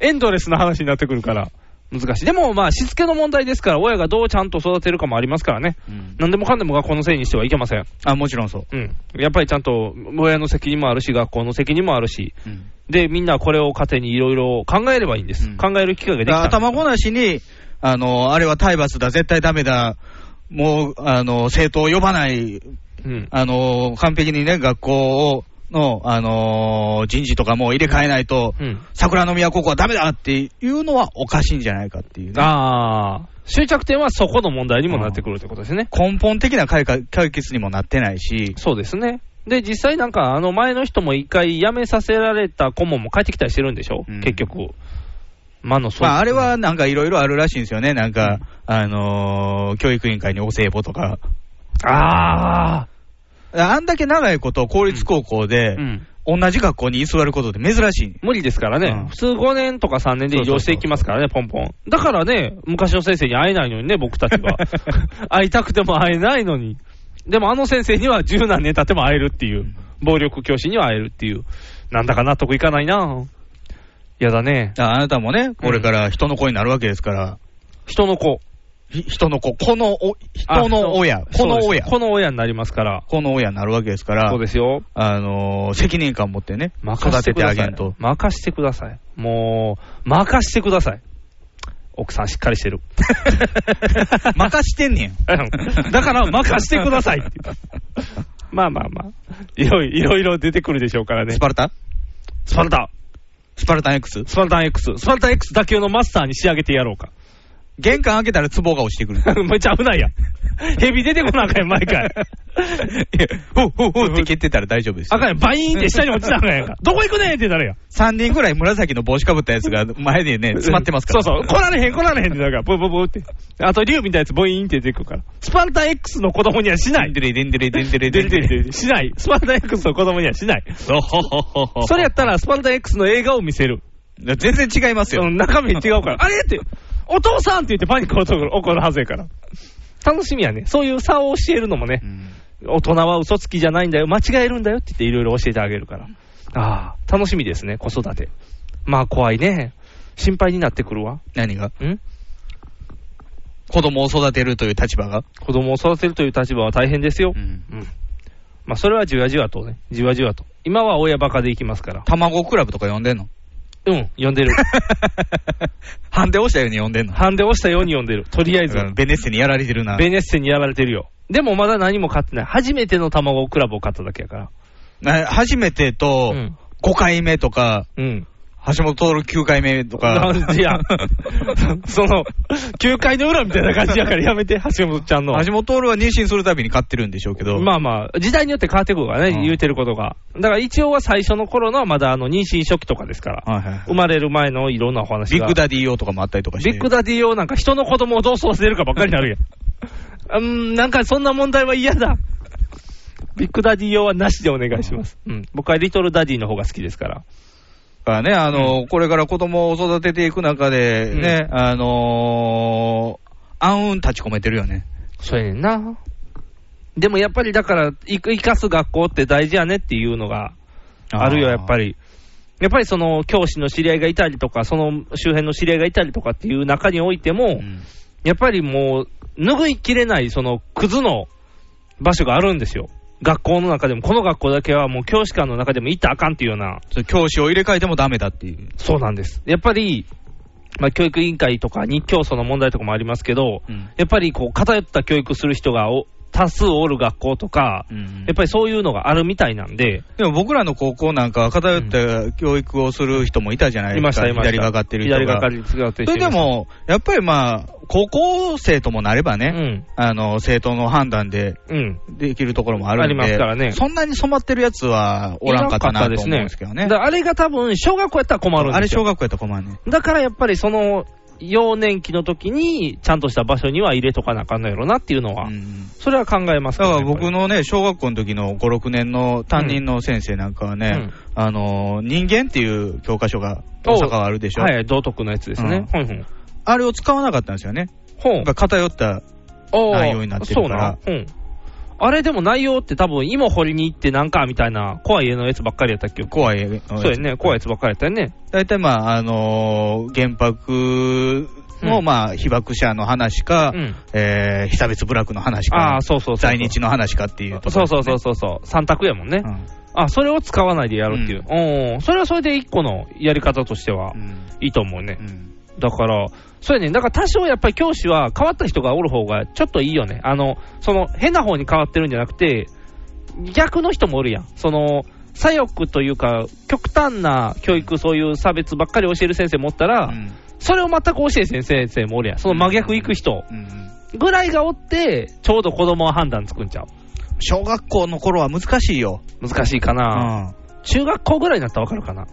Speaker 4: エンドレスな話になってくるから。難しい。でも、まあ、しつけの問題ですから、親がどうちゃんと育てるかもありますからね。何でもかんでも学校のせいにしてはいけません。
Speaker 3: あ、もちろんそう。
Speaker 4: うん。やっぱりちゃんと、親の責任もあるし、学校の責任もあるし。で、みんなこれを糧にいろいろ考えればいいんです。考える機会ができた。
Speaker 3: 頭ごなしに、あの、あれは体罰だ、絶対ダメだ、もう、あの、生徒を呼ばない、あの、完璧にね、学校を、の、あの人事とかも入れ替えないと、桜の宮高校はダメだっていうのはおかしいんじゃないかっていうね。
Speaker 4: ああ。終着点はそこの問題にもなってくるということですね。
Speaker 3: 根本的な解決解決にもなってないし。
Speaker 4: そうですね。で、実際なんか、あの前の人も一回辞めさせられた顧問も帰ってきたりしてるんでしょ、結局。魔の
Speaker 3: まあ、あれはなんかいろいろあるらしいんですよね。なんか、あのー教育委員会にお歳暮とか。
Speaker 4: あ
Speaker 3: あ。あんだけ長いこと公立高校で、同じ学校に居座ることって珍しい。
Speaker 4: 無理ですからね。普通5年とか3年で移動していきますからね、ポンポン。だからね、昔の先生に会えないのにね、僕た ちは。会いたくても会えないのに。でもあの先生には十何年経っても会えるっていう。暴力教師には会えるっていう。なんだか納得いかないなやだね。
Speaker 3: あなたもね、これから人の子になるわけですから。
Speaker 4: 人の子。
Speaker 3: 人の子。このお、人の親。
Speaker 4: あそ
Speaker 3: こ
Speaker 4: う
Speaker 3: の
Speaker 4: そうで
Speaker 3: 親。
Speaker 4: すこの親になりますから。
Speaker 3: この親になるわけですから。
Speaker 4: そうですよ。
Speaker 3: あのー責任感持ってね、
Speaker 4: 任
Speaker 3: 育
Speaker 4: せ
Speaker 3: て
Speaker 4: てく
Speaker 3: て
Speaker 4: だ
Speaker 3: あ
Speaker 4: さ
Speaker 3: げ
Speaker 4: い
Speaker 3: んと。。
Speaker 4: 任してください。もう、任してください。奥さんしっかりし てる。
Speaker 3: 任してんね
Speaker 4: ん。 だから任してくださいって言った。まあまあまあ。いろいろいろいろ出てくるでしょうからね。ス
Speaker 3: パルタ
Speaker 4: スパルタ。
Speaker 3: スパルタン X?
Speaker 4: スパルタン X。スパルタン X だけのマスターに仕上げてやろうか。
Speaker 3: 玄関開けたら壺が落ちてく る。
Speaker 4: めっちゃ危ないやん。蛇出てこなあかんやん、毎回。
Speaker 3: ほうほうほうって蹴ってたら大丈夫です。
Speaker 4: あかんやん、バイーンって下に落ちたあ かんやんか。どこ行くねんってなるやん。
Speaker 3: 3人ぐらい紫の帽子かぶったやつが前 でね、詰まってますから。
Speaker 4: そう そう、来られへん、来られへんってなるから、ブーブーブーって。あと、竜みたいなやつ、ボイーンって出てくるから。スパルタ X の子供にはしない。
Speaker 3: デレデンデレデンデレ
Speaker 4: デレデレデレ。しない。スパルタ X の子供にはしない。それやったら、スパルタ X の映画を見せる。
Speaker 3: 全然違います
Speaker 4: よ。中身違うから。あれって、お父さんって言ってパニック起こる起こるはずやから。楽しみやね。そういう差を教えるのもね、大人は嘘つきじゃないんだよ、間違えるんだよって言っていろいろ教えてあげるから。ああ、楽しみですね、子育て。まあ怖いね。心配になってくるわ。
Speaker 3: 何が
Speaker 4: ん
Speaker 3: 子供を育てるという立場が
Speaker 4: 子供を育てるという立場は大変ですよ。うん。まあそれはじわじわとね、じわじわと。今は親バカでいきますから。
Speaker 3: 卵クラブとか呼ん でんの
Speaker 4: うん、呼ん でる。
Speaker 3: ハンデ押したように呼んでんの
Speaker 4: ハンデ押したように呼んでる。とりあえず。
Speaker 3: ベネッセにやられてるな。
Speaker 4: ベネッセにやられてるよ。でもまだ何も買ってない。初めての卵クラブを買っただけやから。
Speaker 3: な初めてと、5回目とか、橋本徹9回目とか。
Speaker 4: なんでやその、9回の裏みたいな感じやからやめて、橋本ちゃんの。
Speaker 3: 橋本徹は妊娠するたびに買ってるんでしょうけど。
Speaker 4: まあまあ、時代によって変わってくるからね、言うてることが。だから一応は最初の頃のはまだあの妊娠初期とかですから、生まれる前のいろんなお話
Speaker 3: ビ
Speaker 4: が。
Speaker 3: ッグダディ用とかもあったりとかして。
Speaker 4: ビッグダディ用なんか人の子供をどう育てるかばっかりになるや ん。うーん、なんかそんな問題は嫌だ。ビッグダディ用はなしでお願いします。うん。僕はリトルダディの方が好きですから。
Speaker 3: だからね、あの、これから子供を育てていく中で、ね、あのー、暗雲立ち込めてるよね。
Speaker 4: そうやねんな。でもやっぱりだから、い生かす学校って大事やねっていうのがあるよ、やっぱり。やっぱりその教師の知り合いがいたりとか、その周辺の知り合いがいたりとかっていう中においても、やっぱりもう、拭いきれない、そのクズの場所があるんですよ。学校の中でも、この学校だけはもう教師間の中でも行ったらあかんっていうような。
Speaker 3: 教師を入れ替えてもダメだっていう。
Speaker 4: そうなんです。やっぱり、まあ、教育委員会とか日教組の問題とかもありますけど、やっぱりこう偏った教育する人がお多数おる学校とか、やっぱりそういうのがあるみたいなんで、
Speaker 3: でも僕らの高校なんかは偏った教育をする人もいたじゃない
Speaker 4: い
Speaker 3: で
Speaker 4: ます
Speaker 3: か。
Speaker 4: した、いました。
Speaker 3: 左がかってる人が。
Speaker 4: 左がかりつってる
Speaker 3: それ
Speaker 4: 人いま
Speaker 3: で
Speaker 4: した、
Speaker 3: も、やっぱりまあ、高校生ともなればね、あの、生徒の判断で
Speaker 4: うん。
Speaker 3: できるところもあるんで、
Speaker 4: ありますからね
Speaker 3: そんなに染まってるやつはおらんかったなと思うんですけどね。
Speaker 4: いなかったですだからあれが多分、小学校やったら困るんですよ。
Speaker 3: あれ小学校やったら困るね。
Speaker 4: だからやっぱりその、幼年期の時に、ちゃんとした場所には入れとかなあかんのやろなっていうのは、それは考えます
Speaker 3: だから僕のね、小学校の時の5、6年の担任の先生なんかはね、あの、人間っていう教科書が大阪はあるでしょ。
Speaker 4: はい、道徳のやつですね。
Speaker 3: う
Speaker 4: ほんほん
Speaker 3: あれを使わなかったんですよね。
Speaker 4: ほう
Speaker 3: 偏った内容になってるから。
Speaker 4: そうな。うん。あれでも内容って多分、芋掘りに行ってなんかみたいな、怖い家のやつばっかりやったっけ
Speaker 3: 怖い家
Speaker 4: そうやね、怖いやつばっかりやったよね。
Speaker 3: 大体まあ、あのー原爆の、まあ、被爆者の話か、えー被差別部落の話か、
Speaker 4: あーそうそうそうそ
Speaker 3: 在
Speaker 4: う
Speaker 3: 日の話かっていうとこ
Speaker 4: そ
Speaker 3: ろ
Speaker 4: う
Speaker 3: ですね、
Speaker 4: そうそうそうそう、三択やもんね。あ、それを使わないでやるっていう。おーそれはそれで一個のやり方としては、いいと思うね。だから、そうやね、だから多少やっぱり教師は変わった人がおる方がちょっといいよね。あの、その変な方に変わってるんじゃなくて、逆の人もおるやん。その、左翼というか、極端な教育、そういう差別ばっかり教える先生もおったら、それを全く教える先生もおるやん。その真逆行く人ぐらいがおって、ちょうど子供は判断つくんちゃう。
Speaker 3: 小学校の頃は難しいよ。
Speaker 4: 難しいかな、中学校ぐらいになったらわかるかな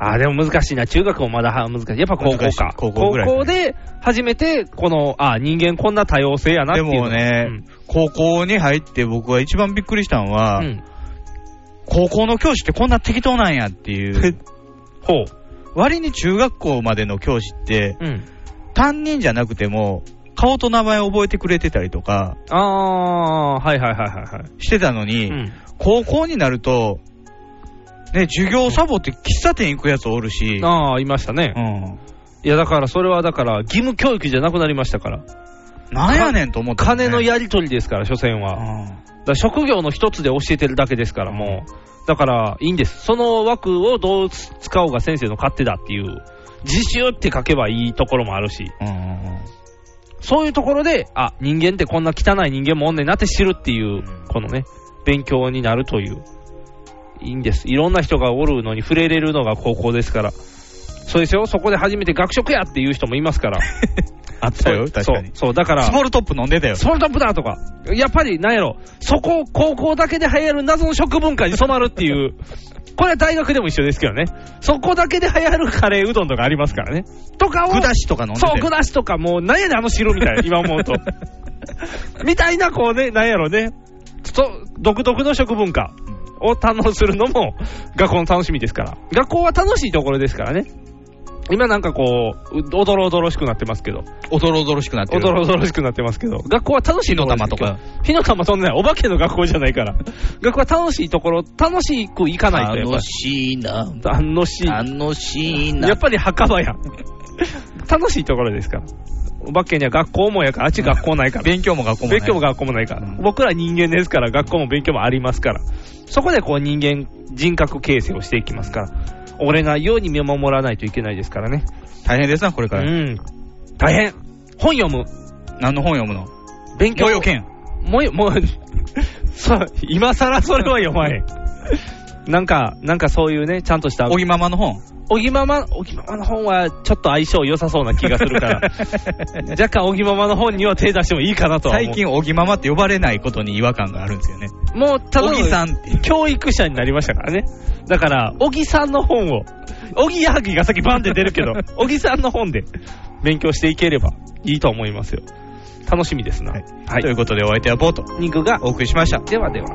Speaker 4: あーでも難しいな、中学もまだは難しい、やっぱ高校
Speaker 3: 難しい
Speaker 4: か、
Speaker 3: 高校ぐらいですね
Speaker 4: で初めて、このあー人間、こんな多様性やなって
Speaker 3: で
Speaker 4: いうの
Speaker 3: もね、高校に入って僕が一番びっくりしたのは、高校の教師ってこんな適当なんやって いう。
Speaker 4: ほう。
Speaker 3: 割に中学校までの教師って、担任じゃなくても、顔と名前覚えてくれてたりとか、
Speaker 4: あー、はいはいはいはい、はい
Speaker 3: してたのに、高校になると、ね、授業サボって喫茶店行くやつおるし、
Speaker 4: あー、いましたね、いやだから、それはだから、義務教育じゃなくなりましたから、
Speaker 3: なんやねんと思って、
Speaker 4: 金のやり取りですから、所詮は、だから職業の一つで教えてるだけですから、もう、だからいいんです、その枠をどう使おうが先生の勝手だっていう、自習って書けばいいところもあるし。そういうところで、あ、人間ってこんな汚い人間もおんねんなって知るっていう、このね、勉強になるという。いいんです。いろんな人がおるのに触れれるのが高校ですから。そうですよ、そこで初めて学食やっていう人もいます から。あったよ、確かに。そう、そうだから。
Speaker 3: スモールトップ飲ん でたよ。
Speaker 4: スモールトップだとか。やっぱり、なんやろ、そこ、高校だけで流行る謎の食文化に染まるっていう。これは大学でも一緒ですけどね。そこだけで流行るカレーうどんとかありますからね。とかを。
Speaker 3: 具だしとか飲んでたよ
Speaker 4: そう、具だしとか、もう、なんやねん、あの汁みたいな、今思 うと。みたいな、こうね、なんやろね。そ独特の食文化を堪能するのも学校の楽しみですから。学校は楽しいところですからね。今なんかこう、うおどろおどろしくなってますけど。
Speaker 3: おどろおどろしくなって
Speaker 4: おどろおどろしくなってますけど。学校は楽しいところで
Speaker 3: 火
Speaker 4: す
Speaker 3: の玉とか。
Speaker 4: 火の玉そんなない。お化けの学校じゃないから。学校は楽しいところ、楽しく行かないとやっぱり。
Speaker 3: 楽しいな。
Speaker 4: 楽しい。
Speaker 3: 楽しい
Speaker 4: やっぱり墓場やん。 楽しいところですから。お化けには学校もやから、あっち学校ないから。
Speaker 3: 勉強も学校もない
Speaker 4: 勉強も学校もないから。僕ら人間ですから、学校も勉強もありますから。そこでこう人間、人格形成をしていきますから。折れないように見守らないといけないですからね。
Speaker 3: 大変ですな、これから。
Speaker 4: うん。大変。本読む。
Speaker 3: 何の本読むの
Speaker 4: 勉強。
Speaker 3: もよけん。
Speaker 4: もよ、もよ、そう、今更それは読まへん。なんか、なんかそういうね、ちゃんとした。
Speaker 3: おぎままの本
Speaker 4: おぎまま、おぎままの本はちょっと相性良さそうな気がする から、若干おぎままの本には手出してもいいかなとは思う
Speaker 3: 最近、おぎままって呼ばれないことに違和感があるんですよね。
Speaker 4: もう、ただの
Speaker 3: 小木さん
Speaker 4: 教育者になりましたからね。だから、小木さんの本を、小木矢作がさっきバンって出る けど、小木さんの本で勉強していければいいと思いますよ。楽しみですな。はい。
Speaker 3: ということで、お相手はボート。
Speaker 4: 肉が
Speaker 3: お送りしました。
Speaker 4: ではでは。